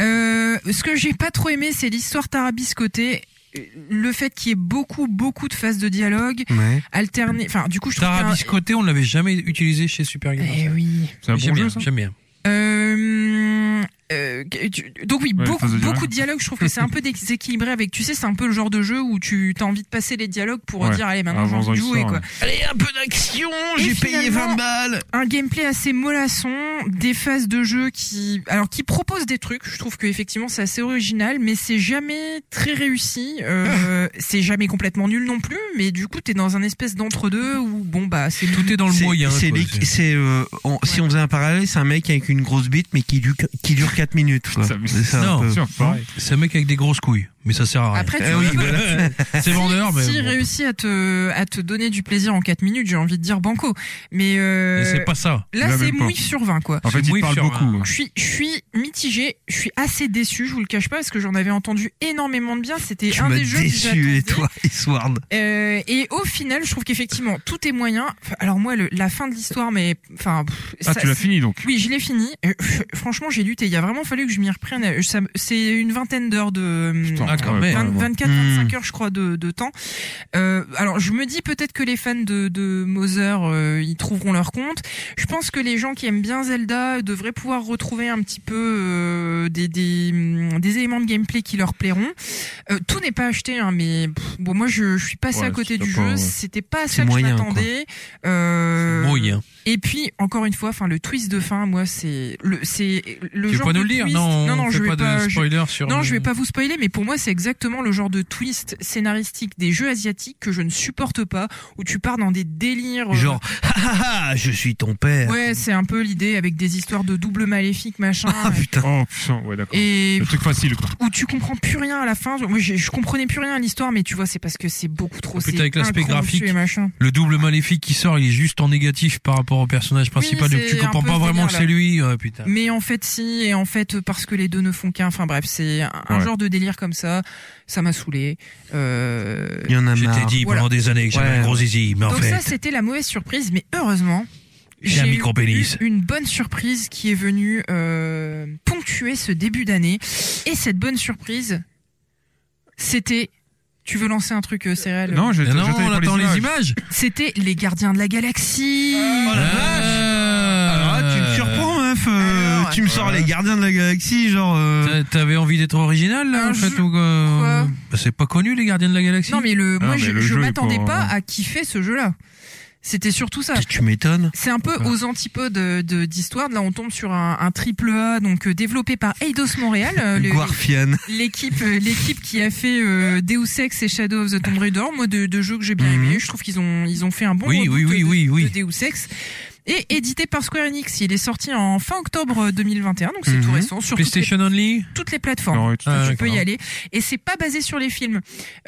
Speaker 4: Euh, ce que j'ai pas trop aimé, c'est l'histoire tarabiscotée, Euh, le fait qu'il y ait beaucoup beaucoup de phases de dialogue
Speaker 1: Ouais.
Speaker 4: alternées. Enfin, du coup, je trouve qu'il y a un-
Speaker 2: Tarabiscoté, on l'avait jamais utilisé chez Super Game.
Speaker 4: Eh oui.
Speaker 3: C'est un
Speaker 2: J'aime
Speaker 3: bon
Speaker 2: bien,
Speaker 3: jeu, ça
Speaker 2: j'aime bien.
Speaker 4: Euh, euh, tu- donc oui,
Speaker 3: Ouais,
Speaker 4: beaucoup,
Speaker 3: phase de dialogue.
Speaker 4: beaucoup de dialogues. Je trouve que c'est un peu déséquilibré avec, tu sais, c'est un peu le genre de jeu où tu as envie de passer les dialogues pour
Speaker 3: Ouais.
Speaker 4: dire allez maintenant j'ai
Speaker 3: Avance dans
Speaker 4: envie de jouer
Speaker 3: l'histoire,
Speaker 4: quoi.
Speaker 1: Allez, un peu d'action,
Speaker 4: Et
Speaker 1: j'ai payé
Speaker 4: finalement-
Speaker 1: 20 balles.
Speaker 4: un gameplay assez mollasson, des phases de jeu qui, alors qui proposent des trucs. Je trouve que effectivement c'est assez original, mais c'est jamais très réussi. Euh, c'est jamais complètement nul non plus, mais du coup t'es dans un espèce d'entre-deux où bon bah c'est
Speaker 2: Tout est dans le
Speaker 1: C'est-
Speaker 2: moyen.
Speaker 1: C'est,
Speaker 2: quoi.
Speaker 1: les- c'est, euh, on- si on faisait un parallèle, c'est un mec avec une grosse bite mais qui dure qui dure 4 minutes quoi.
Speaker 3: Ça, mais-
Speaker 1: C'est un
Speaker 2: Non.
Speaker 1: peu-
Speaker 3: Sûr, pareil.
Speaker 2: C'est un mec avec des grosses couilles, mais ça sert à rien. bah,
Speaker 4: après tu
Speaker 1: Eh oui,
Speaker 4: vois,
Speaker 1: voilà.
Speaker 2: c'est vendeur, mais
Speaker 4: si
Speaker 2: bon.
Speaker 4: réussit à te à te donner du plaisir en 4 minutes, j'ai envie de dire banco. Mais, euh,
Speaker 2: Mais c'est pas ça.
Speaker 4: là
Speaker 3: Là,
Speaker 4: c'est
Speaker 3: même pas.
Speaker 4: mouille sur 20 quoi.
Speaker 3: En fait,
Speaker 2: C'est
Speaker 3: il
Speaker 2: Moïse
Speaker 3: parle
Speaker 2: sur un-
Speaker 3: beaucoup. hein.
Speaker 4: Je suis, je suis mitigé, je suis assez déçu, je vous le cache pas, parce que j'en avais entendu énormément de bien. C'était
Speaker 1: Tu
Speaker 4: un
Speaker 1: m'as
Speaker 4: des jeux que
Speaker 1: déçu et
Speaker 4: j'attendais.
Speaker 1: toi, Isward.
Speaker 4: Euh, et au final, je trouve qu'effectivement, tout est moyen. Enfin, Alors moi, le- la fin de l'histoire, mais enfin, pff,
Speaker 3: Ah,
Speaker 4: ça-
Speaker 3: tu l'as fini donc.
Speaker 4: Oui, je l'ai fini. Euh, pff, franchement, j'ai lutté. Il a vraiment fallu que je m'y reprenne. Euh, ça me- C'est une vingtaine d'heures de. hum,
Speaker 3: Putain,
Speaker 2: Ah, quand
Speaker 3: ouais,
Speaker 2: même.
Speaker 3: ouais,
Speaker 4: 20,
Speaker 3: ouais.
Speaker 4: 24,
Speaker 1: Hmm.
Speaker 4: 25 heures, je crois, de, de temps. Euh, alors, je me dis peut-être que les fans de, de Mother, euh, ils trouveront leur compte. Je pense que les gens qui aiment bien Zelda devraient pouvoir retrouver un petit peu euh, des, des, hum, des éléments de gameplay qui leur plairont. Euh, tout n'est pas acheté, hein, mais pff, bon, moi, je, je suis passé
Speaker 3: Ouais,
Speaker 4: à côté
Speaker 3: c'est
Speaker 4: du
Speaker 3: pas-
Speaker 4: jeu.
Speaker 3: ouais.
Speaker 4: C'était pas
Speaker 1: C'est
Speaker 4: ça que je
Speaker 1: moyen, quoi.
Speaker 4: m'attendais. Euh,
Speaker 2: Moyen.
Speaker 4: et puis encore une fois, enfin le twist de fin, moi c'est le c'est le
Speaker 2: Tu veux
Speaker 4: genre
Speaker 2: pas nous le
Speaker 4: de
Speaker 2: dire
Speaker 4: twist-
Speaker 2: Non,
Speaker 4: non,
Speaker 2: on
Speaker 4: non,
Speaker 2: fait
Speaker 4: je vais
Speaker 2: pas, de
Speaker 4: je-
Speaker 2: spoiler sur.
Speaker 4: non, je vais pas vous spoiler, mais pour moi, c'est exactement le genre de twist scénaristique des jeux asiatiques que je ne supporte pas, où tu pars dans des délires. euh,
Speaker 1: Genre, ah, ah, ah, je suis ton père.
Speaker 4: Ouais, c'est un peu l'idée avec des histoires de double maléfique, machin.
Speaker 1: Ah putain.
Speaker 3: Oh putain, ouais, d'accord.
Speaker 4: et
Speaker 3: Le truc facile quoi.
Speaker 4: où tu comprends plus rien à la fin. Moi, j'ai- je comprenais plus rien à l'histoire, mais tu vois, c'est parce que c'est beaucoup trop.
Speaker 2: Puis
Speaker 4: Oh, c'est
Speaker 2: avec l'aspect
Speaker 4: incongru
Speaker 2: graphique,
Speaker 4: et machin.
Speaker 2: Le double maléfique qui sort, il est juste en négatif par rapport au personnage principal. donc tu
Speaker 4: c'est un
Speaker 2: comprends
Speaker 4: peu
Speaker 2: pas
Speaker 4: ce
Speaker 2: vraiment que
Speaker 4: délire-là.
Speaker 2: c'est lui. euh, putain.
Speaker 4: Mais en fait, si, et en fait, parce que les deux ne font qu'un. Enfin bref, c'est un, un
Speaker 3: Ouais.
Speaker 4: genre de délire comme ça. Ça m'a saoulé. Euh...
Speaker 1: Il y en a
Speaker 2: Je t'ai
Speaker 1: marre.
Speaker 2: dit pendant
Speaker 4: Voilà.
Speaker 2: des années que j'avais
Speaker 1: Ouais.
Speaker 2: un gros zizi, mais en
Speaker 4: Donc ça,
Speaker 2: fait,
Speaker 4: c'était la mauvaise surprise, mais heureusement,
Speaker 2: J'ai un
Speaker 4: eu
Speaker 2: micro-pénis.
Speaker 4: Une bonne surprise qui est venue euh, ponctuer ce début d'année. Et cette bonne surprise, c'était... Tu veux lancer un truc euh, céréal
Speaker 3: Non, je,
Speaker 2: Mais
Speaker 3: je
Speaker 2: non,
Speaker 3: t'avais
Speaker 2: on
Speaker 3: pas
Speaker 2: attend les
Speaker 3: images.
Speaker 2: images.
Speaker 4: C'était les gardiens de la galaxie
Speaker 1: Oh la vache.
Speaker 2: Euh,
Speaker 1: Ah, tu me surprends, meuf. euh,
Speaker 4: Alors,
Speaker 1: tu me sors les gardiens de la galaxie, genre. euh,
Speaker 2: T'a- T'avais envie d'être original là
Speaker 4: Un
Speaker 2: en fait
Speaker 4: jeu-
Speaker 2: ou quoi
Speaker 4: Ah, Quoi
Speaker 2: Bah, C'est pas connu les Gardiens de la Galaxie.
Speaker 4: Non mais le,
Speaker 3: Ah,
Speaker 4: moi
Speaker 3: mais
Speaker 4: je,
Speaker 3: le
Speaker 4: je
Speaker 3: jeu est
Speaker 4: m'attendais
Speaker 3: pas-
Speaker 4: pas à kiffer ce jeu-là. C'était surtout ça.
Speaker 1: Tu m'étonnes.
Speaker 4: C'est un peu
Speaker 2: Voilà.
Speaker 4: aux antipodes de- de- d'histoire. Là, on tombe sur un, un triple A, donc euh, développé par Eidos Montréal, euh, le-
Speaker 1: Guarfian.
Speaker 4: l'équipe euh, l'équipe qui a fait euh, Deus Ex et Shadow of the Tomb Raider. Moi, deux deux jeux que j'ai bien aimé. Je trouve qu'ils ont ils ont fait un bon
Speaker 2: Mhm. Oui,
Speaker 4: reboot
Speaker 2: oui, oui,
Speaker 4: de,
Speaker 2: oui, oui.
Speaker 4: de Deus Ex. Et édité par Square Enix, il est sorti en fin octobre euh, 2021, donc c'est tout
Speaker 1: Mhm.
Speaker 4: récent sur toutes les,
Speaker 2: PlayStation Only.
Speaker 4: toutes les plateformes
Speaker 3: Non, ouais, tout à
Speaker 2: Ah,
Speaker 3: fait.
Speaker 4: tu peux y aller. Et c'est pas basé sur les films.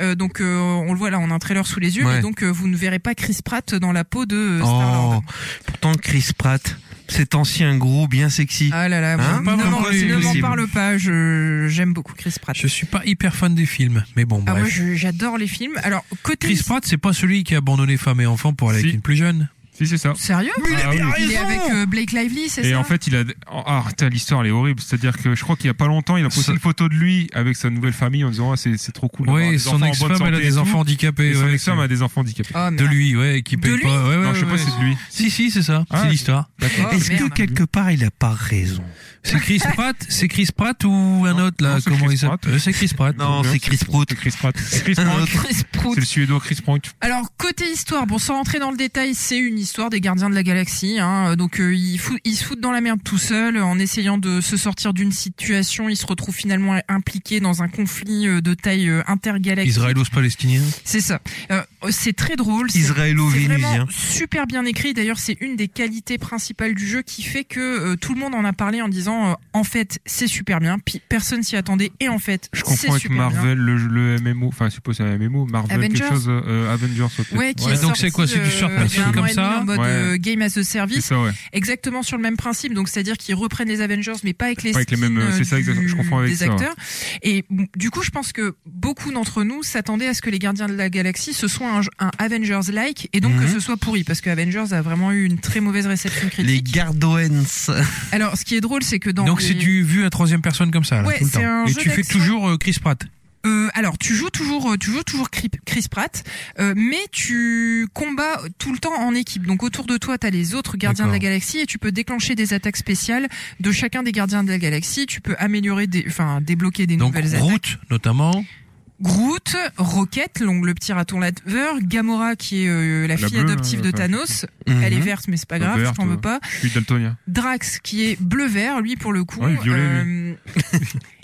Speaker 4: Euh, donc euh, on le voit là, on a un trailer sous les yeux,
Speaker 1: Ouais.
Speaker 4: mais donc euh, vous ne verrez pas Chris Pratt dans la peau de euh,
Speaker 1: Oh,
Speaker 4: Star-Lord.
Speaker 1: pourtant Chris Pratt, cet ancien gros bien sexy.
Speaker 4: Ah là là,
Speaker 1: Hein
Speaker 4: moi,
Speaker 2: Pas
Speaker 4: ne m'en-
Speaker 2: vraiment, c'est
Speaker 4: ne m'en
Speaker 1: possible.
Speaker 4: parle pas, je j'aime beaucoup Chris Pratt.
Speaker 2: Je suis pas hyper fan des films, mais bon
Speaker 4: Ah, moi
Speaker 2: bref.
Speaker 4: je- j'adore les films. Alors côté
Speaker 2: Chris Pratt, c'est pas celui qui a abandonné femme et enfant pour aller
Speaker 3: Si.
Speaker 2: avec une plus jeune.
Speaker 3: Si, c'est ça.
Speaker 4: sérieux
Speaker 1: Mais il a
Speaker 3: Ah
Speaker 1: bien
Speaker 3: oui.
Speaker 4: Il est
Speaker 1: raison.
Speaker 4: avec euh, Blake Lively, c'est
Speaker 3: Et
Speaker 4: ça
Speaker 3: en fait, il a. Ah, putain, l'histoire, elle est horrible. C'est-à-dire que je crois qu'il y a pas longtemps, il a posté
Speaker 2: Ça-
Speaker 3: une photo de lui avec sa nouvelle famille en disant Ah, c'est c'est trop cool. d'avoir
Speaker 2: Oui,
Speaker 3: des
Speaker 2: son
Speaker 3: enfants en bonne
Speaker 2: ex-femme, elle a
Speaker 3: santé et
Speaker 2: des
Speaker 3: tout.
Speaker 2: enfants handicapés.
Speaker 3: Et son
Speaker 2: ouais,
Speaker 3: ex-femme a des enfants handicapés.
Speaker 4: Oh, merde.
Speaker 2: De lui, ouais, qui paye
Speaker 4: lui
Speaker 2: pas. Ouais, ouais,
Speaker 3: non, je sais pas
Speaker 2: ouais.
Speaker 3: si c'est de lui.
Speaker 2: Si, si, c'est ça.
Speaker 3: Ah,
Speaker 2: c'est
Speaker 3: ouais.
Speaker 2: l'histoire.
Speaker 4: Oh,
Speaker 1: Est-ce que
Speaker 4: merde.
Speaker 1: quelque part il a pas raison
Speaker 2: C'est Chris Pratt, c'est Chris Pratt ou un
Speaker 3: Non,
Speaker 2: autre là
Speaker 3: non, c'est
Speaker 2: Comment
Speaker 3: Chris
Speaker 2: il s'appelle
Speaker 3: Pratt.
Speaker 2: Euh, C'est Chris Pratt.
Speaker 1: Non, c'est Chris Pratt. Euh,
Speaker 3: C'est Chris Pratt. C'est Chris Pratt.
Speaker 4: Chris Pratt.
Speaker 3: C'est le suédois Chris Pratt.
Speaker 4: Alors côté histoire, bon sans rentrer dans le détail, c'est une histoire des gardiens de la galaxie. Hein, donc euh, ils, fou- ils se foutent dans la merde tout seuls en essayant de se sortir d'une situation. Ils se retrouvent finalement impliqués dans un conflit euh, de taille euh, intergalactique.
Speaker 2: Israélo-palestinien.
Speaker 4: C'est ça. Euh, euh, c'est très drôle. c'est- C'est
Speaker 1: Israélo-vénusien.
Speaker 3: hein.
Speaker 4: vraiment super bien écrit. D'ailleurs, c'est une des qualités principales du jeu qui fait que euh, tout le monde en a parlé en disant euh, en fait c'est super bien. Puis personne s'y attendait et en fait
Speaker 3: Je
Speaker 4: c'est
Speaker 3: comprends avec
Speaker 4: super bien.
Speaker 3: Marvel, le, le MMO, enfin, je suppose que c'est un MMO, Marvel,
Speaker 4: Avengers.
Speaker 3: quelque chose, euh, euh, Avengers, ok.
Speaker 4: Ouais, qui
Speaker 2: Ouais,
Speaker 4: est
Speaker 2: donc c'est
Speaker 4: sorti,
Speaker 2: quoi, c'est du
Speaker 4: euh,
Speaker 2: short
Speaker 4: il y a
Speaker 2: machine
Speaker 4: un an
Speaker 2: comme
Speaker 4: et demi
Speaker 2: ça
Speaker 4: en mode
Speaker 3: Ouais.
Speaker 4: euh, game as a
Speaker 3: C'est
Speaker 4: service,
Speaker 3: ça, ouais.
Speaker 4: exactement sur le même principe. Donc c'est-à-dire qu'ils reprennent les Avengers, mais pas avec les,
Speaker 3: Pas avec les
Speaker 4: skins,
Speaker 3: mêmes, euh,
Speaker 4: euh,
Speaker 3: c'est ça,
Speaker 4: du-
Speaker 3: exactement, je confonds avec
Speaker 4: des
Speaker 3: ça, ouais.
Speaker 4: acteurs. Et bon, du coup, je pense que beaucoup d'entre nous s'attendaient à ce que les Gardiens de la Galaxie ce soit un, un Avengers-like et donc
Speaker 1: Mhm.
Speaker 4: que ce soit pourri parce que Avengers a vraiment eu une très mauvaise réception
Speaker 1: Les
Speaker 4: critique.
Speaker 1: Gardoens.
Speaker 4: Alors, ce qui est drôle, c'est que dans
Speaker 2: Donc
Speaker 4: les-
Speaker 2: c'est du vu à troisième personne comme ça, là,
Speaker 4: euh, Ouais,
Speaker 2: tout le
Speaker 4: c'est
Speaker 2: temps.
Speaker 4: un
Speaker 2: Et
Speaker 4: jeu
Speaker 2: tu fais
Speaker 4: d'action.
Speaker 2: toujours euh, Chris Pratt.
Speaker 4: Euh, alors, tu joues toujours, euh, tu joues toujours Cri- Chris Pratt, euh, mais tu combats tout le temps en équipe. Donc, autour de toi, t'as les autres gardiens de la
Speaker 2: D'accord.
Speaker 4: galaxie et tu peux déclencher des attaques spéciales de chacun des gardiens de la galaxie. Tu peux améliorer, des, enfin, débloquer des
Speaker 2: Donc
Speaker 4: nouvelles attaques.
Speaker 2: Groot notamment.
Speaker 4: Groot, Rocket, l'ongle le petit raton laveur, Gamora qui est euh, la,
Speaker 3: La
Speaker 4: fille
Speaker 3: bleue,
Speaker 4: adoptive
Speaker 3: euh,
Speaker 4: de
Speaker 3: enfin.
Speaker 4: Thanos. Elle est
Speaker 1: Mhm.
Speaker 4: verte, mais c'est pas grave,
Speaker 3: Verte, euh.
Speaker 4: je t'en veux
Speaker 3: ouais.
Speaker 4: pas.
Speaker 3: Je suis daltonien.
Speaker 4: Drax qui est bleu vert lui pour le coup
Speaker 3: Ouais, violet,
Speaker 4: Euh,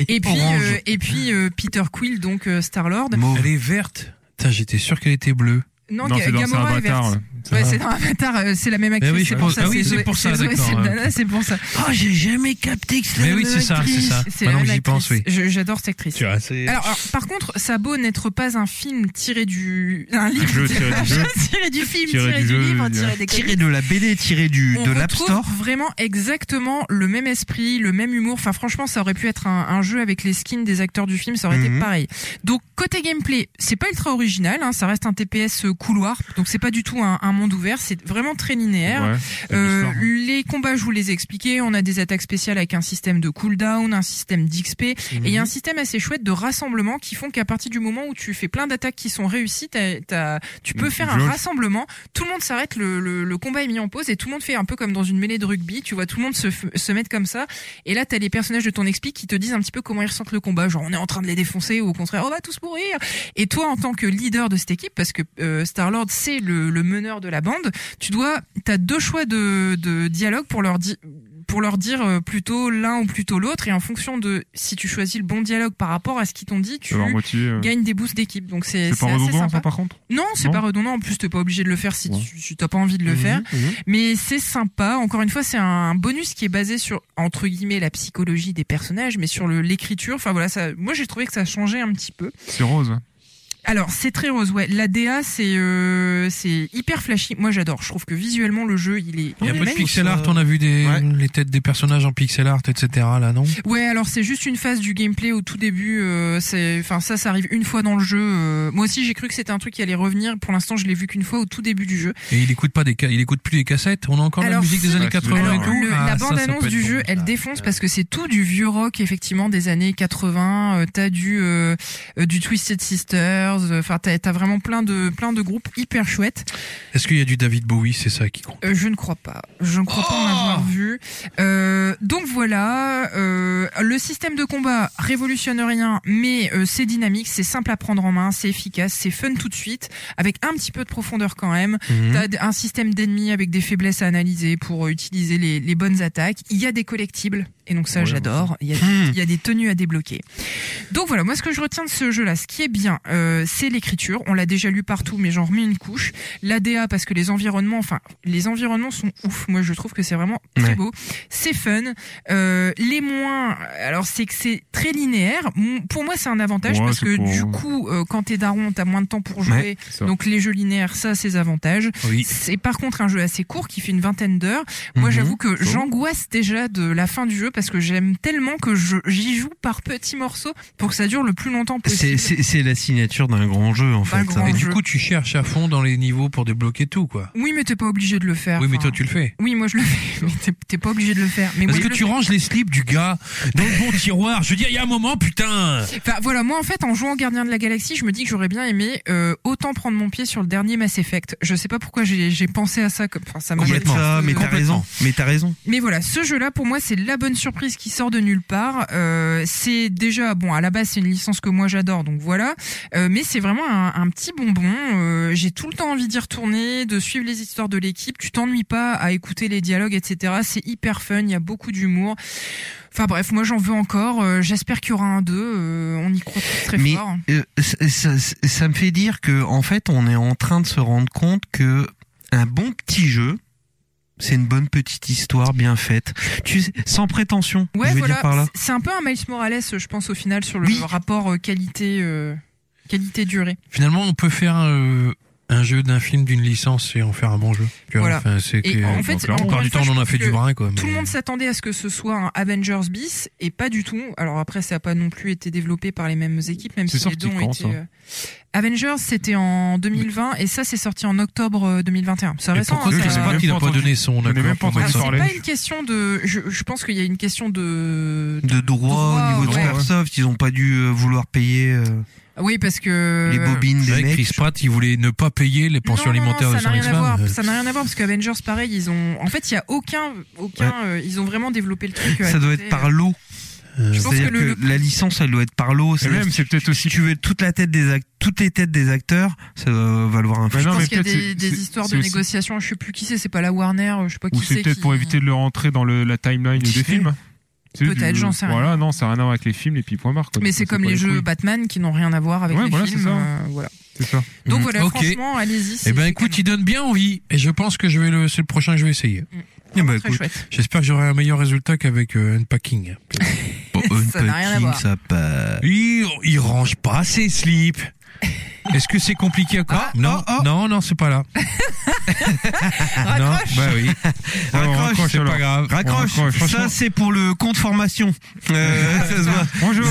Speaker 4: et puis
Speaker 1: Orange.
Speaker 4: euh, et puis euh, Peter Quill donc euh, Star Lord
Speaker 1: Mauve.
Speaker 2: Elle est verte. Putain, j'étais sûr qu'elle était bleue.
Speaker 4: non,
Speaker 3: Non,
Speaker 4: Ga-
Speaker 3: c'est dans c'est
Speaker 4: Gamora est verte
Speaker 3: Avatar. ouais.
Speaker 4: Ouais,
Speaker 3: ça.
Speaker 4: c'est dans Avatar, euh, c'est la même actrice.
Speaker 2: Mais oui, c'est pour- ah oui, c'est
Speaker 4: Zoé-
Speaker 2: pour ça,
Speaker 4: Zoé
Speaker 2: d'accord,
Speaker 4: Saldana,
Speaker 2: ouais.
Speaker 4: C'est pour ça.
Speaker 1: Oh, j'ai jamais capté que c'était
Speaker 2: Mais
Speaker 1: la
Speaker 2: oui,
Speaker 1: même
Speaker 2: c'est ça,
Speaker 1: actrice.
Speaker 2: c'est ça.
Speaker 4: C'est la
Speaker 2: Maintenant
Speaker 4: même
Speaker 2: que j'y pense, oui.
Speaker 4: actrice. Je- J'adore cette actrice.
Speaker 2: Tu vois, c'est-
Speaker 4: Alors, alors, par contre, ça a beau n'être pas un film tiré du, un livre
Speaker 3: jeu tiré du jeu.
Speaker 4: tiré du film,
Speaker 3: Tiré
Speaker 4: tiré,
Speaker 3: du
Speaker 4: du,
Speaker 3: jeu,
Speaker 4: livre,
Speaker 3: oui,
Speaker 4: tiré des comics,
Speaker 1: Tiré de la BD, tiré du,
Speaker 4: on
Speaker 1: de l'App
Speaker 4: retrouve
Speaker 1: Store.
Speaker 4: vraiment exactement le même esprit, le même humour. Enfin, franchement, ça aurait pu être un, un jeu avec les skins des acteurs du film, ça aurait
Speaker 1: Mhm.
Speaker 4: été pareil. Donc, côté gameplay, c'est pas ultra original, hein, ça reste un TPS couloir, donc c'est pas du tout un, un monde ouvert, c'est vraiment très linéaire.
Speaker 3: Ouais, c'est
Speaker 4: Euh,
Speaker 1: hein.
Speaker 3: l'histoire.
Speaker 4: les combats, je vous les ai expliqués. On a des attaques spéciales avec un système de cooldown, un système d'XP, et
Speaker 1: Mhm.
Speaker 4: il y a un système assez chouette de rassemblement qui font qu'à partir du moment où tu fais plein d'attaques qui sont réussies, t'as- t'as- tu peux
Speaker 1: Mm,
Speaker 3: Une
Speaker 4: faire
Speaker 3: jauge.
Speaker 4: un rassemblement. Tout le monde s'arrête, le, le- le combat est mis en pause et tout le monde fait un peu comme dans une mêlée de rugby. Tu vois tout le monde se, f- se mettre comme ça. Et là, t'as les personnages de ton explique qui te disent un petit peu comment ils ressentent le combat. Genre, on est en train de les défoncer ou au contraire, on va tous mourir. Et toi, en tant que leader de cette équipe, parce que euh, Star-Lord, c'est le, le meneur de la bande, tu dois, t'as deux choix de, de dialogue pour leur dire pour leur dire euh, plutôt l'un ou plutôt l'autre et en fonction de si tu choisis le bon dialogue par rapport à ce qu'ils t'ont dit, tu
Speaker 3: Ça va en moitié, euh,
Speaker 4: gagnes des boosts d'équipe. Donc c'est
Speaker 3: C'est
Speaker 4: c'est
Speaker 3: pas
Speaker 4: assez
Speaker 3: redondant, ça,
Speaker 4: sympa.
Speaker 3: par contre?
Speaker 4: Non, c'est
Speaker 3: Non
Speaker 4: pas redondant. En plus, t'es pas obligé de le faire si
Speaker 3: Ouais.
Speaker 4: tu si t'as pas envie de le faire. Mais c'est sympa. Encore une fois, c'est un bonus qui est basé sur entre guillemets la psychologie des personnages, mais sur le- l'écriture. Enfin voilà, ça. Moi, j'ai trouvé que ça changeait un petit peu.
Speaker 3: C'est rose. hein.
Speaker 4: Alors c'est très rose, ouais. La DA c'est euh, c'est hyper flashy. Moi j'adore. Je trouve que visuellement le jeu il est.
Speaker 2: Il y a
Speaker 4: il est
Speaker 2: pas de
Speaker 4: magnifique.
Speaker 2: pixel art, on a vu des,
Speaker 1: Ouais.
Speaker 2: les têtes des personnages en pixel art, etc. là, non
Speaker 4: Ouais, alors c'est juste une phase du gameplay au tout début. euh, c'est, enfin ça, ça arrive une fois dans le jeu. euh. moi aussi j'ai cru que c'était un truc qui allait revenir. Pour l'instant je l'ai vu qu'une fois au tout début du jeu.
Speaker 2: Et il écoute pas des, ca- il écoute plus les cassettes. On a encore la
Speaker 4: Alors,
Speaker 2: musique des
Speaker 4: si-
Speaker 2: années
Speaker 3: Ouais,
Speaker 2: 80
Speaker 4: Alors,
Speaker 2: et tout.
Speaker 4: le-
Speaker 2: Ah,
Speaker 4: la
Speaker 2: ça, ça
Speaker 4: bande-annonce
Speaker 2: peut être
Speaker 4: du
Speaker 2: bon,
Speaker 4: jeu,
Speaker 2: ça.
Speaker 4: elle défonce parce que c'est tout du vieux rock, effectivement, des années 80. Euh, t'as du euh, euh, du Twisted Sisters. euh, Enfin, t'as, t'as vraiment plein de plein de groupes hyper chouettes.
Speaker 2: Est-ce qu'il y a du David Bowie C'est ça qui compte.
Speaker 4: Euh, je ne crois pas. Je ne crois pas en avoir vu. Euh, donc voilà, euh, le système de combat révolutionne rien, mais euh, c'est dynamique, c'est simple à prendre en main, c'est efficace, c'est fun tout de suite, avec un petit peu de profondeur quand même. T'as d- un système d'ennemis avec des faiblesses à analyser pour euh, utiliser les, les bonnes attaques. Il y a des collectibles, et donc ça
Speaker 3: Ouais,
Speaker 4: j'adore. Il y a
Speaker 1: Mhm.
Speaker 4: il y a des tenues à débloquer. Donc voilà, moi ce que je retiens de ce jeu-là, ce qui est bien, euh, c'est l'écriture. On l'a déjà lu partout, mais j'en remets une couche. L'ADA parce que les environnements, enfin les environnements sont ouf. Moi je trouve que c'est vraiment très
Speaker 1: Ouais.
Speaker 4: beau, c'est fun. Euh, les moins, alors c'est que c'est très linéaire. Mon- Pour moi c'est un avantage
Speaker 3: Ouais,
Speaker 4: parce
Speaker 3: c'est
Speaker 4: que
Speaker 3: pour-
Speaker 4: du coup euh, quand t'es daron, t'as moins de temps pour jouer.
Speaker 3: C'est ça.
Speaker 4: Donc les jeux linéaires, ça c'est avantage.
Speaker 2: Oui.
Speaker 4: C'est par contre un jeu assez court qui fait une vingtaine d'heures. Moi,
Speaker 1: Mhm.
Speaker 4: j'avoue que j'angoisse déjà de la fin du jeu parce que j'aime tellement que je- j'y joue par petits morceaux pour que ça dure le plus longtemps
Speaker 1: C'est-
Speaker 4: possible.
Speaker 1: C'est c'est la signature d'un grand jeu, en
Speaker 4: D'un
Speaker 1: fait.
Speaker 4: grand
Speaker 2: Et
Speaker 1: hein.
Speaker 2: du
Speaker 4: jeu.
Speaker 2: coup, tu cherches à fond dans les niveaux pour débloquer tout, quoi.
Speaker 4: Oui, mais t'es pas obligé de le faire.
Speaker 2: Oui, mais
Speaker 4: Enfin,
Speaker 2: toi, tu le fais.
Speaker 4: Oui, moi je le fais, mais t'es- t'es pas obligé de le faire. Mais
Speaker 2: Parce
Speaker 4: moi,
Speaker 2: que
Speaker 4: je
Speaker 2: tu
Speaker 4: le
Speaker 2: ranges les slips du gars dans le bon tiroir. Je veux dire, il y a un moment, putain.
Speaker 4: fais. Enfin, voilà, moi en fait, en jouant Gardien de la Galaxie, je me dis que j'aurais bien aimé euh, autant prendre mon pied sur le dernier Mass Effect. Je sais pas pourquoi j'ai
Speaker 3: Ah,
Speaker 4: j'ai pensé à ça. Comme... Enfin, ça m'a
Speaker 1: Complètement.
Speaker 4: Euh,
Speaker 1: Ça, mais t'as raison. Mais t'as raison.
Speaker 4: Mais voilà, ce jeu-là, pour moi, c'est la bonne surprise qui sort de nulle part. Euh, c'est déjà bon. À la base, c'est une licence que moi j'adore, donc voilà. Euh, mais c'est vraiment un, un petit bonbon. Euh, J'ai tout le temps envie d'y retourner, de suivre les histoires de l'équipe. Tu t'ennuies pas à écouter les dialogues, etc. C'est hyper fun. Il y a beaucoup d'humour. Enfin bref, moi j'en veux encore. Euh, J'espère qu'il y aura un 2. on y croit très
Speaker 1: Mais-
Speaker 4: fort.
Speaker 1: Euh, ça, ça- ça me fait dire que en fait on est en train de se rendre compte que un bon petit jeu c'est une bonne petite histoire bien faite tu sais, sans prétention
Speaker 4: Ouais,
Speaker 1: je veux
Speaker 4: voilà.
Speaker 1: dire par là
Speaker 4: C'est- C'est un peu un Miles Morales, je pense, au final, sur le
Speaker 1: Oui.
Speaker 4: rapport euh, qualité, euh, qualité-durée.
Speaker 2: Finalement, on peut faire euh, un jeu d'un film, d'une licence et en faire un bon jeu. Tu vois,
Speaker 4: Voilà.
Speaker 2: enfin, c'est
Speaker 4: Et
Speaker 2: que,
Speaker 4: en fait,
Speaker 2: la
Speaker 4: encore
Speaker 2: plupart
Speaker 4: une
Speaker 2: du
Speaker 4: fois,
Speaker 2: temps,
Speaker 4: je
Speaker 2: on en a
Speaker 4: pense
Speaker 2: fait
Speaker 4: que
Speaker 2: du brin, quoi.
Speaker 4: Tout le
Speaker 2: mais-
Speaker 4: monde s'attendait à ce que ce soit un Avengers bis et pas du tout. Alors après, ça n'a pas non plus été développé par les mêmes équipes, même
Speaker 3: C'est
Speaker 4: si les
Speaker 3: sorti
Speaker 4: deux ont
Speaker 3: quand,
Speaker 4: été.
Speaker 3: ça
Speaker 4: euh, Avengers, c'était en 2020 et ça, c'est sorti en octobre euh, 2021. C'est
Speaker 2: Mais
Speaker 4: récent.
Speaker 2: pourquoi
Speaker 4: hein,
Speaker 2: tu
Speaker 4: ça-
Speaker 2: sais
Speaker 3: j'ai
Speaker 2: pas
Speaker 3: même
Speaker 2: qu'il
Speaker 3: pas
Speaker 2: n'a pas
Speaker 3: entendu-
Speaker 2: donné son
Speaker 3: n'ai
Speaker 2: accord
Speaker 3: même pas
Speaker 2: pour
Speaker 3: entendu
Speaker 2: mettre
Speaker 4: Alors,
Speaker 2: ça
Speaker 4: c'est
Speaker 2: en ligne
Speaker 4: pas une question de. Je, je pense qu'il y a une question de.
Speaker 1: de droit
Speaker 4: Droit,
Speaker 1: au niveau
Speaker 4: ouais.
Speaker 1: de Microsoft ils ont pas dû euh, vouloir payer euh,
Speaker 4: Oui, parce que.
Speaker 1: les bobines
Speaker 2: Euh, C'est
Speaker 1: des
Speaker 2: vrai que
Speaker 1: mecs
Speaker 2: Chris Pratt, il voulait ne pas payer les pensions
Speaker 4: Non, non,
Speaker 2: alimentaires
Speaker 4: non,
Speaker 2: de
Speaker 4: ça
Speaker 2: son
Speaker 4: n'a rien à voir.
Speaker 2: ex-femme.
Speaker 4: Ça n'a rien à voir parce qu'Avengers, pareil, ils ont. En fait, il y a aucun, aucun. euh, ils ont vraiment développé le truc. à
Speaker 1: ça doit
Speaker 4: côté.
Speaker 1: être par lot
Speaker 2: Euh,
Speaker 4: Je pense
Speaker 1: c'est-à-dire
Speaker 4: que
Speaker 1: que,
Speaker 4: le-
Speaker 1: la licence elle doit être par lot
Speaker 3: Et
Speaker 1: c'est-à-dire
Speaker 3: même, c'est peut-être
Speaker 1: si
Speaker 3: aussi.
Speaker 1: tu veux toute la tête des act- toutes les têtes des acteurs ça doit valoir un
Speaker 3: Mais
Speaker 1: fric.
Speaker 4: Je
Speaker 3: Bah non,
Speaker 4: pense qu'il y a
Speaker 3: peut-être
Speaker 4: des,
Speaker 3: c'est-
Speaker 4: des
Speaker 3: c'est-
Speaker 4: histoires de
Speaker 3: c'est aussi-
Speaker 4: négociation. Je sais plus qui c'est. C'est pas la Warner. euh, Je sais pas qui
Speaker 3: Ou c'est
Speaker 4: c'est
Speaker 3: peut-être
Speaker 4: qui-
Speaker 3: pour éviter de le rentrer dans le, la timeline des
Speaker 1: Disney.
Speaker 3: films. C'est
Speaker 4: Peut-être,
Speaker 3: du-
Speaker 4: j'en sais rien.
Speaker 3: Voilà, non, ça n'a rien à voir avec les films et puis point barre. quoi.
Speaker 4: Mais
Speaker 3: Donc,
Speaker 4: c'est comme
Speaker 3: pas
Speaker 4: les jeux
Speaker 3: couilles.
Speaker 4: Batman qui n'ont rien à voir avec
Speaker 3: Ouais,
Speaker 4: les
Speaker 3: voilà,
Speaker 4: films.
Speaker 3: c'est ça.
Speaker 4: euh, voilà.
Speaker 3: C'est ça.
Speaker 1: Mm.
Speaker 4: Donc voilà,
Speaker 2: Ok.
Speaker 4: franchement, allez-y.
Speaker 2: Eh
Speaker 4: c'est-
Speaker 2: ben
Speaker 4: c'est
Speaker 2: écoute, il
Speaker 4: canon. Mm.
Speaker 2: donne bien envie et je pense que je vais le c'est le prochain que je vais essayer.
Speaker 1: Eh ben,
Speaker 4: Très
Speaker 1: écoute,
Speaker 4: chouette.
Speaker 2: J'espère que j'aurai un meilleur résultat qu'avec euh, Unpacking.
Speaker 4: Ça n'a rien à
Speaker 1: Unpacking,
Speaker 4: voir.
Speaker 1: ça pas
Speaker 2: Il, il range pas ses slips. Est-ce que c'est compliqué à quoi
Speaker 1: Ah,
Speaker 2: Non,
Speaker 1: oh, oh.
Speaker 2: non, non, c'est pas là. non, bah oui.
Speaker 3: Alors,
Speaker 1: Raccroche,
Speaker 3: raccroche,
Speaker 2: C'est
Speaker 3: alors.
Speaker 2: pas grave.
Speaker 1: Raccroche,
Speaker 3: Raccroche, franchement.
Speaker 1: ça c'est pour le compte formation. Euh, ça se voit.
Speaker 3: Bonjour.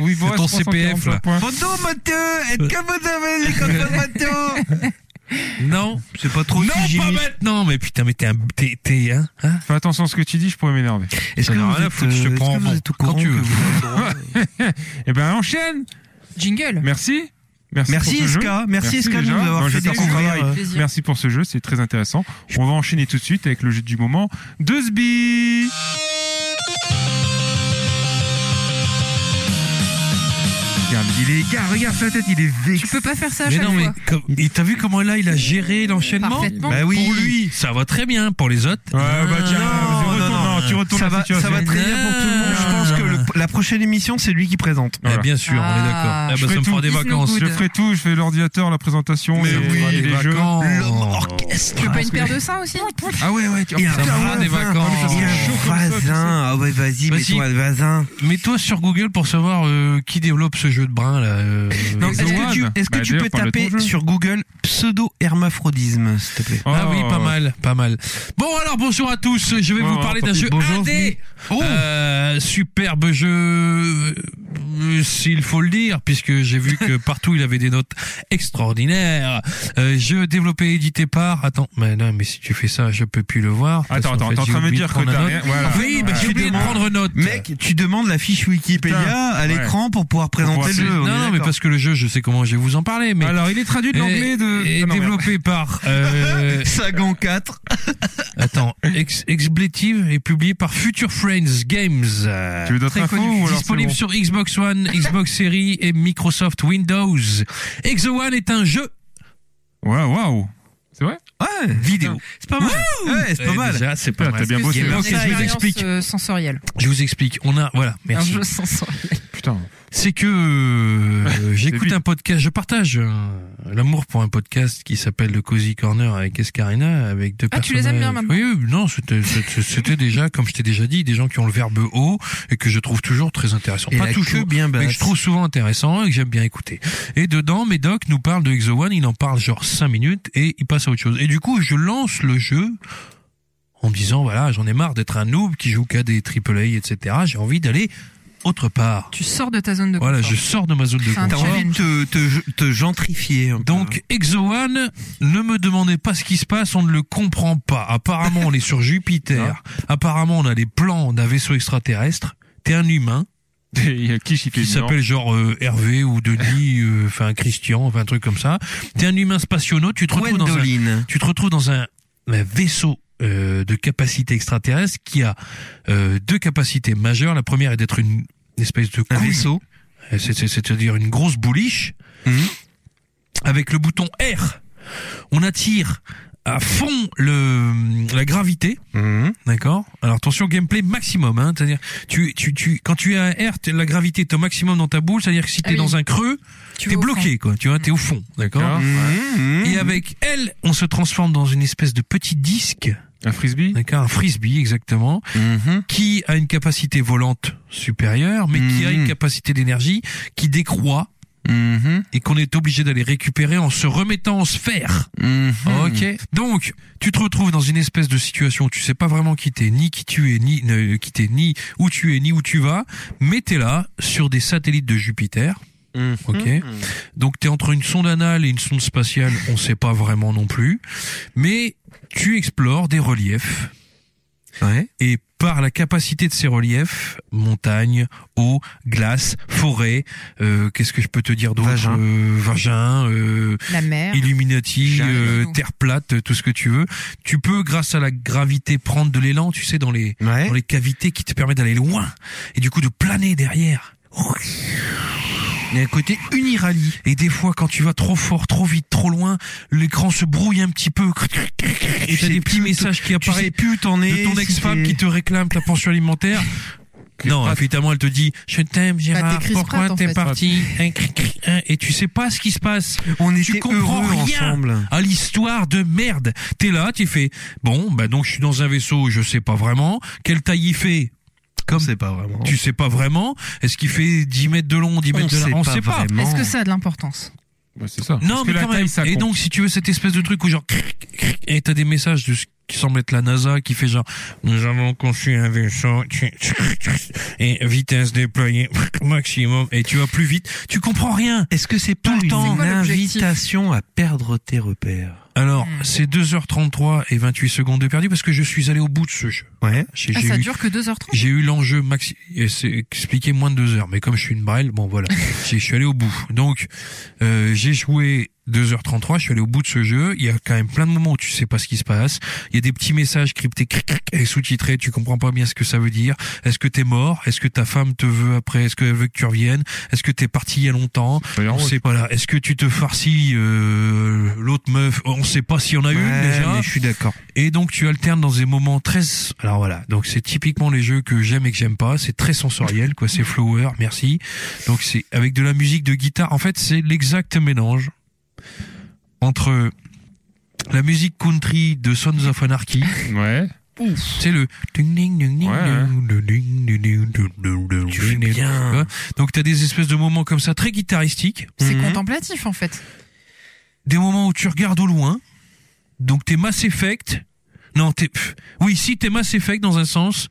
Speaker 3: Oui, bon,
Speaker 2: C'est ton
Speaker 3: 340
Speaker 2: CPF, là.
Speaker 3: points.
Speaker 1: Bonjour Mathieu, est-ce que vous avez les codes Mathieu
Speaker 2: Non,
Speaker 1: C'est pas trop
Speaker 2: non, pas maintenant. Mais putain, mais t'es un, t'es, t'es, hein, hein
Speaker 3: Fais attention à ce que tu dis, je pourrais m'énerver.
Speaker 1: Est-ce
Speaker 2: Ça
Speaker 1: que
Speaker 2: n'a
Speaker 1: vous
Speaker 2: rien à
Speaker 1: êtes,
Speaker 2: foutre, je te
Speaker 1: euh, est-ce
Speaker 2: prends
Speaker 1: que
Speaker 2: en
Speaker 1: vous êtes au
Speaker 2: bon, quand
Speaker 1: courant
Speaker 2: tu
Speaker 1: que
Speaker 2: veux.
Speaker 1: vous êtes au courant
Speaker 3: Eh ben, enchaîne.
Speaker 4: Jingle.
Speaker 3: Merci. Merci,
Speaker 1: Merci
Speaker 3: pour ce jeu.
Speaker 1: Ska, merci
Speaker 3: Merci
Speaker 1: Ska de
Speaker 3: déjà.
Speaker 1: nous
Speaker 3: Non,
Speaker 1: avoir fait
Speaker 3: j'étais
Speaker 4: Plaisir,
Speaker 1: découvrir. euh,
Speaker 4: plaisir.
Speaker 3: Merci pour ce jeu, c'est très intéressant. On va enchaîner tout de suite avec le jeu du moment, Deux sbires Regarde, il est, regarde, regarde sa tête, il est
Speaker 4: Tu
Speaker 3: vexé.
Speaker 4: peux pas faire ça à
Speaker 2: Mais
Speaker 4: chaque
Speaker 2: non,
Speaker 4: fois. Euh,
Speaker 2: mais comme, et t'as vu comment là il a géré l'enchaînement
Speaker 4: Parfaitement.
Speaker 1: Bah oui.
Speaker 2: Pour lui, ça va très bien. Pour les autres, Ah,
Speaker 3: Ouais, bah tiens,
Speaker 2: Non,
Speaker 3: tu retournes,
Speaker 1: non, non.
Speaker 3: non, tu retournes
Speaker 1: Ça
Speaker 3: la
Speaker 1: va, ça
Speaker 3: situation.
Speaker 1: va très bien pour tout le monde. Je pense que le- la prochaine émission, c'est lui qui présente.
Speaker 2: Eh
Speaker 3: Voilà.
Speaker 2: bien sûr, on est d'accord.
Speaker 4: Ah,
Speaker 2: Ah,
Speaker 3: je
Speaker 2: bah,
Speaker 3: ferai
Speaker 2: ça me
Speaker 3: tout.
Speaker 2: fera des
Speaker 4: Disney
Speaker 2: vacances.
Speaker 4: Good.
Speaker 3: Je ferai tout, je fais l'ordinateur, la présentation,
Speaker 1: Mais
Speaker 3: et on
Speaker 1: oui,
Speaker 3: fera des jeux.
Speaker 1: L'homme orchestre.
Speaker 4: Tu veux pas une paire de seins aussi
Speaker 3: Ah ouais, ouais,
Speaker 1: Et un
Speaker 2: Ça me fera des
Speaker 1: voisin.
Speaker 2: vacances.
Speaker 1: Et
Speaker 3: Chaud
Speaker 1: un
Speaker 3: comme ça, tu sais. Bah
Speaker 1: voisin. Ah ouais, vas-y,
Speaker 2: Vas-y.
Speaker 1: mets-toi le voisin.
Speaker 2: Mets-toi sur Google pour savoir euh, qui développe ce jeu de brin là. euh,
Speaker 3: Non,
Speaker 1: Est-ce
Speaker 3: The
Speaker 1: que tu,
Speaker 3: One.
Speaker 1: est-ce que
Speaker 3: Bah,
Speaker 1: tu peux
Speaker 3: d'ailleurs, parle de ton
Speaker 1: taper
Speaker 3: jeu.
Speaker 1: sur Google pseudo-hermaphrodisme, s'il te plaît
Speaker 3: Oh,
Speaker 2: Ah oui, pas mal, pas mal. Bon alors bonjour à tous. Je vais
Speaker 3: Ouais,
Speaker 2: vous
Speaker 3: ouais,
Speaker 2: parler
Speaker 3: tant
Speaker 2: d'un
Speaker 3: pis.
Speaker 2: jeu
Speaker 3: Bonjour.
Speaker 2: indé. Euh, superbe jeu, euh, s'il faut le dire, puisque j'ai vu que partout il avait des notes extraordinaires. Euh, jeu développé et édité par. Attends, mais non, mais si tu fais ça, je peux plus le voir. De toute
Speaker 3: Attends,
Speaker 2: façon,
Speaker 3: attends,
Speaker 2: en fait,
Speaker 3: t'es en
Speaker 2: j'ai
Speaker 3: train de me
Speaker 2: oublié
Speaker 3: dire que
Speaker 2: prendre
Speaker 3: t'as
Speaker 2: un
Speaker 3: rien.
Speaker 2: autre.
Speaker 3: Voilà.
Speaker 2: Oui, bah, j'ai oublié de prendre note.
Speaker 1: Mec, tu demandes la fiche Wikipédia
Speaker 3: Putain.
Speaker 1: à l'écran pour pouvoir
Speaker 3: Pour
Speaker 1: présenter le
Speaker 3: pouvoir-
Speaker 1: jeu.
Speaker 2: non,
Speaker 1: on est
Speaker 2: non, mais
Speaker 1: d'accord.
Speaker 2: parce que le jeu, je sais comment je vais vous en parler, mais.
Speaker 3: Alors, il est traduit de l'anglais de.
Speaker 2: Et
Speaker 3: Ah, non, merde.
Speaker 2: développé par euh,
Speaker 1: Sagan 4.
Speaker 2: attends ex Expletive et publié par Future Friends Games euh,
Speaker 3: Tu veux d'autres
Speaker 2: très
Speaker 3: infos
Speaker 2: connu,
Speaker 3: ou alors c'est
Speaker 2: disponible
Speaker 3: bon
Speaker 2: sur Xbox One Xbox Series et Microsoft Windows Exo One est un jeu
Speaker 3: Ouais, waouh. C'est vrai?
Speaker 1: Ouais,
Speaker 2: vidéo
Speaker 1: c'est pas mal. Ouais, c'est pas
Speaker 2: Eh,
Speaker 1: mal.
Speaker 2: déjà, c'est
Speaker 3: Ah,
Speaker 2: pas
Speaker 3: t'as
Speaker 2: mal
Speaker 3: bien
Speaker 4: Parce
Speaker 3: bossé.
Speaker 4: que
Speaker 2: Ok,
Speaker 4: c'est
Speaker 2: je
Speaker 4: une
Speaker 2: vous
Speaker 4: expérience,
Speaker 2: explique.
Speaker 4: euh, sensorielle.
Speaker 2: je vous explique on a voilà merci
Speaker 4: Un jeu sensoriel.
Speaker 3: Putain.
Speaker 2: c'est que euh, j'écoute
Speaker 3: vite.
Speaker 2: un podcast, je partage euh, l'amour pour un podcast qui s'appelle le Cozy Corner avec Escarina, avec deux
Speaker 4: Ah, tu
Speaker 2: personnages.
Speaker 4: les aimes bien maintenant
Speaker 2: Oui, oui, non, c'était- c'était c'était déjà, comme je t'ai déjà dit, des gens qui ont le verbe haut et que je trouve toujours très intéressant.
Speaker 1: Et
Speaker 2: Pas
Speaker 1: la queue
Speaker 2: toujours,
Speaker 1: bien basse.
Speaker 2: mais que je trouve souvent intéressant et que j'aime bien écouter. Et dedans, Médoc nous parle de Exo One, il en parle genre 5 minutes et il passe à autre chose. Et du coup, je lance le jeu en me disant, voilà, j'en ai marre d'être un noob qui joue qu'à des AAA, etc. J'ai envie d'aller autre part.
Speaker 4: Tu sors de ta zone de
Speaker 2: Voilà,
Speaker 4: confort.
Speaker 2: je sors de ma zone de
Speaker 4: Enfin,
Speaker 1: T'as
Speaker 2: confort.
Speaker 1: envie de te, te, te gentrifier. un peu. hein.
Speaker 2: Donc, Exo One, ne me demandez pas ce qui se passe, on ne le comprend pas. Apparemment, on est sur Jupiter.
Speaker 1: Hein
Speaker 2: Apparemment, on a les plans d'un vaisseau extraterrestre. T'es un humain
Speaker 3: Il y a qui qui fait
Speaker 2: qui s'appelle genre euh, Hervé ou Denis, euh, enfin Christian, enfin un truc comme ça. T'es un humain spationaute, tu te retrouves dans un,
Speaker 1: Gwendoline.
Speaker 2: tu te retrouves dans un, un vaisseau euh, de capacité extraterrestre qui a euh, deux capacités majeures. La première est d'être une, une espèce de
Speaker 1: Un
Speaker 2: couille.
Speaker 1: vaisseau.
Speaker 2: Euh, c'est- c'est- c'est-à-dire une grosse bouliche,
Speaker 1: Mhm.
Speaker 2: avec le bouton R, on attire à fond le, la gravité,
Speaker 1: Mhm.
Speaker 2: d'accord Alors attention, gameplay maximum, hein, c'est-à-dire tu, tu, tu, quand tu es à R, t'es- la gravité est au maximum dans ta boule, c'est-à-dire que si
Speaker 4: Ah
Speaker 2: t'es
Speaker 4: oui.
Speaker 2: dans un creux,
Speaker 4: Tu
Speaker 2: t'es
Speaker 4: vas au fond.
Speaker 2: bloqué, quoi, tu vois, t'es au fond, d'accord
Speaker 1: Mhm.
Speaker 2: Et avec L, on se transforme dans une espèce de petit disque,
Speaker 3: Un frisbee
Speaker 2: d'accord, un frisbee exactement,
Speaker 1: Mhm.
Speaker 2: qui a une capacité volante supérieure, mais qui a
Speaker 1: Mhm.
Speaker 2: une capacité d'énergie qui décroît
Speaker 1: Mhm.
Speaker 2: et qu'on est obligé d'aller récupérer en se remettant en sphère.
Speaker 1: Mhm.
Speaker 2: Ok. Donc, tu te retrouves dans une espèce de situation où tu sais pas vraiment qui t'es, ni qui tu es, ni ne- qui t'es, ni où tu es, ni où tu vas. Mais t'es là sur des satellites de Jupiter.
Speaker 1: Mhm.
Speaker 2: Ok. Donc t'es entre une sonde anale et une sonde spatiale. On sait pas vraiment non plus. Mais tu explores des reliefs.
Speaker 1: Ouais.
Speaker 2: Et par la capacité de ces reliefs, montagne, eau, glace, forêt, euh, qu'est-ce que je peux te dire d'autre
Speaker 1: Vagin.
Speaker 2: Euh, vagin, euh,
Speaker 4: La mer.
Speaker 2: Illuminati,
Speaker 4: Jamais.
Speaker 2: euh, terre plate, euh, tout ce que tu veux. Tu peux, grâce à la gravité, prendre de l'élan, tu sais, dans les,
Speaker 1: Ouais.
Speaker 2: dans les cavités qui te permettent d'aller loin. Et du coup, de planer derrière.
Speaker 1: Il y a un côté unirally.
Speaker 2: Et des fois, quand tu vas trop fort, trop vite, trop loin, l'écran se brouille un petit peu. Et
Speaker 1: sais
Speaker 2: t'as des
Speaker 1: plus
Speaker 2: petits
Speaker 1: où
Speaker 2: messages
Speaker 1: Tu
Speaker 2: qui
Speaker 1: sais
Speaker 2: apparaissent
Speaker 1: plus où t'en es.
Speaker 2: de ton
Speaker 1: si
Speaker 2: ex-femme
Speaker 1: t'es-
Speaker 2: qui te réclame ta pension alimentaire. Non, évidemment, elle te dit, je t'aime, Gérard,
Speaker 4: t'es Chris
Speaker 2: pourquoi
Speaker 4: Pratt, en
Speaker 2: t'es
Speaker 4: fait.
Speaker 2: parti? Un cric, cric, un. Et tu sais pas ce qui se passe.
Speaker 1: On
Speaker 2: Tu
Speaker 1: était
Speaker 2: comprends
Speaker 1: heureux
Speaker 2: rien.
Speaker 1: ensemble.
Speaker 2: à l'histoire de merde. T'es là, tu fais bon, bah donc je suis dans un vaisseau, je sais pas vraiment quelle taille il fait. Comme
Speaker 1: C'est pas vraiment.
Speaker 2: tu sais pas vraiment, est-ce qu'il fait 10 mètres de long, 10
Speaker 1: On
Speaker 2: mètres de large, on sait pas.
Speaker 1: vraiment.
Speaker 4: Est-ce que ça a de l'importance
Speaker 3: Ouais, C'est ça.
Speaker 2: Non,
Speaker 3: Parce que
Speaker 2: mais
Speaker 3: la
Speaker 2: quand même.
Speaker 3: taille, ça
Speaker 2: Et
Speaker 3: compte.
Speaker 2: donc si tu veux cette espèce de truc où genre cric, cric, et t'as des messages de ce qui semble être la NASA qui fait genre nous avons conçu un vaisseau et vitesse déployée maximum et tu vas plus vite, tu comprends rien.
Speaker 1: Est-ce que c'est pas
Speaker 2: Tout le
Speaker 1: une
Speaker 2: temps.
Speaker 4: C'est quoi l'objectif
Speaker 1: invitation à perdre tes repères
Speaker 2: Alors,
Speaker 4: Hmm.
Speaker 2: c'est 2h33 et 28 secondes de perdu parce que je suis allé au bout de ce jeu.
Speaker 1: Ouais.
Speaker 2: J'ai
Speaker 4: Ah,
Speaker 2: j'ai
Speaker 4: Ça
Speaker 2: eu-
Speaker 4: dure que 2h30
Speaker 2: J'ai eu l'enjeu maxi, et c'est expliqué moins de deux heures, mais comme je suis une braille, bon voilà, J'ai- je suis allé au bout. Donc euh, j'ai joué 2h33, je suis allé au bout de ce jeu. Il y a quand même plein de moments où tu sais pas ce qui se passe. Il y a des petits messages cryptés cric, cric, et sous-titrés, tu comprends pas bien ce que ça veut dire. Est-ce que t'es mort Est-ce que ta femme te veut après Est-ce qu'elle veut que tu reviennes Est-ce que t'es parti il y a longtemps
Speaker 3: Fire
Speaker 2: On
Speaker 3: Road.
Speaker 2: sait pas là. Est-ce que tu te farcis euh, l'autre meuf On sait pas s'il y en a une
Speaker 1: Ouais,
Speaker 2: déjà.
Speaker 1: mais je suis d'accord.
Speaker 2: Et donc tu alternes dans des moments très alors voilà donc c'est typiquement les jeux que j'aime et que j'aime pas c'est très sensoriel quoi c'est flower merci donc c'est avec de la musique de guitare en fait c'est l'exact mélange entre la musique country de Sons of Anarchy
Speaker 3: Ouais.
Speaker 2: c'est le ding, ding, ding, ding,
Speaker 3: Ouais.
Speaker 2: ding, ding, ding, ding, ding, ding, ding,
Speaker 1: Tu fais
Speaker 2: ding, ding.
Speaker 1: bien.
Speaker 2: donc t'as des espèces de moments comme ça très guitaristiques
Speaker 4: C'est
Speaker 1: Mhm.
Speaker 4: contemplatif en fait.
Speaker 2: des moments où tu regardes au loin. Donc t'es Mass Effect. Non, t'es. pff, Oui, si t'es Mass Effect dans un sens,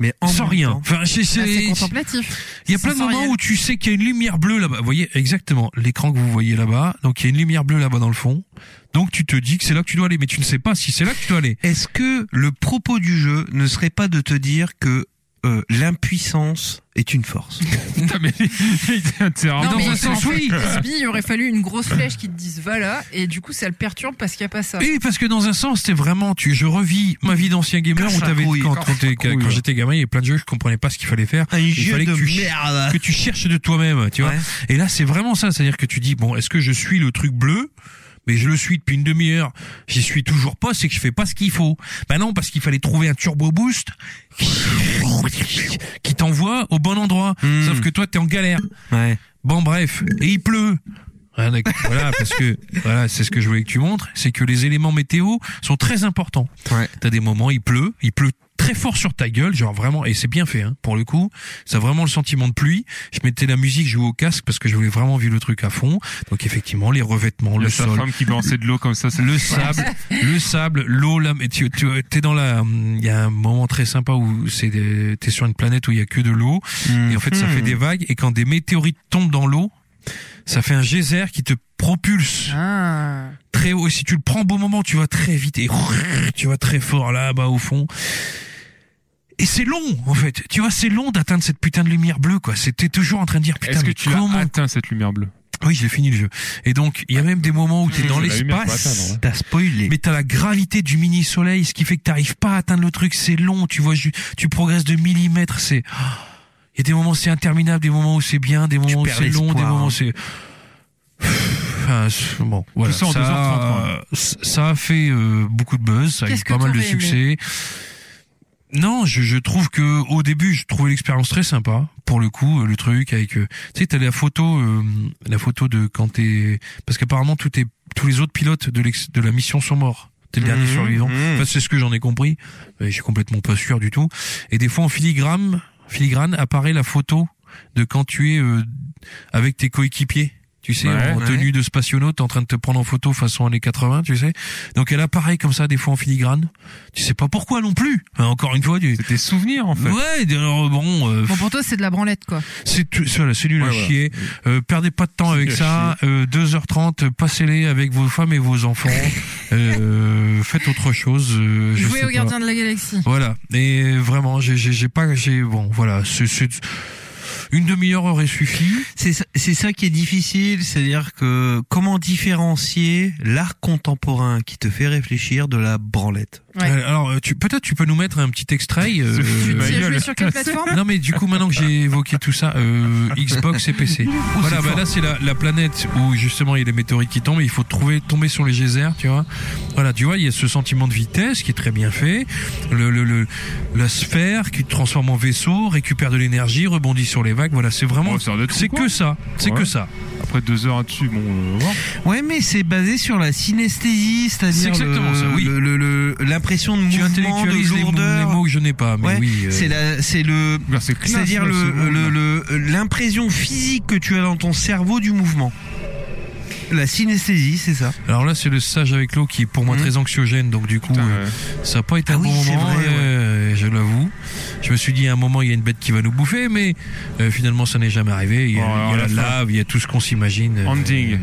Speaker 1: Mais en
Speaker 2: sans
Speaker 1: même
Speaker 2: rien.
Speaker 1: temps-
Speaker 2: Enfin, c'est-
Speaker 4: Ah, C'est
Speaker 2: c'est-
Speaker 4: contemplatif.
Speaker 2: il y a
Speaker 4: c'est
Speaker 2: plein de moments
Speaker 4: sensoriel.
Speaker 2: où tu sais qu'il y a une lumière bleue là-bas. Vous voyez exactement l'écran que vous voyez là-bas. Donc il y a une lumière bleue là-bas dans le fond. Donc tu te dis que c'est là que tu dois aller, mais tu ne sais pas si c'est là que tu dois aller.
Speaker 1: Est-ce que le propos du jeu ne serait pas de te dire que euh, l'impuissance est une force
Speaker 3: Putain, mais c'est un-
Speaker 4: Non,
Speaker 2: Ah, dans
Speaker 4: mais
Speaker 2: un
Speaker 4: en
Speaker 2: sens,
Speaker 4: fait,
Speaker 2: oui.
Speaker 4: Frisbee, il aurait fallu une grosse flèche qui te dise va là, et du coup ça le perturbe parce qu'il n'y a pas ça.
Speaker 2: Et parce que dans un sens, t'es vraiment, tu, je revis ma vie d'ancien gamer
Speaker 1: Cache
Speaker 2: où
Speaker 1: la
Speaker 2: t'avais
Speaker 1: couille,
Speaker 2: quand,
Speaker 1: cache
Speaker 2: quand t'es-
Speaker 1: la couille,
Speaker 2: quand
Speaker 1: ouais.
Speaker 2: j'étais gamin, il y avait plein de jeux, je comprenais pas ce qu'il fallait faire,
Speaker 1: Un jeu
Speaker 2: fallait que
Speaker 1: de
Speaker 2: tu-
Speaker 1: merde
Speaker 6: bah.
Speaker 2: que tu cherches de toi-même, tu vois.
Speaker 1: Ouais.
Speaker 2: Et là, c'est vraiment ça, c'est-à-dire que tu dis bon, est-ce que je suis le truc bleu mais je le suis depuis une demi-heure. J'y suis toujours pas, c'est que je fais pas ce qu'il faut. Bah non, parce qu'il fallait trouver un turbo boost qui t'envoie au bon endroit.
Speaker 1: Hmm.
Speaker 2: Sauf que toi, t'es en galère.
Speaker 1: Ouais.
Speaker 2: Bon, bref. Et il pleut. Ah, d'accord. voilà, parce que voilà, c'est ce que je voulais que tu montres, c'est que les éléments météo sont très importants.
Speaker 1: Ouais.
Speaker 2: T'as des moments, il pleut, il pleut très fort sur ta gueule, genre vraiment, et c'est bien fait, hein, pour le coup. Ça a vraiment le sentiment de pluie. Je mettais la musique, je jouais au casque parce que je voulais vraiment vivre le truc à fond. Donc effectivement, les revêtements,
Speaker 3: Il y
Speaker 2: le
Speaker 3: a sa
Speaker 2: sol,
Speaker 3: femme qui lançait de l'eau comme ça. ça-
Speaker 2: le sable, le sable, l'eau, là, mais tu, tu es dans la, il y a un moment très sympa où c'est, des- t'es sur une planète où il y a que de l'eau et en fait ça fait des vagues et quand des météorites tombent dans l'eau, ça fait un geyser qui te propulse
Speaker 4: Ah.
Speaker 2: très haut et si tu le prends au bon moment, tu vas très vite et tu vas très fort là-bas au fond. Et c'est long en fait, tu vois, c'est long d'atteindre cette putain de lumière bleue quoi. C'était toujours en train de dire putain
Speaker 3: Est-ce que
Speaker 2: mais
Speaker 3: tu l'as
Speaker 2: comment
Speaker 3: atteint cette lumière bleue
Speaker 2: Oui, j'ai fini le jeu. Et donc, il y a même des moments où t'es
Speaker 7: Mmh,
Speaker 2: dans
Speaker 7: la lumière pour atteindre,
Speaker 2: l'espace.
Speaker 7: ouais.
Speaker 1: T'as spoilé.
Speaker 2: Mais t'as la gravité du mini soleil, ce qui fait que t'arrives pas à atteindre le truc. C'est long, tu vois, ju- tu progresses de millimètres. C'est, il y a des moments où c'est interminable, des moments où c'est bien, des moments où
Speaker 1: perds
Speaker 2: c'est long, des
Speaker 1: l'espoir,
Speaker 2: moments
Speaker 1: hein.
Speaker 2: où c'est. Enfin, c'est- bon, voilà.
Speaker 3: ça en 2h33,
Speaker 2: euh, c- ça a fait euh, beaucoup de buzz, ça a eu
Speaker 4: Qu'est-ce que
Speaker 2: pas mal de
Speaker 4: t'aurais aimé
Speaker 2: succès. Non, je, je trouve que au début, je trouvais l'expérience très sympa. Pour le coup, euh, le truc avec, euh, tu sais, t'as la photo, euh, la photo de quand t'es, parce qu'apparemment tous tes- tous les autres pilotes de, l'ex- de la mission sont morts. T'es le dernier
Speaker 1: Mmh,
Speaker 2: survivant.
Speaker 1: mmh.
Speaker 2: Enfin, c'est ce que j'en ai compris. mais Je suis complètement pas sûr du tout. Et des fois, en filigrane, filigrane apparaît la photo de quand tu es euh, avec tes coéquipiers. Tu sais,
Speaker 3: Ouais,
Speaker 2: en
Speaker 1: ouais.
Speaker 2: tenue de spationaute, en train de te prendre en photo façon années 80, tu sais. Donc elle apparaît comme ça, des fois en filigrane. Tu sais pas pourquoi non plus. Enfin, encore une fois, tu...
Speaker 3: C'était souvenir en fait.
Speaker 2: Ouais, alors, bon, euh,
Speaker 4: Bon, pour toi, c'est de la branlette, quoi.
Speaker 2: c'est tout, c'est- voilà, c'est nul à
Speaker 7: Ouais, voilà.
Speaker 2: chier. Euh, perdez pas de temps avec
Speaker 7: nul à
Speaker 2: ça. Euh, 2h30, passez-les avec vos femmes et vos enfants. euh, faites autre chose. euh, je
Speaker 4: Jouer
Speaker 2: sais
Speaker 4: au
Speaker 2: pas.
Speaker 4: gardien de la galaxie.
Speaker 2: Voilà. Et vraiment, j'ai, j'ai, j'ai pas, j'ai, bon, voilà, c'est, c'est- une demi-heure aurait suffi.
Speaker 1: C'est ça, c'est ça qui est difficile, c'est-à-dire que comment différencier l'art contemporain qui te fait réfléchir de la branlette
Speaker 4: Ouais.
Speaker 2: Euh, Alors, euh, tu, peut-être tu peux nous mettre un petit extrait. euh,
Speaker 3: fut ma
Speaker 4: Tu y as
Speaker 3: gueule.
Speaker 4: joué sur quelle plateforme
Speaker 2: non mais du coup maintenant que j'ai évoqué tout ça, euh, Xbox et PC. voilà, bah là c'est la, la planète où justement il y a les météorites qui tombent. Et il faut trouver tomber sur les geysers, tu vois. Voilà, tu vois, il y a ce sentiment de vitesse qui est très bien fait. Le, le, le- la sphère qui te transforme en vaisseau, récupère de l'énergie, rebondit sur les vagues. Voilà, c'est vraiment,
Speaker 3: Bon, c'est un autre
Speaker 2: c'est
Speaker 3: truc, quoi.
Speaker 2: que ça, c'est
Speaker 3: Ouais.
Speaker 2: que ça.
Speaker 3: Après deux heures là-dessus, bon, on va voir.
Speaker 1: Ouais, mais c'est basé sur la synesthésie,
Speaker 2: C'est
Speaker 1: c'est-à-dire
Speaker 2: exactement
Speaker 1: le-
Speaker 2: ça, oui.
Speaker 1: le- le- le- l'impression de
Speaker 2: Tu
Speaker 1: mouvement,
Speaker 2: intellectualises
Speaker 1: de
Speaker 2: les, mots- les
Speaker 1: lourdeur.
Speaker 2: mots que je n'ai pas, mais
Speaker 1: Ouais,
Speaker 2: oui. euh,
Speaker 1: C'est la, c'est le,
Speaker 3: Bah, c'est classe,
Speaker 1: c'est-à-dire
Speaker 3: là, ce
Speaker 1: le,
Speaker 3: monde,
Speaker 1: le-
Speaker 3: là.
Speaker 1: le- l'impression physique que tu as dans ton cerveau du mouvement. La synesthésie, c'est ça.
Speaker 2: Alors là, c'est le sage avec l'eau qui est pour moi
Speaker 1: Mhm.
Speaker 2: très anxiogène, donc du coup,
Speaker 3: Putain,
Speaker 2: euh,
Speaker 3: ouais.
Speaker 2: ça n'a pas été un
Speaker 1: Ah
Speaker 2: bon
Speaker 1: oui, c'est
Speaker 2: moment,
Speaker 1: vrai,
Speaker 2: euh, je l'avoue. Je me suis dit à un moment, il y a une bête qui va nous bouffer, mais euh, finalement, ça n'est jamais arrivé. Il y a,
Speaker 3: Oh,
Speaker 2: il
Speaker 3: alors
Speaker 2: y a la
Speaker 3: la fin.
Speaker 2: lave, il y a tout ce qu'on s'imagine. euh,
Speaker 3: Ending.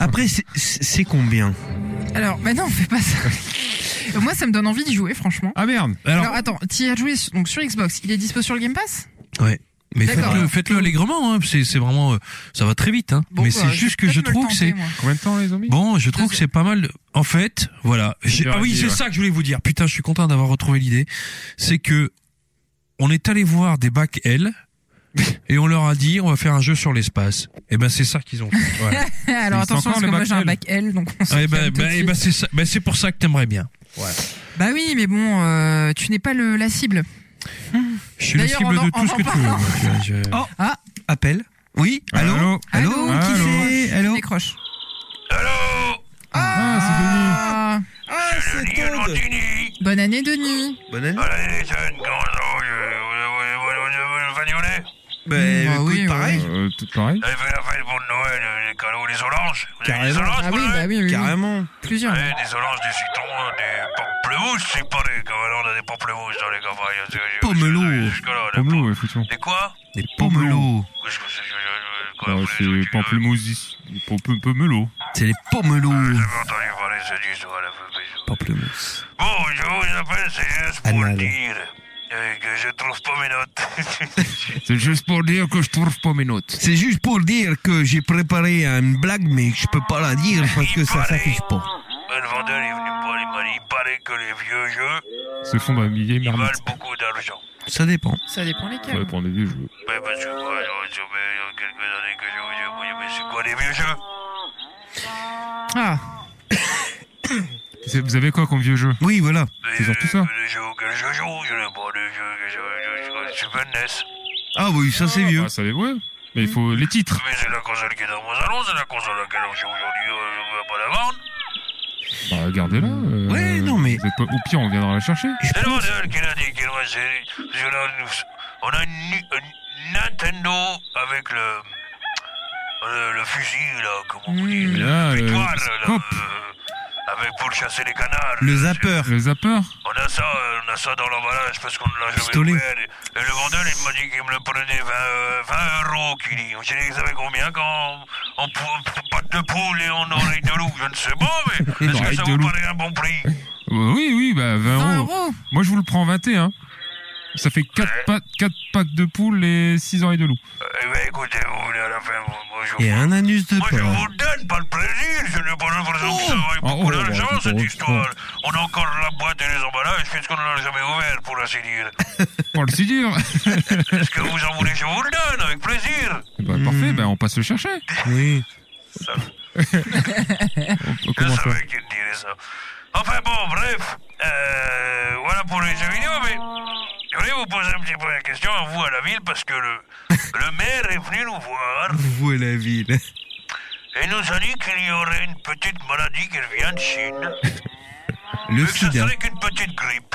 Speaker 1: Après, c'est, c'est c'est combien
Speaker 4: Alors, bah non, on fait pas ça. Euh, Moi, ça me donne envie d'y jouer, franchement.
Speaker 3: Ah merde.
Speaker 4: Alors,
Speaker 2: Alors,
Speaker 4: attends, tu y as joué sur- donc, sur Xbox. Il est dispo sur le Game Pass
Speaker 2: mais
Speaker 4: d'accord.
Speaker 2: faites-le faites allègrement, hein, c'est c'est vraiment, euh, ça va très vite. Hein.
Speaker 4: Bon,
Speaker 2: mais
Speaker 4: bah,
Speaker 2: c'est
Speaker 4: je
Speaker 2: juste
Speaker 4: vais
Speaker 2: que je
Speaker 4: peut-être me le
Speaker 2: trouve que c'est
Speaker 4: tenter, moi.
Speaker 3: Combien de temps les zombies
Speaker 2: Bon, je trouve que c'est pas mal. En fait, voilà. J'ai-
Speaker 3: dur à
Speaker 2: Ah oui,
Speaker 3: dire,
Speaker 2: c'est
Speaker 3: ouais.
Speaker 2: ça que je voulais vous dire. Putain, je suis content d'avoir retrouvé l'idée. C'est que on est allé voir des bacs L et on leur a dit on va faire un jeu sur l'espace. Et ben c'est ça qu'ils ont. Fait. Voilà.
Speaker 4: Alors,
Speaker 3: C'est
Speaker 4: attention,
Speaker 3: encore
Speaker 4: parce que
Speaker 3: le
Speaker 4: moi,
Speaker 3: bac
Speaker 4: j'ai un
Speaker 3: L.
Speaker 4: bac L, donc on se
Speaker 2: et ben,
Speaker 4: calme tout de
Speaker 2: ben, eh
Speaker 4: suite.
Speaker 2: ben, c'est ça. Ben, c'est pour ça que t'aimerais bien.
Speaker 4: Bah oui, mais bon, euh, tu n'es pas le, la cible.
Speaker 2: Je suis la
Speaker 4: D'ailleurs,
Speaker 2: cible
Speaker 4: on en-
Speaker 2: de tout
Speaker 4: on
Speaker 2: ce
Speaker 4: en Ah,
Speaker 2: que tu veux.
Speaker 4: parle.
Speaker 2: moi. Je- je-
Speaker 1: Appel. Oui. Allô.
Speaker 3: Allô
Speaker 1: Allô.
Speaker 4: Allô,
Speaker 1: Qui
Speaker 3: Allô
Speaker 1: c'est Allô.
Speaker 4: Décroche.
Speaker 8: Allô
Speaker 3: Ah,
Speaker 4: Ah,
Speaker 1: Ah,
Speaker 8: Denis
Speaker 1: c'est Todd.
Speaker 8: Valentini
Speaker 4: bonne année, Denis.
Speaker 1: Bonne année.
Speaker 8: Voilà les jeunes, comment ça va Vous avez- vous avez- vous avez- vous avez vannionné
Speaker 1: Bah,
Speaker 4: Ah
Speaker 1: écoute,
Speaker 4: oui,
Speaker 1: pareil.
Speaker 3: c'est Denis. Euh, tout pareil.
Speaker 8: Vous avez fait la fête pour Noël, euh, les cadeaux, les oranges Vous avez des
Speaker 1: Carrément.
Speaker 8: oranges
Speaker 4: Ah
Speaker 8: pour
Speaker 4: oui, bah
Speaker 8: Noël
Speaker 4: oui, oui, oui.
Speaker 1: Carrément.
Speaker 4: Plusieurs.
Speaker 8: Eh, des oranges, des citrons, des pamplemousses, c'est pas des cavalons, on a des pamplemousses dans les campagnes.
Speaker 1: Pomelo.
Speaker 8: Jusque-là, on a
Speaker 3: Pomelo, ouais, foutu.
Speaker 8: Des quoi
Speaker 1: Des pomelos.
Speaker 8: Qu'est-ce que c'est que je- je- je- Euh, quoi,
Speaker 3: Ouais,
Speaker 8: vous
Speaker 3: Bah, C'est
Speaker 8: les-
Speaker 3: pamplemousse, dix- pom- pom- pomelo.
Speaker 1: C'est les pomelos.
Speaker 8: J'avais entendu parler de ce disque, voilà, peu- peu-
Speaker 1: Pamplemousse.
Speaker 8: Bon, je vous appelle, c'est juste pour
Speaker 1: Anal.
Speaker 8: dire euh, que je trouve pas mes notes.
Speaker 3: C'est juste pour dire que je trouve pas mes notes.
Speaker 1: C'est juste pour dire que j'ai préparé une blague, mais je peux pas la dire parce que ça s'affiche pas.
Speaker 8: Le vendeur est venu me voir, il m'a dit, il paraît que les vieux jeux,
Speaker 3: Se fondre un billet
Speaker 8: ils valent
Speaker 3: marmite.
Speaker 8: beaucoup d'argent.
Speaker 1: Ça dépend.
Speaker 4: Ça dépend lesquels.
Speaker 3: Ouais, pour des vieux jeux.
Speaker 8: Mais parce que moi, j'aurais jamais, il y a quelques années que j'ai eu des brouillés, mais c'est quoi les vieux jeux
Speaker 4: Ah,
Speaker 3: C'est- Vous avez quoi comme vieux jeu
Speaker 1: Oui, voilà.
Speaker 8: Mais,
Speaker 3: C'est surtout ça.
Speaker 8: euh, Les jeux auxquels je joue, je n'ai pas de jeux que je joue, je Super NES.
Speaker 1: Ah oui, ça c'est vieux.
Speaker 3: Ah, ça les ouais. Mais il faut les titres.
Speaker 8: Mais c'est la console qui est dans mon salon, c'est la console à laquelle je joue aujourd'hui, euh, on va pas la vendre.
Speaker 3: Bah, regardez-la. euh,
Speaker 1: Ouais, non, mais-
Speaker 3: vous êtes pas- Au pire, on viendra la chercher.
Speaker 8: C'est le modèle qu'il a dit qu'il va essayer. Parce que là, nous- On a une, nu- une Nintendo avec le, le, le fusil, là, comment on dit,
Speaker 4: Mmh.
Speaker 8: le
Speaker 3: Ah, le
Speaker 8: pétoire, là,
Speaker 3: scope.
Speaker 8: euh, avec pour chasser les canards.
Speaker 1: Le zapper.
Speaker 3: Le zapper
Speaker 8: On a ça, euh, on a ça dans l'emballage parce qu'on l'a jamais
Speaker 1: Pistolet.
Speaker 8: ouvert. Et, et le vendeur, il m'a dit qu'il me le prenait 20, euh, 20 euros, qu'il dit. Je dit, vous savez combien quand on, on pou- patte de poule et on oreille de loup Je ne sais pas, mais
Speaker 3: Une
Speaker 8: est-ce que
Speaker 3: oreille
Speaker 8: ça
Speaker 3: de
Speaker 8: vous
Speaker 3: loup.
Speaker 8: paraît un bon prix
Speaker 3: Euh, Oui, oui, bah 20
Speaker 4: 20
Speaker 3: euros.
Speaker 4: euros.
Speaker 3: Moi, je vous le prends 21. Ça fait 4 pattes, 4 pattes de poule et 6 oreilles de loup.
Speaker 8: Eh ben écoutez, vous voulez à la fin, vous, vous, je
Speaker 1: Et un anus de
Speaker 8: Moi, je
Speaker 1: porc.
Speaker 8: vous donne pas le plaisir, je ne pas le présent que ça vaille
Speaker 3: Oh,
Speaker 8: beaucoup
Speaker 3: oh là là,
Speaker 8: d'argent,
Speaker 3: c'est
Speaker 8: cette
Speaker 3: drôle,
Speaker 8: histoire. On a encore la boîte et les emballages, puisqu'on ne l'a jamais ouvert, pour ainsi dire.
Speaker 3: Pour le si dur.
Speaker 8: Est-ce que vous en voulez, je vous le donne, avec plaisir.
Speaker 3: Eh ben, Parfait, ben on passe le chercher.
Speaker 1: Hmm. Oui.
Speaker 3: On
Speaker 8: Je
Speaker 3: commence à-
Speaker 8: savais qu'il dirait ça. Enfin bon, bref, euh, voilà pour les jeux vidéo, mais je voulais vous poser un petit peu la question à vous, à la ville, parce que le, le maire est venu nous voir
Speaker 1: Vous et la ville.
Speaker 8: et nous a dit qu'il y aurait une petite maladie qui vient de Chine,
Speaker 1: Le
Speaker 8: mais que ce
Speaker 1: sida.
Speaker 8: serait qu'une petite grippe.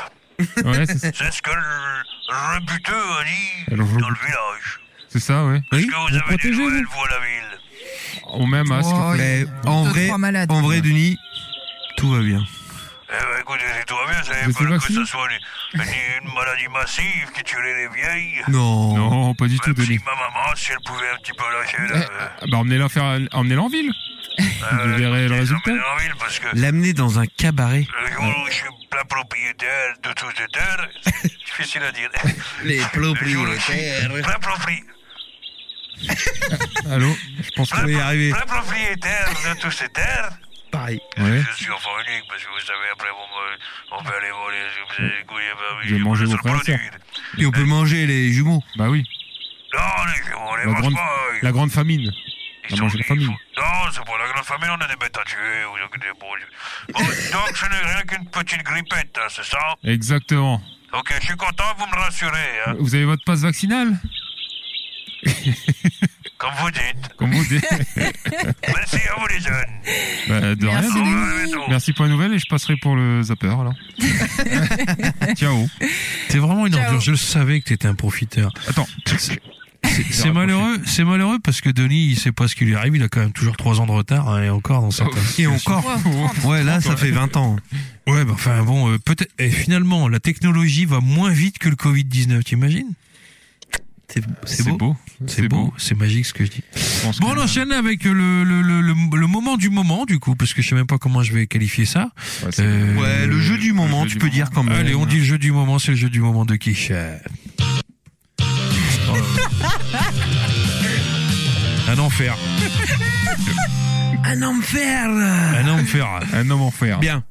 Speaker 3: Ouais, c'est
Speaker 8: C'est ce que le rebuteux a dit
Speaker 3: Le rebuteux.
Speaker 8: dans le village.
Speaker 3: c'est ça, ouais.
Speaker 8: Est-ce
Speaker 1: Oui,
Speaker 8: que vous,
Speaker 1: vous
Speaker 8: avez des
Speaker 1: protégez,
Speaker 8: nouvelles,
Speaker 1: vous
Speaker 8: vous, à la ville
Speaker 3: Au même masque.
Speaker 4: Oh, il y a
Speaker 1: Mais Eh, en
Speaker 4: deux,
Speaker 1: vrai,
Speaker 4: trois malades.
Speaker 1: en vrai, Denis, tout va bien.
Speaker 8: Eh ben, écoutez, si tout va bien, ça
Speaker 3: Vous
Speaker 8: n'est
Speaker 3: êtes
Speaker 8: pas que
Speaker 3: vacciné
Speaker 8: ce soit une, une- une maladie massive qui tuerait les vieilles.
Speaker 1: Non.
Speaker 3: Non, pas du tout,
Speaker 8: Même si
Speaker 3: Denis.
Speaker 8: ma maman, si elle pouvait un petit peu lâcher euh,
Speaker 3: Eh,
Speaker 8: le...
Speaker 3: Bah, emmenez-la faire, emmenez-la en ville.
Speaker 8: euh,
Speaker 3: verrez le
Speaker 8: les
Speaker 3: résultat.
Speaker 8: emmener en ville parce que
Speaker 1: L'amener dans un cabaret.
Speaker 8: le jour où je suis plein propriétaire de toutes ces terres, c'est difficile à dire.
Speaker 1: Les
Speaker 8: Le jour où je suis plein, propri-
Speaker 3: Allô, je pense que
Speaker 1: Je vais y arriver.
Speaker 8: plein propriétaire de toutes ces terres,
Speaker 1: Pareil.
Speaker 3: ouais.
Speaker 8: je suis enfant unique parce que vous savez, après, on, me- on peut aller voler, je me débrouiller, bah oui,
Speaker 3: J'ai
Speaker 8: je
Speaker 3: mangé
Speaker 8: me
Speaker 3: vos
Speaker 8: laisse
Speaker 3: frères et sœurs.
Speaker 8: reproduire.
Speaker 1: Et on peut manger les jumeaux.
Speaker 3: Bah oui,
Speaker 8: Non, les gens, on les
Speaker 3: La
Speaker 8: mange
Speaker 3: grande-
Speaker 8: pas. ils-
Speaker 3: la grande famine.
Speaker 8: euh, ils
Speaker 3: la
Speaker 8: sont-
Speaker 3: manger de
Speaker 8: ils
Speaker 3: famille.
Speaker 8: font- Non, c'est pour la grande famille, on a des bêtes à tuer. vous inquiétez pas. Bon, donc, ce n'est rien qu'une petite grippette, hein, c'est ça
Speaker 3: Exactement.
Speaker 8: Ok, je suis content, vous me rassurez. Hein.
Speaker 3: Vous avez votre passe vaccinale
Speaker 8: Comme vous dites.
Speaker 3: Comme vous dites.
Speaker 8: Merci à vous les jeunes.
Speaker 3: Bah, de rien,
Speaker 4: Merci,
Speaker 3: Denis.
Speaker 4: Denis.
Speaker 3: Merci pour la nouvelle et je passerai pour le zapper alors. Ciao.
Speaker 2: T'es vraiment une
Speaker 4: Ciao.
Speaker 2: ordure. Je le savais que t'étais un profiteur.
Speaker 3: Attends.
Speaker 2: C'est malheureux, c'est malheureux parce que Denis, il sait pas ce qui lui arrive. Il a quand même toujours trois ans de retard hein, et encore dans certains.
Speaker 1: Et encore. Ouais, là, ça fait 20 ans.
Speaker 2: Ouais, bah, enfin bon, euh, peut-être. Et finalement, la technologie va moins vite que le Covid 19. T'imagines
Speaker 1: C'est- C'est beau.
Speaker 2: C'est beau, c'est magique ce que je dis.
Speaker 3: Je pense
Speaker 2: Bon,
Speaker 3: que-
Speaker 2: on enchaîne avec le, le, le, le- le moment du moment du coup, parce que je sais même pas comment je vais qualifier ça.
Speaker 3: Ouais, c'est-
Speaker 2: Euh,
Speaker 1: Ouais, le jeu du moment,
Speaker 3: jeu
Speaker 1: tu
Speaker 3: du
Speaker 1: peux dire quand même.
Speaker 2: Allez, on dit le jeu du moment. C'est le jeu du moment de Quiche. Un enfer,
Speaker 1: Un enfer
Speaker 2: un enfer.
Speaker 3: Un homme en fer.
Speaker 1: Bien.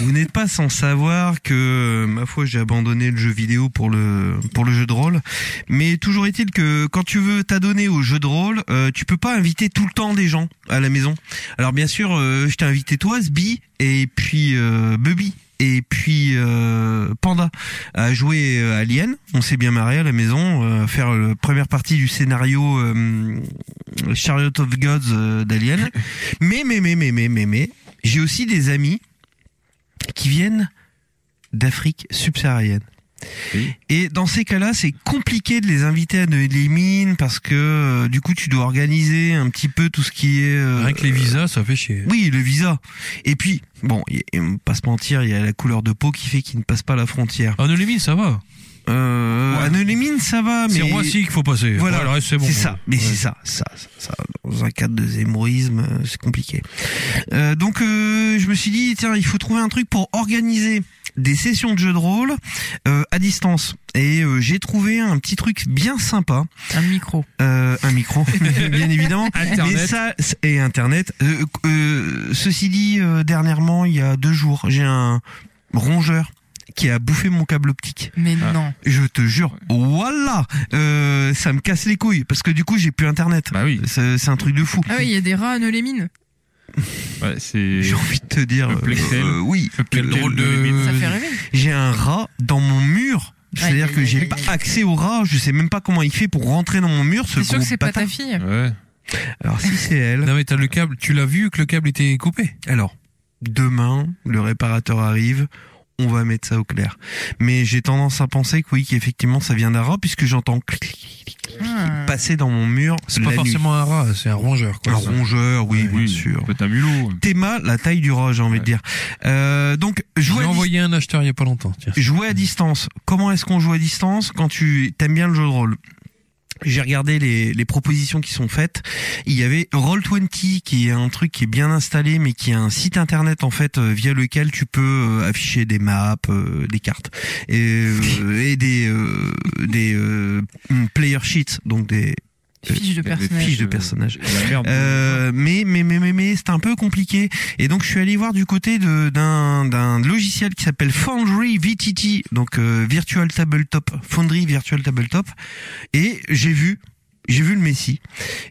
Speaker 1: Vous n'êtes pas sans savoir que, euh, ma foi, j'ai abandonné le jeu vidéo pour le pour le jeu de rôle. Mais toujours est-il que quand tu veux t'adonner au jeu de rôle, euh, tu peux pas inviter tout le temps des gens à la maison. Alors bien sûr, euh, je t'ai invité toi, Sbi, et puis euh, Bubby. Et puis euh, Panda à jouer euh, Alien, on s'est bien marré à la maison, euh, à faire la première partie du scénario euh, Chariot of Gods euh, d'Alien. Mais mais mais mais mais mais mais j'ai aussi des amis qui viennent d'Afrique subsaharienne.
Speaker 3: Oui.
Speaker 1: Et dans ces cas-là, c'est compliqué de les inviter à Noël les mines parce que euh, du coup, tu dois organiser un petit peu tout ce qui est euh,
Speaker 2: Rien que les visas, ça fait chier.
Speaker 1: oui, le visa. Et puis, bon, y- et on va pas se mentir, il y a la couleur de peau qui fait qu'il ne passe pas la frontière.
Speaker 2: Ah, Nolémine, ça va.
Speaker 1: Euh,
Speaker 2: Ouais.
Speaker 1: À Noël les mines, ça va, mais
Speaker 2: C'est Roissy qu'il faut passer.
Speaker 1: Voilà.
Speaker 2: Ouais, le reste, c'est bon.
Speaker 1: c'est ça, mais
Speaker 2: Ouais.
Speaker 1: c'est ça, ça, ça, ça, dans un cadre de zémoïsme, euh, c'est compliqué. Euh, donc euh, je me suis dit, tiens, il faut trouver un truc pour organiser des sessions de jeux de rôle euh, à distance. Et euh, j'ai trouvé un petit truc bien sympa,
Speaker 4: Un micro.
Speaker 1: euh, un micro, bien évidemment. Mais ça, c- et Internet. Euh, euh, ceci dit, euh, dernièrement, il y a deux jours, j'ai un rongeur qui a bouffé mon câble optique.
Speaker 4: Mais
Speaker 3: Ah.
Speaker 4: non.
Speaker 1: Je te jure, voilà, euh, ça me casse les couilles parce que du coup j'ai plus internet.
Speaker 3: Bah oui.
Speaker 1: C'est c'est un truc de fou.
Speaker 4: Ah oui, il y a des rats à Neulémine.
Speaker 3: Ouais, c'est.
Speaker 1: J'ai envie de te dire,
Speaker 3: Le
Speaker 1: euh,
Speaker 3: Plexel.
Speaker 1: euh, oui,
Speaker 3: Quel drôle de.
Speaker 4: Ça fait rêver.
Speaker 1: j'ai un rat dans mon mur. C'est-à-dire
Speaker 4: Aïe,
Speaker 1: que
Speaker 4: aïe,
Speaker 1: j'ai
Speaker 4: aïe,
Speaker 1: pas
Speaker 4: aïe.
Speaker 1: accès au rat. Je sais même pas comment il fait pour rentrer dans mon mur. Ce
Speaker 4: C'est sûr que
Speaker 1: gros
Speaker 4: c'est pas
Speaker 1: bâtard.
Speaker 4: ta fille.
Speaker 3: Ouais.
Speaker 1: Alors si c'est elle.
Speaker 2: Non, mais t'as le câble. Tu l'as vu que le câble était coupé.
Speaker 1: Alors demain, le réparateur arrive. On va mettre ça au clair. Mais j'ai tendance à penser que oui, qu'effectivement ça vient d'un rat puisque j'entends clic, clic, clic, clic,
Speaker 4: Ah.
Speaker 1: passer dans mon mur.
Speaker 2: C'est pas
Speaker 1: la nuit.
Speaker 2: forcément un rat, c'est un rongeur. Quoi.
Speaker 1: Un rongeur, oui, bien
Speaker 3: Oui,
Speaker 1: sûr.
Speaker 3: Peut-être un mulot. hein.
Speaker 1: Théma, la taille du rat, j'ai envie de dire. Euh, donc,
Speaker 2: Je
Speaker 1: jouer
Speaker 2: l'ai
Speaker 1: à,
Speaker 2: envoyé à un acheteur il y a pas longtemps. Tiens.
Speaker 1: dis- jouer à distance. Comment est-ce qu'on joue à distance quand tu t'aimes bien le jeu de rôle j'ai regardé les, les propositions qui sont faites. Il y avait Roll20 qui est un truc qui est bien installé mais qui est un site internet en fait euh, via lequel tu peux euh, afficher des maps, euh, des cartes et, euh, et des euh, des euh, player sheets donc des
Speaker 4: Fiche de personnage.
Speaker 1: fiche de personnage.
Speaker 3: La merde.
Speaker 1: Euh, mais mais mais mais mais c'est un peu compliqué et donc je suis allé voir du côté de d'un d'un logiciel qui s'appelle Foundry VTT donc euh, Virtual Tabletop Foundry Virtual Tabletop et j'ai vu j'ai vu le Messi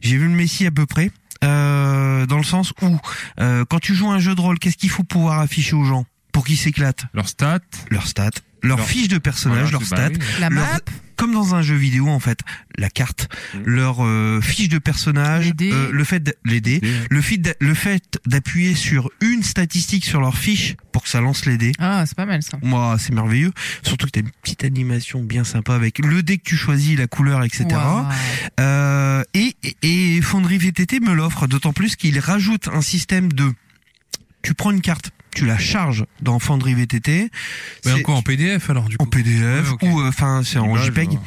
Speaker 1: j'ai vu le Messi à peu près euh, dans le sens où euh, quand tu joues à un jeu de rôle qu'est-ce qu'il faut pouvoir afficher aux gens pour qu'ils s'éclatent
Speaker 3: Leur stat.
Speaker 1: leurs stats leur
Speaker 3: Leur-
Speaker 1: fiche de personnage
Speaker 3: Voilà,
Speaker 1: leurs
Speaker 3: bah
Speaker 1: stats
Speaker 3: oui.
Speaker 4: La
Speaker 1: leur-
Speaker 4: map,
Speaker 1: comme dans un jeu vidéo en fait la carte
Speaker 3: Mhm.
Speaker 1: leur euh, fiche de personnage
Speaker 4: Les dés.
Speaker 1: euh, le fait de- les dés le fait d'a- le fait d'appuyer sur une statistique sur leur fiche pour que ça lance les dés
Speaker 4: ah, c'est pas mal ça.
Speaker 1: moi c'est merveilleux surtout que t'as une petite animation bien sympa avec le dé que tu choisis la couleur etc
Speaker 4: Waouh.
Speaker 1: euh, et, et et Fonderie VTT me l'offre, d'autant plus qu'il rajoute un système de... Tu prends une carte, tu la charges dans Fonderie VTT,
Speaker 2: Mais
Speaker 1: c'est-
Speaker 2: encore en PDF alors du
Speaker 1: en
Speaker 2: coup.
Speaker 1: PDF,
Speaker 2: Ouais, ok.
Speaker 1: ou euh, enfin c'est en
Speaker 3: Image,
Speaker 1: JPEG,
Speaker 3: ouais.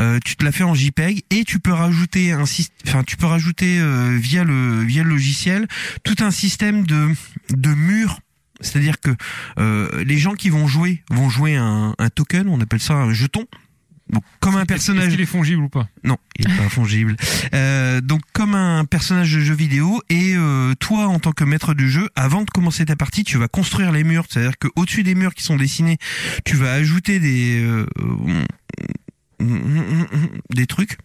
Speaker 1: euh, tu te la fais en JPEG et tu peux rajouter un syst- enfin tu peux rajouter euh, via le via le logiciel tout un système de de murs c'est-à-dire que euh, les gens qui vont jouer vont jouer un, un token, on appelle ça un jeton, donc comme un
Speaker 3: Est-ce
Speaker 1: personnage.
Speaker 3: qu'il est fongible ou pas
Speaker 1: Non, il est pas fongible. Euh, donc comme un personnage de jeu vidéo et euh, toi en tant que maître du jeu, avant de commencer ta partie, tu vas construire les murs. C'est-à-dire que au-dessus des murs qui sont dessinés, tu vas ajouter des euh, euh, des trucs,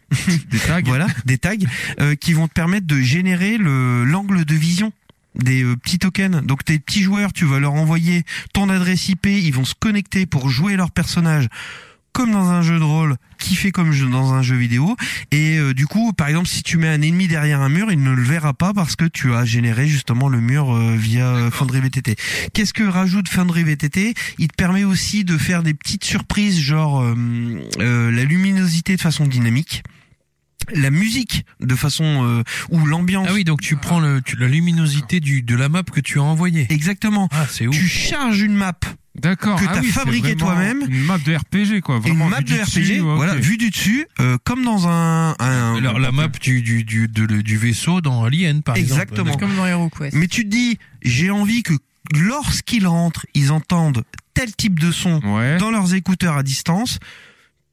Speaker 3: Des tags
Speaker 1: voilà, des tags euh, qui vont te permettre de générer le l'angle de vision des euh, petits tokens. Donc tes petits joueurs, tu vas leur envoyer ton adresse IP, ils vont se connecter pour jouer leur personnage comme dans un jeu de rôle, kiffer comme jeu- dans un jeu vidéo. Et euh, du coup, par exemple, si tu mets un ennemi derrière un mur, il ne le verra pas parce que tu as généré justement le mur euh, via euh, Foundry VTT. Qu'est-ce que rajoute Foundry VTT Il te permet aussi de faire des petites surprises, genre euh, euh, la luminosité de façon dynamique, la musique de façon euh, ou l'ambiance.
Speaker 2: Ah oui, donc tu prends le, tu- la luminosité du, de la map que tu as envoyée.
Speaker 1: Exactement.
Speaker 2: Ah, c'est ouf.
Speaker 1: Tu charges une map
Speaker 3: D'accord.
Speaker 1: que
Speaker 3: ah
Speaker 1: t'as
Speaker 3: oui, c'est
Speaker 1: fabriqué
Speaker 3: vraiment
Speaker 1: toi-même.
Speaker 3: Une map de RPG quoi.
Speaker 1: une
Speaker 3: Vraiment,
Speaker 1: map
Speaker 3: vue
Speaker 1: de
Speaker 3: du
Speaker 1: RPG,
Speaker 3: dessus, ouais,
Speaker 1: voilà,
Speaker 3: ok.
Speaker 1: vue du dessus, euh, comme dans un, un-
Speaker 2: La, la map du, du, du, de le- du vaisseau dans Alien, par
Speaker 1: Exactement.
Speaker 2: exemple.
Speaker 4: Comme dans HeroQuest.
Speaker 1: Mais tu te dis, j'ai envie que lorsqu'ils rentrent, ils entendent tel type de son
Speaker 3: Ouais.
Speaker 1: dans leurs écouteurs à distance.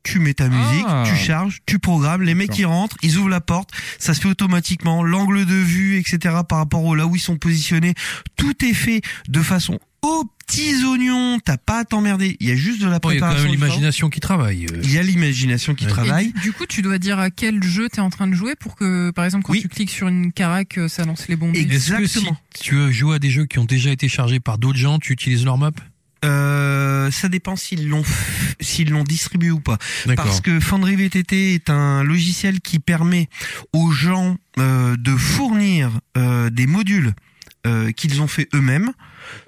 Speaker 1: Tu mets ta musique,
Speaker 3: Ah.
Speaker 1: tu charges, tu programmes. Les mecs
Speaker 3: D'accord.
Speaker 1: ils rentrent, ils ouvrent la porte, ça se fait automatiquement. L'angle de vue, etc. Par rapport au là où ils sont positionnés, tout est fait de façon aux petits oignons. T'as pas à t'emmerder. Il y a juste de la
Speaker 2: Bon, Oh, il y a quand
Speaker 1: préparation.
Speaker 2: même
Speaker 1: du temps.
Speaker 2: l'imagination qui travaille. euh.
Speaker 1: Il y a l'imagination qui
Speaker 2: Ouais.
Speaker 4: Et
Speaker 1: travaille.
Speaker 4: du, du coup, tu dois dire à quel jeu t'es en train de jouer pour que, par exemple, quand
Speaker 1: Oui.
Speaker 4: tu cliques sur une carac, euh, ça lance les bombes.
Speaker 1: Exact.
Speaker 2: Est-ce que si
Speaker 1: Exactement.
Speaker 2: tu euh, joues à des jeux qui ont déjà été chargés par d'autres gens, tu utilises leur map
Speaker 1: Euh, ça dépend s'ils l'ont f- s'ils l'ont distribué ou pas.
Speaker 2: D'accord.
Speaker 1: Parce que Foundry VTT est un logiciel qui permet aux gens euh, de fournir euh, des modules euh, qu'ils ont fait eux-mêmes,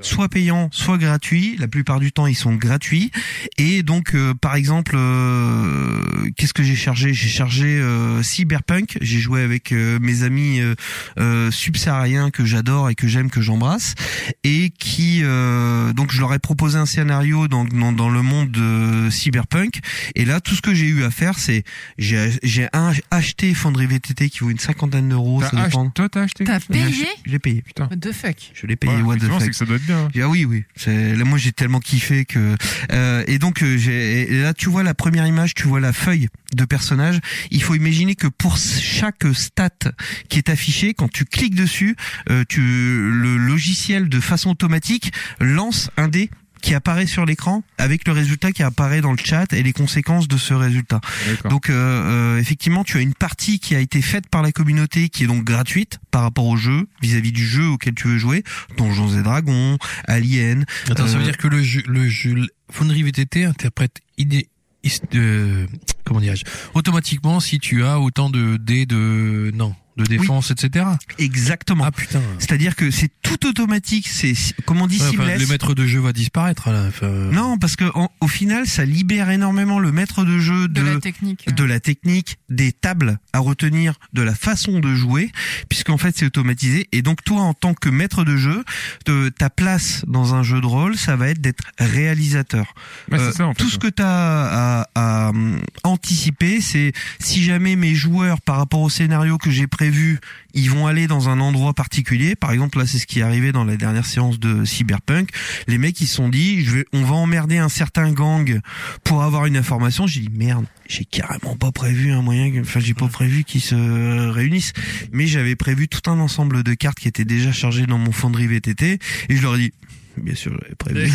Speaker 1: soit payants, soit gratuits. La plupart du temps, ils sont gratuits. Et donc, euh, par exemple, euh, qu'est-ce que j'ai chargé J'ai chargé euh, Cyberpunk. J'ai joué avec euh, mes amis euh, euh, subsahariens que j'adore et que j'aime, que j'embrasse, et qui euh, donc je leur ai proposé un scénario dans dans, dans le monde de Cyberpunk. Et là, tout ce que j'ai eu à faire, c'est j'ai j'ai un- acheté Foundry VTT qui vaut une cinquantaine d'euros.
Speaker 3: T'as
Speaker 1: Ça
Speaker 3: ach-
Speaker 1: dépend.
Speaker 3: Toi t'as acheté.
Speaker 4: T'as
Speaker 1: J'ai
Speaker 4: payé
Speaker 1: ach- J'ai payé.
Speaker 3: Putain.
Speaker 4: What the fuck
Speaker 1: Je l'ai payé.
Speaker 3: Ouais,
Speaker 1: what the
Speaker 3: effectivement,
Speaker 1: fuck.
Speaker 3: c'est que ça doit être bien. hein.
Speaker 1: Ah oui, oui. C'est, là, moi, j'ai tellement kiffé que. euh, et donc, euh, j'ai, et là, tu vois la première image, tu vois la feuille de personnage. Il faut imaginer que pour chaque stat qui est affichée, quand tu cliques dessus, euh, tu, le logiciel de façon automatique lance un dé qui apparaît sur l'écran avec le résultat qui apparaît dans le chat et les conséquences de ce résultat.
Speaker 3: D'accord.
Speaker 1: Donc euh, euh, effectivement, tu as une partie qui a été faite par la communauté, qui est donc gratuite par rapport au jeu, vis-à-vis du jeu auquel tu veux jouer, Donjons et Dragons, Alien.
Speaker 2: Attends, ça
Speaker 1: euh,
Speaker 2: veut dire que le jeu, le jeu le- Foundry VTT interprète idé, is- euh, comment dirais-je, automatiquement si tu as autant de dés de, non, de défense, etc.
Speaker 1: Exactement.
Speaker 2: Ah putain.
Speaker 1: C'est-à-dire que c'est tout automatique, c'est comment on dit
Speaker 2: Ouais, enfin,
Speaker 1: seamless.
Speaker 2: le maître de jeu va disparaître là. Enfin,
Speaker 3: euh,
Speaker 1: Non, parce que en- au final, ça libère énormément le maître de jeu
Speaker 4: de,
Speaker 1: de
Speaker 4: la technique.
Speaker 1: de la technique, des tables à retenir, de la façon de jouer, puisqu'en fait c'est automatisé. Et donc toi, en tant que maître de jeu, te- ta place dans un jeu de rôle, ça va être d'être réalisateur.
Speaker 3: Ouais,
Speaker 1: Euh,
Speaker 3: c'est ça en fait.
Speaker 1: Tout ce que tu as à, à, hum, anticiper, c'est si jamais mes joueurs, par rapport au scénario que j'ai pré prévu, ils vont aller dans un endroit particulier. Par exemple, là, c'est ce qui est arrivé dans la dernière séance de Cyberpunk. Les mecs, ils se sont dit, je vais, on va emmerder un certain gang pour avoir une information. J'ai dit, merde, j'ai carrément pas prévu un moyen, que- enfin, j'ai pas prévu qu'ils se réunissent. Mais j'avais prévu tout un ensemble de cartes qui étaient déjà chargées dans mon fonderie VTT. Et je leur ai dit, bien sûr, j'avais prévu.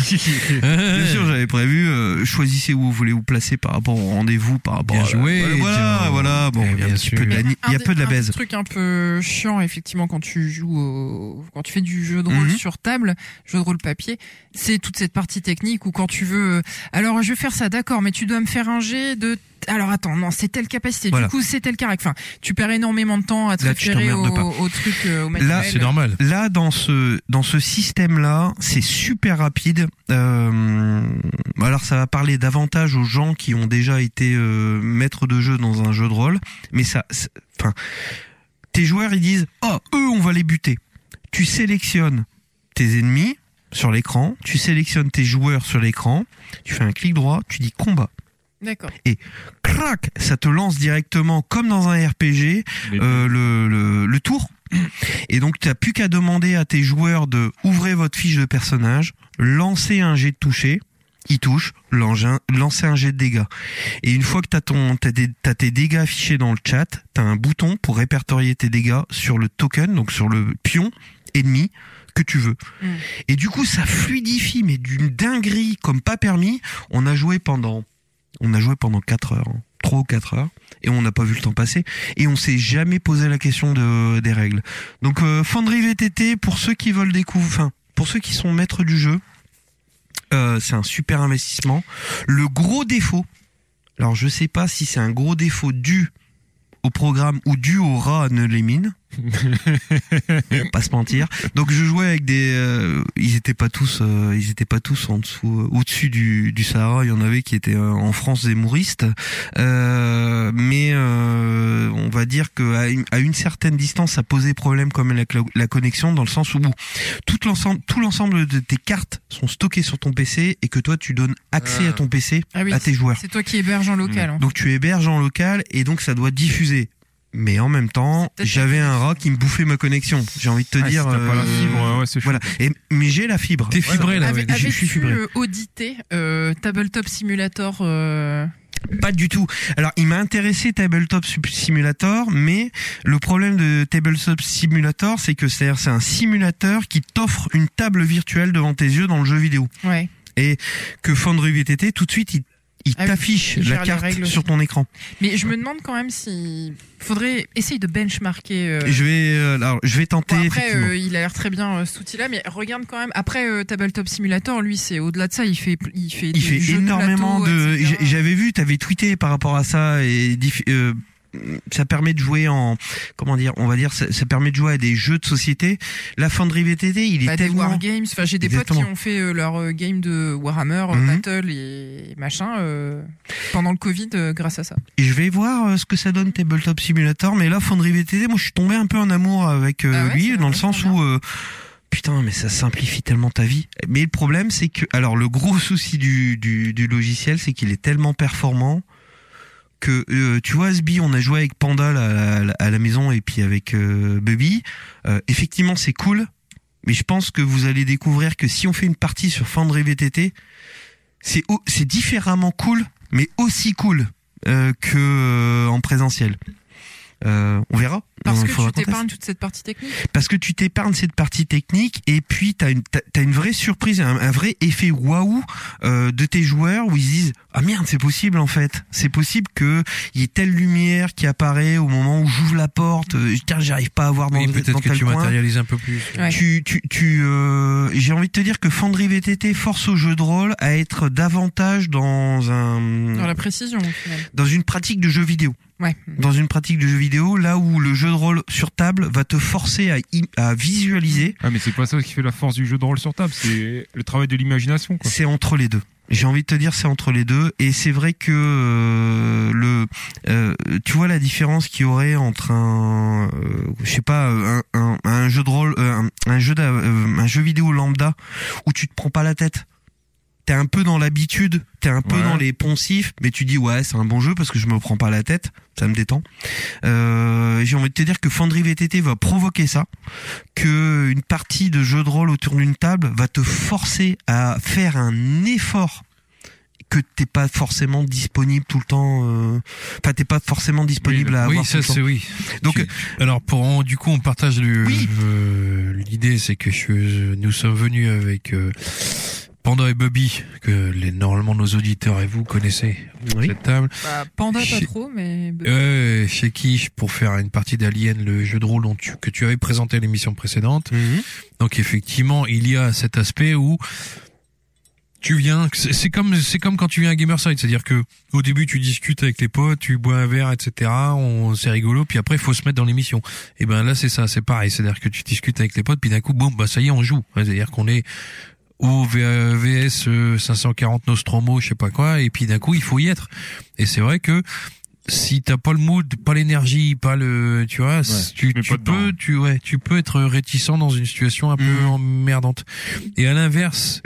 Speaker 1: Bien sûr, j'avais prévu. euh, choisissez où vous voulez vous placer par rapport au rendez-vous, par rapport. à
Speaker 2: Bien
Speaker 1: la-
Speaker 2: joué,
Speaker 1: Voilà,
Speaker 2: tiens.
Speaker 1: voilà. Bon, il
Speaker 2: Eh
Speaker 1: y a
Speaker 2: bien
Speaker 1: un petit peu de la, ni- il y a
Speaker 4: Un
Speaker 1: peu de la
Speaker 4: des- un
Speaker 1: baise.
Speaker 4: des trucs un peu chiant effectivement quand tu joues au- quand tu fais du jeu de rôle
Speaker 1: Mhm.
Speaker 4: sur table, jeu de rôle papier, c'est toute cette partie technique où quand tu veux euh, alors je vais faire ça d'accord mais tu dois me faire un jet de alors attends non, c'est telle capacité
Speaker 1: Voilà.
Speaker 4: du coup c'est tel caractère. Enfin, tu perds énormément de temps à te
Speaker 1: Là, tu
Speaker 4: référer au,
Speaker 1: t'emmerdes pas.
Speaker 4: au truc euh, au
Speaker 1: Là,
Speaker 4: manuel.
Speaker 2: c'est normal.
Speaker 1: Là, dans ce dans ce système là, c'est super rapide. Euh, alors, ça va parler davantage aux gens qui ont déjà été euh, maîtres de jeu dans un jeu de rôle, mais ça, c'est- enfin, tes joueurs ils disent, oh, eux, on va les buter. Tu sélectionnes tes ennemis sur l'écran, tu sélectionnes tes joueurs sur l'écran, tu fais un clic droit, tu dis combat.
Speaker 4: D'accord.
Speaker 1: crac, ça te lance directement comme dans un RPG euh, le, le, le tour. Et donc tu plus qu'à demander à tes joueurs de ouvrir votre fiche de personnage, lancer un jet de toucher, il touche, l'engin- lancer un jet de dégâts. Et une fois que tu as, tes dégâts affichés dans le chat, tu as un bouton pour répertorier tes dégâts sur le token, donc sur le pion ennemi que tu veux.
Speaker 4: Mm.
Speaker 1: Et du coup ça fluidifie, mais d'une dinguerie comme pas permis. On a joué pendant, on a joué pendant 4 heures, 3 ou 4 heures, et on n'a pas vu le temps passer, et on s'est jamais posé la question de, des règles. Donc euh, Fonderie VTT, pour ceux qui veulent découvrir, enfin, pour ceux qui sont maîtres du jeu, euh, c'est un super investissement. Le gros défaut, alors je sais pas si c'est un gros défaut dû au programme ou dû au rat à Neulémine. On va pas se mentir. Donc je jouais avec des, euh, ils étaient pas tous, euh, ils étaient pas tous en dessous, euh, au-dessus du, du Sahara. Il y en avait qui étaient euh, en France des mouristes, Euh, mais euh, on va dire que à une, à une certaine distance, ça posait problème quand même la, clo- la connexion dans le sens où tout l'ensemble, tout l'ensemble de tes cartes sont stockées sur ton PC et que toi tu donnes accès à ton PC
Speaker 4: Ah oui.
Speaker 1: à tes joueurs.
Speaker 4: C'est toi qui héberge en local. hein.
Speaker 1: Mm. Donc tu héberges en local et donc ça doit diffuser. Mais en même temps,
Speaker 4: C'est peut-être
Speaker 1: j'avais
Speaker 4: la
Speaker 1: un
Speaker 4: connexion.
Speaker 1: rat qui me bouffait ma connexion. J'ai envie de te
Speaker 3: Ah,
Speaker 1: dire.
Speaker 3: si t'as pas la
Speaker 1: euh,
Speaker 3: fibre, ouais, c'est chaud.
Speaker 1: Voilà. Et, mais j'ai la fibre.
Speaker 2: T'es fibré là.
Speaker 4: Avez-
Speaker 2: ouais.
Speaker 1: je suis
Speaker 4: Avais-tu
Speaker 1: fibré.
Speaker 4: euh, audité euh, Tabletop Simulator euh,
Speaker 1: Pas du tout. Alors, il m'a intéressé Tabletop Sup- Simulator, mais le problème de Tabletop Simulator, c'est que c'est c'est un simulateur qui t'offre une table virtuelle devant tes yeux dans le jeu vidéo.
Speaker 4: Ouais.
Speaker 1: Que Foundry VTT, tout de suite, il, il
Speaker 4: Ah oui,
Speaker 1: t'affiche
Speaker 4: il
Speaker 1: la
Speaker 4: gère les
Speaker 1: carte
Speaker 4: règles
Speaker 1: sur
Speaker 4: aussi.
Speaker 1: ton écran.
Speaker 4: Mais je me demande quand même si faudrait essayer de benchmarker. euh,
Speaker 1: Je vais, euh, alors, je vais tenter.
Speaker 4: Bon, après,
Speaker 1: effectivement.
Speaker 4: euh, il a l'air très bien euh, cet outil-là, mais regarde quand même. Après, euh, Tabletop Simulator, lui, c'est au-delà de ça, il fait, il fait, des
Speaker 1: Il fait
Speaker 4: jeux de
Speaker 1: énormément
Speaker 4: plateau, euh,
Speaker 1: de.
Speaker 4: etc.
Speaker 1: j'a- J'avais vu, t'avais tweeté par rapport à ça et diff- euh, ça permet de jouer en comment dire, on va dire, ça, ça permet de jouer à des jeux de société. La Foundry VTT, il est
Speaker 4: Bah, des
Speaker 1: tellement.
Speaker 4: wargames. Enfin, j'ai des potes
Speaker 1: Exactement.
Speaker 4: qui ont fait euh, leur euh, game de Warhammer, euh,
Speaker 1: Mhm.
Speaker 4: Battle et machin euh, pendant le Covid, euh, grâce à ça.
Speaker 1: Et je vais voir euh, ce que ça donne Tabletop Simulator, mais là Foundry VTT, moi je suis tombé un peu en amour avec euh,
Speaker 4: Ah ouais,
Speaker 1: lui
Speaker 4: c'est
Speaker 1: dans le
Speaker 4: vraiment
Speaker 1: sens où euh, putain, mais ça simplifie tellement ta vie. Mais le problème, c'est que alors le gros souci du du, du logiciel, c'est qu'il est tellement performant que euh, tu vois Sbi, on a joué avec Panda là, à, la- à la maison et puis avec euh, Bubby. Euh, effectivement, c'est cool, mais je pense que vous allez découvrir que si on fait une partie sur Foundry VTT, c'est au- c'est différemment cool, mais aussi cool euh, que euh, en présentiel. Euh, on verra.
Speaker 4: Parce
Speaker 1: Il
Speaker 4: que
Speaker 1: faudra
Speaker 4: tu
Speaker 1: qu'on teste
Speaker 4: t'épargnes toute cette partie technique.
Speaker 1: parce que tu t'épargnes cette partie technique et puis t'as une t'as t'as une vraie surprise, un, un vrai effet waouh euh, de tes joueurs où ils se disent ah merde c'est possible en fait, c'est possible que il y ait telle lumière qui apparaît au moment où j'ouvre la porte, euh, tiens j'arrive pas à voir dans,
Speaker 2: Oui,
Speaker 1: le- dans
Speaker 2: peut-être que
Speaker 1: tel
Speaker 2: tu
Speaker 1: coin.
Speaker 2: matérialises un peu plus.
Speaker 4: Ouais.
Speaker 1: Tu, tu, tu, euh, j'ai envie de te dire que Fandry VTT force au jeu de rôle à être davantage dans un,
Speaker 4: Dans la précision, au final.
Speaker 1: dans une pratique de jeu vidéo
Speaker 4: Ouais.
Speaker 1: dans une pratique de jeu vidéo, là où le jeu de rôle sur table va te forcer à, im- à visualiser,
Speaker 3: Ah, mais c'est pas ça qui fait la force du jeu de rôle sur table, c'est le travail de l'imagination, quoi.
Speaker 1: c'est entre les deux. J'ai envie de te dire, c'est entre les deux, et c'est vrai que euh, le, euh, tu vois la différence qu'il y aurait entre un, euh, je sais pas, un, un, un jeu de rôle, euh, un, un jeu, d'a- euh, un jeu vidéo lambda où tu te prends pas la tête. t'es un peu dans l'habitude, t'es un peu
Speaker 3: Ouais.
Speaker 1: dans les poncifs, mais tu dis ouais c'est un bon jeu parce que je me prends pas la tête, ça me détend. Euh, J'ai envie de te dire que Fandry VTT va provoquer ça, que une partie de jeu de rôle autour d'une table va te forcer à faire un effort que t'es pas forcément disponible tout le temps, euh, enfin t'es pas forcément disponible à avoir
Speaker 2: Oui,
Speaker 1: tout
Speaker 2: ça
Speaker 1: le temps.
Speaker 2: c'est oui.
Speaker 1: Donc, euh,
Speaker 2: Tu- alors pour en- du coup on partage le-
Speaker 1: Oui.
Speaker 2: euh, l'idée c'est que je- nous sommes venus avec euh, Panda et Bobby que les, normalement nos auditeurs et vous connaissez
Speaker 1: Oui.
Speaker 2: cette table.
Speaker 4: Bah, Panda pas
Speaker 2: Chez-
Speaker 4: trop, mais
Speaker 2: Euh, chez qui pour faire une partie d'Alien, le jeu de rôle dont tu, que tu avais présenté à l'émission précédente.
Speaker 1: Mhm.
Speaker 2: Donc effectivement, il y a cet aspect où tu viens, c'est c'est comme c'est comme quand tu viens à Gamerside, c'est-à-dire que au début tu discutes avec les potes, tu bois un verre, etc. On c'est rigolo, puis après faut se mettre dans l'émission. Et ben là c'est ça, c'est pareil, c'est-à-dire que tu discutes avec les potes, puis d'un coup boum, bah ça y est on joue, Ouais, c'est-à-dire qu'on est au V- euh, VS euh, 540 Nostromo, je sais pas quoi, et puis d'un coup il faut y être. Et c'est vrai que si t'as pas le mood, pas l'énergie, pas le, tu vois, c- tu,
Speaker 3: mets
Speaker 2: tu
Speaker 3: pas dedans.
Speaker 2: peux, tu ouais, tu peux être réticent dans une situation un peu
Speaker 1: Mhm.
Speaker 2: emmerdante. Et à l'inverse,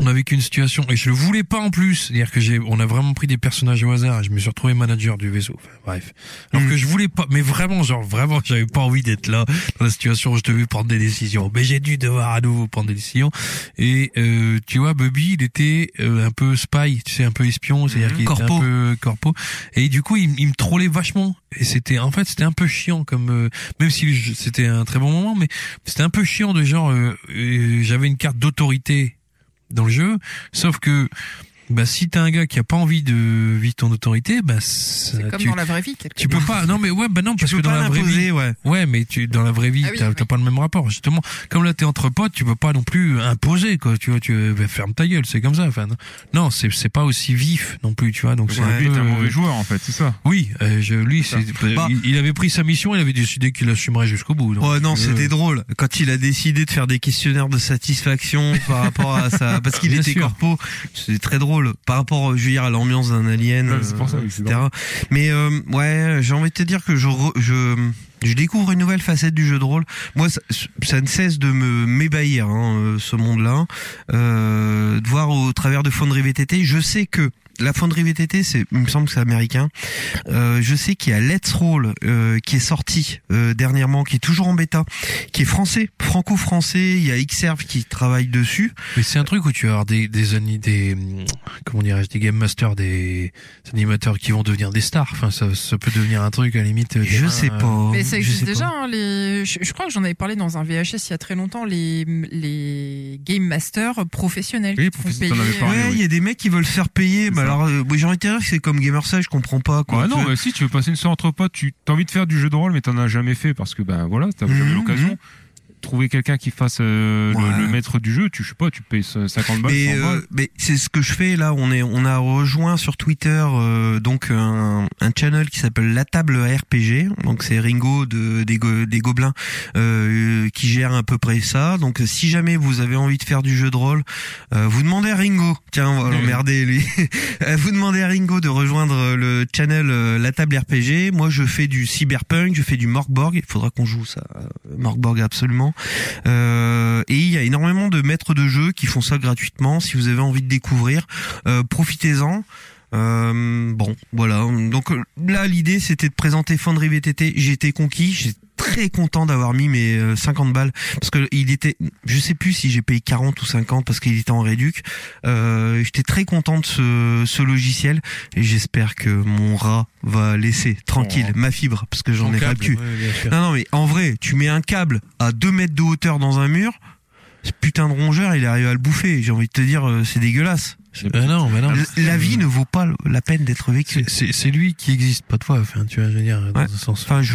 Speaker 2: on a vécu une situation et je le voulais pas en plus, c'est-à-dire que j'ai, on a vraiment pris des personnages au hasard. Je me suis retrouvé manager du vaisseau. Enfin, bref, alors
Speaker 1: Mhm.
Speaker 2: que je voulais pas, mais vraiment, genre vraiment, j'avais pas envie d'être là dans la situation où je devais prendre des décisions. Mais j'ai dû devoir à nouveau prendre des décisions. Et euh, tu vois, Bobby, il était euh, un peu spy, tu sais, un peu espion, c'est-à-dire
Speaker 1: Mhm.
Speaker 2: qu'il était un
Speaker 1: Corpo.
Speaker 2: peu corpo. Et du coup, il, m- il me trollait vachement. Et c'était, en fait, c'était un peu chiant, comme euh, même si le jeu- c'était un très bon moment, mais c'était un peu chiant de genre, euh, euh, j'avais une carte d'autorité dans le jeu, sauf que. Bah, si t'as un gars qui a pas envie de vivre ton autorité, bah, ça-
Speaker 1: Euh,
Speaker 4: c'est comme
Speaker 2: tu,
Speaker 4: dans la vraie vie. quelque
Speaker 2: tu peux pas. Non mais ouais, bah non
Speaker 1: Tu
Speaker 2: parce
Speaker 1: peux
Speaker 2: que dans
Speaker 1: pas
Speaker 2: la vraie vie.
Speaker 1: l'imposer, ouais.
Speaker 2: Ouais, mais tu dans la vraie vie,
Speaker 4: Ah oui,
Speaker 2: t'as
Speaker 4: oui.
Speaker 2: t'as pas le même rapport justement. Comme là t'es entre potes, tu peux pas non plus imposer quoi. Tu vois, tu euh, bah, ferme ta gueule, c'est comme ça. Enfin, non. non, c'est c'est pas aussi vif non plus, tu vois. Donc c'est
Speaker 1: Ouais.
Speaker 2: un
Speaker 3: Lui
Speaker 2: peu,
Speaker 3: est un
Speaker 2: euh,
Speaker 3: mauvais joueur en fait, c'est ça.
Speaker 2: Oui, euh, je, lui, c'est,
Speaker 1: Bah.
Speaker 2: il, il avait pris sa mission, il avait décidé qu'il assumerait jusqu'au bout. donc,
Speaker 1: Ouais, Oh non,
Speaker 2: euh,
Speaker 1: c'était drôle. Quand il a décidé de faire des questionnaires de satisfaction par rapport à ça, parce qu'il
Speaker 2: Bien
Speaker 1: était
Speaker 2: sûr.
Speaker 1: corpo, c'était très drôle. Par rapport, euh, je veux dire, à l'ambiance d'un alien,
Speaker 3: Ouais, c'est pour ça,
Speaker 1: euh,
Speaker 3: oui, c'est
Speaker 1: etc. Mais euh, ouais, j'ai envie de te dire que je, re- je je découvre une nouvelle facette du jeu de rôle. Moi, ça, ça ne cesse de me m'ébahir, hein, euh, ce monde-là. Euh, de voir au travers de Fonderie VTT, je sais que la Fonderie VTT, c'est, il me semble que c'est américain. Euh, je sais qu'il y a Let's Roll euh, qui est sorti euh, dernièrement, qui est toujours en bêta, qui est français, franco-français. Il y a Xserve qui travaille dessus.
Speaker 2: Mais c'est un truc où tu vas avoir des des ani- des hum, comment dirais-je des game masters, des animateurs qui vont devenir des stars. Enfin, ça, ça peut devenir un truc à la limite. euh,
Speaker 1: Je
Speaker 2: des-
Speaker 1: sais
Speaker 2: euh,
Speaker 1: pas.
Speaker 4: Mais ça
Speaker 1: je
Speaker 4: existe
Speaker 1: sais pas.
Speaker 4: déjà. hein, les... je, je crois que j'en avais parlé dans un VHS il y a très longtemps. Les, les game masters professionnels.
Speaker 3: Oui,
Speaker 4: qui te font
Speaker 3: professionnels, t'en
Speaker 4: payer, hein. euh,
Speaker 3: avais parlé.
Speaker 1: Ouais,
Speaker 3: oui.
Speaker 1: il y a des mecs qui veulent se faire payer.
Speaker 3: C'est
Speaker 1: Mais
Speaker 3: ça.
Speaker 1: alors, euh, moi, j'ai envie de te dire que c'est comme Gamerside, je comprends pas. Quoi.
Speaker 3: Ouais, non,
Speaker 1: Tu-
Speaker 3: bah, si tu veux passer une soirée entre potes, tu as envie de faire du jeu de rôle, mais t'en as jamais fait parce que ben voilà, t'as jamais
Speaker 1: Mhm,
Speaker 3: eu l'occasion. Trouver quelqu'un qui fasse euh, le-
Speaker 1: Ouais.
Speaker 3: le, maître du jeu, tu je sais pas, tu payes ce- 50 balles,
Speaker 1: mais,
Speaker 3: 100
Speaker 1: euh,
Speaker 3: balles.
Speaker 1: mais c'est ce que je fais là. On est, on a rejoint sur Twitter euh, donc un, un channel qui s'appelle La Table RPG. Donc c'est Ringo de, des, go- des gobelins euh, qui gère à peu près ça. Donc si jamais vous avez envie de faire du jeu de rôle, euh, vous demandez à Ringo. Tiens, on va l'emmerder lui. Euh, vous demandez à Ringo de rejoindre le channel euh, La Table RPG. Moi je fais du cyberpunk, je fais du Morgborg. Il faudra qu'on joue ça, euh, Morgborg absolument. Euh, et il y a énormément de maîtres de jeu qui font ça gratuitement. Si vous avez envie de découvrir, euh, profitez-en. Euh, bon, voilà. Donc euh, là, l'idée, c'était de présenter Foundry VTT. J'ai été conquis. J'ai très content d'avoir mis mes euh, 50 balles parce que il était je sais plus si j'ai payé 40 ou 50 parce qu'il était en réduc euh, j'étais très content de ce, ce logiciel et j'espère que mon rat va laisser tranquille ma fibre parce que j'en ai ras le
Speaker 2: Oh. câble.
Speaker 1: cul
Speaker 2: Ouais, bien sûr.
Speaker 1: non, non, mais en vrai, tu mets un câble à 2 mètres de hauteur dans un mur, ce putain de rongeur, il arrive à le bouffer. J'ai envie de te dire, euh, c'est dégueulasse.
Speaker 2: Bah non, bah non.
Speaker 1: L- La vie ne vaut pas la peine d'être vécue.
Speaker 2: C'est- C'est c'est lui qui existe, pas toi. Enfin, tu vois, je veux dire, dans
Speaker 1: Ouais.
Speaker 2: un sens.
Speaker 1: Enfin, je.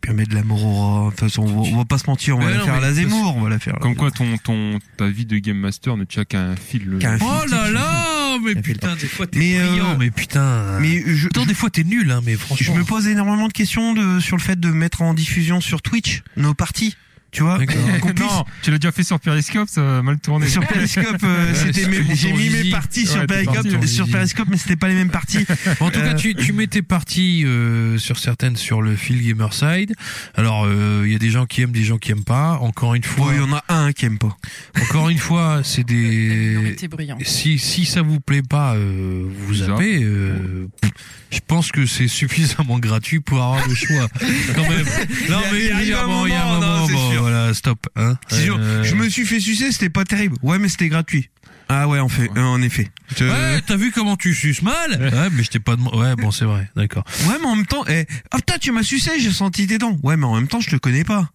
Speaker 1: Puis mettre de l'amour au rat. De toute façon, on va, on va pas se mentir, on va
Speaker 2: Mais
Speaker 1: la
Speaker 2: non,
Speaker 1: faire à
Speaker 2: mais
Speaker 1: la
Speaker 2: de toute
Speaker 1: Zemmour, on va la faire. à la
Speaker 3: Comme
Speaker 1: Zemmour.
Speaker 3: quoi ton, ton, ta vie de game master ne tient qu'à un fil. le-
Speaker 1: Qu'un
Speaker 2: Oh
Speaker 1: fil
Speaker 2: là
Speaker 1: tic.
Speaker 2: là, mais
Speaker 1: La
Speaker 2: putain, des fois t'es
Speaker 1: Mais, euh,
Speaker 2: brillant, mais putain.
Speaker 1: Mais je,
Speaker 2: Attends, des fois t'es nul, hein, mais
Speaker 1: je
Speaker 2: franchement.
Speaker 1: me pose énormément de questions de, sur le fait de mettre en diffusion sur Twitch nos parties. Tu vois
Speaker 2: D'accord.
Speaker 1: Qu'on puisse-
Speaker 3: non, tu l'as déjà fait sur Periscope, ça a mal tourné.
Speaker 1: Sur Periscope, euh,
Speaker 2: Ouais,
Speaker 1: c'était
Speaker 2: sur
Speaker 1: mes-
Speaker 2: ton
Speaker 1: j'ai mis mes
Speaker 2: zizi.
Speaker 1: parties
Speaker 3: Ouais,
Speaker 1: sur
Speaker 3: tes
Speaker 1: Periscope,
Speaker 3: parties, ton
Speaker 1: sur
Speaker 2: zizi.
Speaker 1: Periscope, mais c'était pas les mêmes parties.
Speaker 2: Bon, en tout
Speaker 1: Euh,
Speaker 2: cas, tu, tu mets tes parties euh, sur certaines sur le fil Gamerside. Alors, euh, il y a des gens qui aiment, des gens qui aiment pas. Encore une
Speaker 1: Bon,
Speaker 2: fois,
Speaker 1: il y en a un qui aime pas.
Speaker 2: encore une fois, c'est des.
Speaker 4: Minorité brillante.
Speaker 2: Si si ça vous plaît pas, euh, vous
Speaker 3: Bizarre.
Speaker 2: zappez. euh, pff, je pense que c'est suffisamment gratuit pour avoir le choix. Quand même. Non
Speaker 1: Il
Speaker 2: mais
Speaker 1: y a- il y arrive un
Speaker 2: bon, il y a
Speaker 1: moment, non, c'est
Speaker 2: bon,
Speaker 1: sûr.
Speaker 2: voilà, stop. Hein.
Speaker 1: C'est sûr.
Speaker 2: Euh,
Speaker 1: Je me suis fait sucer, c'était pas terrible. Ouais, mais c'était gratuit. Ah ouais, en fait, euh, en effet. Je-
Speaker 2: Ouais, t'as vu comment tu suces mal Ouais, mais je t'ai pas demandé. Ouais, bon, c'est vrai, d'accord.
Speaker 1: Ouais, mais en même temps, eh, ah putain, tu m'as sucé, j'ai senti tes dents. Ouais, mais en même temps, je te connais pas.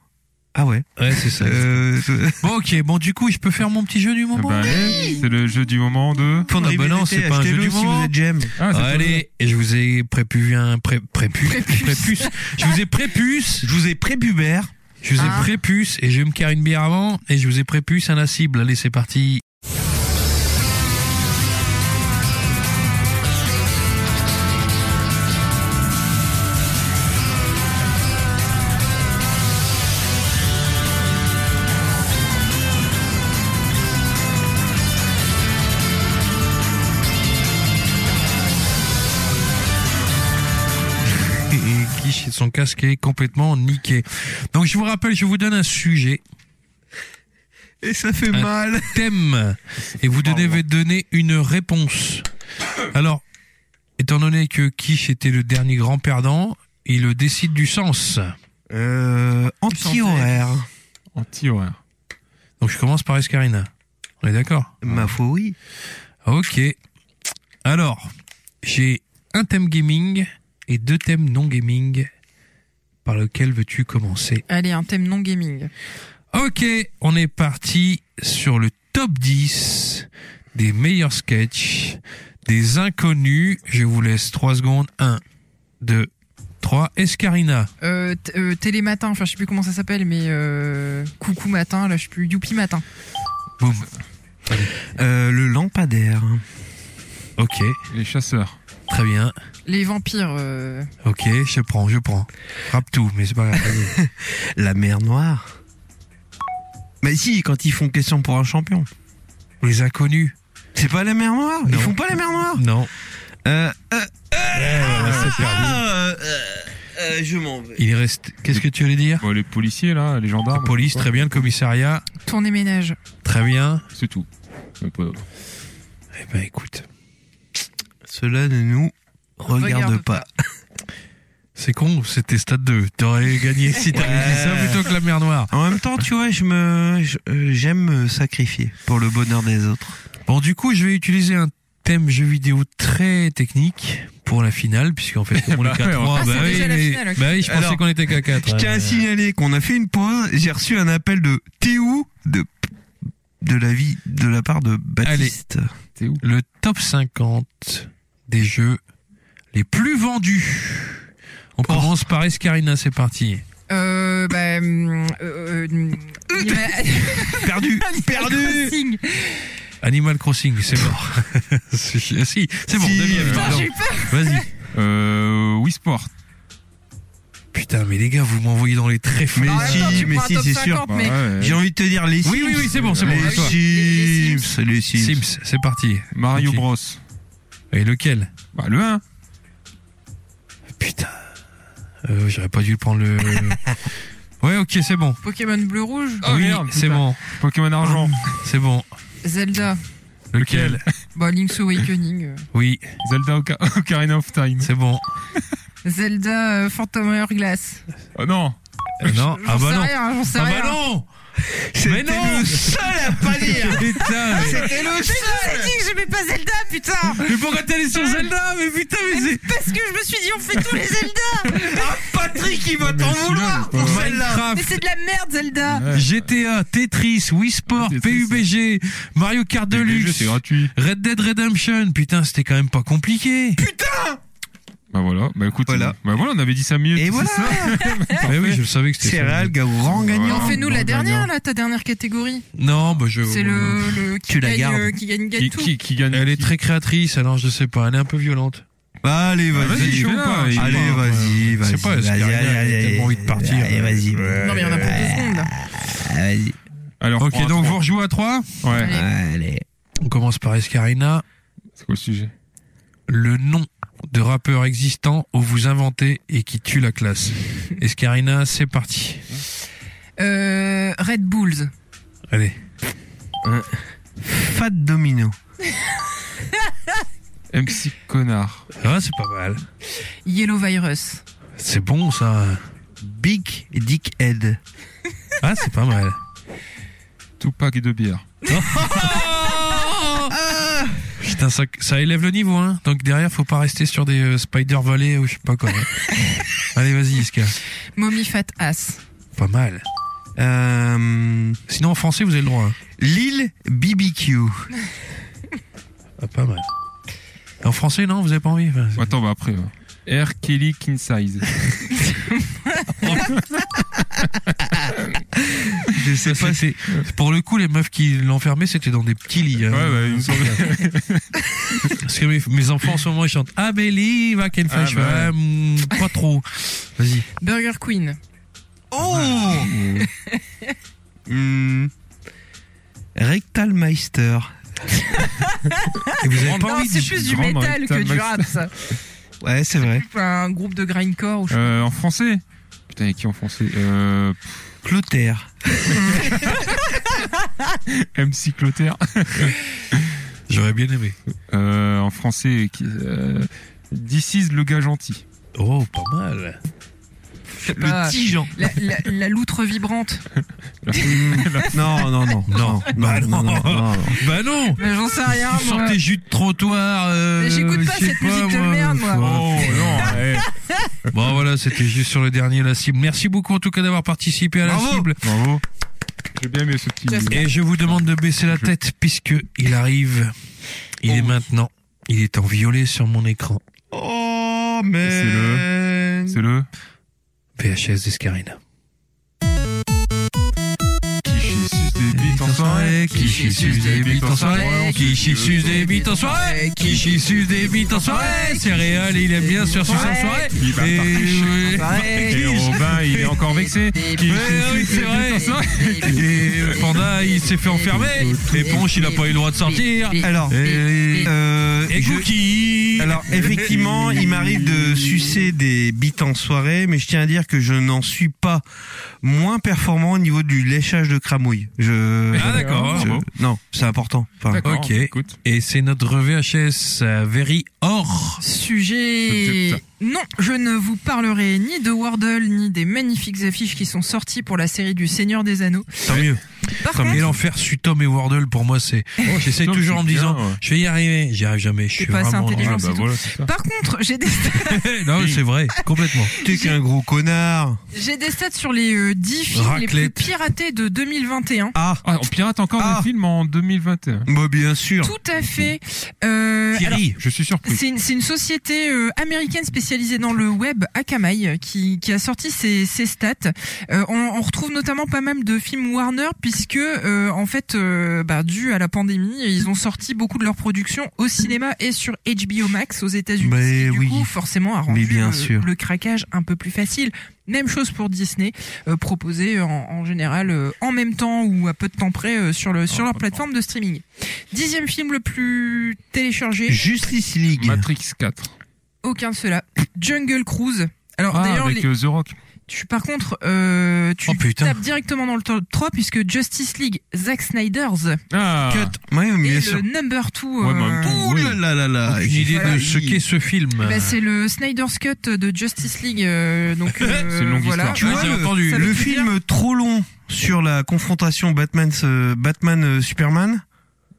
Speaker 1: Ah ouais.
Speaker 2: Ouais, c'est ça.
Speaker 1: Euh,
Speaker 2: Bon, ok, bon, du coup, je peux faire mon petit jeu du
Speaker 3: Ah
Speaker 2: moment
Speaker 3: bah, c'est le jeu du moment de.
Speaker 1: Fondre
Speaker 2: Ah bah non,
Speaker 1: Liberté,
Speaker 2: c'est pas un jeu
Speaker 1: achetez-le
Speaker 2: du
Speaker 1: si
Speaker 2: moment.
Speaker 1: vous êtes GM.
Speaker 3: Ah, c'est
Speaker 2: Allez, et je vous ai prépu un pré, prépu,
Speaker 4: Prépuce.
Speaker 2: prépuce. Je vous ai prépuce,
Speaker 1: Je vous ai prépubère.
Speaker 2: je vous ai
Speaker 4: Ah.
Speaker 2: prépuce et je vais me carrer une bière avant et je vous ai prépuce un la cible. Allez, c'est parti. et qui chez son casque est complètement niqué. Donc je vous rappelle, je vous donne un sujet,
Speaker 1: Et ça fait
Speaker 2: Ah.
Speaker 1: mal.
Speaker 2: thème, et vous devez donner une réponse. Alors, étant donné que Kish était le dernier grand perdant, il décide du sens.
Speaker 1: Euh, anti-horaire.
Speaker 3: Anti-horaire.
Speaker 2: Donc je commence par Escarina. On est d'accord
Speaker 1: Ma foi, oui.
Speaker 2: Ok. Alors, j'ai un thème gaming et deux thèmes non gaming. Par lequel veux-tu commencer
Speaker 4: Allez, un thème non gaming.
Speaker 2: Ok, on est parti sur le top 10 des meilleurs sketchs des inconnus. Je vous laisse 3 secondes. 1, 2, 3. Escarina.
Speaker 4: Euh, t- euh, télématin, enfin je sais plus comment ça s'appelle, mais euh, coucou matin, là je sais plus, youpi matin.
Speaker 2: Boum.
Speaker 1: Euh, le lampadaire.
Speaker 2: Ok,
Speaker 3: Les chasseurs.
Speaker 2: très bien.
Speaker 4: Les vampires, euh,
Speaker 2: Ok, je prends, je prends. Frappe tout, mais c'est pas grave. vas-y.
Speaker 1: La mer noire. Mais si, quand ils font question pour un champion.
Speaker 2: Les inconnus.
Speaker 1: C'est pas la mer noire Ils
Speaker 2: Non.
Speaker 1: font pas la mer noire
Speaker 2: Non.
Speaker 1: Euh, euh,
Speaker 2: Ah, c'est perdu.
Speaker 1: ah, euh, euh, je m'en vais.
Speaker 2: Il reste. Qu'est-ce que tu allais dire
Speaker 3: Bon, les policiers, là, les
Speaker 2: La
Speaker 3: gendarmes.
Speaker 2: police, très bien. Le commissariat,
Speaker 4: tournée ménage.
Speaker 2: très bien.
Speaker 3: C'est tout. C'est pas-
Speaker 2: Eh ben, écoute.
Speaker 1: Cela ne nous regarde,
Speaker 4: Regarde
Speaker 1: pas.
Speaker 2: C'est con, c'était stade 2. T'aurais gagné si t'avais dit ça
Speaker 1: Ouais.
Speaker 2: plutôt que la mer noire.
Speaker 1: En même temps, tu vois, je me, je- euh, j'aime me sacrifier pour le bonheur des autres.
Speaker 2: Bon, du coup, je vais utiliser un thème jeu vidéo très technique pour la finale, puisqu'en fait, on est qu'à
Speaker 3: ouais,
Speaker 2: 3.
Speaker 4: Ah,
Speaker 2: bah,
Speaker 4: c'est
Speaker 2: oui,
Speaker 4: déjà la
Speaker 2: mais-
Speaker 4: finale, ok.
Speaker 2: bah oui, je pensais
Speaker 1: Alors,
Speaker 2: qu'on était qu'à 4.
Speaker 1: Je tiens à signaler qu'on a fait une pause. J'ai reçu un appel de Théo de de la vie de la part de Baptiste.
Speaker 3: T'es où
Speaker 2: Le top 50 des jeux les plus vendus. On commence par Escarina, c'est parti.
Speaker 4: Euh, bah, hum, euh, euh, Animal-
Speaker 1: Perdu, perdu.
Speaker 4: Crossing.
Speaker 2: Animal Crossing, c'est mort. C'est chi- si, c'est bon,
Speaker 1: Si,
Speaker 2: neuvième,
Speaker 1: putain,
Speaker 2: pardon.
Speaker 4: j'ai eu peur.
Speaker 2: Vas-y.
Speaker 3: Euh, Wii Sport.
Speaker 2: Putain, mais les gars, vous m'envoyez dans les tréfonds.
Speaker 1: Mais
Speaker 4: Ah,
Speaker 1: si,
Speaker 4: attends, tu
Speaker 1: mais
Speaker 4: prends un
Speaker 1: si,
Speaker 4: top
Speaker 1: c'est sûr.
Speaker 4: 50,
Speaker 3: Bah,
Speaker 4: mais-
Speaker 3: ouais.
Speaker 1: J'ai envie de te dire les Sims.
Speaker 2: Oui, oui, oui, c'est bon, c'est bon.
Speaker 1: les,
Speaker 2: à toi.
Speaker 1: Sims,
Speaker 4: Les Sims.
Speaker 1: les Sims.
Speaker 2: Sims, c'est parti.
Speaker 3: Mario
Speaker 2: Ok.
Speaker 3: Bros.
Speaker 2: Et lequel
Speaker 3: Bah, le 1.
Speaker 2: Putain. Euh, J'aurais pas dû le prendre le. ouais, ok, c'est bon.
Speaker 4: Pokémon bleu rouge,
Speaker 3: Oh,
Speaker 2: Ah, oui,
Speaker 3: merde,
Speaker 2: c'est
Speaker 3: putain.
Speaker 2: bon.
Speaker 3: Pokémon Argent.
Speaker 2: C'est bon.
Speaker 4: Zelda,
Speaker 2: Lequel
Speaker 4: bah, Link's Awakening, euh,
Speaker 2: Oui,
Speaker 3: Zelda Oca- Ocarina of Time.
Speaker 2: c'est bon.
Speaker 4: Zelda euh, Phantom Hourglass.
Speaker 3: Oh, non.
Speaker 2: Euh, non,
Speaker 4: J'en
Speaker 2: ah bah
Speaker 4: sais
Speaker 2: non.
Speaker 4: rien, j'en sais
Speaker 2: Ah
Speaker 4: rien.
Speaker 2: bah non
Speaker 1: C'était
Speaker 2: Mais non
Speaker 1: le seul à pas dire.
Speaker 2: Putain mais-
Speaker 1: C'était le
Speaker 4: Mais je vous ai
Speaker 1: seul.
Speaker 4: dit que j'aimais pas Zelda, putain
Speaker 2: Mais pourquoi t'es allé sur Zelda Mais putain, mais c'est...
Speaker 4: Parce que je me suis dit, on fait tous les Zelda
Speaker 1: Ah, Patrick, il va
Speaker 3: Mais
Speaker 1: t'en
Speaker 3: celui-là,
Speaker 1: vouloir
Speaker 3: il est
Speaker 1: pour
Speaker 3: pas-
Speaker 1: celle-là.
Speaker 4: Mais
Speaker 2: Minecraft
Speaker 4: c'est de la merde, Zelda
Speaker 3: Ouais.
Speaker 2: GTA, Tetris, Wii Sport,
Speaker 3: Tetris,
Speaker 2: PUBG, Mario Kart
Speaker 3: Les jeux,
Speaker 2: Deluxe,
Speaker 3: C'est gratuit.
Speaker 2: Red Dead Redemption, putain c'était quand même pas compliqué.
Speaker 3: Bah voilà. Bah écoute.
Speaker 1: Voilà.
Speaker 3: Bah voilà, on avait dit 5 minutes.
Speaker 1: Et
Speaker 3: c'est
Speaker 1: voilà.
Speaker 3: ça.
Speaker 2: Mais Eh oui, je le savais que c'était.
Speaker 1: C'est
Speaker 2: ça.
Speaker 1: Real grand gagnant.
Speaker 4: Mais on
Speaker 3: Ouais,
Speaker 4: fait nous la
Speaker 3: bon
Speaker 4: dernière,
Speaker 3: gagnant.
Speaker 4: là, ta dernière catégorie.
Speaker 2: Non, bah je.
Speaker 4: C'est le, le qui,
Speaker 1: Tu la
Speaker 4: gagne,
Speaker 1: gardes.
Speaker 4: euh, qui gagne, gagne
Speaker 3: Qui,
Speaker 4: tout.
Speaker 3: qui, qui gagne
Speaker 2: Elle est très créatrice, alors je sais pas, elle est un peu violente.
Speaker 1: Bah, allez,
Speaker 3: Ah,
Speaker 1: vas-y.
Speaker 3: vas-y, je suis
Speaker 2: ou
Speaker 3: là,
Speaker 2: pas,
Speaker 3: il-
Speaker 2: je sais
Speaker 1: Allez,
Speaker 2: pas,
Speaker 1: vas-y,
Speaker 2: ouais.
Speaker 1: vas-y.
Speaker 2: C'est pas,
Speaker 1: vas-y,
Speaker 2: Escarina, elle a
Speaker 1: allez,
Speaker 2: tellement envie de partir. euh,
Speaker 1: Allez, vas-y.
Speaker 4: Non, mais on a pas deux secondes. là.
Speaker 1: vas-y.
Speaker 3: Alors,
Speaker 2: Ok,
Speaker 3: prends un
Speaker 2: donc
Speaker 3: trois.
Speaker 2: vous rejouez à 3
Speaker 3: Ouais,
Speaker 4: Allez.
Speaker 1: Allez.
Speaker 2: On commence par Escarina.
Speaker 3: c'est quoi le sujet
Speaker 2: Le nom de rappeur existant où vous inventez et qui tue la classe. Escarina, c'est parti.
Speaker 4: Euh, Red Bulls.
Speaker 2: Allez.
Speaker 1: Euh, Fat Domino.
Speaker 3: MC Connard.
Speaker 2: Ah, c'est pas mal.
Speaker 4: Yellow Virus.
Speaker 2: C'est bon, ça.
Speaker 1: Big Dick Head.
Speaker 2: Ah, c'est pas mal.
Speaker 3: Tupac et de bière.
Speaker 2: Ah.
Speaker 1: Ah.
Speaker 2: Putain, ça, ça élève le niveau, hein. Donc derrière, faut pas rester sur des euh, Spider Valley ou je sais pas quoi. hein. Allez, vas-y, Iska.
Speaker 4: Mommy Fat Ass.
Speaker 2: Pas mal.
Speaker 1: Euh,
Speaker 2: Sinon, en français, vous avez le droit. hein.
Speaker 1: Lille BBQ.
Speaker 2: Ah, pas mal. En français, non, vous avez pas envie. Enfin, c'est-
Speaker 3: Attends, bah après. ouais. R. Kelly King Size.
Speaker 1: Je sais
Speaker 2: Ça,
Speaker 1: pas.
Speaker 2: c'était- Pour le coup, les meufs qui l'enfermaient, c'était dans des petits lits. hein.
Speaker 3: Ouais, ouais, il me
Speaker 2: Parce que mes, mes enfants en ce moment ils chantent Amélie, va qu'elle
Speaker 3: Ah,
Speaker 2: fasse. Je fais,
Speaker 3: bah
Speaker 2: ah, mm,
Speaker 1: hmm,
Speaker 2: pas trop. Vas-y.
Speaker 4: Burger Queen.
Speaker 1: Oh Hmm. Rectalmeister.
Speaker 2: Et vous avez pas
Speaker 4: Non,
Speaker 2: envie de-
Speaker 4: c'est plus du
Speaker 3: Grand
Speaker 4: métal que
Speaker 3: Metal
Speaker 4: du rap, ça.
Speaker 1: Ouais, c'est vrai.
Speaker 4: Un groupe de grindcore ou je-
Speaker 3: Euh, en français Putain, et qui en français euh, pff,
Speaker 1: Clotaire.
Speaker 3: MC Clotaire.
Speaker 2: J'aurais bien aimé.
Speaker 3: Euh, en français, qui, euh, This is le gars gentil.
Speaker 2: Oh, pas mal.
Speaker 4: sais pas.
Speaker 2: Le Tijan.
Speaker 4: La, la- la loutre vibrante.
Speaker 1: non, non, non.
Speaker 2: Non. Bah non. Bah non
Speaker 4: Mais J'en sais rien,
Speaker 2: Tu
Speaker 4: moi.
Speaker 2: sors tes jus de trottoir. euh,
Speaker 4: Mais j'écoute pas
Speaker 2: je sais
Speaker 4: cette musique de
Speaker 2: moi,
Speaker 4: merde, moi.
Speaker 2: faut-
Speaker 3: non
Speaker 2: Bon voilà, c'était juste sur le dernier la cible. Merci beaucoup en tout cas d'avoir participé à la
Speaker 1: Bravo.
Speaker 2: cible.
Speaker 3: Bravo. J'ai bien aimé ce petit.
Speaker 2: Et je vous demande de baisser la tête puisque il arrive. Il
Speaker 3: Oh.
Speaker 2: est maintenant. Il est en violet sur mon écran.
Speaker 1: Oh, mais.
Speaker 3: C'est
Speaker 4: Euh,
Speaker 3: le- C'est le.
Speaker 2: VHS d'Escarina.
Speaker 3: Qui suce des bites en soirée.
Speaker 2: Qui chie suce des bites en soirée. Qui chie suce des bites en soirée. Qui chie suce des bites en soirée. C'est réel, il aime bien sur sucer en soirée.
Speaker 3: Il va
Speaker 2: Et oui.
Speaker 3: Et Robin, il est encore vexé. Qui
Speaker 2: Ouais, oui,
Speaker 3: suce
Speaker 2: c'est
Speaker 3: des bites en
Speaker 2: vrai.
Speaker 3: soirée.
Speaker 2: Et Panda, il s'est fait enfermer. Et Ponche, il a pas eu le droit de sortir.
Speaker 1: Alors.
Speaker 2: Et,
Speaker 1: Euh,
Speaker 2: et
Speaker 1: je-
Speaker 2: Cookie.
Speaker 1: Alors effectivement, il m'arrive de sucer des bites en soirée, mais je tiens à dire que je n'en suis pas moins performant au niveau du léchage de cramouille. Je
Speaker 2: Ah, d'accord.
Speaker 1: je-
Speaker 3: Bravo.
Speaker 1: non, c'est important. Enfin,
Speaker 3: D'accord,
Speaker 2: Ok.
Speaker 3: Écoute.
Speaker 2: Et c'est notre VHS euh, Very Or.
Speaker 4: Sujet. Non, je ne vous parlerai ni de Wordle, ni des magnifiques affiches qui sont sorties pour la série du Seigneur des Anneaux.
Speaker 2: Tant mieux.
Speaker 4: Par
Speaker 2: Et
Speaker 4: contre,
Speaker 2: l'enfer sur Tom et Wardle, pour moi, c'est. J'essaie
Speaker 3: Tom,
Speaker 2: toujours en me
Speaker 3: c'est
Speaker 2: disant,
Speaker 3: bien, ouais.
Speaker 2: je vais y arriver. J'y arrive jamais. Je
Speaker 4: T'es
Speaker 2: suis
Speaker 4: pas assez
Speaker 2: vraiment.
Speaker 4: intelligent,
Speaker 3: Ah
Speaker 4: c'est
Speaker 3: bah
Speaker 4: tout.
Speaker 3: voilà, c'est ça.
Speaker 4: par contre, j'ai des,
Speaker 2: non, mais c'est vrai, complètement.
Speaker 1: t'es qu'un gros connard.
Speaker 4: j'ai des stats sur les euh, 10 films les plus
Speaker 2: Raclette.
Speaker 4: piratés de 2021.
Speaker 1: Ah,
Speaker 3: Ah, on pirate encore
Speaker 1: Ah.
Speaker 3: des films en 2021.
Speaker 1: bah bien sûr.
Speaker 4: Tout à fait. Euh, alors,
Speaker 2: Thierry,
Speaker 3: Je suis surpris.
Speaker 4: c'est une, c'est une société euh, américaine spécialisée dans le web, Akamai, euh, qui, qui a sorti ses, ses stats. Euh, on, on retrouve notamment pas mal de films Warner, puisque euh, en fait, euh, bah, dû à la pandémie, ils ont sorti beaucoup de leurs productions au cinéma et sur HBO Max aux États-Unis.
Speaker 1: Mais
Speaker 4: ce qui, du
Speaker 1: oui.
Speaker 4: coup, forcément, a rendu
Speaker 1: Mais bien
Speaker 4: le-
Speaker 1: sûr.
Speaker 4: le craquage un peu plus facile. Même chose pour Disney, euh, proposé en, en général euh, en même temps ou à peu de temps près euh, sur, le, sur leur plateforme de streaming. Dixième film le plus téléchargé.
Speaker 1: Justice League.
Speaker 3: Matrix 4.
Speaker 4: Aucun de ceux-là. Jungle Cruise. Alors
Speaker 3: Ah,
Speaker 4: d'ailleurs,
Speaker 3: avec
Speaker 4: les-
Speaker 3: euh, The Rock.
Speaker 4: tu, par contre, euh, tu
Speaker 2: Oh, putain.
Speaker 4: tapes directement dans le top 3 puisque Justice League, Zack Snyder's
Speaker 3: Ah.
Speaker 1: Cut. Ouais, mais
Speaker 4: est
Speaker 1: bien
Speaker 4: le
Speaker 1: sûr.
Speaker 4: number euh, 2.
Speaker 2: bah,
Speaker 3: Ouais, mais en même temps,
Speaker 1: Ouh là là là là.
Speaker 2: aucune idée
Speaker 1: Voilà.
Speaker 2: de ce qu'est ce film.
Speaker 4: Eh ben, Bah, c'est le Snyder's Cut de Justice League. euh, donc euh,
Speaker 3: C'est une longue
Speaker 4: voilà.
Speaker 3: histoire.
Speaker 1: Tu vois
Speaker 2: j'ai
Speaker 1: le,
Speaker 2: entendu.
Speaker 4: Ça veut
Speaker 1: Ah, le
Speaker 4: tout dire.
Speaker 1: film trop long sur la confrontation Batman euh, Batman euh, Superman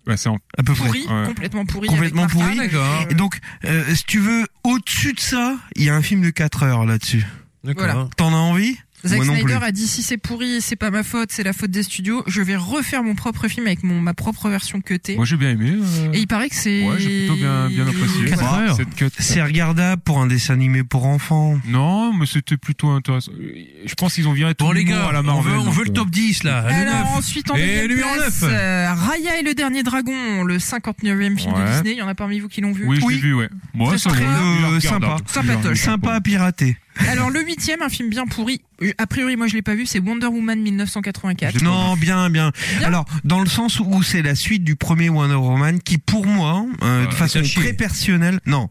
Speaker 3: Bah, c'est en-
Speaker 1: à peu près.
Speaker 4: pourri,
Speaker 3: Ouais.
Speaker 4: complètement pourri.
Speaker 1: Complètement
Speaker 4: avec Martha,
Speaker 1: pourri.
Speaker 4: avec,
Speaker 2: D'accord.
Speaker 4: euh,
Speaker 1: Et donc, euh, si tu veux, au-dessus de ça, il y a un film de 4 heures là-dessus.
Speaker 2: D'accord.
Speaker 4: voilà.
Speaker 1: T'en as envie
Speaker 4: Zack
Speaker 1: Moi non
Speaker 4: Snyder
Speaker 1: plus.
Speaker 4: a dit si c'est pourri, c'est pas ma faute, c'est la faute des studios. Je vais refaire mon propre film avec mon, ma propre version cutée.
Speaker 3: Moi j'ai bien aimé. euh,
Speaker 4: Et il paraît que c'est.
Speaker 3: Ouais, j'ai plutôt bien, bien apprécié.
Speaker 1: Quatre
Speaker 3: Ouais,
Speaker 1: heures.
Speaker 3: Cette cut.
Speaker 1: C'est regardable pour un dessin animé pour enfants.
Speaker 3: Non, mais c'était plutôt intéressant. euh, Je pense qu'ils ont viré tout
Speaker 2: Bon, les
Speaker 3: l'humour
Speaker 2: gars,
Speaker 3: à la
Speaker 2: on
Speaker 3: Marvel.
Speaker 2: veut, on
Speaker 3: donc,
Speaker 2: veut le
Speaker 3: euh,
Speaker 2: top 10 là. Le
Speaker 4: Alors
Speaker 2: 9.
Speaker 4: ensuite en
Speaker 2: Et
Speaker 4: deuxième
Speaker 2: numéro
Speaker 4: place,
Speaker 2: 9.
Speaker 4: euh, Raya et le dernier dragon, le 59e film de
Speaker 3: Ouais.
Speaker 4: Disney. Il y en a parmi vous qui l'ont vu.
Speaker 3: Oui, je hein.
Speaker 1: Oui.
Speaker 3: l'ai vu, ouais. Moi,
Speaker 4: C'est
Speaker 3: ça
Speaker 4: très,
Speaker 3: va,
Speaker 1: euh,
Speaker 3: il est
Speaker 1: sympa.
Speaker 3: regardable.
Speaker 4: Sympatoche.
Speaker 1: Sympa à pirater.
Speaker 4: Alors le huitième, un film bien pourri. A priori, moi je l'ai pas vu. C'est Wonder Woman 1984.
Speaker 1: Non, bien, bien,
Speaker 4: Bien.
Speaker 1: Alors, dans le sens où c'est la suite du premier Wonder Woman, qui pour moi, euh,
Speaker 3: Bah,
Speaker 2: Ah,
Speaker 1: de façon
Speaker 2: c'est à chier.
Speaker 1: très personnelle, non,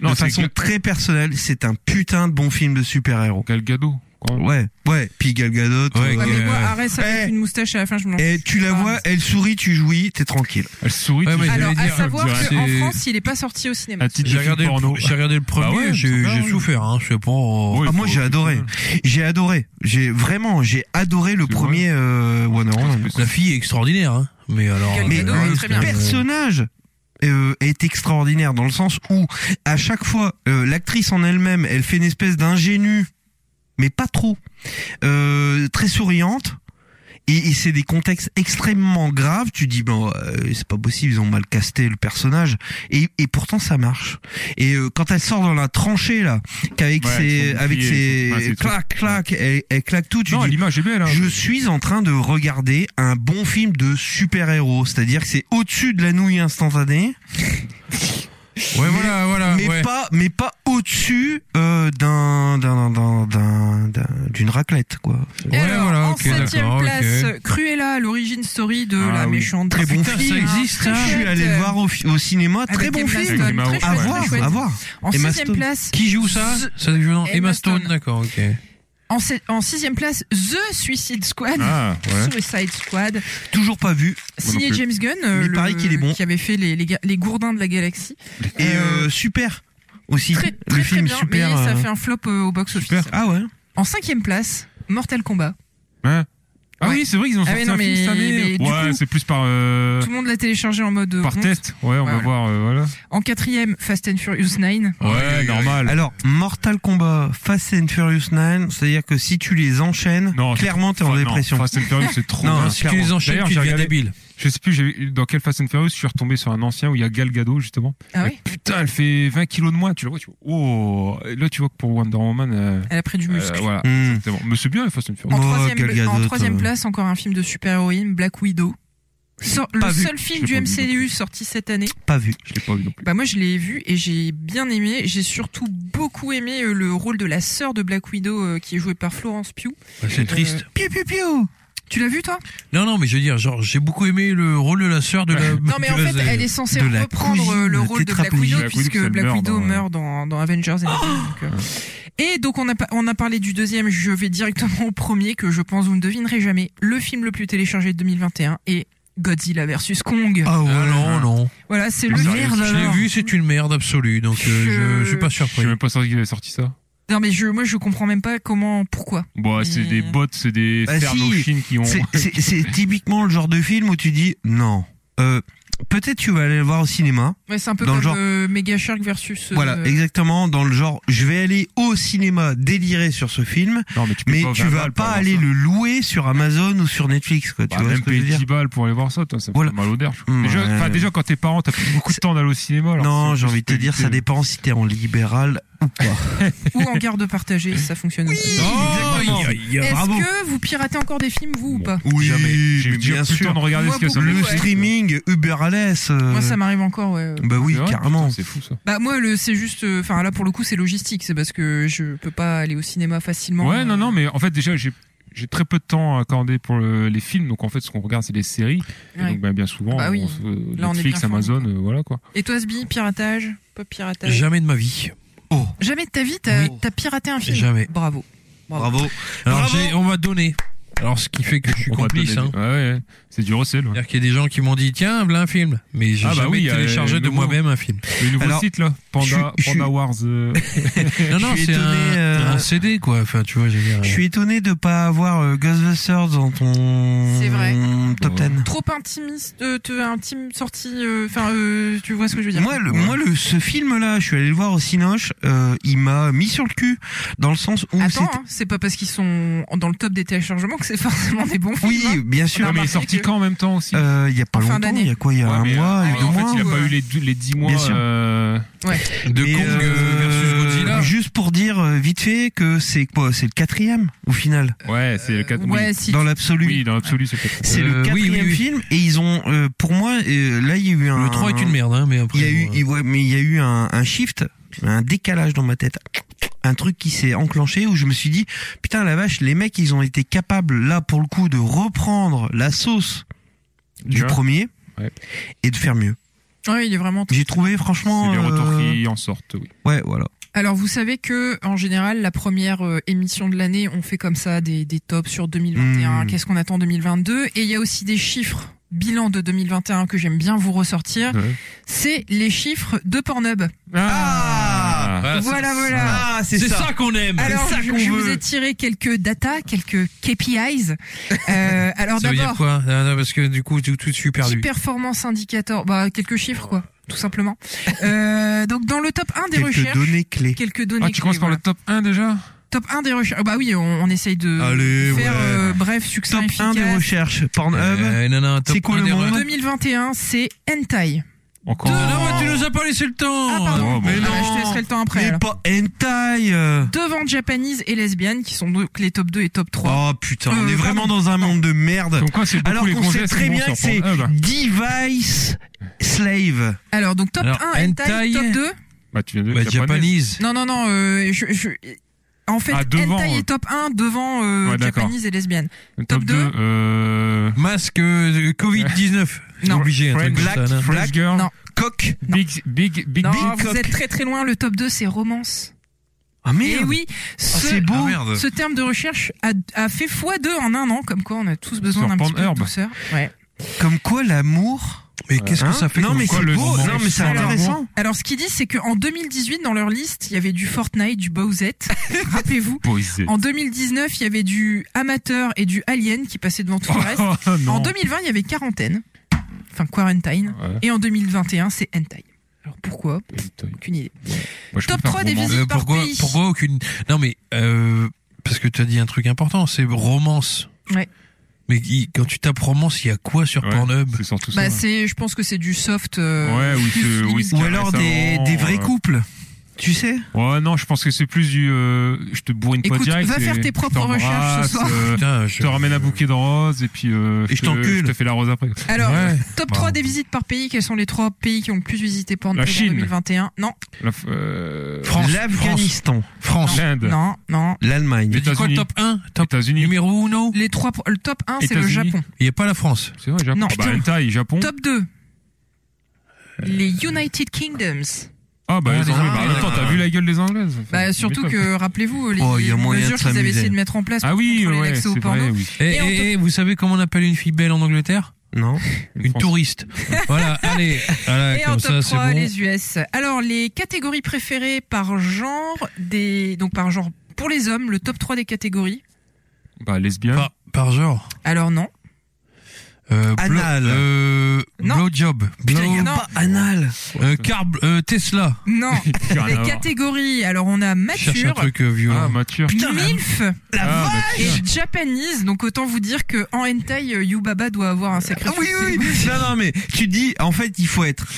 Speaker 3: Non,
Speaker 1: de
Speaker 3: c'est
Speaker 1: façon
Speaker 3: Gal-
Speaker 1: très personnelle, c'est un putain de bon film de super-héros.
Speaker 3: Gal Gadot. quoi.
Speaker 1: Ouais, ouais. Puis Gal Gadot.
Speaker 2: Ouais,
Speaker 1: euh,
Speaker 4: Ouais, mais moi,
Speaker 2: Euh,
Speaker 4: Arès avec
Speaker 1: eh.
Speaker 4: une moustache à la fin, je me.
Speaker 1: Et tu la vois, elle sourit, tu jouis, t'es tranquille.
Speaker 3: Elle sourit.
Speaker 2: Ouais,
Speaker 3: tu
Speaker 2: mais
Speaker 3: sais.
Speaker 2: j'allais
Speaker 4: Ah, Alors à
Speaker 2: dire,
Speaker 4: savoir
Speaker 2: c'est-
Speaker 4: qu'en France, il est pas sorti au cinéma.
Speaker 3: Un titre
Speaker 2: J'ai
Speaker 3: de film
Speaker 2: regardé, le,
Speaker 3: porno.
Speaker 2: pr- j'ai regardé le premier,
Speaker 3: ouais,
Speaker 2: j'ai,
Speaker 3: c'est
Speaker 2: j'ai
Speaker 3: bien.
Speaker 2: souffert, hein, je sais pas. euh,
Speaker 3: Oui,
Speaker 1: Ah, moi
Speaker 3: faut-
Speaker 1: j'ai adoré, j'ai adoré, j'ai vraiment, j'ai adoré le
Speaker 3: C'est
Speaker 1: premier euh, Wonder Woman.
Speaker 3: C'est-
Speaker 2: La fille est extraordinaire, hein. Mais alors.
Speaker 4: Gal
Speaker 1: Mais
Speaker 4: Gadot
Speaker 2: euh,
Speaker 4: est
Speaker 1: le
Speaker 4: très bien.
Speaker 1: personnage euh, est extraordinaire dans le sens où à chaque fois euh, l'actrice en elle-même, elle fait une espèce d'ingénue, mais pas trop, euh, très souriante. Et, et c'est des contextes extrêmement graves. Tu dis ben euh, c'est pas possible, ils ont mal casté le personnage. Et, et pourtant ça marche. Et euh, quand elle sort dans la tranchée là, qu'avec
Speaker 3: Ouais, avec
Speaker 1: ses avec
Speaker 3: son bouclier et
Speaker 1: ses
Speaker 3: son- ouais, c'est
Speaker 1: clac clac, elle, elle claque tout. Tu
Speaker 3: Non,
Speaker 1: dis
Speaker 3: l'image est belle. hein.
Speaker 1: je suis en train de regarder un bon film de super-héros, c'est-à-dire que c'est au-dessus de la nouille instantanée,
Speaker 2: Ouais, voilà, voilà.
Speaker 1: mais
Speaker 2: ouais.
Speaker 1: pas, mais pas au-dessus euh, d'un, d'un, d'un, d'un- d'un- d'une raclette, quoi.
Speaker 4: Et
Speaker 2: Ouais,
Speaker 4: alors,
Speaker 2: voilà,
Speaker 4: en
Speaker 2: ok,
Speaker 4: septième
Speaker 2: d'accord,
Speaker 4: place,
Speaker 2: ok.
Speaker 4: Cruella, l'origine story de
Speaker 3: Ah
Speaker 4: la
Speaker 3: oui.
Speaker 4: méchante. Ah,
Speaker 1: Très bon
Speaker 2: Putain, ça
Speaker 1: film.
Speaker 2: existe,
Speaker 4: Très
Speaker 2: hein.
Speaker 1: Je suis
Speaker 4: chouette,
Speaker 1: allé le
Speaker 4: euh,
Speaker 1: voir au, fi- au cinéma,
Speaker 4: avec
Speaker 1: très bon
Speaker 4: Emma
Speaker 1: film.
Speaker 4: Stone,
Speaker 3: Emma-
Speaker 4: très
Speaker 1: À
Speaker 4: chouette,
Speaker 1: voir,
Speaker 4: très chouette.
Speaker 1: à voir.
Speaker 4: En
Speaker 1: Emma
Speaker 4: sixième
Speaker 1: Stone.
Speaker 4: place,
Speaker 2: Qui joue ça
Speaker 4: Z-
Speaker 2: Ça joue dans
Speaker 4: Emma
Speaker 2: Emma Stone,
Speaker 4: Stone.
Speaker 2: d'accord, ok. Bah,
Speaker 4: en, se- en sixième place, The Suicide Squad.
Speaker 3: Ah, ouais.
Speaker 4: Suicide Squad,
Speaker 1: Toujours pas vu.
Speaker 4: signé
Speaker 3: plus.
Speaker 4: James Gunn, euh,
Speaker 1: Mais il
Speaker 4: le-
Speaker 1: paraît qu'il est bon.
Speaker 4: qui avait fait les, les, ga- les gourdins de la galaxie.
Speaker 1: Et euh, super aussi.
Speaker 4: Très,
Speaker 1: le
Speaker 4: très, très
Speaker 1: film
Speaker 4: bien,
Speaker 1: super.
Speaker 4: mais ça
Speaker 1: euh,
Speaker 4: fait un flop euh, au box-office.
Speaker 1: super. Ah ouais.
Speaker 4: En cinquième place, Mortal Kombat.
Speaker 3: Ah
Speaker 4: Ouais.
Speaker 3: oui, c'est vrai qu'ils ont
Speaker 4: Ah
Speaker 3: sorti
Speaker 4: oui, non,
Speaker 3: un film
Speaker 4: mais-
Speaker 3: cette année.
Speaker 4: mais du
Speaker 3: Ouais,
Speaker 4: coup-
Speaker 3: c'est plus par euh,
Speaker 4: Tout le monde l'a téléchargé en mode euh,
Speaker 3: par
Speaker 4: honte.
Speaker 3: test. Ouais, on va
Speaker 4: Ouais,
Speaker 3: voir. euh, Voilà.
Speaker 4: En quatrième, Fast and Furious 9.
Speaker 3: Ouais, normal.
Speaker 1: Alors Mortal Kombat, Fast and Furious 9, c'est-à-dire que si tu les enchaînes,
Speaker 3: Non, c'est-
Speaker 1: clairement t'es en
Speaker 3: Enfin, non,
Speaker 1: dépression.
Speaker 3: Fast and Furious, c'est trop.
Speaker 1: Non,
Speaker 3: bien.
Speaker 1: c'est-
Speaker 2: Si tu les enchaînes,
Speaker 3: D'ailleurs,
Speaker 2: tu
Speaker 3: j'ai
Speaker 2: deviens
Speaker 3: regardé-
Speaker 2: débile.
Speaker 3: Je sais plus j'ai- dans quel Fast and Furious je suis retombé sur un ancien où il y a Gal Gadot justement.
Speaker 4: Ah
Speaker 3: Mais
Speaker 4: oui
Speaker 3: Putain, elle fait 20 kilos de moins. Tu la vois, tu vois. Oh, Et là tu vois que pour Wonder Woman, euh,
Speaker 4: Elle a pris du
Speaker 3: euh,
Speaker 4: muscle.
Speaker 3: voilà.
Speaker 1: Hmm.
Speaker 3: C'est bon. Mais c'est bien Fast and Furious.
Speaker 4: En
Speaker 1: Oh,
Speaker 4: troisième,
Speaker 1: Gal
Speaker 4: en
Speaker 1: Gadot,
Speaker 4: troisième
Speaker 1: euh.
Speaker 4: place, encore un film de super-héroïne, Black Widow. Sor- le
Speaker 1: Pas vu.
Speaker 4: seul film
Speaker 3: J'ai
Speaker 4: du
Speaker 3: pas vu non
Speaker 4: MCU sorti cette année.
Speaker 1: Pas vu.
Speaker 3: Je l'ai pas vu non plus.
Speaker 4: Bah moi je l'ai vu et j'ai bien aimé. J'ai surtout beaucoup aimé euh, le rôle de la sœur de Black Widow euh, qui est jouée par Florence Pugh.
Speaker 2: c'est
Speaker 4: Euh,
Speaker 2: triste.
Speaker 1: Piu piu piu.
Speaker 4: Tu l'as vu toi
Speaker 2: Non, non, mais je veux dire, genre, j'ai beaucoup aimé le rôle de la sœur de la.
Speaker 4: Non mais en
Speaker 2: de la-
Speaker 4: fait elle est censée
Speaker 1: de la
Speaker 4: reprendre euh,
Speaker 1: cousine
Speaker 4: le rôle de Black
Speaker 1: tétraplégique.
Speaker 4: Widow
Speaker 3: Black Widow,
Speaker 4: puisque
Speaker 3: elle
Speaker 4: Black
Speaker 3: meurt
Speaker 4: Widow
Speaker 3: dans, Ah euh,
Speaker 4: meurt dans, dans Avengers Endgame, donc, euh. Et donc on a, pas- on a parlé du deuxième, je vais directement au premier que je pense vous ne devinerez jamais. Le film le plus téléchargé de 2021 est Godzilla versus Kong.
Speaker 1: Ah ouais.
Speaker 2: Ah non,
Speaker 3: hein.
Speaker 2: non.
Speaker 4: Voilà, c'est le
Speaker 3: Mais
Speaker 4: film.
Speaker 3: merde,
Speaker 2: Je l'ai vu, c'est une merde absolue, donc euh, je,
Speaker 4: Je-
Speaker 2: je suis pas
Speaker 3: Je
Speaker 2: surpris.
Speaker 3: sais même pas sorti qu'il avait sorti ça.
Speaker 4: Non mais je, moi je comprends même pas comment, pourquoi.
Speaker 3: Bon, c'est
Speaker 4: Mais- euh,
Speaker 3: des bots, c'est des
Speaker 1: Bah, si.
Speaker 3: Fernochines qui ont.
Speaker 1: C'est- C'est c'est typiquement le genre de film où tu dis non. Euh, Peut-être tu vas aller le voir au cinéma.
Speaker 4: Ouais, c'est un peu
Speaker 1: Dans le
Speaker 4: comme
Speaker 1: genre-
Speaker 4: euh, Megashark versus. euh,
Speaker 1: Voilà, exactement dans le genre. Je vais aller au cinéma délirer sur ce film,
Speaker 3: Non, mais tu, peux
Speaker 1: mais
Speaker 3: pas
Speaker 1: tu
Speaker 3: 20
Speaker 1: vas
Speaker 3: balles pour
Speaker 1: pas
Speaker 3: avoir
Speaker 1: aller
Speaker 3: ça.
Speaker 1: le louer sur Amazon ou sur Netflix, quoi.
Speaker 3: Bah,
Speaker 1: tu vois ce
Speaker 3: même
Speaker 1: que je
Speaker 3: payer
Speaker 1: veux dire
Speaker 3: 10 balles pour aller voir ça, toi, ça fait
Speaker 1: Voilà.
Speaker 3: mal au derche.
Speaker 1: Mmh,
Speaker 3: déjà,
Speaker 1: ouais.
Speaker 3: enfin, déjà, quand t'es parent, t'as plus beaucoup de temps d'aller au cinéma. alors
Speaker 1: Non,
Speaker 3: c'est-
Speaker 1: j'ai envie de te
Speaker 3: c'est
Speaker 1: dire, ça
Speaker 3: évité.
Speaker 1: dépend si t'es en libéral.
Speaker 4: ou en garde partagée, ça fonctionne. aussi.
Speaker 2: Oh,
Speaker 1: Exactement.
Speaker 2: aïe, aïe, aïe.
Speaker 4: Est-ce
Speaker 1: bravo.
Speaker 4: que vous piratez encore des films, vous ou pas
Speaker 1: Oui,
Speaker 3: Jamais. J'ai eu
Speaker 1: bien
Speaker 3: plus le temps
Speaker 1: sûr.
Speaker 3: de regarder
Speaker 4: Moi,
Speaker 3: ce que ça
Speaker 4: beaucoup,
Speaker 1: Le
Speaker 3: me
Speaker 4: ouais.
Speaker 1: streaming Uber Alles. euh,
Speaker 4: Moi, ça m'arrive encore, ouais.
Speaker 1: Bah oui,
Speaker 3: C'est vrai
Speaker 1: carrément.
Speaker 3: Putain, C'est fou ça.
Speaker 4: Bah moi, le, c'est juste, euh, enfin là pour le coup, c'est logistique, c'est parce que je peux pas aller au cinéma facilement.
Speaker 3: Ouais, non, non, mais en fait, déjà, j'ai. J'ai très peu de temps accordé pour le- les films, donc en fait, ce qu'on regarde, c'est les séries. Et
Speaker 4: Ouais.
Speaker 3: donc, bah, bien souvent,
Speaker 4: Bah oui.
Speaker 3: on se-
Speaker 4: Là, on est
Speaker 3: Netflix,
Speaker 4: bien
Speaker 3: Amazon,
Speaker 4: formé,
Speaker 3: euh, voilà quoi.
Speaker 4: Et toi, Sbi, piratage, pas piratage.
Speaker 2: Jamais de ma vie.
Speaker 4: Jamais de ta vie, t'as,
Speaker 2: Oui.
Speaker 4: t'as piraté un film.
Speaker 2: Jamais.
Speaker 4: Bravo.
Speaker 1: Bravo.
Speaker 2: Alors,
Speaker 1: Bravo.
Speaker 2: j'ai- on m'a donné. Alors, ce qui fait que je suis
Speaker 3: On va
Speaker 2: complice.
Speaker 3: donner
Speaker 2: Hein.
Speaker 3: des- Ouais, ouais. c'est du recel. ouais.
Speaker 2: C'est-à-dire qu'il y a des gens qui m'ont dit tiens voilà un film mais j'ai
Speaker 3: Ah bah
Speaker 2: jamais
Speaker 3: oui, il y a,
Speaker 2: téléchargé
Speaker 3: euh,
Speaker 2: de
Speaker 3: le moment.
Speaker 2: moi-même un film.
Speaker 3: Le nouveau
Speaker 1: Alors,
Speaker 3: site là,
Speaker 1: je
Speaker 3: Panda,
Speaker 1: suis- je
Speaker 3: Panda
Speaker 1: suis-
Speaker 3: Wars. euh,
Speaker 2: Non non
Speaker 1: suis
Speaker 2: c'est
Speaker 1: étonné,
Speaker 2: un,
Speaker 1: euh,
Speaker 2: un CD quoi enfin tu vois j'ai dire. euh,
Speaker 1: Je suis étonné de pas avoir euh, Ghostbusters dans ton
Speaker 4: C'est vrai.
Speaker 1: Mmh, top
Speaker 3: Mmh.
Speaker 1: 10.
Speaker 4: Trop intimiste, euh, te- intime sortie, euh, enfin, euh, tu vois ce que je veux dire.
Speaker 1: Moi, le, moi le, ce film-là, je suis allé le voir au Cinoche, euh, il m'a mis sur le cul, dans le sens où
Speaker 4: Attends,
Speaker 1: c'était...
Speaker 4: hein, c'est pas parce qu'ils sont dans le top des téléchargements que c'est forcément des bons films.
Speaker 1: Oui,
Speaker 4: hein.
Speaker 1: bien
Speaker 4: On
Speaker 1: sûr,
Speaker 4: a
Speaker 3: Non, mais il est
Speaker 4: remarqué
Speaker 3: sorti
Speaker 4: que-
Speaker 3: quand en même temps aussi
Speaker 1: mais euh, il y a pas
Speaker 4: en fin
Speaker 1: longtemps,
Speaker 4: d'année.
Speaker 1: il y a quoi, il y a
Speaker 3: Ouais,
Speaker 1: un
Speaker 3: mais,
Speaker 1: mois,
Speaker 3: euh,
Speaker 1: il y a deux
Speaker 3: en
Speaker 1: mois
Speaker 3: fait, il a pas
Speaker 4: ouais.
Speaker 3: eu les, dou- les 10 mois.
Speaker 1: Bien sûr.
Speaker 3: euh,
Speaker 2: de
Speaker 1: Et,
Speaker 2: Kong
Speaker 1: euh,
Speaker 2: euh, versus Godzilla.
Speaker 1: Juste pour dire euh, vite fait que c'est quoi C'est le quatrième au final,
Speaker 3: Ouais, c'est le 4
Speaker 4: ouais, si.
Speaker 1: dans l'absolu.
Speaker 3: oui, oui, dans l'absolu, c'est le 4
Speaker 1: C'est
Speaker 2: Euh,
Speaker 1: le
Speaker 2: oui, oui,
Speaker 1: quatrième
Speaker 2: oui.
Speaker 1: film et ils ont, euh, pour moi, euh, là il y a eu un.
Speaker 2: le 3 est une merde hein mais après
Speaker 1: Il y a eu,
Speaker 2: bon,
Speaker 1: il- ouais, mais il y a eu un, un shift, un décalage dans ma tête. un truc qui s'est enclenché où je me suis dit putain la vache les mecs ils ont été capables là pour le coup de reprendre la sauce du
Speaker 3: vois
Speaker 1: premier
Speaker 3: Ouais.
Speaker 1: et de faire mieux.
Speaker 4: Ouais, il est vraiment.
Speaker 1: J'ai trouvé
Speaker 3: C'est
Speaker 1: franchement
Speaker 3: les retours
Speaker 1: euh,
Speaker 3: qui en sortent, oui.
Speaker 1: ouais voilà.
Speaker 4: Alors vous savez que en général la première euh, émission de l'année on fait comme ça des, des tops sur 2021,
Speaker 1: Mmh.
Speaker 4: qu'est-ce qu'on attend 2022 et il y a aussi des chiffres bilan de 2021 que j'aime bien vous ressortir,
Speaker 3: Ouais.
Speaker 4: c'est les chiffres de Pornhub.
Speaker 1: Ah
Speaker 2: Voilà, c'est-
Speaker 4: voilà voilà.
Speaker 1: Ah, c'est
Speaker 2: C'est
Speaker 1: ça.
Speaker 2: ça qu'on aime.
Speaker 4: Alors
Speaker 1: ça
Speaker 4: je,
Speaker 1: qu'on
Speaker 4: je
Speaker 1: veut.
Speaker 4: vous ai tiré quelques data, quelques KPIs. Euh, alors
Speaker 2: Ça veut dire
Speaker 4: d'abord
Speaker 2: quoi Non, non, Parce que du coup, tout, tout, je suis
Speaker 4: Petit
Speaker 2: perdu.
Speaker 4: performance indicateur, bah quelques chiffres quoi, tout simplement. Euh, donc dans le top 1 des
Speaker 1: Quelques
Speaker 4: recherches,
Speaker 1: données clés.
Speaker 4: quelques données.
Speaker 3: Ah, tu
Speaker 4: clés,
Speaker 3: commences par
Speaker 4: voilà.
Speaker 3: le top 1 déjà
Speaker 4: top 1 des recherches. Ah bah oui, on, on essaye de
Speaker 2: Allez,
Speaker 4: faire
Speaker 2: ouais.
Speaker 4: euh, bref succinct
Speaker 1: Top 1 des
Speaker 4: efficace.
Speaker 1: recherches Pornhub.
Speaker 2: Euh, non, non, top
Speaker 1: C'est quoi
Speaker 2: un
Speaker 1: le
Speaker 2: des
Speaker 1: monde
Speaker 2: re-
Speaker 4: 2021, c'est hentai.
Speaker 3: Encore
Speaker 2: Ah non, mais tu nous as pas laissé le temps.
Speaker 4: Ah pardon.
Speaker 3: Oh, bon,
Speaker 1: Oh,
Speaker 3: bon.
Speaker 4: Ah,
Speaker 1: Mais
Speaker 4: bah,
Speaker 1: non.
Speaker 4: je te laisserai le temps après.
Speaker 1: mais
Speaker 4: alors.
Speaker 1: pas hentai. euh.
Speaker 4: Devant Japanese et lesbiennes qui sont donc les top 2 et top 3.
Speaker 1: Oh putain, on
Speaker 4: Euh,
Speaker 1: est vraiment
Speaker 4: pardon.
Speaker 1: dans un monde de merde.
Speaker 3: Comme quoi, c'est beaucoup
Speaker 1: Alors
Speaker 3: les
Speaker 1: qu'on
Speaker 3: gros
Speaker 1: sait
Speaker 3: gestes
Speaker 1: très
Speaker 3: qui vont
Speaker 1: bien
Speaker 3: sur
Speaker 1: que c'est-
Speaker 3: Pornhub.
Speaker 1: Device slave.
Speaker 4: Alors donc top
Speaker 2: Alors,
Speaker 4: 1 hentai,
Speaker 2: hentai.
Speaker 4: top 2.
Speaker 3: Bah, tu viens de
Speaker 2: Bah, Japanese.
Speaker 4: Non non non, euh, je, je- en fait
Speaker 3: Ah, devant,
Speaker 4: hentai
Speaker 3: ouais.
Speaker 4: est top 1 devant euh,
Speaker 3: Ouais, d'accord.
Speaker 4: Japanese et lesbiennes.
Speaker 3: Le
Speaker 4: Top
Speaker 3: Top 2, euh...
Speaker 2: Masque euh, Covid-19. C'est
Speaker 4: Non.
Speaker 2: Obligé, un truc
Speaker 3: Friends.
Speaker 2: comme ça, non
Speaker 3: French Girl.
Speaker 4: Non.
Speaker 1: Coq.
Speaker 3: Big, big, big,
Speaker 4: Non,
Speaker 3: big
Speaker 4: vous
Speaker 3: cock.
Speaker 4: êtes très très loin. Le top 2 c'est romance.
Speaker 1: Ah
Speaker 4: Et
Speaker 1: merde.
Speaker 4: oui,
Speaker 1: Ah,
Speaker 4: ce,
Speaker 1: c'est beau.
Speaker 2: Eh Ah, merde.
Speaker 4: ce terme de recherche a, a fait x2 en un an, comme quoi on a tous besoin
Speaker 3: Sur
Speaker 4: d'un petit peu de
Speaker 3: Pornhub.
Speaker 4: douceur. Ouais.
Speaker 1: Comme quoi l'amour.
Speaker 2: Mais qu'est-ce
Speaker 1: Hein
Speaker 2: que ça fait
Speaker 1: Non
Speaker 2: comme
Speaker 1: mais
Speaker 2: quoi,
Speaker 1: c'est
Speaker 2: le
Speaker 1: beau.
Speaker 2: moment
Speaker 1: Non mais c'est
Speaker 3: sans l'amour
Speaker 1: intéressant.
Speaker 4: Alors ce qu'ils disent, c'est qu'en 2018, dans leur liste, il y avait du Fortnite, du Bowsette, rappelez-vous.
Speaker 3: Boys.
Speaker 4: En 2019, il y avait du Amateur et du Alien qui passaient devant tout le reste.
Speaker 3: Oh, non.
Speaker 4: En 2020, il y avait Quarantaine, enfin Quarantine.
Speaker 3: Ouais,
Speaker 4: Et en 2021, c'est Hentai. Alors pourquoi
Speaker 3: putain.
Speaker 4: Aucune idée.
Speaker 3: Moi, je
Speaker 4: Top
Speaker 3: préfère
Speaker 4: 3 des
Speaker 3: roman.
Speaker 4: visites.
Speaker 2: Euh,
Speaker 4: par
Speaker 2: pourquoi,
Speaker 4: pays.
Speaker 2: pourquoi aucune. Non, mais. Euh, parce que tu as dit un truc important, c'est romance.
Speaker 4: Ouais.
Speaker 2: Mais il- quand tu tapes romance, il y a quoi sur
Speaker 3: Ouais.
Speaker 2: Pornhub
Speaker 3: C'est surtout ça.
Speaker 4: Bah c'est, je pense que c'est du soft.
Speaker 3: Ouais,
Speaker 4: euh,
Speaker 3: ou
Speaker 4: plus
Speaker 3: ce- ou
Speaker 4: limite.
Speaker 3: ce-
Speaker 1: Ou alors des,
Speaker 3: Récemment,
Speaker 1: des vrais
Speaker 3: euh,
Speaker 1: couples. Tu sais
Speaker 3: Ouais, non, je pense que c'est plus du. euh, je te bourrine pas
Speaker 4: Écoute,
Speaker 3: direct.
Speaker 4: va
Speaker 3: c'est-
Speaker 4: faire tes
Speaker 3: je
Speaker 4: propres
Speaker 3: t'embrasse,
Speaker 4: recherches ce soir.
Speaker 3: euh,
Speaker 2: Putain,
Speaker 3: je te ramène un bouquet de roses et puis. euh,
Speaker 1: Et je
Speaker 3: te-
Speaker 1: t'encule.
Speaker 3: Je te fais la rose après.
Speaker 4: Alors,
Speaker 2: Ouais.
Speaker 4: top
Speaker 2: Wow.
Speaker 4: 3 des visites par pays, quels sont les trois pays qui ont le plus visité Pornhub
Speaker 3: La
Speaker 4: en
Speaker 3: Chine.
Speaker 4: 2021 Non,
Speaker 3: La f- euh,
Speaker 2: France. France.
Speaker 1: L'Afghanistan,
Speaker 2: France.
Speaker 3: L'Inde.
Speaker 4: non, non.
Speaker 1: l'Allemagne.
Speaker 2: Tu dis quoi,
Speaker 3: États-Unis.
Speaker 2: top 1 Top
Speaker 3: États-Unis.
Speaker 2: numéro 1
Speaker 4: Les trois, pro- le top 1, c'est le
Speaker 3: États-Unis.
Speaker 4: Japon.
Speaker 2: Il n'y a pas la France.
Speaker 3: C'est vrai, Japon.
Speaker 4: Non,
Speaker 3: Ah bah,
Speaker 4: putain.
Speaker 3: Altaï, Japon.
Speaker 4: Top 2,
Speaker 3: Euh,
Speaker 4: les United Kingdoms.
Speaker 3: Ah, bah,
Speaker 2: Ah,
Speaker 3: les
Speaker 2: les
Speaker 3: Anglais. Bah,
Speaker 2: Anglais.
Speaker 3: attends, t'as vu la gueule des Anglaises Enfin,
Speaker 4: Bah,
Speaker 3: tu
Speaker 4: surtout
Speaker 3: m'étonnes.
Speaker 4: que, rappelez-vous, les,
Speaker 1: Oh, il y a
Speaker 4: les
Speaker 1: moyen de
Speaker 4: mesures qu'ils avaient
Speaker 1: s'amuser. Eh,
Speaker 4: essayé de mettre en place pour
Speaker 3: Ah oui,
Speaker 4: contrôler
Speaker 3: ouais,
Speaker 4: l'accès au
Speaker 3: c'est
Speaker 4: porno.
Speaker 3: vrai, oui.
Speaker 2: Et,
Speaker 4: Et en
Speaker 2: et- et Eh, vous savez comment on appelle une fille belle en Angleterre
Speaker 1: Non
Speaker 2: Une
Speaker 3: France.
Speaker 2: touriste. voilà, allez. Voilà,
Speaker 4: Et en
Speaker 2: comme
Speaker 4: top
Speaker 2: ça, c'est
Speaker 4: 3,
Speaker 2: bon.
Speaker 4: les US. Alors, les catégories préférées par genre, des, donc par genre, pour les hommes, le top 3 des catégories.
Speaker 3: Bah, lesbien.
Speaker 2: Par, par genre.
Speaker 4: Alors, non.
Speaker 2: Euh,
Speaker 1: Anal.
Speaker 2: Blow, euh,
Speaker 4: Non.
Speaker 2: blowjob.
Speaker 1: Putain, il y a
Speaker 4: Non.
Speaker 1: pas anal.
Speaker 2: Euh, carb, euh, Tesla.
Speaker 4: Non.
Speaker 3: Rien à
Speaker 4: les
Speaker 3: voir.
Speaker 4: catégories. Alors, on a
Speaker 2: Cherche un
Speaker 4: mature,
Speaker 2: truc euh, violent.
Speaker 3: Ah, mature.
Speaker 4: MILF,
Speaker 1: La
Speaker 3: Ah, bah,
Speaker 4: et
Speaker 3: tiens.
Speaker 4: japanese, donc autant vous dire que en hentai, euh, Yubaba doit avoir un sacré.
Speaker 1: Ah oui, oui, oui. Non, non, mais tu dis, en fait, il faut être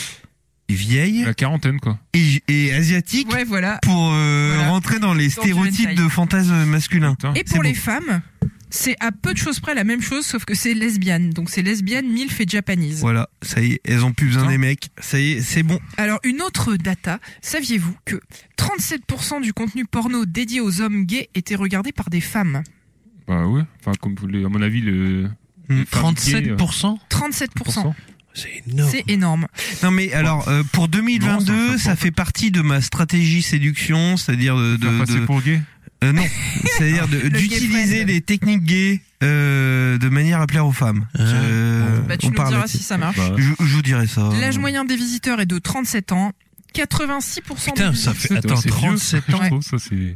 Speaker 1: vieille
Speaker 3: La quarantaine, quoi.
Speaker 1: et, et asiatique
Speaker 4: Ouais, voilà.
Speaker 1: pour euh,
Speaker 4: Voilà.
Speaker 1: rentrer dans les
Speaker 4: Dans du
Speaker 1: stéréotypes
Speaker 4: hentai.
Speaker 1: de fantasmes masculins.
Speaker 3: Putain.
Speaker 4: Et
Speaker 1: Ah, C'est
Speaker 4: pour les
Speaker 1: beau.
Speaker 4: femmes, c'est à peu de choses près la même chose, sauf que c'est lesbienne. Donc c'est lesbienne, milf et japanese.
Speaker 1: Voilà, ça y est, elles ont plus besoin
Speaker 3: Putain.
Speaker 1: des mecs. Ça y est, c'est bon.
Speaker 4: Alors une autre data, saviez-vous que 37% du contenu porno dédié aux hommes gays était regardé par des femmes
Speaker 3: Bah, ouais. Enfin, comme vous voulez, à mon avis,
Speaker 2: Hmm,
Speaker 3: le.
Speaker 1: Mm.
Speaker 3: les femmes gays, euh,
Speaker 2: 37%
Speaker 4: 37%.
Speaker 3: pourcent.
Speaker 2: C'est énorme.
Speaker 4: C'est énorme.
Speaker 1: Non mais alors euh, pour 2022,
Speaker 3: Non, ça, ça,
Speaker 1: ça fait partie de ma stratégie séduction, c'est-à-dire de, de-
Speaker 3: Faire passer
Speaker 1: de-
Speaker 3: pour gay.
Speaker 1: euh, non, c'est-à-dire de-
Speaker 4: gay
Speaker 1: d'utiliser
Speaker 4: friend.
Speaker 1: les techniques gays euh, de manière à plaire aux femmes.
Speaker 2: Ah.
Speaker 1: Euh,
Speaker 4: Bah, tu
Speaker 1: on
Speaker 4: nous
Speaker 1: parle
Speaker 4: diras
Speaker 1: là-dessus.
Speaker 4: si ça marche.
Speaker 3: Bah,
Speaker 1: Je, je vous dirai ça.
Speaker 2: Hum.
Speaker 4: L'âge moyen des visiteurs est de 37 ans. 86%
Speaker 2: Putain,
Speaker 4: des
Speaker 2: ça
Speaker 4: visiteurs-
Speaker 2: fait. Attends,
Speaker 3: c'est vieux.
Speaker 2: 37
Speaker 3: Je
Speaker 2: ans.
Speaker 3: trouve ça, c'est.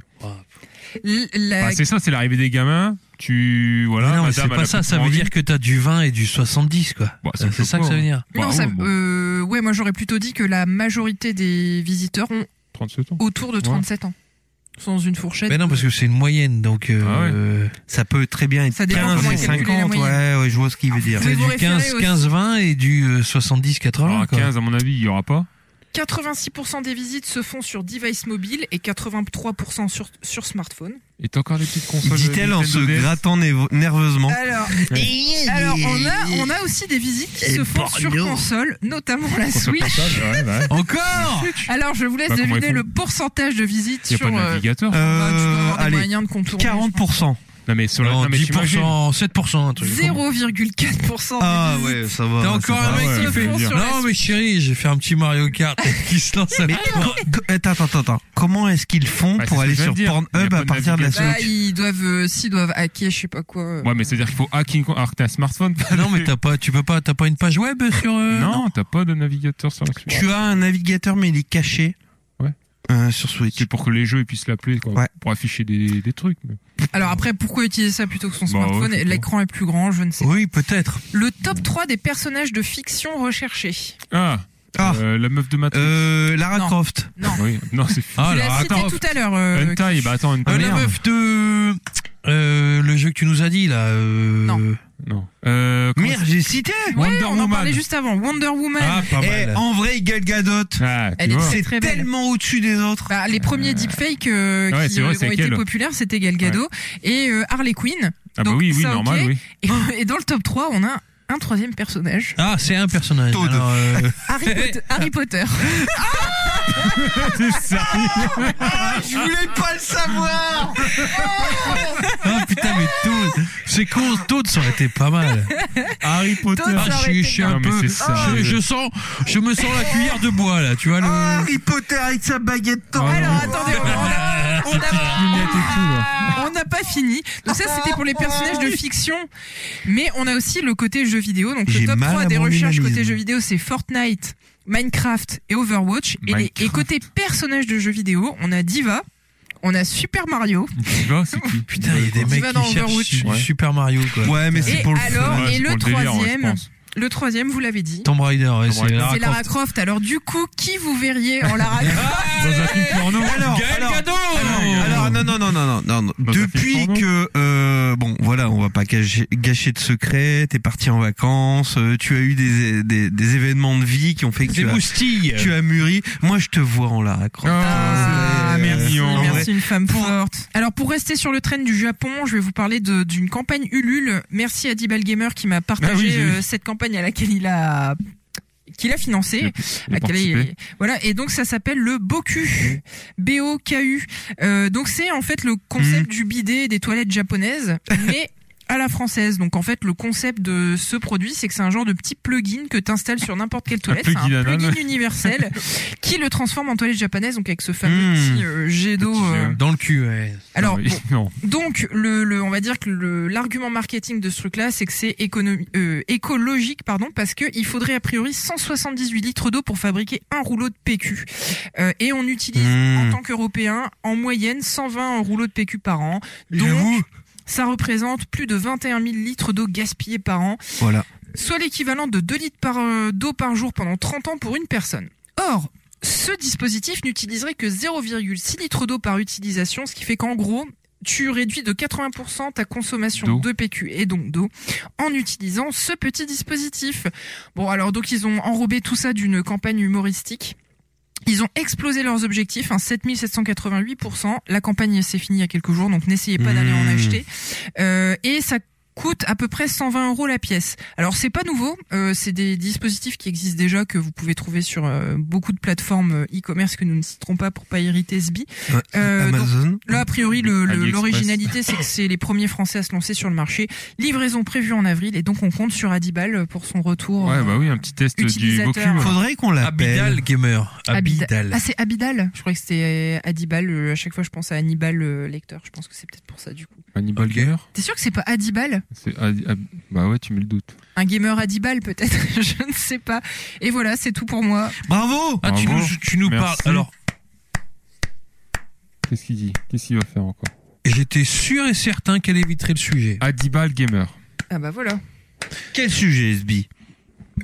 Speaker 4: L- la-
Speaker 3: Bah, c'est ça, c'est l'arrivée des gamins. Tu. Voilà,
Speaker 2: Mais non, mais
Speaker 3: madame,
Speaker 2: c'est
Speaker 3: elle a
Speaker 2: pas ça.
Speaker 3: plus
Speaker 2: Ça veut
Speaker 3: envie.
Speaker 2: dire que t'as du 20 et du 70, quoi.
Speaker 3: Bah, ça me
Speaker 2: c'est
Speaker 3: choque
Speaker 2: ça que
Speaker 3: pas,
Speaker 2: ça veut
Speaker 3: hein.
Speaker 2: dire.
Speaker 4: non,
Speaker 3: Bah,
Speaker 4: ça,
Speaker 3: ouais, bon,
Speaker 4: euh, ouais, moi j'aurais plutôt dit que la majorité des visiteurs ont
Speaker 3: 37 ans.
Speaker 4: autour de 37 ans. Sans une fourchette.
Speaker 2: Mais non, parce que c'est une moyenne, donc. euh,
Speaker 3: Ah ouais.
Speaker 2: euh,
Speaker 1: Ça peut très bien être
Speaker 4: Ça dépend
Speaker 1: 15
Speaker 4: comment
Speaker 1: et
Speaker 4: est calculée la
Speaker 1: 50, ouais,
Speaker 4: moyenne.
Speaker 1: ouais, je vois ce qu'il veut dire.
Speaker 4: Ah, Vous
Speaker 2: T'as
Speaker 4: vous
Speaker 2: du
Speaker 4: référez
Speaker 2: 15,
Speaker 4: aussi-
Speaker 2: 15, 20 et du euh, 70, 80,
Speaker 3: Alors,
Speaker 2: quoi.
Speaker 3: 15, Ah, à mon avis, il y aura pas.
Speaker 4: 86% des visites se font sur device mobile et 83% sur, sur smartphone.
Speaker 3: Et t'as encore des petites consoles. euh,
Speaker 1: Dit-elle en
Speaker 3: Nintendo E
Speaker 1: se
Speaker 3: DS.
Speaker 1: grattant névo- nerveusement.
Speaker 4: Alors, alors on, a, on a aussi des visites qui
Speaker 1: Et
Speaker 4: se font sur
Speaker 1: porno.
Speaker 4: console, notamment la
Speaker 3: Console
Speaker 4: Switch.
Speaker 3: portable, ouais, ouais.
Speaker 2: Encore
Speaker 3: Switch
Speaker 4: Alors, je vous laisse
Speaker 3: Bah, comment
Speaker 4: deviner
Speaker 3: ils font
Speaker 4: le pourcentage de visites
Speaker 3: Il n'y a
Speaker 4: sur.
Speaker 3: pas de
Speaker 4: euh,
Speaker 3: navigateur.
Speaker 4: bah, tu dois
Speaker 1: Euh,
Speaker 4: avoir des
Speaker 1: allez,
Speaker 4: moyens de contourner.
Speaker 1: 40%.
Speaker 3: Non mais sur la
Speaker 2: Non,
Speaker 3: non, mais t'imagines.
Speaker 2: 10%, 7%, un truc.
Speaker 4: 0,4%
Speaker 1: Ah
Speaker 4: des visites.
Speaker 1: ouais, ça va.
Speaker 2: T'as
Speaker 1: ça
Speaker 2: encore
Speaker 1: va.
Speaker 2: un mec
Speaker 3: ouais,
Speaker 2: qui
Speaker 3: ouais,
Speaker 2: fait.
Speaker 3: faut dire.
Speaker 2: Non, mais chérie, j'ai fait un petit Mario Kart qui se lance à
Speaker 1: Mais co- attends, attends, attends. Comment est-ce qu'ils font
Speaker 3: Bah, c'est
Speaker 1: pour
Speaker 3: ce que
Speaker 1: aller
Speaker 3: je viens
Speaker 1: sur
Speaker 3: de dire. Il y a
Speaker 1: Pornhub
Speaker 3: pas
Speaker 1: à
Speaker 3: de
Speaker 1: partir de la
Speaker 3: navigateur.
Speaker 4: Bah,
Speaker 1: Switch
Speaker 4: ils doivent, euh, s'ils doivent hacker, je sais pas quoi. euh.
Speaker 3: Ouais mais c'est à dire qu'il faut hacking alors que t'as un smartphone.
Speaker 2: Non, mais t'as pas, tu peux pas, t'as pas une page web sur. euh,
Speaker 3: Non, t'as pas de navigateur sur la Switch.
Speaker 1: Tu as un navigateur, mais il est caché.
Speaker 3: Ouais.
Speaker 1: Euh, sur Switch.
Speaker 3: C'est pour que les jeux ils puissent l'appeler quoi,
Speaker 1: Ouais.
Speaker 3: pour afficher des, des trucs. mais-
Speaker 4: Alors après, pourquoi utiliser ça plutôt que son
Speaker 3: Bah,
Speaker 4: smartphone
Speaker 3: ouais, je sais
Speaker 4: L'écran est plus grand, je ne sais pas.
Speaker 1: Oui, peut-être.
Speaker 4: Le top 3 des personnages de fiction recherchés.
Speaker 3: Ah,
Speaker 1: Ah.
Speaker 3: euh, la meuf de Matrix.
Speaker 1: Euh, Lara
Speaker 4: Non.
Speaker 1: Croft.
Speaker 4: Non.
Speaker 3: Oui, non c'est fini.
Speaker 2: Ah,
Speaker 4: tu l'as
Speaker 2: alors,
Speaker 4: cité
Speaker 2: attends.
Speaker 4: tout à l'heure. euh,
Speaker 3: Hentai, bah attends, Hentai.
Speaker 2: Euh, la meuf de. euh, le jeu que tu nous as dit, là. euh,
Speaker 4: Non.
Speaker 3: Non. Euh, comment-
Speaker 1: Merde, j'ai cité.
Speaker 4: Ouais,
Speaker 3: Wonder
Speaker 4: on en parlait
Speaker 3: Woman.
Speaker 4: juste avant. Wonder Woman.
Speaker 2: Ah, pas
Speaker 1: Eh,
Speaker 2: mal.
Speaker 1: en vrai, Gal Gadot,
Speaker 3: Ah, tu
Speaker 4: Elle est
Speaker 3: vois.
Speaker 4: très
Speaker 1: c'est
Speaker 4: très belle.
Speaker 1: tellement au-dessus des autres.
Speaker 4: Bah, les premiers deepfakes euh,
Speaker 3: Ouais,
Speaker 4: qui
Speaker 3: c'est vrai,
Speaker 4: euh,
Speaker 3: c'est
Speaker 4: ont été
Speaker 3: quelle
Speaker 4: populaires, c'était Gal Gadot et euh, Harley Quinn.
Speaker 3: Ah bah
Speaker 4: donc,
Speaker 3: oui, oui,
Speaker 4: ça, ok.
Speaker 3: normal, oui.
Speaker 4: Et, euh, et dans le top 3, on a un troisième personnage.
Speaker 2: Ah, c'est un personnage.
Speaker 1: Toad.
Speaker 2: Alors, euh,
Speaker 4: Harry, Potter- Harry Potter.
Speaker 3: C'est ça.
Speaker 1: Ah, Je voulais pas le savoir.
Speaker 2: ah putain, mais Toad. C'est con, Toad, ça aurait été pas mal.
Speaker 3: Harry Potter.
Speaker 4: Toad,
Speaker 2: Ah, je,
Speaker 4: ça aurait
Speaker 2: suis-
Speaker 4: été
Speaker 2: je suis
Speaker 3: bien.
Speaker 2: un
Speaker 3: Non, mais
Speaker 2: peu.
Speaker 3: c'est ça,
Speaker 2: je,
Speaker 3: le-
Speaker 2: je sens, je me sens la cuillère de bois, là, tu vois. Le...
Speaker 1: Harry Potter avec sa baguette
Speaker 3: Ah,
Speaker 1: tordue.
Speaker 4: Alors attendez, on a- on
Speaker 3: lunettes et tout,
Speaker 2: hein.
Speaker 3: Ah
Speaker 4: a- on n'a pas fini. Donc ça c'était pour les personnages de fiction, mais on a aussi le côté jeux vidéo. Donc le
Speaker 1: J'ai
Speaker 4: top
Speaker 1: mal
Speaker 4: 3
Speaker 1: à
Speaker 4: des
Speaker 1: mon
Speaker 4: recherches
Speaker 1: humanisme.
Speaker 4: côté jeux vidéo c'est Fortnite, Minecraft et Overwatch. Et, les, et
Speaker 3: Minecraft.
Speaker 4: côté personnages de jeux vidéo, on a Diva, on a Super Mario.
Speaker 3: Tu vois, c'est qui
Speaker 2: Putain, il y a des
Speaker 4: Tu vas
Speaker 2: mecs
Speaker 4: dans
Speaker 2: qui cherchent
Speaker 4: Overwatch.
Speaker 2: du
Speaker 3: Ouais.
Speaker 2: Super Mario, quoi.
Speaker 1: Ouais, mais c'est
Speaker 4: Et
Speaker 1: pour le
Speaker 4: alors,
Speaker 1: fun.
Speaker 3: Ouais,
Speaker 4: et
Speaker 3: c'est
Speaker 4: le
Speaker 3: pour délire, ouais, je
Speaker 4: troisième,
Speaker 3: pense.
Speaker 4: Le troisième, vous l'avez dit.
Speaker 2: Tomb Raider, ouais,
Speaker 3: Tomb
Speaker 2: c'est
Speaker 3: Raider.
Speaker 2: Lara
Speaker 4: C'est Lara
Speaker 2: Croft.
Speaker 4: Croft. Alors du coup, qui vous verriez en Lara Croft
Speaker 3: Dans un film porno.
Speaker 1: Alors, alors, alors, alors, non, non, non, non, non, non, non.
Speaker 3: Bah, ça fait
Speaker 1: Depuis
Speaker 3: porno.
Speaker 1: que, euh, bon, voilà, on va pas gâcher, gâcher de secrets, t'es parti en vacances, euh, tu as eu des, des, des événements de vie qui ont fait que
Speaker 2: Des
Speaker 1: tu as,
Speaker 2: moustilles.
Speaker 1: tu as mûri. Moi, je te vois en Lara Croft.
Speaker 4: Ah,
Speaker 1: Ah, c'est-
Speaker 3: merci,
Speaker 1: en
Speaker 4: merci
Speaker 1: vrai.
Speaker 4: une femme
Speaker 1: Pour-
Speaker 4: forte. Alors pour rester sur le train du Japon, je vais vous parler de- d'une campagne Ulule. Merci à Dibal Gamer qui m'a partagé
Speaker 3: Ah oui, j'ai vu.
Speaker 4: euh, cette campagne à laquelle il a qu'il a financé,
Speaker 3: Il a participé.
Speaker 4: voilà et donc ça s'appelle le Boku, B O K U. Euh, donc c'est en fait le concept
Speaker 3: Hmm.
Speaker 4: du bidet des toilettes japonaises, mais à la française. Donc en fait le concept de ce produit, c'est que c'est un genre de petit plugin que t'installes sur n'importe quelle toilette, c'est un
Speaker 3: plugin anal.
Speaker 4: plugin universel qui le transforme en toilette japonaise, donc avec ce fameux
Speaker 1: Hmm.
Speaker 4: petit euh, jet d'eau.
Speaker 3: Petit jet,
Speaker 4: euh.
Speaker 3: ouais.
Speaker 2: Dans le cul, ouais.
Speaker 4: Ah Alors,
Speaker 3: Non, mais- non.
Speaker 4: bon, donc le, le- on va dire que le- l'argument marketing de ce truc-là, c'est que c'est économi- euh, écologique, pardon, parce que il faudrait a priori 178 litres d'eau pour fabriquer un rouleau de PQ, Euh, et on utilise en
Speaker 1: Mmh.
Speaker 4: tant qu'Européen en moyenne 120 rouleaux de PQ par an. Donc, ça représente plus de 21 000 litres d'eau gaspillée par an
Speaker 1: Voilà.
Speaker 4: soit l'équivalent de 2 litres par, euh, d'eau par jour pendant 30 ans pour une personne. Or, ce dispositif n'utiliserait que 0,6 litres d'eau par utilisation, ce qui fait qu'en gros, tu réduis de 80% ta consommation
Speaker 3: D'eau.
Speaker 4: de PQ et donc d'eau en utilisant ce petit dispositif. Bon, alors donc ils ont enrobé tout ça d'une campagne humoristique. Ils ont explosé leurs objectifs, hein, 7788%. La campagne s'est finie il y a quelques jours, donc n'essayez pas d'aller en
Speaker 1: Mmh.
Speaker 4: acheter. Euh, et ça coûte à peu près 120 euros la pièce. Alors c'est pas nouveau, euh, c'est des dispositifs qui existent déjà que vous pouvez trouver sur euh, beaucoup de plateformes euh, e-commerce que nous ne citerons pas pour pas irriter SB.
Speaker 1: Ouais,
Speaker 4: Euh, donc,
Speaker 1: Amazon.
Speaker 4: Là, a priori, le- le-
Speaker 3: AliExpress.
Speaker 4: l'originalité, c'est que c'est les premiers Français à se lancer sur le marché. Livraison prévue en avril, et donc on compte sur Adibal pour son retour.
Speaker 3: Ouais,
Speaker 4: euh,
Speaker 3: bah oui, un petit test du
Speaker 4: Utilisateur.
Speaker 3: Boku. ouais.
Speaker 1: Faudrait qu'on l'appelle.
Speaker 2: Abidal Gamer.
Speaker 4: Abida-
Speaker 2: Abidal.
Speaker 4: Ah, c'est Abidal Je croyais que c'était euh, Adibal. euh, À chaque fois, je pense à Hannibal, le lecteur. Je pense que c'est peut-être pour ça, du coup.
Speaker 3: Hannibal
Speaker 2: Ok.
Speaker 3: Gamer.
Speaker 4: T'es sûr que c'est pas Adibal
Speaker 3: C'est Adi- Ab- Bah ouais, tu mets le doute.
Speaker 4: Un gamer Adibal, peut-être Je ne sais pas. Et voilà, c'est tout pour moi.
Speaker 1: Bravo.
Speaker 2: Ah, tu
Speaker 3: Bravo.
Speaker 2: nous, tu nous
Speaker 3: Merci.
Speaker 2: parles. Alors,
Speaker 3: Qu'est-ce qu'il dit Qu'est-ce qu'il va faire encore
Speaker 2: j'étais sûr et certain qu'elle éviterait le sujet.
Speaker 3: Adibal Gamer.
Speaker 4: Ah bah voilà.
Speaker 1: Quel sujet, SB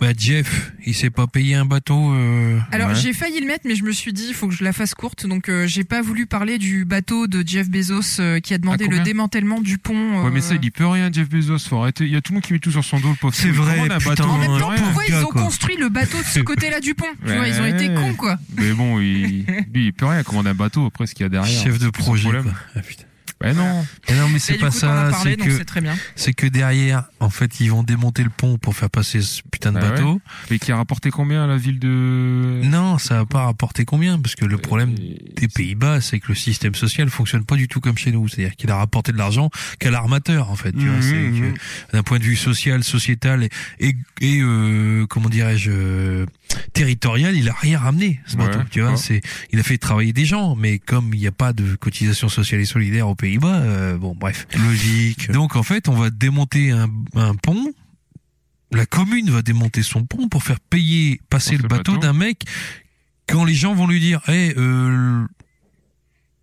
Speaker 2: Bah, Jeff, il s'est pas payé un bateau. euh,
Speaker 4: Alors
Speaker 3: Ouais.
Speaker 4: j'ai failli le mettre, mais je me suis dit il faut que je la fasse courte, donc euh, j'ai pas voulu parler du bateau de Jeff Bezos euh, qui a
Speaker 3: Ah,
Speaker 4: demandé le
Speaker 3: combien
Speaker 4: démantèlement du pont.
Speaker 3: Ouais, mais
Speaker 4: euh,
Speaker 3: ça, il y peut rien, Jeff Bezos. Faut arrêter. Il y a tout le monde qui met tout sur son dos, le pauvre.
Speaker 1: C'est
Speaker 3: Il
Speaker 1: vrai,
Speaker 3: commande un
Speaker 1: putain.
Speaker 3: bateau,
Speaker 4: En même
Speaker 3: il
Speaker 4: temps,
Speaker 3: rien.
Speaker 4: pourquoi ils
Speaker 1: gars,
Speaker 4: ont
Speaker 1: quoi.
Speaker 4: construit le bateau de ce côté-là du pont Tu vois, ils ont été
Speaker 3: Ouais.
Speaker 4: cons quoi.
Speaker 3: Mais bon, il... lui, il peut rien commander un bateau après ce qu'il y a derrière.
Speaker 2: Chef de
Speaker 3: plus son
Speaker 2: projet.
Speaker 3: problème.
Speaker 2: quoi. Ah, putain.
Speaker 3: Bah non.
Speaker 2: Mais non, mais
Speaker 4: Et
Speaker 2: c'est
Speaker 4: du
Speaker 2: pas
Speaker 4: coup, t'en
Speaker 2: ça.
Speaker 4: as parlé,
Speaker 2: C'est
Speaker 4: donc
Speaker 2: que,
Speaker 4: c'est très bien.
Speaker 2: c'est que derrière, en fait, ils vont démonter le pont pour faire passer ce putain de
Speaker 3: Ah ouais.
Speaker 2: bateau.
Speaker 3: Mais qui a rapporté combien à la ville de.
Speaker 2: Non, ça va pas rapporter combien, parce que le problème des Pays-Bas, c'est que le système social fonctionne pas du tout comme chez nous. C'est-à-dire qu'il a rapporté de l'argent qu'à l'armateur, en fait. Tu
Speaker 3: Mmh,
Speaker 2: vois,
Speaker 1: Mhm,
Speaker 2: c'est
Speaker 1: mhm.
Speaker 2: que, euh, d'un point de vue social, sociétal et, et, et, euh, comment dirais-je, euh, territorial, il a rien ramené. Ce
Speaker 3: Ouais,
Speaker 2: bateau, tu vois,
Speaker 3: ouais.
Speaker 2: c'est, il a fait travailler des gens, mais comme il n'y a pas de cotisation sociale et solidaire aux Pays-Bas, euh, bon, bref.
Speaker 1: Logique.
Speaker 2: Donc en fait, on va démonter un, un pont. La commune va démonter son pont pour faire payer passer le
Speaker 3: Pour ce
Speaker 2: bateau,
Speaker 3: bateau.
Speaker 2: d'un mec quand les gens vont lui dire "Eh euh,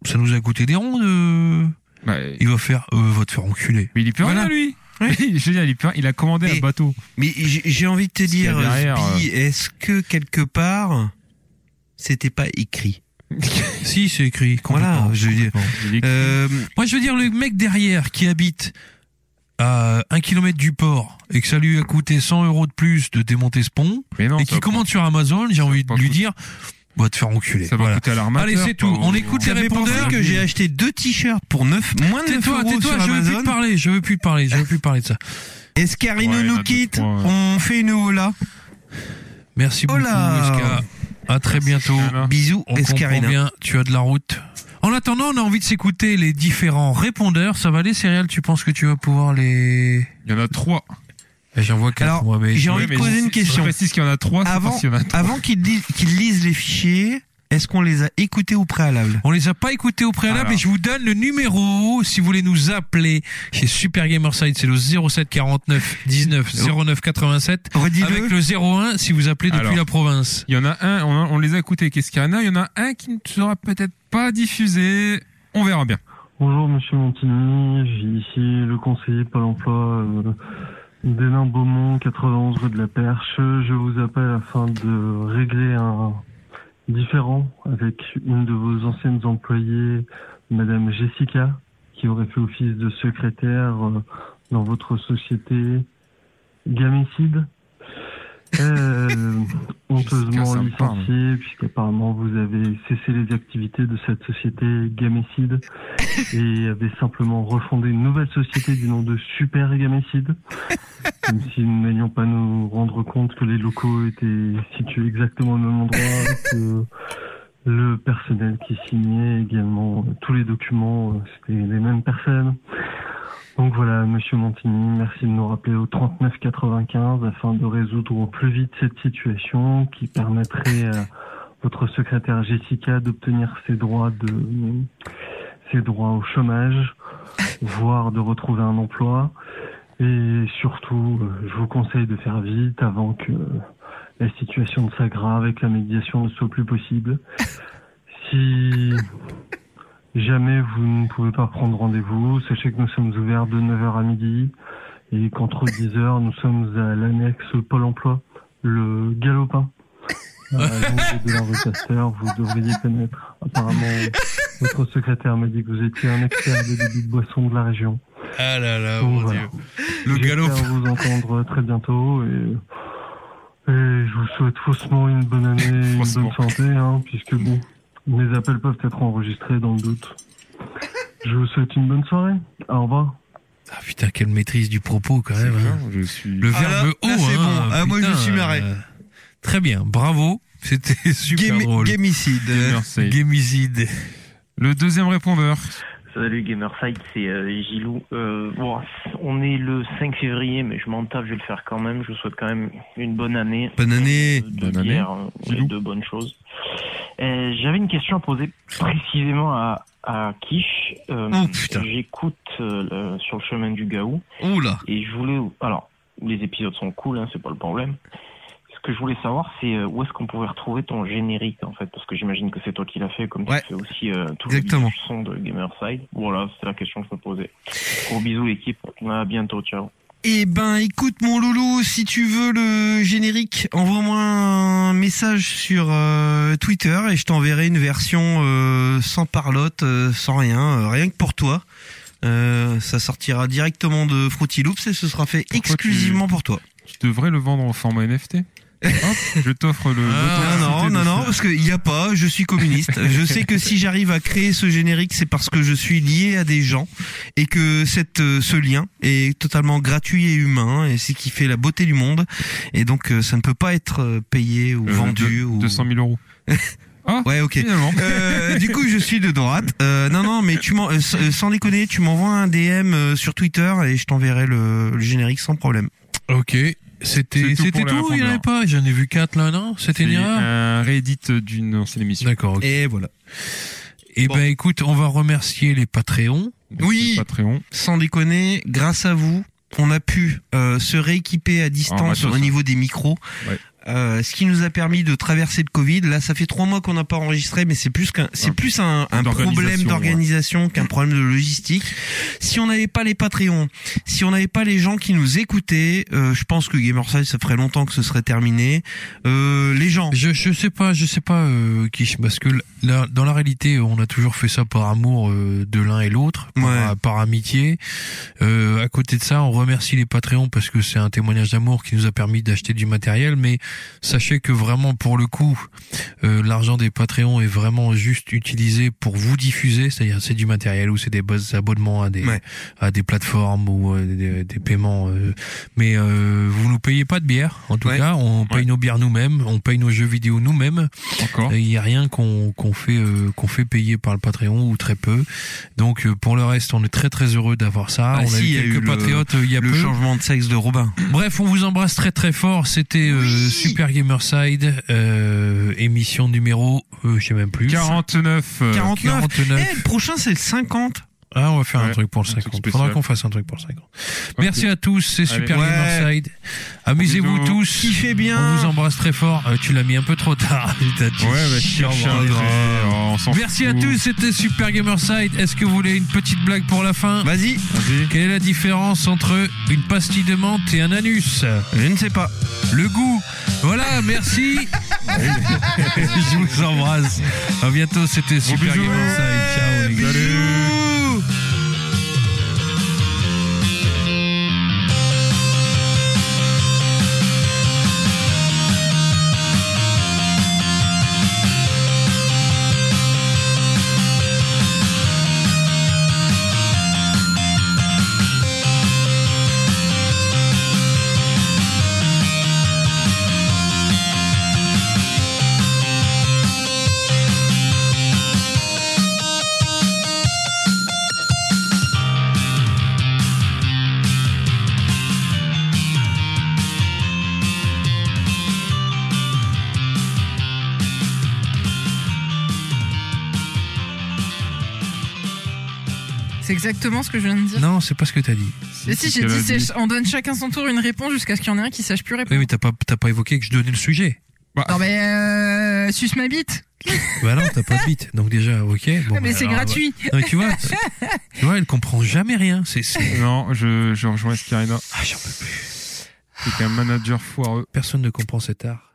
Speaker 2: ça nous a coûté des rondes." euh.
Speaker 3: Bah, mais
Speaker 2: Il va faire euh, "Va te faire enculer."
Speaker 3: il y peut
Speaker 1: Voilà.
Speaker 3: rien, lui. Je veux dire, il y peut rien. Il a commandé
Speaker 1: Et-
Speaker 3: un bateau.
Speaker 1: Mais j'ai j'ai envie de te
Speaker 3: qu'il y a
Speaker 1: dire,
Speaker 3: derrière, euh.
Speaker 1: Spi, est-ce que quelque part, c'était pas écrit
Speaker 2: si, c'est écrit.
Speaker 1: Voilà,
Speaker 2: complètement,
Speaker 1: je veux dire.
Speaker 2: complètement.
Speaker 3: Il est-
Speaker 1: Euh,
Speaker 2: Moi, je veux dire le mec derrière qui habite à un kilomètre du port et que ça lui a coûté 100 euros de plus de démonter ce pont
Speaker 3: Mais non,
Speaker 2: et
Speaker 3: ça
Speaker 2: qui
Speaker 3: va
Speaker 2: commande sur Amazon, j'ai envie de
Speaker 3: pas
Speaker 2: lui
Speaker 3: coûter-
Speaker 2: dire "Va te faire enculer."
Speaker 3: pas- Ça va
Speaker 2: Voilà.
Speaker 3: coûter à l'armateur.
Speaker 2: Allez, c'est tout.
Speaker 3: pas au-
Speaker 2: On écoute
Speaker 1: Vous
Speaker 2: les
Speaker 1: avez pensé
Speaker 2: répondeurs.
Speaker 1: que j'ai acheté deux t-shirts pour 9, moins de 9
Speaker 2: Tais-toi,
Speaker 1: euros
Speaker 2: tais-toi,
Speaker 1: sur
Speaker 2: je veux plus
Speaker 1: Amazon.
Speaker 2: te parler, je veux plus te parler, je veux plus te parler de ça.
Speaker 1: Escarino
Speaker 3: Ouais, il y en a
Speaker 1: nous
Speaker 3: deux,
Speaker 1: quitte,
Speaker 3: trois, ouais.
Speaker 1: on fait une hola.
Speaker 2: Merci beaucoup,
Speaker 1: Oh là
Speaker 2: Esca. À très bientôt.
Speaker 3: Chana.
Speaker 1: Bisous,
Speaker 2: On comprend
Speaker 1: Escarina.
Speaker 2: bien, tu as de la route. En attendant, on a envie de s'écouter les différents répondeurs. Ça va les céréales, tu penses que tu vas pouvoir les...
Speaker 3: Il y en a trois.
Speaker 2: Eh, J'en vois quatre,
Speaker 1: Alors,
Speaker 2: moi, mais...
Speaker 1: j'ai
Speaker 2: Ouais,
Speaker 1: envie de
Speaker 2: mais-
Speaker 1: poser une question.
Speaker 3: Je précise qu'il y en a trois. c'est
Speaker 1: Avant-
Speaker 3: parce qu'il y en a trois.
Speaker 1: Avant qu'ils disent- qu'ils lisent les fichiers, est-ce qu'on les a écoutés au préalable
Speaker 2: On les a pas écoutés au préalable
Speaker 3: Voilà.
Speaker 2: et je vous donne le numéro si vous voulez nous appeler chez Super Gamerside, c'est le 07 49 19 09 87 avec
Speaker 1: Redis-le.
Speaker 2: le 01 si vous appelez depuis
Speaker 3: Alors.
Speaker 2: la province.
Speaker 3: Il y en a un, on, on les a écoutés. Qu'est-ce qu'il y en a Il y en a un qui ne sera peut-être pas diffusé. On verra bien.
Speaker 7: Bonjour Monsieur Montigny, j'ai ici le conseiller Pôle emploi euh, d'Hénin Beaumont, 91 rue de la Perche. Je vous appelle afin de régler un différend avec une de vos anciennes employées, Madame Jessica, qui aurait fait office de secrétaire euh, dans votre société Gamicide. Euh, honteusement
Speaker 3: Jessica, ça me parle.
Speaker 7: licenciée, puisqu'apparemment vous avez cessé les activités de cette société Gamicide et avait simplement refondé une nouvelle société du nom de Super Gamicide, même si nous n'allions pas nous rendre compte que les locaux étaient situés exactement au même endroit, que le personnel qui signait également euh, tous les documents, euh, c'était les mêmes personnes. Donc voilà, Monsieur Montigny, merci de nous rappeler au 3995 afin de résoudre au plus vite cette situation qui permettrait à votre secrétaire Jessica d'obtenir ses droits de ses droits au chômage, voire de retrouver un emploi. Et surtout, euh, je vous conseille de faire vite avant que la situation ne s'aggrave et que la médiation ne soit plus possible. Si jamais vous ne pouvez pas prendre rendez-vous, sachez que nous sommes ouverts de 9h à midi et qu'entre 10h, nous sommes à l'annexe Pôle emploi, le Galopin. Euh, À l'angle de la rue Pasteur, vous devriez connaître. Apparemment, votre secrétaire m'a dit que vous étiez un expert des débits de boissons de la région.
Speaker 2: Ah là là,
Speaker 7: Donc
Speaker 2: mon
Speaker 7: voilà.
Speaker 2: dieu. Le
Speaker 7: J'espère
Speaker 2: galop.
Speaker 7: vous entendre très bientôt et, et je vous souhaite faussement une bonne année, une
Speaker 3: Faussement.
Speaker 7: bonne santé, hein, puisque bon, mes appels peuvent être enregistrés dans le doute. Je vous souhaite une bonne soirée. Au revoir.
Speaker 2: Ah putain, quelle maîtrise du propos quand même. hein.
Speaker 3: Je suis.
Speaker 2: Le
Speaker 1: Ah là,
Speaker 2: verbe haut.
Speaker 1: là, c'est
Speaker 2: hein,
Speaker 1: bon. Ah, moi, je
Speaker 2: putain,
Speaker 1: suis marré.
Speaker 2: euh, très bien, bravo. C'était super
Speaker 1: Game-
Speaker 2: drôle.
Speaker 1: Gamicide.
Speaker 3: Gamerside.
Speaker 2: Gamicide.
Speaker 3: Le deuxième répondeur.
Speaker 9: Salut Gamerside, c'est euh, Gilou. Euh, bon, on est le 5 février, mais je m'en tape, je vais le faire quand même. Je vous souhaite quand même une bonne année.
Speaker 1: Bonne année.
Speaker 9: Euh, De
Speaker 3: Bonne année,
Speaker 9: bière, euh, et
Speaker 3: Gilou.
Speaker 9: de bonnes choses. Euh, J'avais une question à poser précisément à, à Kish. Euh,
Speaker 1: Oh, putain.
Speaker 9: J'écoute euh, le- sur le chemin du Gaou
Speaker 1: Oula.
Speaker 9: et je voulais. Alors, les épisodes sont cool, hein, c'est pas le problème. Ce que je voulais savoir, c'est euh, où est-ce qu'on pouvait retrouver ton générique en fait, parce que j'imagine que c'est toi qui l'as fait, comme
Speaker 1: Ouais.
Speaker 9: tu fais aussi euh, tout
Speaker 1: Exactement.
Speaker 9: le bidouille son de Gamerside. Voilà, c'est la question que je me posais. Gros bisous l'équipe, à bientôt, ciao.
Speaker 1: Eh ben, écoute mon loulou, si tu veux le générique, envoie-moi un message sur euh, Twitter et je t'enverrai une version euh, sans parlotte, euh, sans rien, euh, rien que pour toi. Euh, ça sortira directement de Fruity Loops et ce sera fait
Speaker 3: Pourquoi tu-
Speaker 1: exclusivement pour toi.
Speaker 3: Tu devrais le vendre en format NFT. Hop, je t'offre le.
Speaker 1: Ah, non,
Speaker 3: l'authenticité
Speaker 1: non,
Speaker 3: de
Speaker 1: non,
Speaker 3: ça.
Speaker 1: parce qu'il n'y a pas, je suis communiste. je sais que si j'arrive à créer ce générique, c'est parce que je suis lié à des gens et que cette, euh, ce lien est totalement gratuit et humain et c'est qui fait la beauté du monde. Et donc, euh, ça ne peut pas être euh, payé ou
Speaker 3: Euh,
Speaker 1: vendu.
Speaker 3: deux-
Speaker 1: ou...
Speaker 3: 200 000 euros.
Speaker 1: Ouais, ok.
Speaker 3: Finalement.
Speaker 1: Euh, du coup, je suis de droite. Euh, non, non, mais tu m'en, euh, s- euh, sans déconner, tu m'envoies un DM euh, sur Twitter et je t'enverrai le, le générique sans problème.
Speaker 2: Ok. C'était,
Speaker 3: C'est tout
Speaker 2: c'était
Speaker 3: pour les
Speaker 2: tout, il n'y en avait
Speaker 3: répondeurs.
Speaker 2: pas. J'en ai vu quatre là, non? C'était une
Speaker 3: C'est
Speaker 2: erreur.
Speaker 3: un réédit d'une ancienne émission.
Speaker 2: D'accord, ok.
Speaker 1: Et voilà.
Speaker 2: Eh
Speaker 1: Bon.
Speaker 2: ben, écoute, on va remercier les Patreons.
Speaker 1: Oui.
Speaker 3: C'est Patreon.
Speaker 1: Sans déconner, grâce à vous, on a pu euh, se rééquiper à
Speaker 2: Ah,
Speaker 3: En
Speaker 1: distance
Speaker 3: matos,
Speaker 1: au
Speaker 3: hein.
Speaker 1: niveau des micros.
Speaker 3: Ouais.
Speaker 1: Euh, ce qui nous a permis de traverser le Covid. Là, ça fait trois mois qu'on n'a pas enregistré, mais c'est plus qu'un, c'est
Speaker 3: Ouais.
Speaker 1: plus un, un
Speaker 3: D'organisation,
Speaker 1: problème d'organisation qu'un problème de logistique. Si on n'avait pas les Patreons, si on n'avait pas les gens qui nous écoutaient, euh, je pense que Gamerside, ça ferait longtemps que ce serait terminé. Euh, les gens.
Speaker 2: Je, je sais pas, je sais pas, euh, Kish, parce que là, dans la réalité, on a toujours fait ça par amour euh, de l'un et l'autre, par,
Speaker 1: Ouais.
Speaker 2: par amitié. Euh, à côté de ça, on remercie les Patreons parce que c'est un témoignage d'amour qui nous a permis d'acheter du matériel. Mais sachez que vraiment, pour le coup, euh, l'argent des Patreons est vraiment juste utilisé pour vous diffuser, c'est-à-dire c'est du matériel ou c'est des bas- abonnements à des
Speaker 1: Ouais.
Speaker 2: à des plateformes ou euh, des, des paiements. euh, mais euh, vous nous payez pas de bière, en tout
Speaker 1: Ouais.
Speaker 2: cas, on paye
Speaker 3: Ouais.
Speaker 2: nos bières nous-mêmes, on paye nos jeux vidéo nous-mêmes.
Speaker 3: Encore.
Speaker 2: Il n'y a rien qu'on qu'on fait euh, qu'on fait payer par le Patreon ou très peu. Donc euh, pour le reste, on est très très heureux d'avoir ça.
Speaker 1: Ah
Speaker 2: on
Speaker 1: si, il y
Speaker 2: a
Speaker 1: a
Speaker 2: eu
Speaker 1: eu
Speaker 2: quelques
Speaker 1: le-
Speaker 2: patriotes euh, il y a
Speaker 1: Le
Speaker 2: peu.
Speaker 1: changement de sexe de Robin.
Speaker 2: Bref, on vous embrasse très très fort. C'était euh, Super Gamerside euh, émission numéro euh, je sais même plus.
Speaker 3: 49. euh,
Speaker 1: 49.
Speaker 2: 49.
Speaker 1: Eh, le prochain, c'est le 50.
Speaker 2: Ah, on va faire un
Speaker 3: Ouais,
Speaker 2: truc pour le
Speaker 3: un truc
Speaker 2: 50.
Speaker 3: spécial.
Speaker 2: Faudra qu'on fasse un truc pour le 50. Merci à tous, c'est
Speaker 3: Allez.
Speaker 2: Super
Speaker 1: Ouais.
Speaker 2: Gamerside. Amusez-vous
Speaker 3: Bisous.
Speaker 2: tous.
Speaker 1: Kiffez bien.
Speaker 2: On vous embrasse très fort. Euh, tu l'as mis un peu trop tard. T'as dit
Speaker 3: Ouais, bah,
Speaker 2: chiant,
Speaker 3: cherche un
Speaker 2: bordel.
Speaker 3: gré, oh, on s'en
Speaker 2: Merci à
Speaker 3: fout.
Speaker 2: tous, c'était Super Gamerside. Est-ce que vous voulez une petite blague pour la fin
Speaker 1: Vas-y.
Speaker 3: Vas-y.
Speaker 2: Quelle est la différence entre une pastille de menthe et un anus
Speaker 1: Je ne sais pas.
Speaker 2: Le goût. Voilà, merci. Je vous embrasse. À bientôt, c'était Super
Speaker 3: bisous.
Speaker 2: Gamerside. Ciao, les gars.
Speaker 1: Salut.
Speaker 4: C'est exactement ce que je viens de dire.
Speaker 2: Non, c'est pas ce que t'as dit.
Speaker 4: Mais si,
Speaker 3: c'est
Speaker 4: j'ai
Speaker 3: ce
Speaker 4: dit,
Speaker 3: qu'elle a
Speaker 4: c'est- on donne chacun son tour une réponse jusqu'à ce qu'il y en ait un qui sache plus
Speaker 2: Oui,
Speaker 4: répondre.
Speaker 2: mais t'as pas, t'as pas évoqué que je donnais le sujet.
Speaker 3: Bah.
Speaker 4: Non, mais euh, suce ma bite.
Speaker 2: Bah non, t'as pas de bite. Donc déjà, ok. Bon,
Speaker 4: Ah, mais
Speaker 2: bah,
Speaker 4: c'est
Speaker 2: alors,
Speaker 4: gratuit.
Speaker 2: bah, non, mais tu vois, c'est- tu vois, elle comprend jamais rien. C'est, c'est-
Speaker 3: Non, je, je rejoins Scarina.
Speaker 2: Ah, j'en peux plus.
Speaker 3: C'est un manager foireux.
Speaker 2: Personne ne comprend cet art.